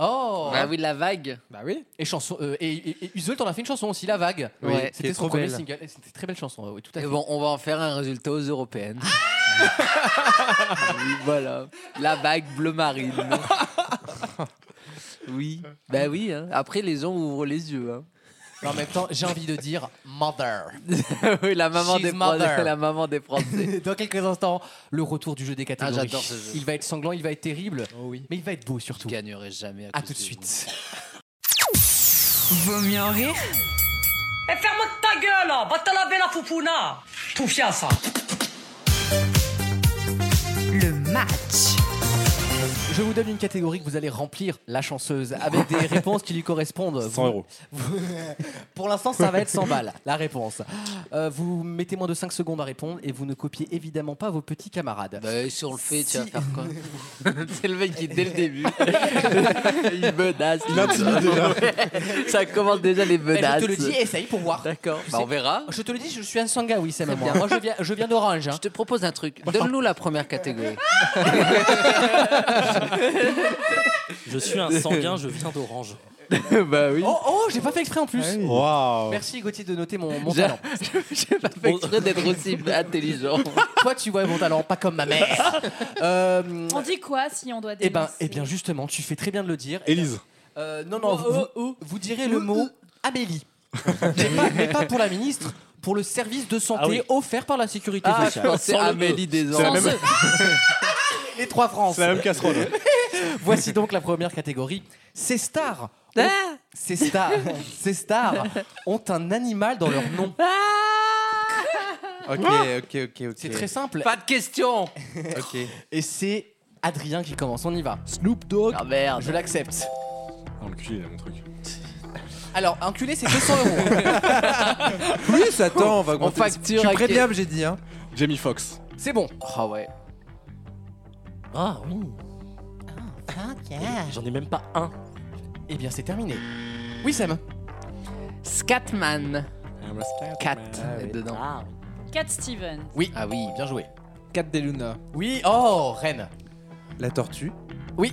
Speaker 2: Oh
Speaker 7: Bah oui, la vague.
Speaker 8: Bah oui.
Speaker 2: Et chanson. euh, et, et, et Usul t'en as fait une chanson aussi, La Vague.
Speaker 7: Oui, qui
Speaker 2: C'était
Speaker 7: est
Speaker 2: son
Speaker 7: trop
Speaker 2: premier
Speaker 7: belle.
Speaker 2: single. Et C'était une très belle chanson. euh, Oui, tout à
Speaker 7: Et
Speaker 2: fait.
Speaker 7: bon, on va en faire un résultat aux européennes.
Speaker 2: Ah
Speaker 7: Oui, voilà. La vague bleu marine. oui. Bah oui. hein. Après, les gens ouvrent les yeux. hein.
Speaker 2: Mais en même temps, j'ai envie de dire Mother.
Speaker 7: oui, la maman
Speaker 2: She's
Speaker 7: des
Speaker 2: mother.
Speaker 7: Français, la maman des Français.
Speaker 2: Dans quelques instants, le retour du jeu des catégories.
Speaker 7: Ah, j'adore ce jeu.
Speaker 2: Il va être sanglant, il va être terrible, mais il va être beau surtout. Je
Speaker 7: gagnerai jamais. À,
Speaker 2: tout de suite.
Speaker 24: Vaut mieux en rire.
Speaker 1: Et ferme ta gueule, va te laver la foufouna. Tout fier ça.
Speaker 24: Le match.
Speaker 2: Je vous donne une catégorie que vous allez remplir, la chanceuse, avec des réponses qui lui correspondent.
Speaker 3: 100 euros.
Speaker 2: Vous- Pour l'instant, ça va être 100 balles, la réponse. Euh, vous mettez moins de 5 secondes à répondre et vous ne copiez évidemment pas vos petits camarades.
Speaker 7: Bah, si on le fait, tu vas
Speaker 2: Si-
Speaker 7: faire quoi C'est le mec qui, dès le début, il menace. Il intimide
Speaker 2: déjà.
Speaker 7: Ça commence déjà les
Speaker 2: Eh,
Speaker 7: menaces.
Speaker 2: Je te le dis, essaye pour voir.
Speaker 7: D'accord. Bah, on verra.
Speaker 2: Je te le dis, je suis un sangha, oui, c'est
Speaker 7: Très
Speaker 2: moi.
Speaker 7: bien.
Speaker 2: Moi, je viens, je viens d'Orange. hein.
Speaker 7: Je te propose un truc. Donne-nous la première catégorie.
Speaker 6: Je suis un sanguin, je viens d'Orange.
Speaker 7: bah oui.
Speaker 2: Oh, oh, j'ai pas fait exprès en plus.
Speaker 3: Waouh.
Speaker 2: Merci Gauthier de noter mon, mon
Speaker 7: Ah J'ai-
Speaker 2: talent.
Speaker 7: J'ai pas fait exprès d'être aussi intelligent.
Speaker 2: Toi, tu vois mon talent, pas comme ma mère. Euh,
Speaker 4: On dit quoi si on doit
Speaker 2: eh ben,
Speaker 4: dénoncer
Speaker 2: eh bien, justement, tu fais très bien de le dire.
Speaker 3: Élise.
Speaker 2: Euh, non, non,
Speaker 4: Oh,
Speaker 2: vous,
Speaker 4: oh,
Speaker 2: vous- vous direz le mot Amélie. mais, pas, mais pas pour la ministre, pour le service de santé
Speaker 7: Ah oui.
Speaker 2: offert par la sécurité
Speaker 7: Ah, je
Speaker 2: sociale.
Speaker 7: pensais
Speaker 2: Sans le
Speaker 7: Amélie
Speaker 2: E.
Speaker 7: Desanges.
Speaker 2: Sans
Speaker 7: C'est la même-
Speaker 2: E. Les trois France.
Speaker 3: C'est la même casserole.
Speaker 7: hein.
Speaker 2: Voici donc la première catégorie. Ces stars. ont-
Speaker 4: Ah.
Speaker 2: Ces stars, ces stars ont un animal dans leur nom.
Speaker 5: Ok, ok, ok, ok.
Speaker 2: C'est très simple.
Speaker 7: Ah Pas de question.
Speaker 5: Ok.
Speaker 2: Et c'est Adrien qui commence. On y va.
Speaker 8: Snoop Dogg.
Speaker 7: Ah merde.
Speaker 2: Je l'accepte.
Speaker 3: Dans le cul, il a mon truc.
Speaker 2: Alors, enculé, c'est 200 euros.
Speaker 5: Oui, ça tend, on va
Speaker 7: On
Speaker 5: augmenter.
Speaker 7: facture
Speaker 5: Je suis
Speaker 7: à quel-
Speaker 5: prévenable, j'ai dit. Hein.
Speaker 3: Jamie Foxx.
Speaker 2: C'est bon.
Speaker 7: Ah ouais.
Speaker 6: Ah oui. J'en ai même pas un.
Speaker 2: Eh bien, c'est terminé. Oui, Sam.
Speaker 7: Scatman.
Speaker 3: Euh,
Speaker 7: Cat
Speaker 2: Ah
Speaker 7: est dedans.
Speaker 4: Cat Steven.
Speaker 2: Oui.
Speaker 7: Ah oui.
Speaker 2: Bien joué.
Speaker 8: 4 des Luna.
Speaker 2: Oui. Oh, Reine.
Speaker 5: La tortue.
Speaker 2: Oui.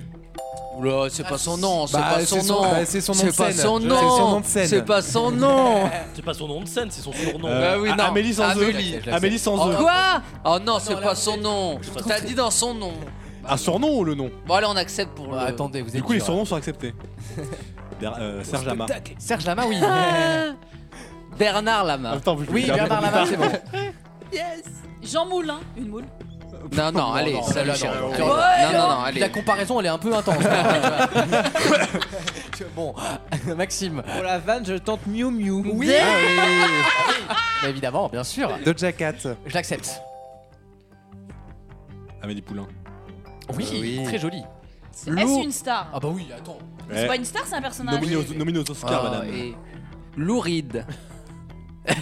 Speaker 7: Oula, c'est pas son nom, c'est
Speaker 5: Bah,
Speaker 7: pas son
Speaker 5: c'est son-
Speaker 7: nom.
Speaker 5: bah, c'est son nom de
Speaker 7: pas
Speaker 5: scène.
Speaker 7: son
Speaker 5: C'est
Speaker 7: nom.
Speaker 5: son nom de scène.
Speaker 7: C'est pas son nom.
Speaker 6: C'est pas son nom de scène, c'est son surnom.
Speaker 7: Bah oui,
Speaker 3: Ah,
Speaker 7: non.
Speaker 3: Amélie sans
Speaker 7: Amélie.
Speaker 3: eux. Amélie sans
Speaker 7: Oh,
Speaker 3: eux.
Speaker 7: quoi Oh non, c'est pas son nom. T'as dit dans son nom.
Speaker 3: Un surnom ou le nom
Speaker 7: Bon, allez, on accepte pour
Speaker 2: Bon,
Speaker 5: Bah,
Speaker 7: le...
Speaker 2: Attendez, vous êtes
Speaker 3: Du coup, les
Speaker 2: durs, hein.
Speaker 3: surnoms sont acceptés. Der- euh, Serge Lama.
Speaker 2: Serge Lama, oui.
Speaker 7: Ah Bernard Lama.
Speaker 3: Attends, vous-
Speaker 2: oui,
Speaker 3: vous-
Speaker 2: Bernard Lama, c'est bon.
Speaker 4: Jean Moulin, une moule.
Speaker 7: Non, non, allez,
Speaker 2: non,
Speaker 7: salut,
Speaker 2: là,
Speaker 7: chérie.
Speaker 2: non,
Speaker 7: Allez.
Speaker 2: non,
Speaker 7: Non, non, non,
Speaker 2: La
Speaker 7: allez.
Speaker 2: comparaison, elle est un peu intense. là, tu vois. Tu vois, bon, Maxime.
Speaker 8: Pour la vanne, je tente Miu Miu.
Speaker 5: Ah,
Speaker 2: Oui. Bah, évidemment, bien sûr.
Speaker 5: Doja Cat.
Speaker 2: Je l'accepte.
Speaker 3: Amélie Poulain.
Speaker 2: Oui,
Speaker 5: oui.
Speaker 2: très joli.
Speaker 4: C'est- Est-ce une star
Speaker 2: Ah bah oui, attends.
Speaker 4: C'est pas une star, c'est un personnage.
Speaker 3: Nominé aux, nominé aux Oscars,
Speaker 7: Ah,
Speaker 3: madame.
Speaker 7: et Louride.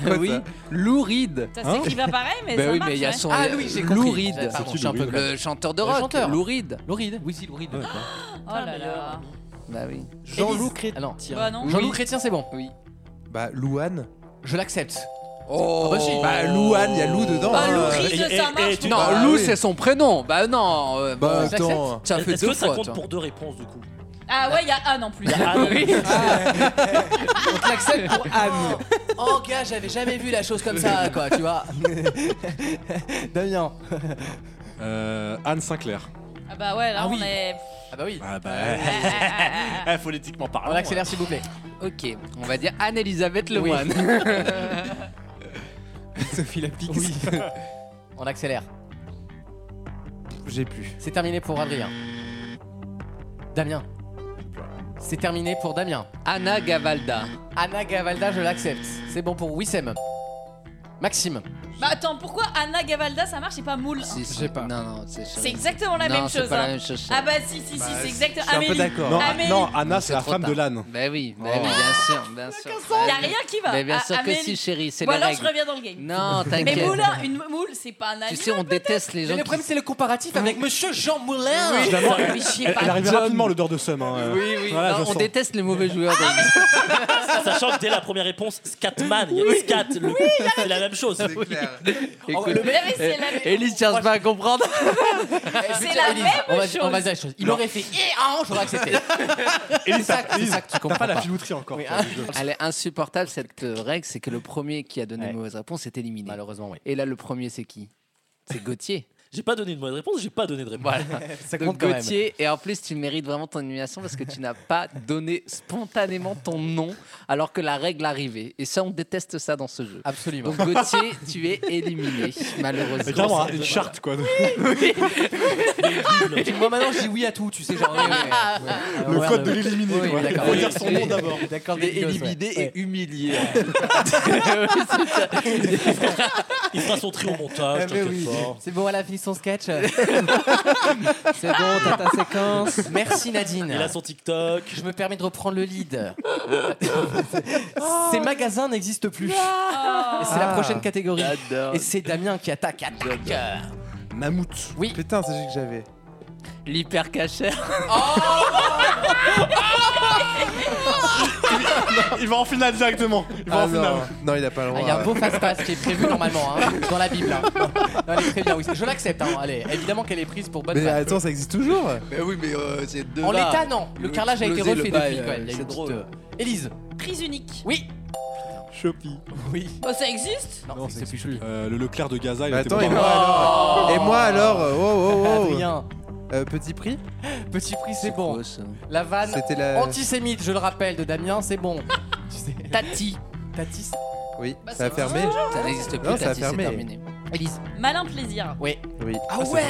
Speaker 5: Quoi,
Speaker 7: oui,
Speaker 5: ça
Speaker 7: Louride.
Speaker 4: Ça
Speaker 2: hein.
Speaker 4: s'écrit pas pareil, mais
Speaker 7: Ben
Speaker 4: ça
Speaker 7: oui,
Speaker 4: marche. hein.
Speaker 7: mais il y a
Speaker 4: ouais.
Speaker 7: son
Speaker 2: Ah oui, j'ai compris.
Speaker 7: Louride.
Speaker 2: Pardon,
Speaker 3: je suis un peu con.
Speaker 7: le chanteur de
Speaker 2: Le
Speaker 7: rock,
Speaker 2: chanteur.
Speaker 7: Louride.
Speaker 2: Lauride Oui, si, Lauride.
Speaker 4: Oh là là.
Speaker 7: Bah oui.
Speaker 8: Jean-Loup Chrétien.
Speaker 2: Ah non.
Speaker 4: Bah non.
Speaker 2: Jean-Louis Chrétien, c'est bon.
Speaker 7: Oui.
Speaker 5: Bah, Louane.
Speaker 2: Je l'accepte.
Speaker 7: Oh,
Speaker 2: bah si.
Speaker 5: Bah, Louane, il y a Lou dedans.
Speaker 7: Bah,
Speaker 5: hein.
Speaker 7: Louride.
Speaker 6: Et-
Speaker 4: Ah, Ça,
Speaker 6: et-
Speaker 4: ça marche.
Speaker 6: et tu-
Speaker 7: Non,
Speaker 5: Bah,
Speaker 7: Lou,
Speaker 5: oui.
Speaker 7: c'est son prénom. Bah non. euh,
Speaker 5: Bah,
Speaker 7: bon, j'accepte.
Speaker 5: attends.
Speaker 7: Ah Ça fait
Speaker 6: Est-ce
Speaker 7: deux
Speaker 6: que ça
Speaker 7: fois.
Speaker 6: compte
Speaker 7: toi.
Speaker 6: pour deux réponses du coup
Speaker 4: Ah ouais, il y a Anne en plus.
Speaker 6: Ah oui.
Speaker 2: On te l'accepte pour Anne. Oh, gars, j'avais jamais vu la chose comme ça, quoi, tu vois. Damien.
Speaker 3: Euh, Anne Sinclair.
Speaker 4: Ah bah ouais, là
Speaker 2: Ah oui.
Speaker 4: on est.
Speaker 2: Ah bah oui.
Speaker 3: Ah bah. eh, phonétiquement
Speaker 2: On
Speaker 3: parlant.
Speaker 2: accélère, s'il vous plaît.
Speaker 7: Ok, on va dire Anne-Elisabeth
Speaker 2: Oui.
Speaker 7: Lemoine.
Speaker 8: Sophie Lapix.
Speaker 2: Oui. On accélère.
Speaker 5: J'ai plus.
Speaker 2: C'est terminé pour Adrien. Damien. C'est terminé pour Damien.
Speaker 7: Anna Gavalda.
Speaker 2: Anna Gavalda, je l'accepte. C'est bon pour Wissem. Maxime.
Speaker 4: Bah attends, pourquoi Anna Gavalda ça marche et pas Moule
Speaker 7: Si, si. Non, non, c'est
Speaker 4: C'est exactement la
Speaker 7: Non,
Speaker 4: même
Speaker 7: c'est
Speaker 4: chose.
Speaker 7: pas la
Speaker 4: hein.
Speaker 7: même chose, ça.
Speaker 4: Ah bah si, si, si,
Speaker 7: Bah,
Speaker 4: c'est exactement.
Speaker 7: je suis un peu
Speaker 4: Amélie.
Speaker 7: d'accord.
Speaker 3: Non,
Speaker 4: Amélie.
Speaker 3: non, Anna, c'est la
Speaker 7: trop
Speaker 3: femme de
Speaker 7: tard.
Speaker 3: l'âne.
Speaker 7: Ben oui, ben
Speaker 3: Oh.
Speaker 7: oui, bien sûr, bien sûr.
Speaker 4: Il a rien qui va.
Speaker 7: Mais bien
Speaker 4: Ah,
Speaker 7: sûr que
Speaker 4: Amélie.
Speaker 7: si, chérie, c'est
Speaker 4: Bon,
Speaker 7: les
Speaker 4: alors
Speaker 7: règles.
Speaker 4: je reviens dans le game.
Speaker 7: Non, t'inquiète.
Speaker 4: Mais Moulin, une moule, c'est pas un aliment.
Speaker 7: Tu sais, on déteste les gens.
Speaker 2: Mais le problème, c'est le comparatif avec monsieur Jean Moulin.
Speaker 7: Oui.
Speaker 3: Finalement,
Speaker 7: Oui,
Speaker 3: elle,
Speaker 7: je sais
Speaker 3: elle-
Speaker 7: pas,
Speaker 3: elle arrive
Speaker 7: John.
Speaker 3: rapidement le dehors de somme. Hein.
Speaker 7: Oui, oui,
Speaker 3: Voilà,
Speaker 7: non,
Speaker 3: je
Speaker 7: on
Speaker 3: sens.
Speaker 7: déteste les mauvais joueurs. donc-
Speaker 6: Sachant que dès la première réponse, Scatman, il y a Scat, le- c'est la même chose.
Speaker 7: Écoute,
Speaker 6: le mec, c'est la-
Speaker 7: Élise cherche pas à comprendre.
Speaker 4: C'est la même
Speaker 2: on va,
Speaker 4: chose.
Speaker 2: On va dire la chose. Il aurait fait et ah, j'aurais accepté.
Speaker 3: Élise,
Speaker 7: ça-
Speaker 3: t'as-
Speaker 7: hein, c'est ça que tu comprends
Speaker 3: T'as pas la
Speaker 7: pas.
Speaker 3: filouterie encore.
Speaker 7: Oui,
Speaker 3: toi,
Speaker 7: hein.
Speaker 3: du jeu.
Speaker 7: Elle est insupportable cette euh, règle, c'est que le premier qui a donné une mauvaise réponse est éliminé. Malheureusement, oui. Et là, le premier, c'est qui C'est Gauthier.
Speaker 6: J'ai pas donné de mauvaise réponse, j'ai pas donné de réponse.
Speaker 7: Ça Donc Gauthier, et en plus, tu mérites vraiment ton élimination parce que tu n'as pas donné spontanément ton nom alors que la règle arrivait. Et ça, on déteste ça dans ce jeu.
Speaker 2: Absolument.
Speaker 7: Donc Gauthier, tu es éliminé, malheureusement.
Speaker 3: Mais clairement, hein, une charte quoi.
Speaker 2: Moi maintenant, je dis oui à tout, tu sais, genre. oui, oui, oui.
Speaker 3: Le code de l'éliminé.
Speaker 2: Oui,
Speaker 3: quoi.
Speaker 2: d'accord.
Speaker 3: Faut dire son nom d'abord.
Speaker 7: D'accord, mais éliminé et humilié.
Speaker 6: Il fera son tri au montage, t'inquiète pas.
Speaker 2: C'est bon, elle a fini son sketch. C'est bon, t'as ta séquence. Merci Nadine.
Speaker 6: Il a son TikTok.
Speaker 2: Je me permets de reprendre le lead. Ces magasins n'existent plus. Et c'est la
Speaker 5: Ah.
Speaker 2: prochaine catégorie.
Speaker 7: J'adore.
Speaker 2: Et c'est Damien qui attaque. Attaque.
Speaker 5: Mammouth.
Speaker 2: Oui.
Speaker 5: Putain, c'est celui que j'avais.
Speaker 7: L'hyper cachère.
Speaker 3: Il va en finale directement. Il va
Speaker 5: Ah
Speaker 3: en finale.
Speaker 5: non. non, il a pas le
Speaker 2: Ah,
Speaker 5: droit.
Speaker 2: Il y a un beau passe-passe qui est prévu normalement hein, dans la Bible. hein. Non, elle est très bien, oui. Je l'accepte. hein, Allez, évidemment qu'elle est prise pour bonne
Speaker 5: Mais
Speaker 2: femme.
Speaker 5: attends, ça existe toujours
Speaker 7: Mais oui, mais euh, c'est deux.
Speaker 2: En
Speaker 7: là.
Speaker 2: l'état, non. Le
Speaker 7: Oui,
Speaker 2: carrelage a été
Speaker 7: closer le
Speaker 2: refait
Speaker 7: bail,
Speaker 2: depuis.
Speaker 7: euh,
Speaker 2: quand même. Il y a
Speaker 7: c'est
Speaker 2: une petite,
Speaker 7: drôle.
Speaker 2: euh, Élise.
Speaker 4: Prise unique.
Speaker 2: Oui.
Speaker 3: Shopee.
Speaker 2: Oui.
Speaker 4: Bah ça existe
Speaker 2: Non, c'est plus Oh. plus.
Speaker 3: Euh, le Leclerc de Gaza, il
Speaker 5: Bah
Speaker 3: était
Speaker 5: attends, et
Speaker 3: bon.
Speaker 5: moi alors Et moi alors Oh, oh, oh
Speaker 2: Adrien,
Speaker 5: Euh, Petit prix
Speaker 2: petit prix, c'est bon. Ah,
Speaker 7: ça
Speaker 2: La vanne
Speaker 5: C'était la.
Speaker 2: antisémite, je le rappelle, de Damien, c'est bon. Tu sais,
Speaker 7: Tati.
Speaker 2: Tatis.
Speaker 5: Oui,
Speaker 4: Bah,
Speaker 5: ça a
Speaker 4: c'est
Speaker 5: fermé.
Speaker 7: Ça n'existe plus,
Speaker 5: Non, ça a
Speaker 7: Tati, c'est
Speaker 5: fermé.
Speaker 7: terminé.
Speaker 2: Élise.
Speaker 4: Malin plaisir.
Speaker 2: Oui.
Speaker 5: Oui.
Speaker 2: Ah
Speaker 5: c'est vrai.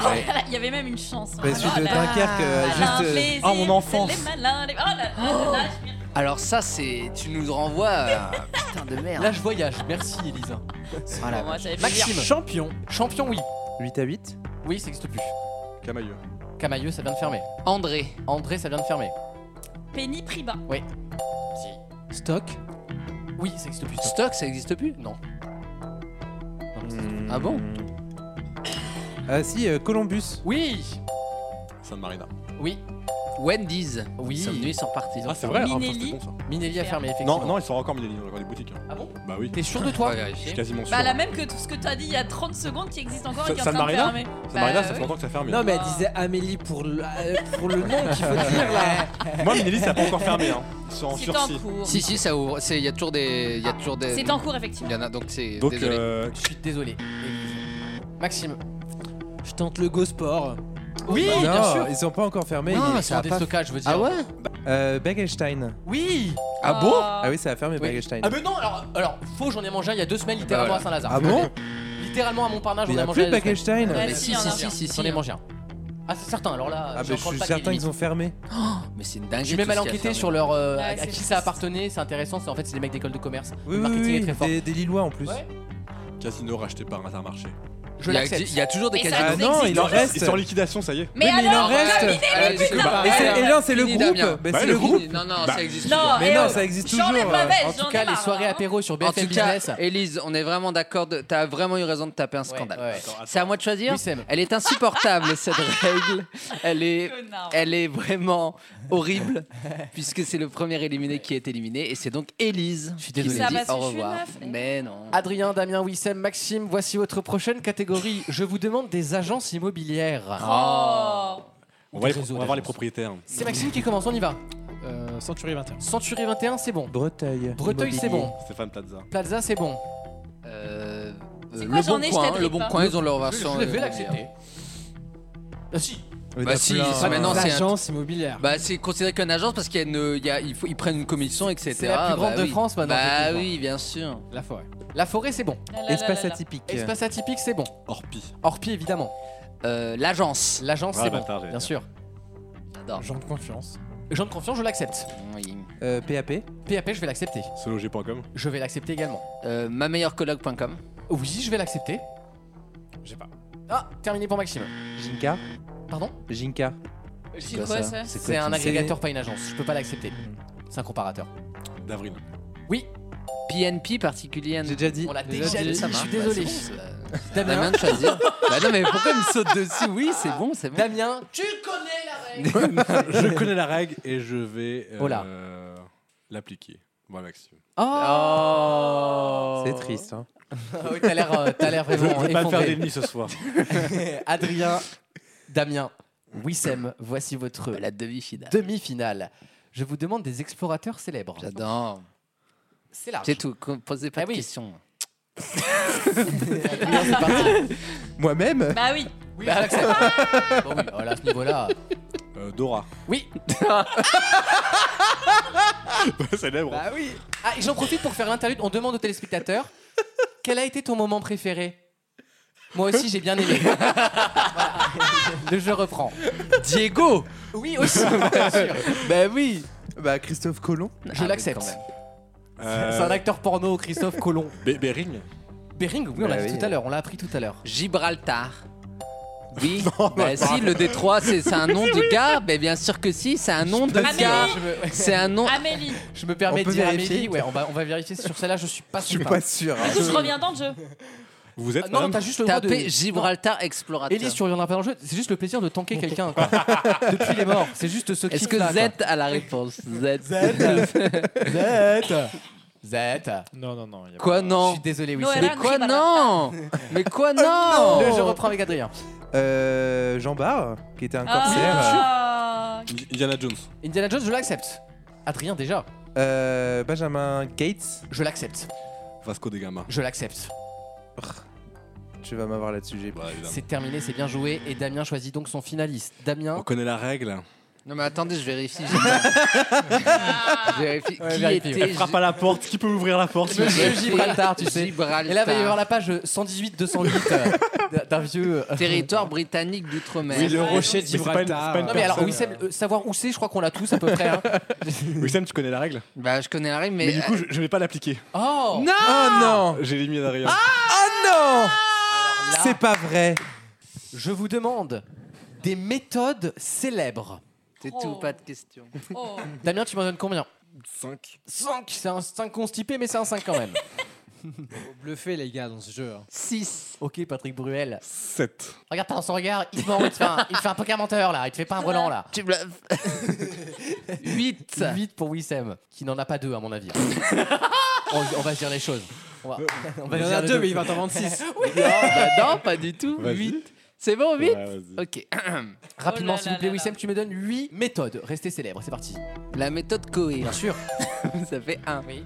Speaker 4: Oh là là, il y avait même une chanson.
Speaker 5: Bah, celui de
Speaker 4: là là.
Speaker 5: Dunkerque, euh,
Speaker 4: Malin
Speaker 5: juste, euh,
Speaker 4: plaisir.
Speaker 5: ah, mon
Speaker 4: c'est
Speaker 5: enfance.
Speaker 4: Les malins, les- Oh là là, oh là là, je m'y-
Speaker 7: Alors ça, c'est... Tu nous renvoies à... Putain de merde.
Speaker 2: Là, je voyage. Merci, Élise.
Speaker 7: Ah, la
Speaker 4: Bon, moi, ça fait plaisir.
Speaker 2: Maxime. Champion. Champion, oui.
Speaker 5: 8 à 8
Speaker 2: Oui, ça n'existe plus.
Speaker 3: Camailleux.
Speaker 2: Camailleux, ça vient de fermer.
Speaker 7: André.
Speaker 2: André, ça vient de fermer.
Speaker 4: Penny Priba. Bah,
Speaker 2: Stock. Oui, ça n'existe plus. Stock.
Speaker 7: Stock, ça n'existe plus Non. Ah bon
Speaker 5: Ah si, euh, Columbus.
Speaker 2: Oui.
Speaker 3: San Marina.
Speaker 2: Oui.
Speaker 7: Wendy's.
Speaker 2: Oui.
Speaker 7: Ils sont venus, ils sont partis.
Speaker 3: Ah, c'est vrai, hein, putain,
Speaker 4: Minelli.
Speaker 3: c'était bon ça.
Speaker 2: Minelli a fermé, effectivement.
Speaker 3: Non, non, ils sont encore Minelli dans les boutiques. hein.
Speaker 2: Ah bon
Speaker 3: Bah oui,
Speaker 2: T'es sûr de toi
Speaker 3: je suis quasiment sûr.
Speaker 4: Bah la même que tout ce que t'as dit il y a 30 secondes qui existe encore et
Speaker 3: Sa-
Speaker 4: qui est en
Speaker 3: San
Speaker 4: train de
Speaker 3: Marina
Speaker 4: fermer.
Speaker 3: San Marina, ça fait
Speaker 4: oui.
Speaker 3: longtemps que ça ferme.
Speaker 25: Non, mais elle disait Amélie pour le, euh, pour le nom qu'il faut dire là.
Speaker 3: Moi, Minelli, ça n'a pas encore fermé. Hein. Ils sont en
Speaker 4: C'est en
Speaker 3: sursis.
Speaker 4: cours. Ah,
Speaker 7: Si, si, ça ouvre. C'est- Il y a toujours des... Il y a toujours des...
Speaker 4: C'est en cours
Speaker 7: Il
Speaker 4: effectivement.
Speaker 7: y en a, donc c'est...
Speaker 3: Donc,
Speaker 7: Désolé.
Speaker 3: euh,
Speaker 2: Je suis désolé. Élise. Maxime.
Speaker 25: Je tente le Go Sport.
Speaker 2: Oui,
Speaker 5: Oh, non, Ah,
Speaker 2: bien sûr. Ah,
Speaker 5: ils sont pas encore fermés.
Speaker 7: Non,
Speaker 5: ils-
Speaker 7: ça
Speaker 2: Sur
Speaker 7: a
Speaker 2: des
Speaker 7: pas-
Speaker 2: stockages, je veux dire.
Speaker 7: Ah ouais
Speaker 5: Euh, Begelstein.
Speaker 2: Oui.
Speaker 4: Ah bon
Speaker 5: Ah oui, ça a fermé
Speaker 2: Oui.
Speaker 5: Begelstein.
Speaker 2: Ah mais non, alors, alors faux, j'en ai mangé un il y a deux semaines littéralement
Speaker 7: Bah
Speaker 2: à Saint-Lazare.
Speaker 5: Ah bon
Speaker 2: Littéralement à Montparnasse,
Speaker 5: Mais il
Speaker 2: j'en
Speaker 5: y
Speaker 2: ai
Speaker 5: a
Speaker 2: mangé.
Speaker 5: plus
Speaker 2: un il y a deux semaines.
Speaker 5: Begelstein
Speaker 4: Ouais,
Speaker 7: Mais
Speaker 4: si,
Speaker 7: si,
Speaker 4: il y en a.
Speaker 7: si, si, si,
Speaker 2: J'en ai
Speaker 7: si.
Speaker 2: mangé un. Ah c'est certain, alors là,
Speaker 5: Ah
Speaker 2: j'ai
Speaker 5: bah je
Speaker 2: encore
Speaker 5: suis
Speaker 2: le paquet,
Speaker 5: certain
Speaker 2: limite.
Speaker 5: qu'ils ont fermé.
Speaker 7: Mais c'est une dingue.
Speaker 2: J'ai même allé enquêter sur leur euh, à-
Speaker 4: Ouais,
Speaker 2: à
Speaker 4: c'est
Speaker 2: qui
Speaker 4: triste.
Speaker 2: ça appartenait, c'est intéressant, c'est en fait c'est des mecs d'école de commerce. le
Speaker 5: Oui, oui,
Speaker 2: marketing est
Speaker 5: oui,
Speaker 2: très fort.
Speaker 5: Des, des Lillois en plus.
Speaker 2: Ouais.
Speaker 3: Casino racheté par Intermarché.
Speaker 2: Je
Speaker 7: Il y, a,
Speaker 2: l'accepte.
Speaker 7: il y a toujours des
Speaker 4: Mais ça
Speaker 7: casinos.
Speaker 5: Ah non, il en
Speaker 3: Ils- Ils
Speaker 5: reste.
Speaker 3: sont en liquidation, ça y est.
Speaker 4: Mais
Speaker 5: Oui, mais il en
Speaker 4: alors,
Speaker 5: reste.
Speaker 4: terminé,
Speaker 7: Ah,
Speaker 4: les
Speaker 7: c'est-
Speaker 4: putains.
Speaker 7: bah,
Speaker 5: Et c'est- et non, c'est le
Speaker 7: Fini,
Speaker 5: groupe.
Speaker 7: Damien.
Speaker 5: Bah,
Speaker 3: Bah,
Speaker 5: c'est
Speaker 3: le
Speaker 5: le groupe.
Speaker 7: Non, non, ça existe.
Speaker 4: Non,
Speaker 5: Mais
Speaker 4: eh
Speaker 5: non,
Speaker 4: oh,
Speaker 5: ça existe
Speaker 4: J'en ai
Speaker 5: toujours,
Speaker 4: pas
Speaker 5: euh,
Speaker 4: baisse,
Speaker 2: En
Speaker 4: j'en
Speaker 2: tout
Speaker 4: ai
Speaker 2: cas, les
Speaker 4: marre,
Speaker 2: soirées
Speaker 4: hein.
Speaker 2: apéro sur
Speaker 7: En tout
Speaker 2: BFM
Speaker 7: cas, eh,
Speaker 2: Business.
Speaker 7: Élise, on est vraiment d'accord. de- T'as vraiment eu raison de taper un scandale.
Speaker 2: ouais.
Speaker 7: C'est à moi de choisir.
Speaker 2: Oui, Sam.
Speaker 7: Elle est insupportable cette règle. Elle est,
Speaker 4: Connard.
Speaker 7: elle est vraiment horrible puisque c'est le premier éliminé qui est éliminé et c'est donc Élise. Je suis
Speaker 2: désolé.
Speaker 4: Ça va, c'est
Speaker 7: au
Speaker 4: une
Speaker 7: revoir.
Speaker 4: meuf, eh.
Speaker 7: Mais non.
Speaker 2: Adrien, Damien, Wissem, Maxime, voici votre prochaine catégorie. Je vous demande des agences
Speaker 5: Ah.
Speaker 2: immobilières.
Speaker 4: Oh.
Speaker 3: On va,
Speaker 2: Des
Speaker 3: les-
Speaker 2: réseaux
Speaker 3: on va voir les
Speaker 2: d'agences.
Speaker 3: propriétaires.
Speaker 2: C'est Maxime qui commence, on y va.
Speaker 8: Euh, Century 21.
Speaker 2: Century 21, c'est bon.
Speaker 5: Breteuil.
Speaker 2: Breteuil,
Speaker 5: Immobilier.
Speaker 2: c'est bon.
Speaker 3: Stéphane Plaza.
Speaker 2: Plaza, c'est bon.
Speaker 7: Euh,
Speaker 4: C'est
Speaker 7: euh,
Speaker 4: quoi,
Speaker 7: le
Speaker 4: j'en
Speaker 7: bon
Speaker 4: ai, je
Speaker 7: coin,
Speaker 4: t'aiderai
Speaker 7: le bon
Speaker 4: pas.
Speaker 7: coin, ils ont leur
Speaker 2: Je-
Speaker 7: version.
Speaker 2: Je vais
Speaker 7: euh,
Speaker 2: l'accepter. Ah si,
Speaker 5: Oui,
Speaker 7: Bah
Speaker 5: t'as
Speaker 7: si,
Speaker 5: plein,
Speaker 7: c'est
Speaker 5: hein.
Speaker 7: maintenant, Non, c'est un-
Speaker 8: Agence immobilière.
Speaker 7: Bah, c'est considéré qu'une agence parce qu'il y a une, il y a- il faut, ils prennent une commission, etc.
Speaker 2: C'est la plus grande
Speaker 7: Bah
Speaker 2: de
Speaker 7: oui.
Speaker 2: France, maintenant,
Speaker 7: Bah
Speaker 2: techniquement.
Speaker 7: oui, bien sûr.
Speaker 8: La forêt.
Speaker 2: la forêt, c'est bon.
Speaker 4: Là, là, là,
Speaker 5: Espace
Speaker 4: là, là.
Speaker 5: atypique.
Speaker 2: Espace atypique, c'est bon.
Speaker 3: Orpi.
Speaker 2: Orpi, évidemment.
Speaker 7: Euh, L'agence.
Speaker 2: L'agence,
Speaker 3: Ah,
Speaker 2: c'est bon.
Speaker 3: bâtard, j'allais
Speaker 2: Bien
Speaker 3: dire.
Speaker 2: sûr.
Speaker 7: J'adore.
Speaker 8: Gens de confiance.
Speaker 2: Jean de confiance, je l'accepte.
Speaker 7: Oui.
Speaker 5: Euh, PAP.
Speaker 2: PAP, je vais l'accepter.
Speaker 3: Sologer.com.
Speaker 2: Je vais l'accepter également.
Speaker 7: Euh, mameilleurcolloque.com.
Speaker 2: Oui, je vais l'accepter.
Speaker 8: J'ai pas.
Speaker 2: Ah, terminé pour Maxime.
Speaker 5: Jinka
Speaker 2: Pardon
Speaker 5: Jinka.
Speaker 4: C'est quoi, ça
Speaker 2: C'est un agrégateur, pas une agence. Je peux pas l'accepter. C'est un comparateur.
Speaker 3: D'avril.
Speaker 2: Oui.
Speaker 7: PNP particulier. Ah,
Speaker 5: J'ai déjà dit.
Speaker 2: On l'a
Speaker 7: Déjà
Speaker 2: déjà
Speaker 7: dit,
Speaker 2: dit.
Speaker 7: ça
Speaker 2: Je suis
Speaker 7: marche.
Speaker 2: désolé.
Speaker 7: Bah, c'est bon, Damien de choisir. bah non, mais pourquoi il me saute dessus Oui, c'est bon, c'est bon.
Speaker 2: Damien,
Speaker 14: Tu connais la règle
Speaker 3: je connais la règle et je vais euh,
Speaker 2: Oh là.
Speaker 3: l'appliquer. Bon, Maxime.
Speaker 2: Oh
Speaker 5: C'est triste. Hein.
Speaker 2: Ah oui, t'as l'air, euh, t'as l'air vraiment.
Speaker 3: Je vais pas
Speaker 2: effondré.
Speaker 3: faire d'ennemis ce soir.
Speaker 2: Adrien, Damien, Wissem, voici votre
Speaker 7: La demi-finale.
Speaker 2: demi-finale. Je vous demande des explorateurs célèbres.
Speaker 7: J'adore.
Speaker 2: C'est large. Eh
Speaker 7: C'est tout, com- posez pas de questions.
Speaker 2: Adrien, c'est parti.
Speaker 5: Moi-même
Speaker 4: Bah oui.
Speaker 2: Oui, bah, l'accepte. Bon, oui, voilà, à ce niveau-là.
Speaker 3: Euh, Dora. Bah,
Speaker 2: Oui.
Speaker 3: Célèbre.
Speaker 8: Bah oui.
Speaker 2: Ah, et j'en profite pour faire l'interlude. On demande aux téléspectateurs quel a été ton moment préféré Moi aussi, j'ai bien aimé. Voilà. Le jeu reprend.
Speaker 7: Diego
Speaker 2: Oui, aussi. bien sûr.
Speaker 7: Bah oui
Speaker 5: Bah Christophe Colomb.
Speaker 2: Je l'accepte.
Speaker 3: Euh,
Speaker 2: C'est un acteur porno, Christophe Colomb.
Speaker 3: Be- Bering.
Speaker 2: Bering, oui, on
Speaker 5: Bah
Speaker 2: l'a dit
Speaker 5: oui.
Speaker 2: tout à l'heure, on l'a appris tout à
Speaker 7: Ah,
Speaker 2: l'heure.
Speaker 7: Gibraltar. Oui, bah si, le Détroit, c'est c'est un nom de gars. Mais bien sûr que si, c'est un nom de
Speaker 4: Amélie.
Speaker 7: gars.
Speaker 2: Je me,
Speaker 7: C'est un
Speaker 2: Ah,
Speaker 7: nom.
Speaker 4: Amélie.
Speaker 2: je me permets
Speaker 5: On
Speaker 2: de
Speaker 5: peut
Speaker 2: dire
Speaker 5: vérifier
Speaker 2: Amélie, ouais, on va, on va vérifier sur celle-là, je suis pas
Speaker 5: Je suis
Speaker 2: sûr.
Speaker 5: pas sûr. hein.
Speaker 4: Du coup, je reviens dans le jeu.
Speaker 3: Vous êtes
Speaker 2: Ah, non,
Speaker 3: madame
Speaker 2: t'as juste le droit de.
Speaker 7: Tapez Gibraltar Explorateur.
Speaker 2: Élise, tu reviendras pas dans le jeu, c'est juste le plaisir de tanker quelqu'un. quoi. Depuis les morts, c'est juste ce
Speaker 7: Est-ce que
Speaker 2: kiff-là, quoi.
Speaker 7: Z a la réponse Z.
Speaker 2: Z Z
Speaker 8: Non, non, non. y a
Speaker 7: Quoi
Speaker 8: pas-
Speaker 2: Je
Speaker 7: non
Speaker 2: suis désolé, oui.
Speaker 4: Noël.
Speaker 2: c'est-
Speaker 7: Mais quoi non Mais quoi non
Speaker 2: Le jeu reprend avec Adrien.
Speaker 5: Euh, Jean Barre, qui était un corsaire.
Speaker 4: Ah.
Speaker 3: Indiana Jones.
Speaker 2: Indiana Jones, je l'accepte. Adrien, déjà,
Speaker 5: Euh, Benjamin Gates.
Speaker 2: je l'accepte.
Speaker 3: Vasco de Gama.
Speaker 2: Je l'accepte.
Speaker 5: Tu vas m'avoir là-dessus, j'ai
Speaker 3: Bah, évidemment.
Speaker 2: C'est terminé, c'est bien joué. Et Damien choisit donc son finaliste. Damien,
Speaker 3: On connaît la règle.
Speaker 7: Non mais attendez, je vérifie. j'ai pas- Je vérifie.
Speaker 2: Ouais,
Speaker 7: qui
Speaker 2: vérifie.
Speaker 7: était
Speaker 3: Frappe à la porte. Qui peut ouvrir la porte s'il vous plaît
Speaker 2: Monsieur Gibraltar, tu sais.
Speaker 7: Gibraltar.
Speaker 2: Et là, il va y avoir la page 118-208 euh, d'un vieux.
Speaker 5: Ah
Speaker 2: euh,
Speaker 7: Territoire britannique d'outre-mer.
Speaker 8: Le rocher
Speaker 3: Mais c'est pas une-
Speaker 8: d'Ibraltar.
Speaker 3: c'est pas une
Speaker 2: Non, mais alors,
Speaker 3: personne.
Speaker 2: Wissem, euh, savoir où c'est, je crois qu'on l'a tous à peu près. hein.
Speaker 3: Wissem, tu connais la règle.
Speaker 7: Bah je connais la règle, mais,
Speaker 3: Mais du coup, je, je vais pas l'appliquer. Ah
Speaker 2: Oh
Speaker 5: Non Oh non
Speaker 3: J'ai éliminé Adrien.
Speaker 5: Oh non
Speaker 2: là-
Speaker 5: C'est pas vrai
Speaker 2: Je vous demande des méthodes célèbres.
Speaker 7: c'est tout, pas de question.
Speaker 4: Oh.
Speaker 2: Damien, tu m'en donnes combien
Speaker 3: 5.
Speaker 2: 5 C'est un 5 constipé, mais c'est un 5 quand même.
Speaker 8: Faut bluffer les gars dans ce jeu. hein.
Speaker 2: 6. Ok, Patrick Bruel.
Speaker 3: 7.
Speaker 2: Regarde pas dans son regard, il te ment, il te fait un, il te fait un poker menteur là, il te fait pas un brelan là.
Speaker 7: Tu bluffes.
Speaker 2: 8 8 pour Wissem, qui n'en a pas deux à mon avis. on, on va se dire les choses. On va, on va
Speaker 8: Il
Speaker 2: se
Speaker 8: y en
Speaker 2: dire
Speaker 8: a
Speaker 2: les
Speaker 8: deux,
Speaker 2: choses.
Speaker 8: mais il va t'en vendre six.
Speaker 7: Non, bah non, pas du tout.
Speaker 3: Vas-y.
Speaker 7: 8. C'est bon, 8 Ok.
Speaker 2: Rapidement,
Speaker 4: Oh là
Speaker 2: s'il vous
Speaker 4: là
Speaker 2: plaît,
Speaker 4: là
Speaker 2: Wissem, tu me donnes 8 méthodes. Restez célèbres, c'est parti.
Speaker 7: La méthode Coé.
Speaker 2: Bien sûr.
Speaker 7: Ça fait 1.
Speaker 2: Oui.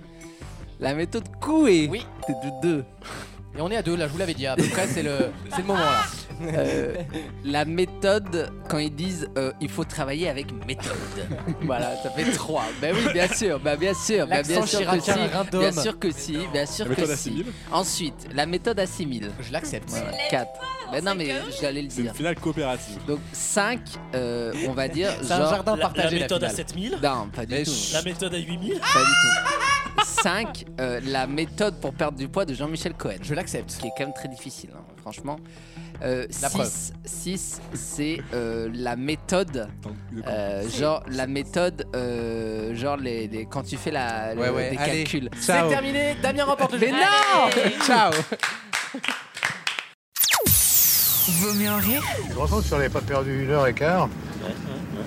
Speaker 7: La méthode Coué.
Speaker 2: Oui.
Speaker 7: C'est de 2.
Speaker 2: Et on est à deux, là, je vous l'avais dit, ah, à peu près, c'est le, c'est le moment là.
Speaker 7: Euh, la méthode, quand ils disent euh, il faut travailler avec méthode. voilà, ça fait 3. Ben oui, bien sûr, ben bien sûr, ben bien
Speaker 2: L'accent
Speaker 7: sûr que si.
Speaker 2: chiracien, un dôme.
Speaker 7: Bien sûr que si, bien sûr
Speaker 3: La
Speaker 7: que
Speaker 3: méthode
Speaker 7: si.
Speaker 3: assimile.
Speaker 7: Ensuite, la méthode assimile.
Speaker 2: Je l'accepte.
Speaker 7: Voilà,
Speaker 4: l'aimes
Speaker 7: 4. Ben non,
Speaker 4: c'est
Speaker 7: mais
Speaker 4: que-
Speaker 7: j'allais le
Speaker 3: C'est
Speaker 7: dire.
Speaker 3: une finale coopérative.
Speaker 7: Donc 5, on va dire
Speaker 2: C'est un
Speaker 7: genre.
Speaker 2: jardin
Speaker 6: La, la
Speaker 2: partagé. la
Speaker 6: méthode à
Speaker 2: finale.
Speaker 6: 7000.
Speaker 7: Non, pas du tout.
Speaker 6: La méthode à 8000.
Speaker 7: Pas du tout. 5, la méthode pour perdre du poids de Jean-Michel Cohen.
Speaker 2: Je l'accepte.
Speaker 7: qui est quand même très difficile, hein, franchement.
Speaker 2: La preuve.
Speaker 7: 6, c'est euh, la méthode,
Speaker 3: Attends,
Speaker 2: Ah.
Speaker 3: de quoi
Speaker 7: euh, genre la méthode, euh, genre les, les- quand tu fais la, le-
Speaker 5: Ouais, ouais,
Speaker 7: des
Speaker 5: allez.
Speaker 7: calculs.
Speaker 5: Ciao.
Speaker 2: C'est terminé, Damien remporte le jeu.
Speaker 7: Mais non
Speaker 5: Ciao
Speaker 1: Vaut mieux en rire
Speaker 20: Je me que si on n'avait pas perdu une heure et quart,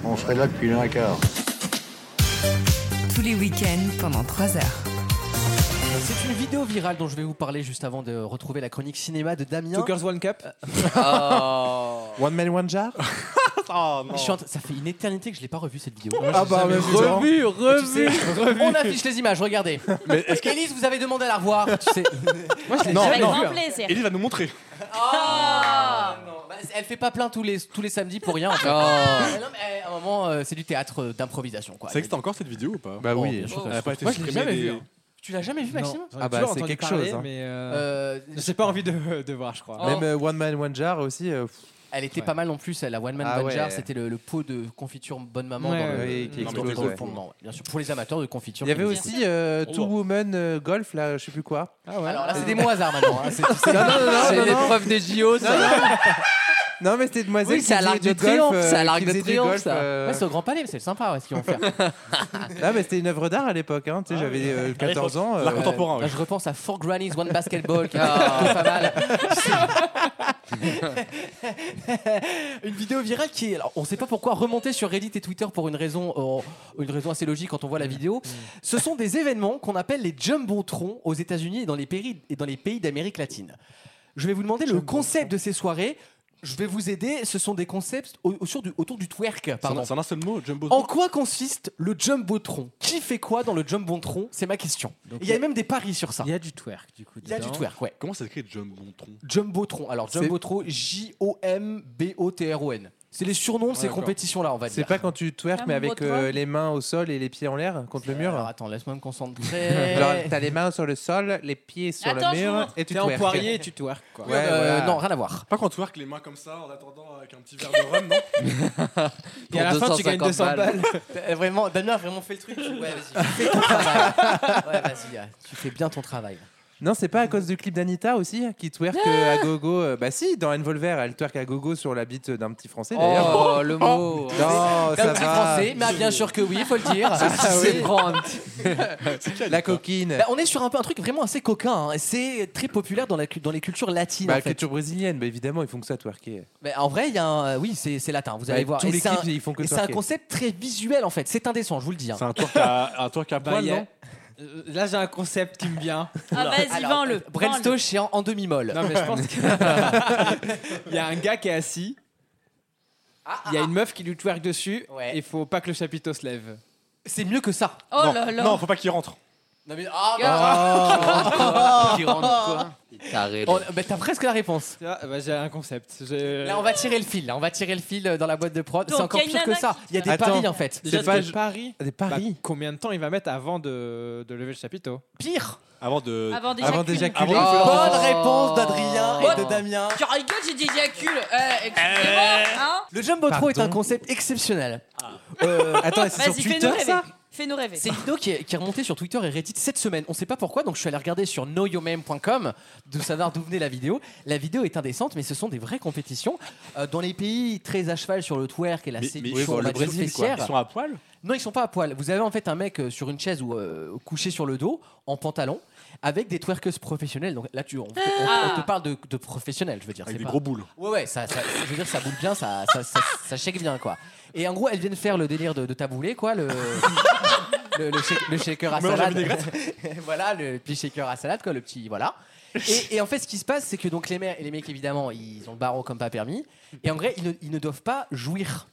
Speaker 20: on serait là depuis une heure et quart.
Speaker 1: tous les week-ends pendant 3 heures.
Speaker 2: C'est une vidéo virale dont je vais vous parler juste avant de retrouver la chronique cinéma de Damien.
Speaker 8: Two Girls One Cup.
Speaker 7: Oh.
Speaker 5: One man, one jar
Speaker 2: Je suis en train- Ça fait une éternité que je l'ai pas revu cette vidéo.
Speaker 5: Ah bah, mais
Speaker 7: Revu,
Speaker 2: Et hein. tu sais,
Speaker 7: revu.
Speaker 2: on affiche les images, regardez. Élise, vous avez demandé à la revoir, tu sais.
Speaker 8: Moi, je l'ai
Speaker 5: Non,
Speaker 8: jamais
Speaker 4: Avec
Speaker 8: vu,
Speaker 4: grand
Speaker 8: hein.
Speaker 4: plaisir.
Speaker 3: Ellie va nous montrer.
Speaker 2: Ah, non, bah, elle fait pas plein tous les, tous les samedis pour rien. en fait. Mais non, mais, euh, à un moment, euh, c'est du théâtre euh, d'improvisation. quoi.
Speaker 3: Ça existe encore cette vidéo ou pas
Speaker 5: Bah oui.
Speaker 2: bien sûr.
Speaker 3: Elle a pas été
Speaker 8: Moi, je l'ai
Speaker 3: supprimée
Speaker 8: jamais
Speaker 3: des-
Speaker 8: vu. hein.
Speaker 2: Tu l'as jamais vu, Maxime
Speaker 8: Non, j'en ai
Speaker 5: Ah bah,
Speaker 8: toujours
Speaker 5: c'est
Speaker 8: entendu
Speaker 5: quelque
Speaker 8: parler,
Speaker 5: chose, hein.
Speaker 8: Mais euh,
Speaker 2: Euh,
Speaker 8: j'ai pas envie de, de voir, je crois.
Speaker 5: Même euh, One Man One Jar aussi. euh, pff,
Speaker 2: Elle était pas mal non plus, elle, la One Man
Speaker 14: Ah
Speaker 2: Banjar,
Speaker 14: ouais.
Speaker 2: c'était le, le pot de confiture bonne maman
Speaker 5: Ouais,
Speaker 2: dans le,
Speaker 5: oui, qui
Speaker 2: dans le
Speaker 5: explose,
Speaker 2: pot de
Speaker 5: ouais.
Speaker 2: fondement, ouais. bien sûr, pour les amateurs de confiture.
Speaker 5: Il y avait
Speaker 2: comme
Speaker 5: aussi
Speaker 2: ça.
Speaker 5: euh,
Speaker 2: Oh.
Speaker 5: Two Woman euh, Golf, là, je sais plus quoi.
Speaker 2: Alors là, c'est des mots hasard maintenant. hein. C'est- c'est-
Speaker 5: Non, non, non, non,
Speaker 2: c'est
Speaker 5: non, non.
Speaker 2: l'épreuve des JO, ça.
Speaker 5: Non, non. Non, mais c'était demoiselle.
Speaker 2: Oui,
Speaker 5: qui
Speaker 2: c'est à
Speaker 5: faisait
Speaker 2: l'Arc
Speaker 5: du
Speaker 2: de
Speaker 5: golf,
Speaker 2: Triomphe,
Speaker 5: euh,
Speaker 2: c'est à l'Arc
Speaker 5: qui
Speaker 2: de
Speaker 5: faisait du
Speaker 2: Triomphe,
Speaker 5: golf,
Speaker 2: ça.
Speaker 5: euh,
Speaker 2: Ouais, c'est au Grand Palais, c'est sympa, ouais, ce qu'ils vont faire.
Speaker 5: Non, mais c'était une œuvre d'art à l'époque. Hein. Tu sais, j'avais euh, 14 ans. euh,
Speaker 2: Là, Je repense à Four Grannies One Basketball qui était plutôt pas mal. une vidéo virale qui est, alors, on ne sait pas pourquoi, remontée sur Reddit et Twitter pour une raison, euh, une raison assez logique quand on voit la vidéo. Ce sont des événements qu'on appelle les jumbotrons aux États-Unis et dans les pays et dans les pays d'Amérique latine. Je vais vous demander le concept de ces soirées. Je vais vous aider. Ce sont des concepts au- autour du, autour du twerk. Pardon.
Speaker 3: C'est en un seul mot, Jumbo.
Speaker 2: En quoi consiste le jumbotron Qui fait quoi dans le jumbotron C'est ma question.
Speaker 3: Donc,
Speaker 2: Il y a même des paris sur ça. Il y a du twerk, du coup. Il y a du
Speaker 3: dedans.
Speaker 2: twerk, ouais.
Speaker 3: Comment ça s'écrit Jumbontron
Speaker 2: Jumbotron. Alors,
Speaker 3: C'est-
Speaker 2: Jumbotron, J-O-M-B-O-T-R-O-N. C'est les surnoms de ces
Speaker 5: Ouais, d'accord.
Speaker 2: compétitions-là, on va dire.
Speaker 5: C'est pas quand tu twerk, mais
Speaker 2: Ah,
Speaker 5: avec
Speaker 2: votre
Speaker 5: euh,
Speaker 2: homme.
Speaker 5: les mains au sol et les pieds en l'air contre le mur. Alors
Speaker 2: attends, laisse-moi me concentrer.
Speaker 5: Genre, t'as les mains sur le sol, les pieds sur
Speaker 3: Attends,
Speaker 5: le
Speaker 3: je
Speaker 5: mur
Speaker 3: vous-
Speaker 5: et tu
Speaker 3: T'es en
Speaker 5: twerk.
Speaker 3: poirier et tu twerk, quoi.
Speaker 5: Ouais,
Speaker 3: Euh,
Speaker 5: voilà.
Speaker 3: non,
Speaker 2: rien à voir.
Speaker 3: Pas quand tu work les mains comme ça en attendant avec un petit verre de rhum, non
Speaker 2: Pour 250 T'as vraiment, Damien a vraiment fait le truc. Ouais, vas-y, fais ton travail. Ouais, vas-y, euh, tu fais bien ton travail.
Speaker 5: Non, c'est pas à cause du clip d'Anita aussi qui twerk euh, à gogo. euh, Bah si, dans Envolver, elle twerk à gogo sur la bite d'un petit français d'ailleurs.
Speaker 7: Oh, le mot.
Speaker 5: Non,
Speaker 7: Un
Speaker 5: ça
Speaker 7: petit
Speaker 5: va.
Speaker 7: Français, mais bien sûr que oui, faut le dire.
Speaker 2: Ah,
Speaker 7: C'est grand.
Speaker 5: La coquine.
Speaker 2: Là, Bah, on est sur un peu un truc vraiment assez coquin. hein. C'est très populaire dans, la cu- dans les cultures latines.
Speaker 5: Bah,
Speaker 2: en
Speaker 5: la
Speaker 2: fait.
Speaker 5: culture brésilienne, bah, évidemment, ils font que ça twerker.
Speaker 2: Mais en vrai, il y a un- oui, c'est c'est latin. Vous
Speaker 5: Bah,
Speaker 2: allez voir.
Speaker 5: tous
Speaker 2: Et
Speaker 5: les
Speaker 2: c'est
Speaker 5: clips,
Speaker 2: un-
Speaker 5: ils font que
Speaker 2: et c'est un
Speaker 5: twerker.
Speaker 2: concept très visuel en fait. C'est indécent, je vous le dis. hein.
Speaker 3: C'est un twerk à, un twerk à
Speaker 8: Bah,
Speaker 3: poil,
Speaker 8: il y a-
Speaker 3: non
Speaker 8: Euh, Là, j'ai un concept qui me vient.
Speaker 2: Oula. Alors, Brel Stoch est en, en demi-molle.
Speaker 8: Non, mais je pense que. Il y a un gars qui est assis.
Speaker 5: Ah,
Speaker 8: Il y a une meuf qui lui twerk dessus. Et faut pas que le chapiteau se lève.
Speaker 2: C'est mieux que ça.
Speaker 4: Oh Non, là là. non, faut
Speaker 3: pas qu'il rentre.
Speaker 2: Non, mais.
Speaker 8: Ah.
Speaker 2: Qui rentre quoi On- bah, T'as presque la réponse.
Speaker 8: Tu vois, bah, j'ai un concept. J'ai-
Speaker 2: Là, on va tirer le fil. Là, on va tirer le fil euh, dans la boîte de prod. C'est
Speaker 8: Donc,
Speaker 2: encore
Speaker 8: y a une
Speaker 2: pire que
Speaker 8: nana
Speaker 2: ça.
Speaker 8: qui-
Speaker 2: Il y a des
Speaker 8: Attends.
Speaker 2: paris en fait.
Speaker 8: Déjà,
Speaker 2: pas-
Speaker 8: des paris.
Speaker 5: Des paris.
Speaker 8: Bah, combien de temps il va mettre avant de, de lever le chapiteau
Speaker 2: Pire.
Speaker 3: Avant de.
Speaker 4: Avant d'éjaculer. Avant d'éjaculer.
Speaker 8: Oh.
Speaker 3: Avant de-
Speaker 2: Bonne réponse d'Adrien et de
Speaker 4: Oh.
Speaker 2: Damien.
Speaker 4: Tu rigoles, j'ai dit j'éjacule. Eh, excusez-moi, hein
Speaker 2: Le Jumbotron est
Speaker 5: Pardon
Speaker 2: un concept exceptionnel.
Speaker 5: Attends,
Speaker 4: Vas-y, fais-nous rêver. Fais-nous rêver.
Speaker 2: C'est une vidéo qui est, qui est remontée sur Twitter et Reddit cette semaine. On sait pas pourquoi, donc je suis allé regarder sur knowyourmeme.com de savoir d'où venait la vidéo. La vidéo est indécente, mais ce sont des vraies compétitions. Euh, dans les pays très à cheval sur le twerk et la
Speaker 3: Mais-
Speaker 2: séduction,
Speaker 3: mais oui,
Speaker 2: on
Speaker 3: le
Speaker 2: va dire
Speaker 3: Brésil, quoi.
Speaker 2: fessière.
Speaker 3: Ils sont à poil
Speaker 2: Non, ils sont pas à poil. Vous avez en fait un mec euh, sur une chaise ou euh, couché sur le dos, en pantalon, avec des twerkeuses professionnelles. Donc là, tu, on, on-
Speaker 14: Ah.
Speaker 2: on te parle de, de professionnels, je veux dire.
Speaker 14: Avec
Speaker 2: c'est
Speaker 14: des
Speaker 2: pas-
Speaker 14: gros boules.
Speaker 2: Ouais, ouais, ça, ça- je veux dire, ça boule bien, ça, ça, ça, ça shake bien, quoi. Et en gros, elles viennent faire le délire de, de taboulé, quoi, le, le, le shake- le shaker à
Speaker 14: Mélange à
Speaker 2: salade.
Speaker 14: vinaigrette.
Speaker 2: voilà, le petit shaker à salade, quoi, le petit. Voilà. Et, et en fait, ce qui se passe, c'est que donc les, mères, les mecs, évidemment, ils ont le barreau comme pas permis. Et en vrai, ils ne, ils ne doivent pas jouir.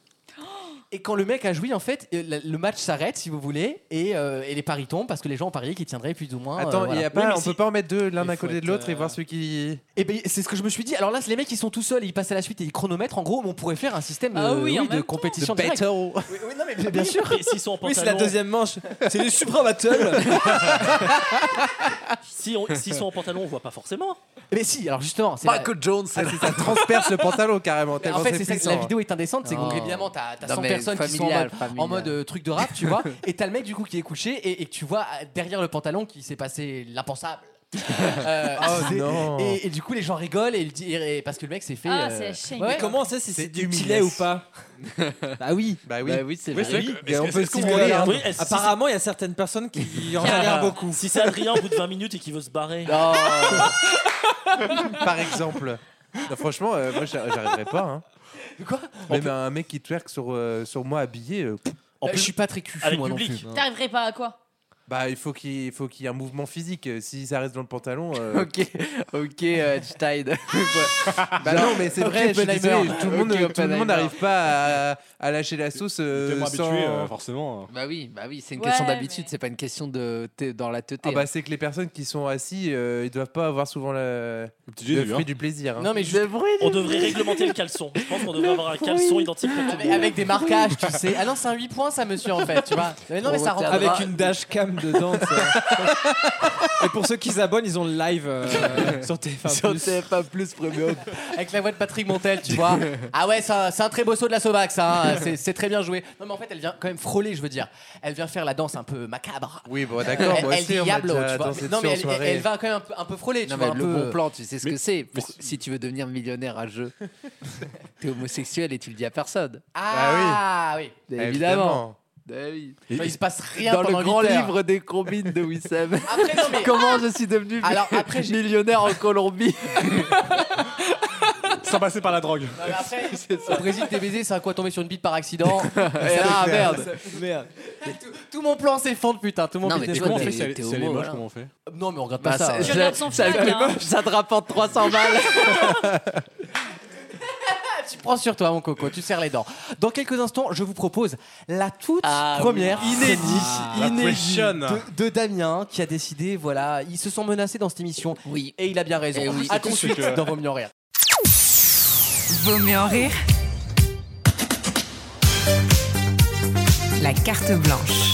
Speaker 2: Et quand le mec a joui, en fait, euh, la- le match s'arrête, si vous voulez, et, euh, et les paris tombent parce que les gens ont parié qu'ils tiendraient plus ou moins. euh,
Speaker 5: Attends, il
Speaker 2: voilà.
Speaker 5: y a pas, on peut pas en mettre deux l'un à côté de l'autre et voir celui qui.
Speaker 2: Eh ben, c'est ce que je me suis dit. Alors là, c'est les mecs qui sont tout seuls, ils passent à la suite et ils chronomètrent. En gros, mais on pourrait faire un système
Speaker 8: Ah
Speaker 2: euh,
Speaker 8: oui, en
Speaker 2: de
Speaker 8: même temps.
Speaker 2: compétition
Speaker 8: De
Speaker 2: directe.
Speaker 8: battle.
Speaker 2: Oui, oui, non, mais bien sûr.
Speaker 6: Et s'ils sont en
Speaker 8: Oui, c'est
Speaker 6: pantalon
Speaker 8: la deuxième manche. C'est les Supra Battle.
Speaker 6: Si on- S'ils sont en pantalon, on voit pas forcément.
Speaker 2: Mais si, alors justement, c'est
Speaker 6: Michael
Speaker 2: Jones,
Speaker 7: Ah,
Speaker 5: Ah, Ça transperce le pantalon carrément.
Speaker 2: Mais en
Speaker 5: tellement
Speaker 2: fait, c'est ça que
Speaker 5: puissant.
Speaker 2: la vidéo est indécente, c'est
Speaker 5: Oh.
Speaker 2: qu'évidemment, t'as t'as
Speaker 5: Non,
Speaker 2: 100
Speaker 5: mais
Speaker 2: personnes qui sont en
Speaker 5: familial,
Speaker 2: mode,
Speaker 5: familial.
Speaker 2: en mode, euh, truc de rap, tu vois, et t'as le mec du coup qui est couché et, et que tu vois euh, derrière le pantalon qui s'est passé l'impensable. Euh,
Speaker 5: Oh,
Speaker 2: c'est-
Speaker 5: non.
Speaker 2: Et, et du coup, les gens rigolent et, ils disent- et- parce que le mec s'est fait.
Speaker 8: Ah,
Speaker 2: euh,
Speaker 8: c'est shame. Mais comment on sait si c'est du
Speaker 2: humiliation.
Speaker 8: pilet ou pas Bah oui.
Speaker 5: Bah
Speaker 2: oui. Bah oui, c'est
Speaker 8: Oui,
Speaker 2: vrai.
Speaker 8: oui.
Speaker 2: Est-ce
Speaker 8: Et
Speaker 2: que-
Speaker 8: on peut
Speaker 2: est-ce qu'on
Speaker 8: stimuler,
Speaker 2: peut-
Speaker 8: hein.
Speaker 2: Oui, est-ce-
Speaker 8: Apparemment, il y a certaines personnes qui en galèrent beaucoup.
Speaker 6: eh, Ah, Si c'est Adrien au bout de 20 minutes et qu'il veut se barrer.
Speaker 5: Par exemple. Non, franchement, euh, moi j'a- j'arriverais pas. Hein.
Speaker 2: Quoi
Speaker 5: Même un mec qui twerk sur, euh, sur moi habillé. euh, pff.
Speaker 2: En plus, je suis pas très cul,
Speaker 5: Avec
Speaker 2: moi non
Speaker 5: public.
Speaker 2: plus.
Speaker 4: T'arriverais pas à quoi
Speaker 5: Bah, il faut qu'il il faut qu'il y ait un mouvement physique. euh, Si ça reste dans le pantalon. euh,
Speaker 7: Oh, Ok, ok, euh, Einstein.
Speaker 5: Bah non, mais c'est vrai, je suis désolé, tout le monde, tout le
Speaker 7: Ok,
Speaker 5: monde
Speaker 7: Oppenheimer.
Speaker 5: n'arrive pas à, à lâcher la sauce euh,
Speaker 7: tellement
Speaker 5: sans...
Speaker 7: habitué, euh,
Speaker 3: forcément.
Speaker 7: Bah oui, bah oui, c'est une
Speaker 5: Ouais,
Speaker 7: question d'habitude, c'est pas une question de t'es dans la teuté.
Speaker 5: Ah bah c'est que les personnes qui sont assis, euh, ils doivent pas avoir souvent la-
Speaker 3: j'ai
Speaker 5: le
Speaker 3: vu,
Speaker 5: fruit
Speaker 3: hein.
Speaker 5: du plaisir. hein.
Speaker 2: Non, mais juste-
Speaker 6: On devrait réglementer le caleçon. Je pense qu'on devrait avoir un caleçon identique pour tout le
Speaker 2: Avec,
Speaker 6: monde.
Speaker 2: avec des marquages, tu sais. Ah non, c'est un 8 points, ça, monsieur, en fait, tu vois. Mais non, mais ça rentre
Speaker 8: Avec une dashcam de danse. euh. bah, Et pour ceux qui s'abonnent, ils ont le live euh, sur TF1+.
Speaker 2: Sur TF1 Plus Premium. Avec la voix de Patrick Montel, tu vois. Ah ouais, c'est un, c'est un très beau saut de la Sovac, ça. hein. C'est- C'est très bien joué. Non, mais en fait, elle vient quand même frôler, je veux dire. Elle vient faire la danse un peu macabre.
Speaker 5: Oui, bon, d'accord,
Speaker 2: Elle,
Speaker 5: moi
Speaker 2: elle
Speaker 5: aussi,
Speaker 2: dit
Speaker 5: on m'a
Speaker 2: Diablo,
Speaker 5: déjà
Speaker 2: tu vois.
Speaker 5: dansé
Speaker 2: Non,
Speaker 5: dessus
Speaker 2: mais
Speaker 5: en
Speaker 2: elle,
Speaker 5: soirée.
Speaker 2: elle va quand même un peu, un peu frôler, tu
Speaker 7: Non,
Speaker 2: vois.
Speaker 7: mais
Speaker 2: un
Speaker 7: le
Speaker 2: peu-
Speaker 7: bon plan, tu sais ce que c'est. Pour- Si tu veux devenir millionnaire à jeu, t'es homosexuel et tu le dis à personne.
Speaker 5: Bah
Speaker 2: Ah oui.
Speaker 7: Évidemment.
Speaker 2: Enfin, il se passe rien
Speaker 7: Dans
Speaker 2: pendant
Speaker 7: le grand
Speaker 2: huit heures.
Speaker 7: livre des combines de Wissem.
Speaker 2: Après, non, mais-
Speaker 7: Comment je suis devenu
Speaker 2: Alors, après, j'ai-
Speaker 7: millionnaire en Colombie
Speaker 3: Sans passer par bah, la drogue.
Speaker 2: Non, mais après, au Brésil, t'es baisé, c'est à quoi tomber sur une bite par accident. Et là, merde.
Speaker 8: Merde.
Speaker 2: Tout, tout mon plan s'effondre, putain. Tout mon
Speaker 7: Non, mais
Speaker 2: business
Speaker 7: toi,
Speaker 2: plan.
Speaker 7: t'es- Si elle est- t'es si elle est homo, moche, voilà. comment on
Speaker 3: fait
Speaker 2: Non, mais on regarde
Speaker 7: Bah,
Speaker 2: pas ça.
Speaker 7: ça, ça- ça- ça te rapporte 300 balles.
Speaker 2: tu prends sur toi, mon coco, tu serres les dents. Dans quelques instants, je vous propose la toute
Speaker 7: oui.
Speaker 2: première
Speaker 7: Inédit.
Speaker 2: inédite,
Speaker 7: Ah, La
Speaker 2: inédite
Speaker 7: question.
Speaker 2: de, de Damien qui a décidé, voilà, ils se sont menacés dans cette émission. Oui. Et il a bien raison.
Speaker 1: Eh oui.
Speaker 2: À tout de suite
Speaker 1: C'est que-
Speaker 2: dans Vaut mieux en rire.
Speaker 1: Vaut mieux en rire. La carte blanche.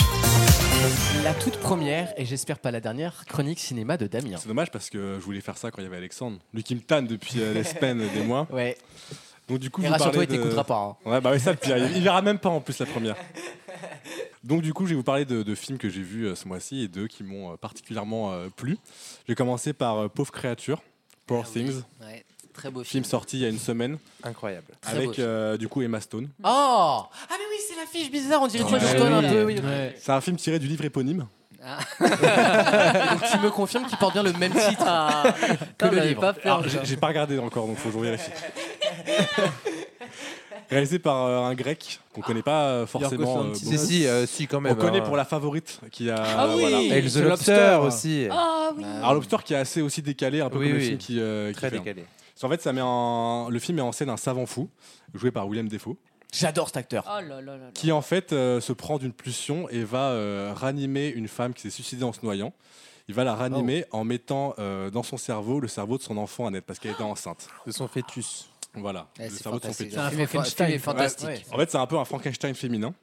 Speaker 2: La toute première, et j'espère pas la dernière, chronique cinéma de Damien.
Speaker 3: C'est dommage parce que je voulais faire ça quand il y avait Alexandre. Lui qui me tanne depuis euh, les semaines, des mois.
Speaker 2: Ouais.
Speaker 3: Donc du coup,
Speaker 2: Et
Speaker 3: je vous
Speaker 2: rassure-toi,
Speaker 3: parlais
Speaker 2: il t'écoutera pas, hein.
Speaker 3: Ouais, bah oui, ça le pire. Il, il verra même pas en plus la première. Donc du coup, je vais vous parler de, de films que j'ai vus euh, ce mois-ci et deux qui m'ont euh, particulièrement euh, plu. J'ai commencé par euh, Pauvre créature, Poor
Speaker 2: Ah
Speaker 3: Things.
Speaker 7: Ouais, très beau
Speaker 3: Film
Speaker 7: film.
Speaker 3: sorti il y a une semaine.
Speaker 5: Incroyable.
Speaker 7: Très beau
Speaker 3: Avec
Speaker 7: film.
Speaker 3: euh, du coup Emma Stone.
Speaker 2: Oh Ah, mais oui, c'est l'affiche bizarre, on dirait
Speaker 3: Ouais.
Speaker 2: Tim Burton un
Speaker 3: Oui.
Speaker 2: peu. Oui, ok.
Speaker 3: C'est un film tiré du livre éponyme.
Speaker 2: Donc tu me confirmes qu'il porte bien le même titre que
Speaker 3: Non,
Speaker 2: le
Speaker 3: j'avais
Speaker 2: livre.
Speaker 3: pas peur, Alors, Ah, j'ai- ça. j'ai pas regardé encore, donc faut que je vérifie. Réalisé par euh, un grec qu'on connaît pas euh, forcément.
Speaker 5: Yorgos Lanthimos. Si, si, euh, si, quand même,
Speaker 3: On connaît
Speaker 5: hein.
Speaker 3: pour la favorite qui a.
Speaker 5: Ah oui,
Speaker 3: voilà.
Speaker 5: Et The The Lobster Lobster. aussi. euh,
Speaker 4: Ah oui.
Speaker 3: Alors Lobster qui est assez aussi décalé, un peu
Speaker 5: Oui,
Speaker 3: comme le
Speaker 5: oui.
Speaker 3: film qui. euh, qui
Speaker 5: Très
Speaker 3: fait, hein.
Speaker 5: décalé.
Speaker 3: Parce qu'en fait, ça met en... le film met en scène un savant fou joué par William Defoe
Speaker 2: J'adore cet acteur.
Speaker 4: Oh là là là là.
Speaker 3: qui en fait euh, se prend d'une pulsion et va euh, ranimer une femme qui s'est suicidée en se noyant. Il va la
Speaker 5: Oh.
Speaker 3: ranimer en mettant euh, dans son cerveau le cerveau de son enfant à naître parce qu'elle était enceinte.
Speaker 5: De son fœtus.
Speaker 3: Voilà.
Speaker 2: Ah,
Speaker 7: Eh,
Speaker 3: le
Speaker 7: c'est
Speaker 3: cerveau de son
Speaker 7: fantastique.
Speaker 3: fœtus.
Speaker 7: C'est un film est fa- Frankenstein. film est fantastique.
Speaker 3: En fait, c'est un peu un Frankenstein féminin.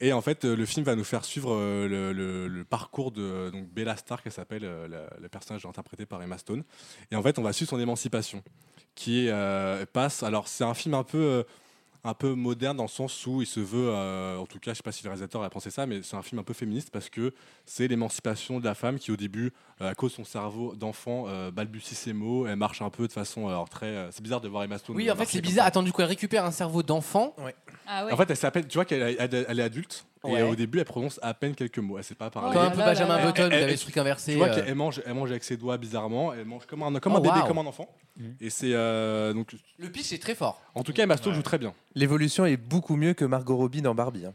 Speaker 3: Et en fait, euh, le film va nous faire suivre euh, le, le- le parcours de euh, donc Bella Starr, qui s'appelle euh, la- le personnage interprété par Emma Stone. Et en fait, on va suivre son émancipation, qui euh, passe. Alors, c'est un film un peu, euh, un peu moderne dans le sens où il se veut, euh, en tout cas, je sais pas si le réalisateur a pensé ça, mais c'est un film un peu féministe parce que c'est l'émancipation de la femme qui, au début, euh, à cause de son cerveau d'enfant, euh, balbutie ses mots, elle marche un peu de façon alors, très. euh, c'est bizarre de voir Emma Stone. euh,
Speaker 2: Oui, en fait,
Speaker 3: marcher
Speaker 2: c'est
Speaker 3: comme
Speaker 2: bizarre.
Speaker 3: ça.
Speaker 2: Attends, du coup, elle récupère un cerveau d'enfant.
Speaker 4: Ah
Speaker 3: En fait, elle s'appelle, tu vois qu'elle elle- elle est adulte
Speaker 2: Ouais.
Speaker 3: et au début elle prononce à peine quelques mots. Elle sait pas parler.
Speaker 2: Comme
Speaker 7: Ah
Speaker 2: un peu
Speaker 3: Elle-
Speaker 2: Benjamin
Speaker 3: elle-
Speaker 2: Button, vous
Speaker 3: elle-
Speaker 2: avez ce truc inversé,
Speaker 3: Tu vois
Speaker 2: euh.
Speaker 3: qu'elle mange, elle mange avec ses doigts bizarrement. Elle mange comme un, comme
Speaker 2: Oh,
Speaker 3: un bébé,
Speaker 2: waouh.
Speaker 3: comme un enfant. Et c'est euh, donc.
Speaker 2: Le pitch est très fort.
Speaker 3: En tout cas, Emma Stone joue très bien.
Speaker 5: L'évolution est beaucoup mieux que Margot Robbie dans Barbie. hein.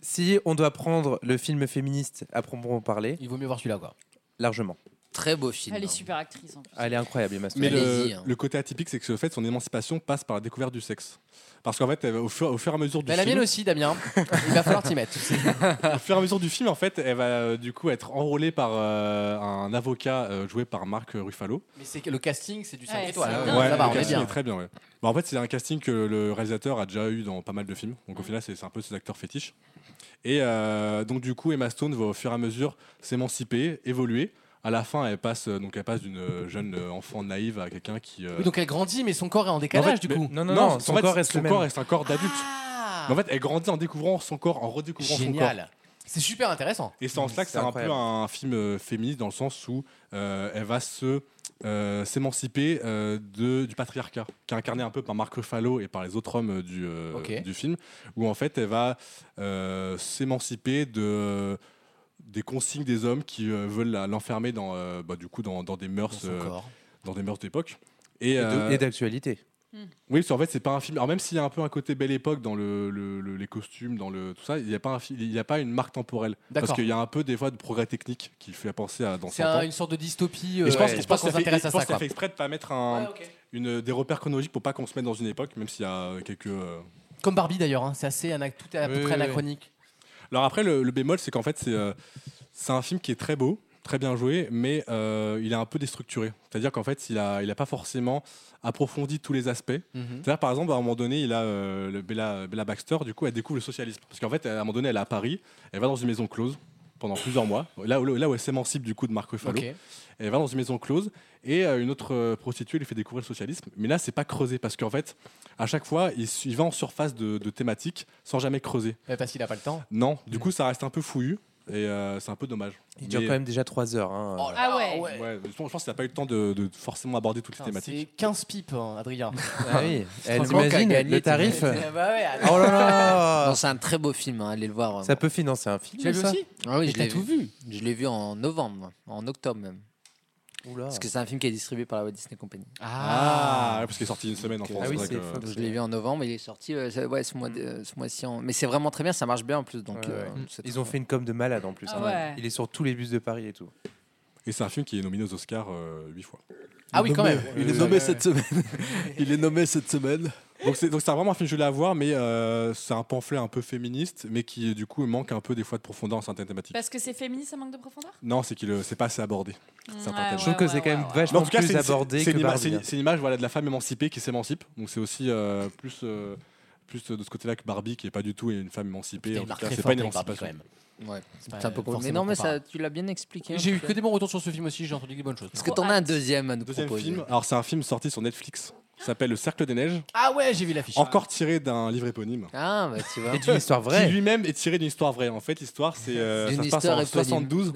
Speaker 5: Si on doit prendre le film féministe à proprement parler,
Speaker 2: il vaut mieux voir celui-là, quoi.
Speaker 5: Largement. Ah,
Speaker 7: Très beau film.
Speaker 4: Elle est super actrice. en plus.
Speaker 5: Elle est incroyable, Emma Stone.
Speaker 3: Mais
Speaker 2: hein.
Speaker 3: le, le côté atypique, c'est que le fait son émancipation passe par la découverte du sexe. Parce qu'en fait, elle va- au fur, au fur et à mesure du
Speaker 2: Mais la
Speaker 3: film-
Speaker 2: mienne aussi, Damien. Il va falloir t'y mettre.
Speaker 3: au fur et à mesure du film, en fait, elle va euh, du coup être enrôlée par euh, un avocat euh, joué par Marc Ruffalo.
Speaker 2: Mais c'est que le casting, c'est du 5
Speaker 14: Ouais,
Speaker 2: étoiles.
Speaker 14: c'est
Speaker 2: hein.
Speaker 14: dingue.
Speaker 3: Ah Ouais,
Speaker 2: Ça va,
Speaker 3: le
Speaker 2: on est
Speaker 3: casting
Speaker 2: bien.
Speaker 3: est très bien. ouais. Bah, en fait, c'est un casting que le réalisateur a déjà eu dans pas mal de films. Donc au
Speaker 2: Mm.
Speaker 3: final, c'est c'est un peu ses acteurs fétiches. Et euh, donc du coup, Emma Stone va au fur et à mesure s'émanciper, évoluer. À la fin, elle passe euh, donc elle passe d'une euh, jeune euh, enfant naïve à quelqu'un qui. euh,
Speaker 2: Oui, donc elle grandit, mais son corps est en
Speaker 3: mais en
Speaker 2: décalage, du
Speaker 3: fait, mais-
Speaker 2: coup.
Speaker 3: en fait, son corps reste un corps d'adulte. Mais en fait, elle grandit en découvrant son corps, en redécouvrant son
Speaker 2: Ah Génial.
Speaker 3: corps.
Speaker 2: C'est super intéressant.
Speaker 3: Et c'est en cela que c'est un peu un film euh, féministe dans le sens où euh, elle va se euh, s'émanciper euh, de- du patriarcat, qui est incarné un peu par Marc Ruffalo et par les autres hommes euh, du, euh,
Speaker 2: Ok.
Speaker 3: du film, où en fait elle va euh, s'émanciper de des consignes des hommes qui euh, veulent la- l'enfermer dans euh, bah, du coup dans, dans des mœurs euh,
Speaker 5: son corps.
Speaker 3: dans des mœurs d'époque et,
Speaker 5: Et de-
Speaker 3: euh,
Speaker 5: et d'actualité.
Speaker 3: oui, parce qu'en fait, c'est pas un film. Alors, même s'il y a un peu un côté belle époque dans le, le- le- les costumes, dans le, tout ça, il n'y a, pas un fi- il y a pas une marque temporelle.
Speaker 2: D'accord.
Speaker 3: Parce qu'il y a un peu des fois de progrès technique qui fait penser à dans
Speaker 2: C'est
Speaker 3: 100
Speaker 2: un-
Speaker 3: ans.
Speaker 2: une sorte de dystopie.
Speaker 3: Et
Speaker 2: euh,
Speaker 3: je pense,
Speaker 2: ouais,
Speaker 3: je
Speaker 2: je
Speaker 3: pense
Speaker 2: qu'on
Speaker 3: que ça fait-
Speaker 2: s'intéresse
Speaker 3: je
Speaker 2: à
Speaker 3: pense
Speaker 2: ça.
Speaker 3: que ça
Speaker 2: quoi.
Speaker 3: fait exprès de pas mettre un,
Speaker 2: Ouais, ok.
Speaker 3: une, des repères chronologiques pour pas qu'on se mette dans une époque, même s'il y a quelques. euh,
Speaker 2: Comme Barbie d'ailleurs, hein, c'est assez ana- tout est à peu
Speaker 3: Oui,
Speaker 2: près
Speaker 3: oui, oui.
Speaker 2: anachronique.
Speaker 3: Alors après, le, le bémol, c'est qu'en fait, c'est euh, c'est un film qui est très beau, très bien joué, mais euh, il est un peu déstructuré. C'est-à-dire qu'en fait, il n'a il a pas forcément approfondi tous les aspects.
Speaker 2: Mhm.
Speaker 3: C'est-à-dire, par exemple, à un moment donné, il a euh, le Bella, Bella Baxter, du coup, elle découvre le socialisme. Parce qu'en fait, à un moment donné, elle est à Paris, elle va dans une maison close pendant plusieurs mois, là où, là où elle s'émancipe du coup de Marco Fallot.
Speaker 2: Ok.
Speaker 3: Elle va dans une maison close et euh, une autre euh, prostituée lui fait découvrir le socialisme. Mais là, c'est pas creusé parce qu'en fait, à chaque fois, il, s- il va en surface de, de thématiques sans jamais creuser.
Speaker 2: Mais parce qu'il a pas le temps.
Speaker 3: Non, du coup, ça reste un peu fouillu et euh, c'est un peu dommage.
Speaker 5: Il dure
Speaker 3: Mais-
Speaker 5: quand même déjà 3 heures. hein.
Speaker 2: Ah ouais. ouais.
Speaker 3: Ouais, mais je pense je pense qu'il n'a pas eu le temps de, de forcément aborder toutes les
Speaker 2: Putain, C'est
Speaker 3: thématiques.
Speaker 2: 15 pipes, hein, Adrien.
Speaker 5: Ah oui, elle imagine le tarif.
Speaker 2: bah ouais, attends.
Speaker 5: Oh là là
Speaker 7: Non, c'est un très beau film, hein, allez le voir.
Speaker 5: Ça peut financer un film.
Speaker 7: Tu l'as vu
Speaker 5: ça
Speaker 7: aussi Ah oui,
Speaker 5: Mais
Speaker 7: je
Speaker 5: t'as
Speaker 7: l'ai
Speaker 5: tout
Speaker 7: vu. Je l'ai vu en novembre, moi, en octobre même.
Speaker 5: Oula.
Speaker 7: Parce que c'est un film qui est distribué par la Walt Disney Company.
Speaker 3: Ah, parce qu'il est sorti une semaine en
Speaker 7: Donc,
Speaker 3: France.
Speaker 7: euh,
Speaker 3: c'est vrai que-
Speaker 7: donc je l'ai vu en novembre, il est sorti euh, ça- ouais, ce mois-ci. en... Mais c'est vraiment très bien, ça marche bien en plus. Donc,
Speaker 5: Ouais,
Speaker 7: euh,
Speaker 5: ouais.
Speaker 7: c'est
Speaker 5: Ils
Speaker 7: très
Speaker 5: ont
Speaker 7: bien.
Speaker 5: fait une com de malade en plus.
Speaker 7: Ah
Speaker 5: hein.
Speaker 7: ouais.
Speaker 5: Il est sur tous les bus de Paris et tout.
Speaker 3: Et c'est un film qui est nominé aux Oscars 8 fois.
Speaker 2: Ah oui, quand même.
Speaker 3: Il est
Speaker 2: Euh,
Speaker 3: nommé
Speaker 2: ouais.
Speaker 3: cette semaine. Il est nommé cette semaine. Donc c'est donc c'est vraiment un film que je voulais avoir, mais euh, c'est un pamphlet un peu féministe, mais qui du coup manque un peu des fois de profondeur en certaines thématiques.
Speaker 4: Parce que c'est féministe, ça manque de profondeur
Speaker 3: Non, c'est qu'il euh, c'est pas assez abordé.
Speaker 4: Mm, Ouais,
Speaker 3: certains thèmes.
Speaker 4: Je trouve ouais, que c'est ouais, quand même ouais, ouais. vachement
Speaker 3: Mais en tout cas,
Speaker 5: plus
Speaker 3: c'est- c'est-
Speaker 5: abordé
Speaker 3: C'est
Speaker 5: que
Speaker 3: une, ima-
Speaker 5: Barbie,
Speaker 3: c'est une-
Speaker 5: hein.
Speaker 3: c'est une image voilà, de la femme émancipée qui s'émancipe. Donc c'est aussi euh, plus euh, plus euh, de ce côté-là que Barbie, qui est pas du tout une femme émancipée.
Speaker 2: Putain, il
Speaker 3: En tout
Speaker 2: marque
Speaker 3: cas,
Speaker 2: très
Speaker 3: c'est
Speaker 2: fort
Speaker 3: pas une
Speaker 2: avec Barbie,
Speaker 3: émancipation.
Speaker 2: quand même.
Speaker 7: Ouais,
Speaker 2: pas
Speaker 7: C'est un peu con- Mais
Speaker 2: forcément
Speaker 7: non, mais ça,
Speaker 2: comparable.
Speaker 7: tu l'as bien expliqué. en
Speaker 2: J'ai eu
Speaker 7: tout
Speaker 2: que
Speaker 7: cas.
Speaker 2: des bons retours sur ce film aussi, j'ai entendu des bonnes choses.
Speaker 7: Parce que t'en as un deuxième à nous
Speaker 3: Deuxième
Speaker 7: proposer.
Speaker 3: film. Alors c'est un film sorti sur Netflix. Ça s'appelle Le Cercle des Neiges.
Speaker 2: Ah ouais, j'ai vu l'affiche.
Speaker 3: Encore tiré d'un livre éponyme.
Speaker 7: Ah, bah tu vois.
Speaker 5: Et d'une histoire vraie.
Speaker 3: Qui lui-même est tiré d'une histoire vraie. En fait, l'histoire, c'est euh,
Speaker 7: D'une
Speaker 3: ça se passe
Speaker 7: histoire
Speaker 3: en
Speaker 7: éponyme.
Speaker 3: 72,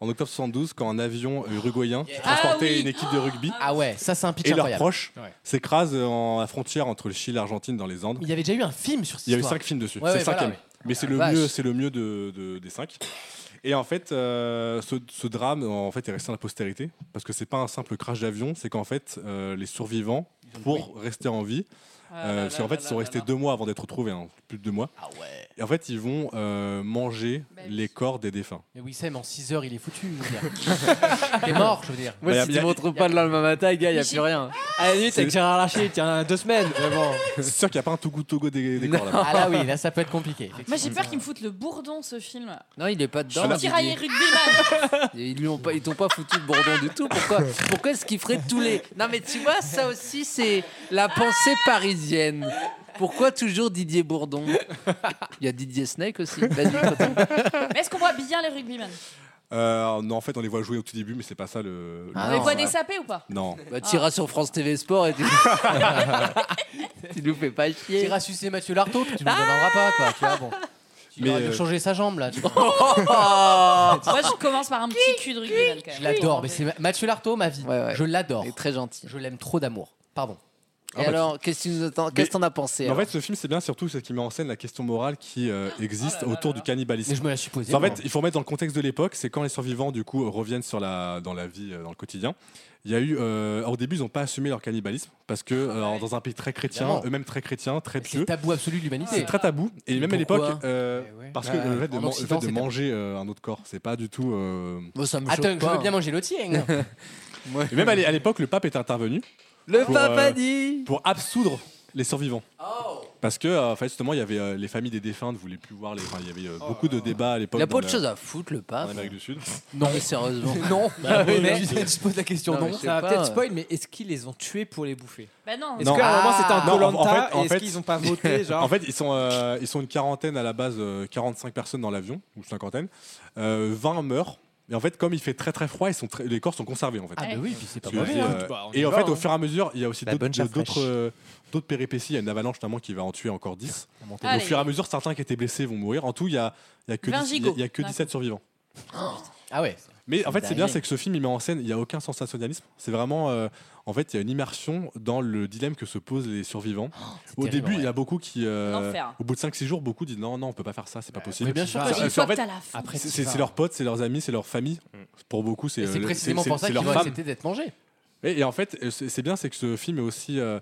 Speaker 3: en octobre 72, quand un avion euh, uruguayen qui
Speaker 2: Ah
Speaker 3: transportait
Speaker 2: oui.
Speaker 3: une équipe de rugby
Speaker 2: Ah ouais, ça c'est un pitch
Speaker 3: et leurs
Speaker 2: incroyable.
Speaker 3: proches
Speaker 2: Ouais.
Speaker 3: s'écrase en la frontière entre le Chili et l'Argentine dans les Andes.
Speaker 2: Il y avait déjà eu un film sur cette
Speaker 3: Il y a eu
Speaker 2: histoire.
Speaker 3: cinq films dessus.
Speaker 2: Ouais,
Speaker 3: c'est
Speaker 2: ouais,
Speaker 3: le cinquième.
Speaker 2: voilà, ouais. Ah,
Speaker 3: Mais c'est le
Speaker 2: Vache.
Speaker 3: mieux, c'est le mieux de, de- des cinq. Et en fait, euh, ce, ce drame en fait est resté dans la postérité parce que c'est pas un simple crash d'avion, c'est qu'en fait euh, les survivants pour rester en vie,
Speaker 2: Ah
Speaker 3: euh,
Speaker 2: là
Speaker 3: parce
Speaker 2: là
Speaker 3: qu'en fait
Speaker 2: là
Speaker 3: ils sont
Speaker 2: là
Speaker 3: restés
Speaker 2: là. Ah
Speaker 3: deux mois avant d'être retrouvés, hein, plus de deux mois. Et en fait ils vont euh, manger
Speaker 2: Bah
Speaker 3: les corps des défunts.
Speaker 2: Mais Wissem, en 6 heures, il est foutu. je veux dire. T'es mort, je veux dire.
Speaker 3: Moi, Bah, si y a- tu y a-
Speaker 2: montres
Speaker 26: pas le lendemain matin, gars,
Speaker 2: y
Speaker 26: il
Speaker 2: a
Speaker 26: n'y a
Speaker 2: Mais plus
Speaker 26: plus
Speaker 2: j'ai-
Speaker 26: rien.
Speaker 8: À la limite, avec Gérard Larcher, il tient un- deux semaines. mais bon.
Speaker 3: C'est sûr qu'il n'y a pas un Togo Togo des, des corps là.
Speaker 2: Ah là oui, là ça peut être compliqué.
Speaker 4: Moi j'ai peur qu'il me foute le bourdon ce film.
Speaker 7: Non, il est pas dedans.
Speaker 4: Je suis tiraillé rugbyman.
Speaker 7: Ils lui ont pas, ils t'ont pas foutu de bourdon du tout. Pourquoi, pourquoi est-ce qu'ils feraient tous les Non, mais tu vois, ça aussi, c'est la pensée parisienne. Pourquoi toujours Didier Bourdon Il y a Didier Snake aussi. Vas-y, continue.
Speaker 4: Mais est-ce qu'on voit bien les rugbymen
Speaker 3: Euh, non, en fait on les voit jouer au tout début, mais c'est pas ça le.
Speaker 7: Ah
Speaker 4: On
Speaker 3: le-
Speaker 4: les voit des sapés ou pas
Speaker 3: Non.
Speaker 2: Ah.
Speaker 7: Bah, t'iras sur France TV Sport et tu. tu nous fais pas chier. Ah
Speaker 2: T'iras sucer Mathieu Lartaud, puis tu nous demanderas pas, quoi. Tu vois, bon. Il
Speaker 7: Mais,
Speaker 2: aurait dû
Speaker 7: euh,
Speaker 2: changer sa jambe, là. tu vois.
Speaker 4: Moi je commence par un petit cul de rugbyman quand même.
Speaker 2: Je l'adore, mais c'est Ma- Mathieu Lartaud, ma vie. Je l'adore. Il
Speaker 7: est très gentil.
Speaker 2: Je l'aime trop d'amour. Pardon.
Speaker 7: Et alors, qu'est-ce que tu nous attends- qu'est-ce que t'en as pensé
Speaker 3: Ah bah, Mais En
Speaker 7: alors
Speaker 3: fait, ce film, c'est bien surtout ce qui met en scène la question morale qui euh,
Speaker 2: Oh
Speaker 3: existe autour du cannibalisme.
Speaker 2: Mais je me la suis posée,
Speaker 3: En
Speaker 2: moi.
Speaker 3: fait, il faut remettre dans le contexte de l'époque, c'est quand les survivants, du coup, reviennent sur la, dans la vie, euh, dans le quotidien. Il y a eu, euh, alors, au début, ils n'ont pas assumé leur cannibalisme parce que euh, dans un pays très chrétien,
Speaker 2: Évidemment.
Speaker 3: eux-mêmes très chrétiens, très pieux.
Speaker 2: C'est tabou absolu de l'humanité.
Speaker 3: C'est très tabou. Et même à
Speaker 2: Pourquoi
Speaker 3: l'époque, euh, parce que
Speaker 2: Ouais,
Speaker 3: le fait de,
Speaker 2: en
Speaker 3: man- le
Speaker 2: Occident,
Speaker 3: fait de
Speaker 2: c'est tabou.
Speaker 3: manger euh, un autre corps, c'est pas du tout. euh,
Speaker 2: me Attends, choque je pas, veux hein. bien manger le tien.
Speaker 3: Et même à l'é- à l'époque, le pape est intervenu.
Speaker 2: Le
Speaker 3: euh,
Speaker 2: pape a
Speaker 7: dit
Speaker 3: Pour absoudre les survivants. Parce que euh, en fait, justement, il y avait euh, les familles des défunts ne voulaient plus voir les. enfin, il y avait euh, beaucoup de débats à l'époque.
Speaker 7: Il a
Speaker 3: dans
Speaker 7: pas de
Speaker 3: la-
Speaker 7: choses à foutre, le pape.
Speaker 3: En Amérique du Sud.
Speaker 7: Non, mais sérieusement.
Speaker 8: Non.
Speaker 7: Bah oui,
Speaker 8: Mais-
Speaker 7: mais-
Speaker 8: je pose la question.
Speaker 7: Non,
Speaker 8: Non,
Speaker 7: mais je sais
Speaker 8: ça va
Speaker 7: pas.
Speaker 8: peut-être spoil, mais est-ce qu'ils les ont tués pour les bouffer
Speaker 4: Bah non.
Speaker 8: Est-ce qu'à un moment c'était un
Speaker 3: Non,
Speaker 8: Koh-Lanta
Speaker 3: en fait- en
Speaker 8: et Est-ce
Speaker 3: fait-
Speaker 8: qu'ils ont pas voté genre
Speaker 3: En fait, ils sont, euh, ils sont une quarantaine à la base, euh, 45 personnes dans l'avion, ou cinquantaine. Euh, 20 meurent. Et en fait, comme il fait très très froid, ils sont très- les corps sont conservés en fait.
Speaker 2: Ah bah oui, puis c'est pas
Speaker 3: Parce que,
Speaker 2: mauvais, hein.
Speaker 3: euh,
Speaker 2: Bah, on y
Speaker 3: Et en
Speaker 2: va,
Speaker 3: fait,
Speaker 2: hein.
Speaker 3: au fur et à mesure, il y a aussi
Speaker 2: La
Speaker 3: d'autres
Speaker 2: bonne chair
Speaker 3: d'autres,
Speaker 2: fraîche.
Speaker 3: euh, d'autres péripéties. Il y a une avalanche notamment qui va en tuer encore 10. Et au
Speaker 2: Allez.
Speaker 3: fur et à mesure, certains qui étaient blessés vont mourir. En tout, il y a, il y a que,
Speaker 2: 20
Speaker 3: dix- il y a- il y a que
Speaker 2: gigots.
Speaker 3: 17 survivants.
Speaker 2: Ah ouais.
Speaker 3: Mais en fait, c'est bien,
Speaker 2: dinguerie.
Speaker 3: c'est que ce film, il met en scène, il n'y a aucun sensationnalisme. C'est vraiment, euh, en fait, il y a une immersion dans le dilemme que se posent les survivants. Au
Speaker 2: Oh, terrible,
Speaker 3: début, il y a beaucoup qui, euh,
Speaker 2: L'enfer.
Speaker 3: au bout de 5-6 jours, beaucoup disent non, non, on peut pas faire ça, c'est pas possible.
Speaker 2: mais bien sûr,
Speaker 3: Ça-
Speaker 2: parce qu'une
Speaker 3: ça-
Speaker 2: fois
Speaker 3: en
Speaker 2: que
Speaker 3: fait,
Speaker 2: t'as la faim, après,
Speaker 3: c'est-
Speaker 2: tu
Speaker 3: c'est
Speaker 2: vas.
Speaker 3: c'est leurs potes, c'est leurs amis, c'est leur famille. Pour beaucoup, c'est
Speaker 2: Et c'est
Speaker 3: euh, le-
Speaker 2: précisément
Speaker 3: c'est-
Speaker 2: pour
Speaker 3: c'est-
Speaker 2: ça
Speaker 3: c'est
Speaker 2: qu'ils
Speaker 3: leur
Speaker 2: ont
Speaker 3: femme.
Speaker 2: accepté d'être mangés.
Speaker 3: Et, et en fait, euh, c'est c'est bien, c'est que ce film est aussi. euh,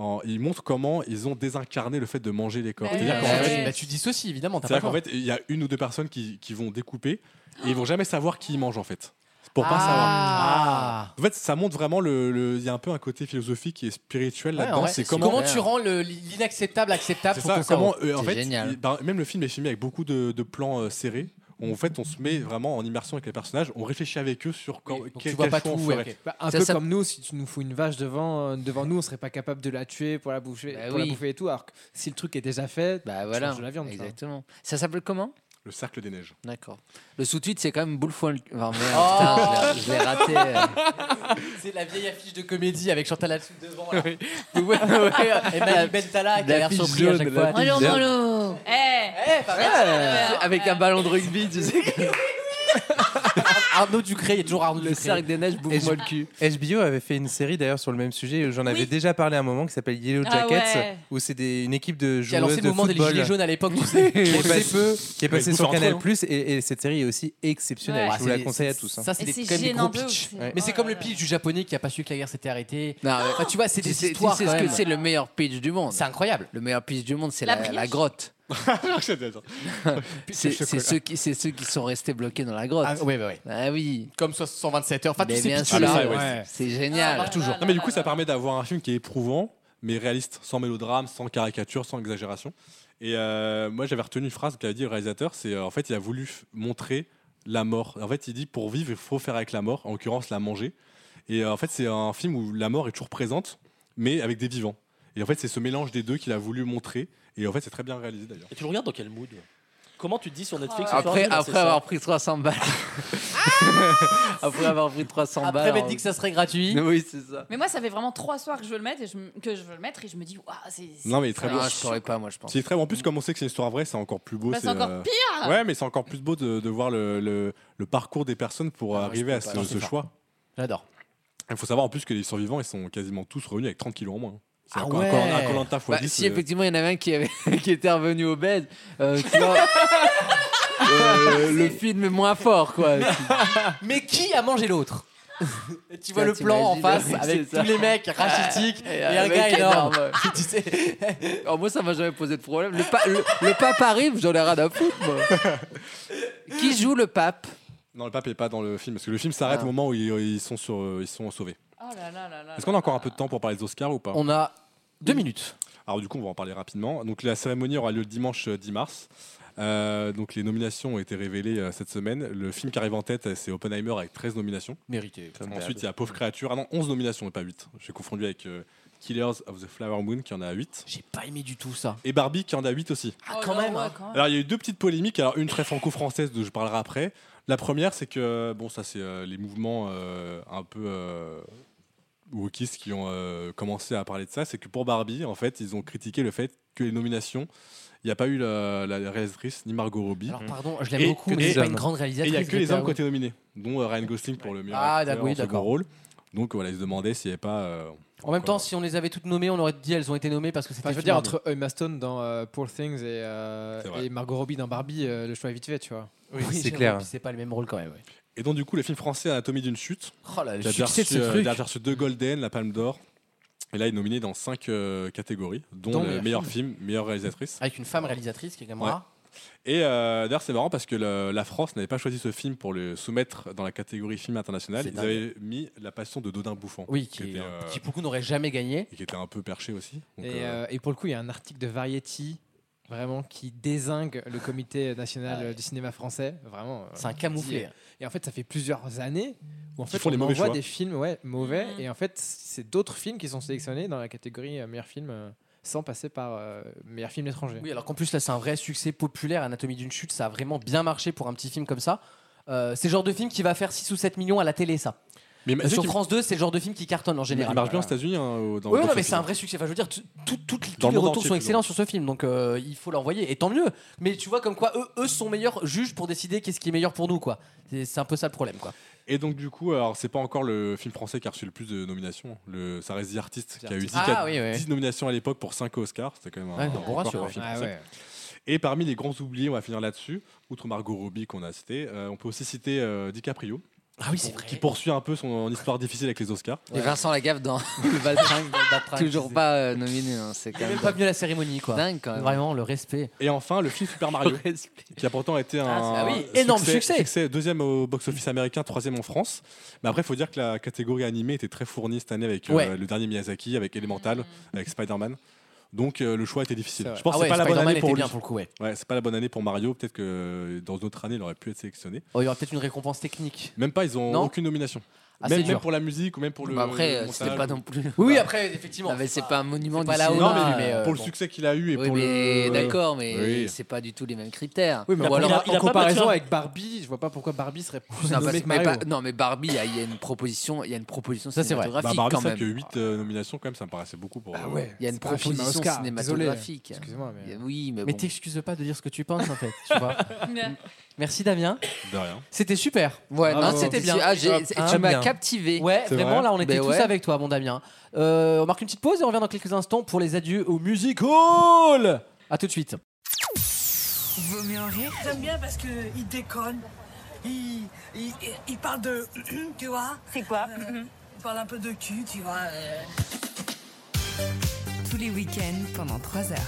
Speaker 3: en- il montre comment ils ont désincarné le fait de manger les corps.
Speaker 2: Bah
Speaker 3: C'est-à-dire
Speaker 2: oui.
Speaker 3: qu'en
Speaker 2: Bah
Speaker 3: fait-
Speaker 2: oui. Bah tu dissocies, évidemment, t'as
Speaker 3: C'est-à-dire
Speaker 2: pas
Speaker 3: qu'en
Speaker 2: le
Speaker 3: fait, il y a une ou deux personnes qui, qui vont découper et ils vont jamais savoir qui ils mangent en fait. Pour pas Ah.
Speaker 2: Ah.
Speaker 14: Ah.
Speaker 3: savoir. En fait, ça montre vraiment le. le- Il y a un peu un côté philosophique et spirituel
Speaker 2: Ouais, en
Speaker 3: là-dedans.
Speaker 2: vrai,
Speaker 3: C'est
Speaker 2: c'est
Speaker 3: comment,
Speaker 2: comment tu rends le- l'inacceptable acceptable
Speaker 3: C'est
Speaker 2: pour
Speaker 3: ça,
Speaker 2: ton
Speaker 3: comment,
Speaker 2: cerveau.
Speaker 3: euh, en fait, il- bah, même le film est filmé avec beaucoup de, de plans euh, serrés. On- En fait, on se met vraiment en immersion avec les personnages, on réfléchit avec eux sur quand,
Speaker 8: Donc
Speaker 3: quel-
Speaker 8: tu vois
Speaker 3: quel
Speaker 8: pas
Speaker 3: choix
Speaker 8: tout,
Speaker 3: on
Speaker 8: ouais,
Speaker 3: ferait.
Speaker 8: ok. Bah, un peu comme nous, si tu nous fous une vache devant, euh, devant nous, on serait pas capable de la tuer pour la bouffer, pour la
Speaker 7: oui.
Speaker 8: bouffer et tout. Alors que si le truc est déjà fait, bah
Speaker 7: voilà,
Speaker 8: tu manges de la viande.
Speaker 7: exactement. Ça s'appelle comment
Speaker 3: Le cercle des neiges.
Speaker 7: D'accord. Le sous-titre, c'est quand même boule folle. Enfin, merde, putain, je l'ai- je l'ai raté. euh.
Speaker 14: C'est la vieille affiche de comédie avec Chantal là-dessous devant. Là.
Speaker 7: Oui. Eh ben,
Speaker 14: Et Manu Bentala qui a l'air
Speaker 7: L'affiche
Speaker 14: surpris à
Speaker 7: jaune,
Speaker 14: chaque fois.
Speaker 7: l'affiche Bonjour, jaune.
Speaker 4: Eh, eh, pas
Speaker 7: Avec un ballon de rugby, tu sais.
Speaker 14: Arnaud Ducré, il y a toujours Arnaud Ducré. Le
Speaker 7: cercle des neiges, bouffe-moi le cul.
Speaker 5: HBO avait fait une série d'ailleurs sur le même sujet, j'en avais déjà parlé à un moment, qui s'appelle Yellow
Speaker 14: Ah
Speaker 5: Jackets,
Speaker 14: ouais.
Speaker 5: où c'est des- une équipe de
Speaker 14: Qui a lancé le
Speaker 5: joueuses de
Speaker 14: mouvement
Speaker 5: football
Speaker 14: des Gilets jaunes à l'époque, tu sais.
Speaker 5: qui est
Speaker 14: On
Speaker 5: passé,
Speaker 14: sait peu.
Speaker 5: qui est
Speaker 14: Mais
Speaker 5: passé
Speaker 14: ils
Speaker 5: sur
Speaker 14: bouffent entre
Speaker 5: Canal
Speaker 14: eux, hein.
Speaker 5: et, et cette série est aussi exceptionnelle.
Speaker 14: Ouais.
Speaker 5: Je vous la
Speaker 14: C'est-
Speaker 5: conseille à tous. hein.
Speaker 14: Ça, c'est
Speaker 4: Et
Speaker 14: des,
Speaker 4: c'est
Speaker 14: quand même des
Speaker 4: gênant
Speaker 14: gros
Speaker 4: de ouf.
Speaker 14: pitchs.
Speaker 5: Ouais.
Speaker 14: Mais c'est comme le pitch du japonais qui a pas su que la guerre s'était arrêtée. Enfin, tu vois, c'est
Speaker 7: Tu
Speaker 14: des
Speaker 7: sais-
Speaker 14: histoires.
Speaker 7: Tu sais
Speaker 14: quand
Speaker 7: ce que
Speaker 14: même.
Speaker 7: c'est le meilleur pitch du monde. C'est
Speaker 14: incroyable.
Speaker 7: Le meilleur pitch du monde, c'est
Speaker 14: La
Speaker 7: la, la
Speaker 14: brioche.
Speaker 7: grotte.
Speaker 14: Pitch de
Speaker 7: c'est c'est
Speaker 14: chocolat.
Speaker 7: ceux, qui- c'est ceux qui sont restés bloqués dans la grotte.
Speaker 14: Ah, oui, oui, oui.
Speaker 7: Ah oui.
Speaker 14: Comme 127 heures. Enfin,
Speaker 7: Mais
Speaker 14: tous ces
Speaker 7: bien
Speaker 14: pitchs-là.
Speaker 7: sûr.
Speaker 3: Ah, ça, ouais.
Speaker 7: Ouais. C'est
Speaker 14: Ah,
Speaker 7: génial.
Speaker 3: toujours. Non, mais du coup, ça permet d'avoir un film qui est éprouvant, mais réaliste, sans mélodrame, sans caricature, sans exagération. Et euh, moi, j'avais retenu une phrase qu'avait dit le réalisateur c'est euh, en fait, il a voulu f- montrer la mort. En fait, il dit pour vivre, il faut faire avec la mort, en l'occurrence, la manger. Et euh, en fait, c'est un film où la mort est toujours présente, mais avec des vivants. Et en fait, c'est ce mélange des deux qu'il a voulu montrer. Et en fait, c'est très bien réalisé d'ailleurs.
Speaker 6: Et tu le regardes dans quel mood Comment tu te dis sur Netflix ce soir,
Speaker 7: Ah, Après,
Speaker 6: je vais lancer
Speaker 7: après
Speaker 6: ça
Speaker 7: avoir pris 300 balles. après avoir pris 300 balles.
Speaker 14: Ah Après, m'être dit que ça serait gratuit.
Speaker 7: Oui, c'est ça.
Speaker 4: Mais moi, ça fait vraiment trois soirs que je veux le mettre et je, me- que je veux le mettre et je me dis, waouh, c'est. c'est-
Speaker 3: Non, mais il est très
Speaker 7: Ah,
Speaker 3: beau.
Speaker 7: je saurais pas, moi, je pense. Mm.
Speaker 3: C'est très beau. En plus, comme on sait que c'est une histoire vraie, c'est encore plus beau.
Speaker 4: Bah, c'est encore pire
Speaker 3: Ouais, mais c'est encore plus beau de, de voir le, le- le parcours des personnes pour arriver à
Speaker 14: Ah, peux
Speaker 3: ce,
Speaker 14: pas.
Speaker 3: ce
Speaker 14: C'est fort.
Speaker 3: choix.
Speaker 14: J'adore.
Speaker 3: Il faut savoir en plus que les survivants, ils sont quasiment tous revenus avec 30 kilos en moins. C'est
Speaker 7: Ah
Speaker 3: encore
Speaker 7: ouais.
Speaker 3: encore un Koh-Lanta fois
Speaker 7: Bah,
Speaker 3: 10,
Speaker 7: Si
Speaker 3: euh,
Speaker 7: effectivement il y en avait un qui, avait, qui était revenu au bed, euh, tu vois, euh, le film est moins fort quoi.
Speaker 14: Mais qui a mangé l'autre Tu vois
Speaker 7: Putain,
Speaker 14: le plan en face
Speaker 7: t'imagines, c'est
Speaker 14: avec
Speaker 7: ça.
Speaker 14: tous les mecs rachitiques et,
Speaker 7: un
Speaker 14: un
Speaker 7: euh, mec
Speaker 14: gars énorme.
Speaker 7: énorme.
Speaker 14: tu sais.
Speaker 7: Oh, moi ça m'a jamais posé de problème. Le, pa- le, le pape arrive, j'en ai rien à foutre moi. Qui joue le pape
Speaker 3: euh, Non, le pape n'est pas dans le film parce que le film s'arrête
Speaker 7: Ah.
Speaker 3: au moment où ils, ils sont, sur, euh, ils sont sauvés.
Speaker 4: Oh là là là là.
Speaker 3: Est-ce qu'on a encore un peu de temps pour parler des Oscars ou pas
Speaker 14: On a deux minutes.
Speaker 3: Alors du coup, on va en parler rapidement. Donc la cérémonie aura lieu le dimanche euh, 10 mars. Euh, donc les nominations ont été révélées euh, cette semaine. Le film qui arrive en tête, euh, c'est Oppenheimer avec 13 nominations.
Speaker 14: Mérité.
Speaker 3: Ensuite, il y a Pauvre Créature. Ah non, 11 nominations et pas 8. J'ai confondu avec euh, Killers of the Flower Moon qui en a 8.
Speaker 14: J'ai pas aimé du tout ça.
Speaker 3: Et Barbie qui en a 8 aussi.
Speaker 14: Ah,
Speaker 4: Oh,
Speaker 14: quand même. hein.
Speaker 3: Alors il y a eu deux petites polémiques, alors une très franco-française dont je parlerai après. La première, c'est que bon, ça c'est euh, les mouvements euh, un peu euh, wokistes qui ont euh, commencé à parler de ça. C'est que pour Barbie, en fait, ils ont critiqué le fait que les nominations, il n'y a pas eu la, la réalisatrice ni Margot Robbie.
Speaker 14: Alors, pardon, je l'aime
Speaker 3: Oh, Et-
Speaker 14: beaucoup,
Speaker 3: que
Speaker 14: mais
Speaker 3: des
Speaker 14: c'est pas
Speaker 3: hommes.
Speaker 14: une grande réalisatrice,
Speaker 3: Et il n'y a que les
Speaker 14: d'accord,
Speaker 3: hommes qui ont
Speaker 14: oui.
Speaker 3: été nominés, dont euh, Ryan Gosling pour le meilleur
Speaker 14: Ah,
Speaker 3: acteur
Speaker 14: d'accord, oui,
Speaker 3: en second
Speaker 14: d'accord.
Speaker 3: rôle. Donc voilà, ils se demandaient s'il n'y avait pas. euh,
Speaker 14: En même temps, si on les avait toutes nommées, on aurait dit elles ont été nommées parce que c'était.
Speaker 8: Enfin, je veux
Speaker 14: film
Speaker 8: dire,
Speaker 14: indé.
Speaker 8: entre Emma Stone dans euh, Poor Things et, euh,
Speaker 3: C'est vrai.
Speaker 8: et Margot Robbie dans Barbie, euh, le choix est vite fait, tu vois.
Speaker 14: Oui, Oui, c'est c'est clair. vrai, puis c'est pas le même rôle quand même.
Speaker 3: Et donc, du coup, le film français Anatomie d'une chute.
Speaker 14: Oh là, le
Speaker 3: Il a déjà
Speaker 14: succès de
Speaker 3: reçu,
Speaker 14: ce
Speaker 3: euh,
Speaker 14: truc.
Speaker 3: il a déjà reçu deux Golden, la Palme d'Or. Et là, il est nominé dans cinq euh, catégories, dont
Speaker 14: Dans
Speaker 3: le
Speaker 14: meilleur
Speaker 3: meilleur film, meilleure réalisatrice.
Speaker 14: Avec une femme réalisatrice qui est comme
Speaker 3: Ouais.
Speaker 14: moi.
Speaker 3: Et euh, d'ailleurs, c'est marrant parce que le- la France n'avait pas choisi ce film pour le soumettre dans la catégorie film international.
Speaker 14: C'est
Speaker 3: Ils
Speaker 14: dingue.
Speaker 3: avaient mis La Passion de Dodin Bouffant.
Speaker 14: Oui, qui, est-
Speaker 3: était, euh,
Speaker 14: qui beaucoup n'aurait jamais gagné.
Speaker 3: et qui était un peu perché aussi. Donc,
Speaker 8: Et,
Speaker 3: euh,
Speaker 8: euh, et pour le coup, il y a un article de Variety vraiment qui désingue le comité national euh, du cinéma français. Vraiment. euh,
Speaker 14: C'est un camouflet.
Speaker 8: dit, euh, Et en fait, ça fait plusieurs années où en
Speaker 14: Ils
Speaker 8: fait,
Speaker 14: font
Speaker 8: on
Speaker 14: les mauvais
Speaker 8: envoie
Speaker 14: choix.
Speaker 8: des films ouais, mauvais. Et en fait, c'est d'autres films qui sont sélectionnés dans la catégorie euh, meilleur film euh, sans passer par euh, meilleur film étranger.
Speaker 14: Oui, alors qu'en plus, là, c'est un vrai succès populaire. Anatomie d'une chute, ça a vraiment bien marché pour un petit film comme ça. Euh, c'est le genre de film qui va faire 6 ou 7 millions à la télé, ça.
Speaker 3: Mais-
Speaker 14: Euh,
Speaker 3: mais-
Speaker 14: sur France 2, c'est le genre de film qui cartonne en général.
Speaker 3: il marche bien aux États-Unis. hein, au- dans
Speaker 14: Oui,
Speaker 3: le
Speaker 14: non,
Speaker 3: box
Speaker 14: mais c'est
Speaker 3: office.
Speaker 14: un vrai succès. Enfin, je veux dire, tout- tout- tout- tous
Speaker 3: Dans le
Speaker 14: les
Speaker 3: monde
Speaker 14: retours
Speaker 3: entier,
Speaker 14: sont excellents
Speaker 3: toujours.
Speaker 14: sur ce film, donc euh, il faut l'envoyer. Et tant mieux. Mais tu vois, comme quoi, eux, eux sont meilleurs juges pour décider qu'est-ce qui est meilleur pour nous, quoi. C'est c'est un peu ça le problème, quoi.
Speaker 3: Et donc, du coup, alors c'est pas encore le film français qui a reçu le plus de nominations. Le, ça reste The Artist, qui a eu 10,
Speaker 14: Artist. Ah, oui, oui.
Speaker 3: 10 nominations à l'époque pour 5 Oscars. C'était quand même un,
Speaker 14: Ouais,
Speaker 3: un
Speaker 14: bon
Speaker 3: record
Speaker 14: ratio,
Speaker 3: pour un
Speaker 14: ouais.
Speaker 3: film
Speaker 14: Ah,
Speaker 3: français.
Speaker 14: ouais.
Speaker 3: Et parmi les grands oubliés, on va finir là-dessus, outre Margot Robbie qu'on a cité, euh, on peut aussi citer euh, DiCaprio.
Speaker 14: Ah c'est
Speaker 3: Qui poursuit un peu son histoire difficile avec les Oscars.
Speaker 7: Et Vincent Lagaffe dans le Valtringue. Toujours pas euh, nominé. hein, c'est quand même
Speaker 14: Même pas venu à la cérémonie, quoi.
Speaker 7: Dingue, quand même.
Speaker 14: Vraiment, le respect.
Speaker 3: Et enfin, le film Super Mario, qui a pourtant été un
Speaker 14: Ah, c'est- ah oui, énorme succès.
Speaker 3: Deuxième au box-office américain, troisième en France. Mais après, il faut dire que la catégorie animée était très fournie cette année avec euh,
Speaker 14: Ouais. Mm.
Speaker 3: le dernier Miyazaki, avec Elemental, avec Spider-Man. Donc euh, le choix était difficile.
Speaker 2: C'est vrai.
Speaker 3: Je pense
Speaker 2: Ah
Speaker 3: que
Speaker 2: ouais,
Speaker 3: c'est pas la bonne
Speaker 2: Spider-Man
Speaker 3: année pour
Speaker 2: était
Speaker 3: lui.
Speaker 2: bien pour le coup, ouais.
Speaker 3: c'est pas la bonne année pour Mario. Peut-être que euh, dans d'autres années, il aurait pu être sélectionné.
Speaker 2: Oh, il y aura peut-être une récompense technique.
Speaker 3: Même pas, ils ont
Speaker 2: Non
Speaker 3: aucune nomination.
Speaker 2: Ah,
Speaker 3: même,
Speaker 2: c'est dur.
Speaker 3: même pour la musique ou même pour le.
Speaker 2: Bah après,
Speaker 3: le
Speaker 2: euh,
Speaker 3: montage
Speaker 2: c'était pas
Speaker 3: ou-
Speaker 2: non plus- Oui, oui, Bah, après, effectivement, non, mais c'est c'est pas- pas un monument c'est pas du la cinéma,
Speaker 3: Non,
Speaker 2: Honda,
Speaker 3: mais
Speaker 2: mais, euh,
Speaker 3: pour le
Speaker 2: bon.
Speaker 3: succès qu'il a eu et
Speaker 2: Oui,
Speaker 3: pour
Speaker 2: mais
Speaker 3: le.
Speaker 2: d'accord,
Speaker 7: mais
Speaker 3: Oui.
Speaker 7: c'est pas du tout les mêmes critères.
Speaker 8: Oui, mais
Speaker 7: Ou
Speaker 8: en-
Speaker 7: alors,
Speaker 8: en, comparaison avec Barbie, je vois pas pourquoi Barbie serait plus
Speaker 7: Non, parce-
Speaker 8: nommée que
Speaker 7: mais
Speaker 8: Mario.
Speaker 7: pas- non, mais Barbie, il y a- il y, a une proposition, il y a une proposition
Speaker 3: Ça, c'est vrai. Bah,
Speaker 7: cinématographique
Speaker 3: Barbie,
Speaker 7: quand
Speaker 3: c'est vrai
Speaker 7: même.
Speaker 3: que 8 euh, nominations, quand même, ça me paraissait beaucoup pour. Ah
Speaker 7: Il y a une proposition cinématographique.
Speaker 2: Excuse-moi,
Speaker 7: mais... Oui, mais,
Speaker 2: Mais
Speaker 7: bon.
Speaker 2: t'excuses pas de dire ce que tu penses en fait, tu vois.
Speaker 7: Ouais.
Speaker 2: Merci Damien.
Speaker 3: De rien.
Speaker 2: C'était super.
Speaker 7: Ouais,
Speaker 2: Hein,
Speaker 7: non,
Speaker 2: c'était
Speaker 7: c'est-
Speaker 2: bien.
Speaker 7: ah, j'ai- c'est- tu m'as captivé.
Speaker 2: Ouais,
Speaker 7: C'est
Speaker 2: vraiment
Speaker 7: vrai.
Speaker 2: là on était
Speaker 7: Ben
Speaker 2: tous
Speaker 7: ouais.
Speaker 2: avec toi, mon Damien. Euh, on marque une petite pause et on revient dans quelques instants pour les adieux au Music Hall. À tout de suite.
Speaker 17: Vaut mieux en rire. J'aime bien parce que il déconne. Il, il, il parle de. Tu vois C'est quoi Il parle un peu de cul, tu vois. euh.
Speaker 1: Tous les week-ends pendant 3 heures.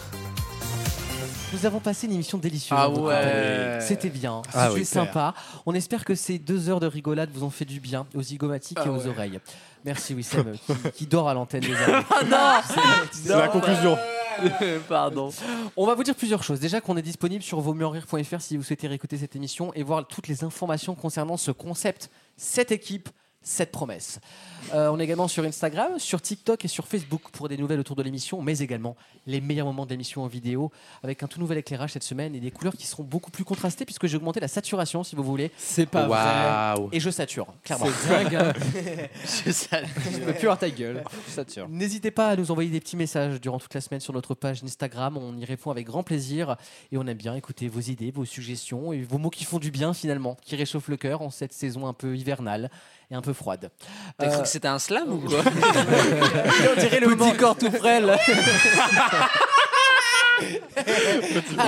Speaker 2: Nous avons passé une émission délicieuse.
Speaker 7: Ah
Speaker 2: hein, donc,
Speaker 7: ouais.
Speaker 2: euh, C'était bien,
Speaker 7: Ah
Speaker 2: c'était
Speaker 7: oui, super.
Speaker 2: sympa. On espère que ces deux heures de rigolade vous ont fait du bien aux zygomatiques et
Speaker 7: Ah
Speaker 2: aux
Speaker 7: ouais.
Speaker 2: oreilles. Merci Wissem euh, qui, qui dort à l'antenne des amis.
Speaker 7: Ah non
Speaker 2: C'est la conclusion.
Speaker 7: Pardon.
Speaker 2: On va vous dire plusieurs choses. Déjà qu'on est disponible sur vosmeurir.fr si vous souhaitez réécouter cette émission et voir toutes les informations concernant ce concept, cette équipe, cette promesse. Euh, on est également sur Instagram, sur TikTok et sur Facebook pour des nouvelles autour de l'émission, mais également les meilleurs moments de l'émission en vidéo avec un tout nouvel éclairage cette semaine et des couleurs qui seront beaucoup plus contrastées puisque j'ai augmenté la saturation si vous voulez.
Speaker 8: C'est pas Waouh. vrai.
Speaker 2: Et je sature, clairement.
Speaker 8: C'est dingue, hein.
Speaker 2: je sature.
Speaker 8: Je peux plus voir ta gueule. Je sature.
Speaker 2: N'hésitez pas à nous envoyer des petits messages durant toute la semaine sur notre page Instagram. On y répond avec grand plaisir. Et on aime bien écouter vos idées, vos suggestions et vos mots qui font du bien finalement, qui réchauffent le cœur en cette saison un peu hivernale et un peu froide.
Speaker 7: T'as cru que c'était un slam ou quoi
Speaker 2: Euh, On dirait le
Speaker 7: Petit
Speaker 2: man-
Speaker 7: corps tout frêle.
Speaker 2: Ah,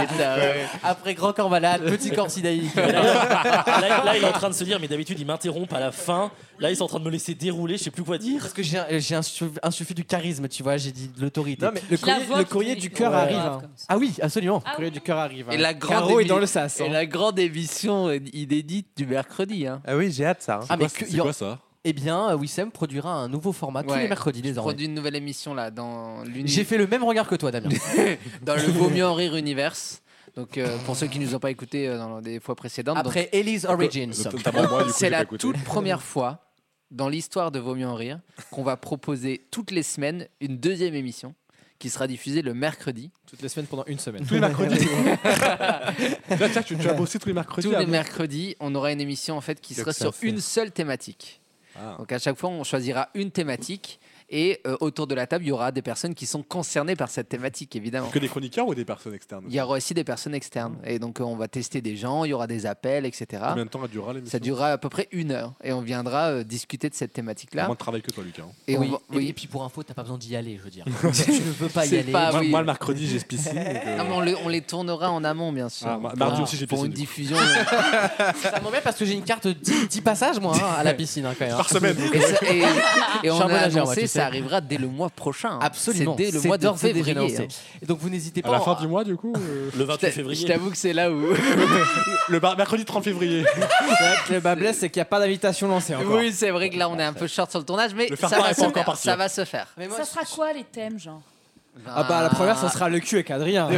Speaker 2: Après grand corps malade, petit corps sidaïque.
Speaker 6: Là, là, il est en train de se dire, mais d'habitude, ils m'interrompent à la fin. Là, ils sont en train de me laisser dérouler, je sais plus quoi dire.
Speaker 2: Parce que j'ai un- j'ai insu- insuffit du charisme, tu vois, j'ai dit de l'autorité.
Speaker 6: Non, mais le courrier- La voix le qui courrier
Speaker 8: du cœur arrive, hein.
Speaker 2: Ah oui, absolument.
Speaker 8: Le courrier du cœur arrive.
Speaker 7: Et
Speaker 8: hein.
Speaker 7: la grande,
Speaker 8: Caro est
Speaker 7: émi-
Speaker 8: dans le sas.
Speaker 7: et la grande émission inédite du mercredi. Hein.
Speaker 5: Ah oui, j'ai hâte ça. hein.
Speaker 2: Ah, mais que- il y aura- Eh bien, euh, Wissem produira un nouveau format tous
Speaker 7: Ouais,
Speaker 2: les mercredis
Speaker 7: je
Speaker 2: désormais.
Speaker 7: produis une nouvelle émission là dans l'uni-
Speaker 2: J'ai fait le même regard que toi, Damien.
Speaker 7: dans le vaut mieux en rire universe. Donc euh, pour ceux qui nous ont pas écoutés euh, dans les fois précédentes, donc-
Speaker 2: Après Elise Origins. Notamment moi, du coup,
Speaker 7: c'est
Speaker 2: j'ai pas
Speaker 7: la
Speaker 2: écouté.
Speaker 7: toute première fois dans l'histoire de Vaut mieux en rire qu'on va proposer toutes les semaines une deuxième émission qui sera diffusée le mercredi.
Speaker 8: Toutes les semaines pendant une semaine.
Speaker 7: Tous les mercredis.
Speaker 3: Là, tiens, tu, tu as bossé tous les mercredis.
Speaker 7: Tous les
Speaker 3: avant.
Speaker 7: mercredis, on aura une émission en fait qui
Speaker 3: Donc
Speaker 7: sera
Speaker 3: ça Ah.
Speaker 7: sur
Speaker 3: fait.
Speaker 7: une seule thématique. Donc à chaque fois, on choisira une thématique et euh, autour de la table, il y aura des personnes qui sont concernées par cette thématique, évidemment.
Speaker 3: Que des chroniqueurs ou des personnes externes
Speaker 7: Il y aura aussi des personnes externes. Et donc, euh, on va tester des gens, il y aura des appels, etc.
Speaker 3: Combien de temps durera l'émission
Speaker 7: Ça durera à peu près une heure. Et on viendra euh, discuter de cette thématique-là.
Speaker 3: Moins de travail que toi, Lucas. hein.
Speaker 7: Et
Speaker 2: Et,
Speaker 7: on
Speaker 2: oui.
Speaker 7: va-
Speaker 2: et-
Speaker 7: oui.
Speaker 2: et puis pour info, t'as pas besoin d'y aller, je veux dire. tu ne veux pas y
Speaker 7: C'est
Speaker 2: aller.
Speaker 7: pas-
Speaker 3: moi,
Speaker 7: oui.
Speaker 3: moi, le mercredi, j'ai ce piscine. donc, euh,
Speaker 7: Non, Ah, mais on, les, on les tournera en amont, bien sûr.
Speaker 3: Ah, ma- mardi
Speaker 7: Pour-
Speaker 3: aussi, j'ai
Speaker 7: Pour
Speaker 3: piscine,
Speaker 7: une
Speaker 3: du coup.
Speaker 7: diffusion.
Speaker 2: Ça m'embête parce que j'ai une carte 10, 10 passages, moi, hein, à la piscine, hein, quand même. hein.
Speaker 7: Par semaine. Et ça- et- et
Speaker 2: Je suis un
Speaker 7: on a
Speaker 2: bon nageur,
Speaker 7: annoncé,
Speaker 2: moi, tu sais.
Speaker 7: ça arrivera dès le mois prochain. hein.
Speaker 2: Absolument.
Speaker 7: C'est dès le
Speaker 2: C'est
Speaker 7: mois de
Speaker 2: d'ores et déjà
Speaker 7: février.
Speaker 2: annoncé.
Speaker 7: hein.
Speaker 2: Et donc, vous n'hésitez pas.
Speaker 3: à la
Speaker 2: en-
Speaker 3: fin du mois, du coup euh,
Speaker 6: Le 28
Speaker 7: Je
Speaker 6: février.
Speaker 7: t'avoue que c'est là où.
Speaker 3: le bar- mercredi 30 février.
Speaker 8: C'est vrai que le bas blesse, c'est qu'il n'y a pas d'invitation lancée encore.
Speaker 7: Oui, c'est vrai que là, on est un peu short sur le tournage, mais
Speaker 8: Le faire
Speaker 7: ça
Speaker 8: part
Speaker 7: va,
Speaker 8: est
Speaker 7: se
Speaker 8: pas encore
Speaker 7: faire,
Speaker 8: parti.
Speaker 7: ça va se faire.
Speaker 4: Ça sera quoi les thèmes, genre
Speaker 8: Ah bah la première, ça sera le cul avec Adrien.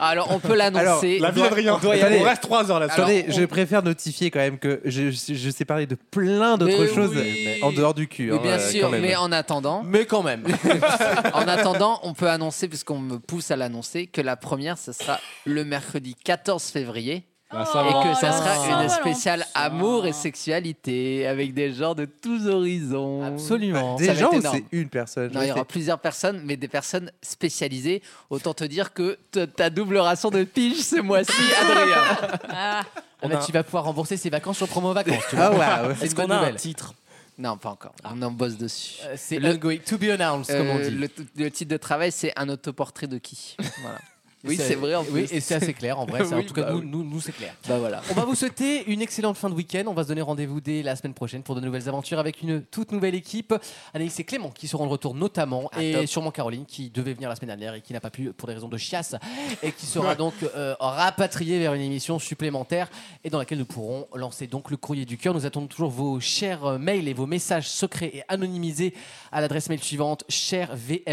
Speaker 7: Ah, Alors, on peut l'annoncer.
Speaker 8: La vie d'Adrien.
Speaker 5: On doit y aller.
Speaker 8: On reste
Speaker 3: trois heures
Speaker 8: là-dessus.
Speaker 5: Attendez,
Speaker 8: Alors,
Speaker 5: je préfère notifier quand même que je, je- je sais parler de plein d'autres
Speaker 7: Mais
Speaker 5: choses
Speaker 7: oui.
Speaker 5: mais en dehors du cul.
Speaker 7: Oui,
Speaker 5: hein,
Speaker 7: bien
Speaker 5: euh,
Speaker 7: sûr,
Speaker 5: quand même.
Speaker 7: mais en attendant.
Speaker 2: Mais quand même.
Speaker 7: en attendant, on peut annoncer, puisqu'on me pousse à l'annoncer, que la première, ce sera le mercredi 14 février.
Speaker 3: Ah, ça
Speaker 7: et
Speaker 3: va.
Speaker 7: que ça
Speaker 3: Oh,
Speaker 7: sera
Speaker 3: la
Speaker 4: Ah
Speaker 7: une spéciale amour et sexualité avec des gens de tous horizons.
Speaker 2: Absolument.
Speaker 5: Des gens ou c'est une personne
Speaker 7: Non, il y aura plusieurs personnes, mais des personnes spécialisées. Autant te dire que t- ta double ration de pige ce mois-ci, Adrien.
Speaker 2: Ah,
Speaker 7: On
Speaker 2: Là,
Speaker 7: a-
Speaker 2: tu vas pouvoir rembourser ses vacances sur promo vacances.
Speaker 7: Ah
Speaker 2: tu vois. C'est une bonne nouvelle.
Speaker 6: titre
Speaker 7: Non, pas encore. On en bosse dessus.
Speaker 2: Euh, C'est
Speaker 7: Le-
Speaker 2: ongoing, to be announced, comme on
Speaker 7: Euh,
Speaker 2: dit.
Speaker 7: Le, le titre de travail, c'est un autoportrait de qui Voilà. Oui,
Speaker 2: Ça-
Speaker 7: c'est vrai, en
Speaker 2: Oui,
Speaker 7: plus.
Speaker 2: et c'est assez clair en vrai. c'est- en
Speaker 7: Oui,
Speaker 2: tout cas,
Speaker 7: bah
Speaker 2: nous,
Speaker 7: oui.
Speaker 2: nous, nous, c'est clair.
Speaker 7: Bah voilà.
Speaker 2: On va vous souhaiter une excellente fin de week-end. On va se donner rendez-vous dès la semaine prochaine pour de nouvelles aventures avec une toute nouvelle équipe. Anaïs et Clément qui seront de retour notamment
Speaker 3: Ah,
Speaker 2: et
Speaker 7: top.
Speaker 2: sûrement Caroline qui devait venir la semaine dernière et qui n'a pas pu pour des raisons de chiasse et qui sera donc euh, rapatriée vers une émission supplémentaire et dans laquelle nous pourrons lancer donc le courrier du cœur. Nous attendons toujours vos chers euh, mails et vos messages secrets et anonymisés à l'adresse mail suivante chervmer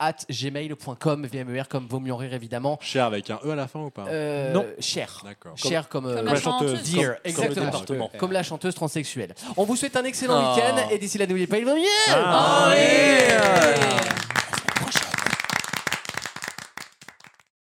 Speaker 2: at gmail.com vmer E comme vaut mieux en rire évidemment.
Speaker 3: Cher avec un E à la fin ou pas
Speaker 2: Euh,
Speaker 3: Non.
Speaker 2: Cher.
Speaker 3: D'accord.
Speaker 2: Cher comme,
Speaker 3: Comme
Speaker 2: euh,
Speaker 3: la Comme la chanteuse. chanteuse.
Speaker 2: Dear,
Speaker 3: Comme-
Speaker 2: exactement.
Speaker 3: comme le département.
Speaker 2: Comme la chanteuse transsexuelle. On vous souhaite un excellent
Speaker 7: Oh.
Speaker 2: Ah, week-end et d'ici là, n'oubliez pas, il vaut mieux.
Speaker 7: Ah.
Speaker 2: en rire.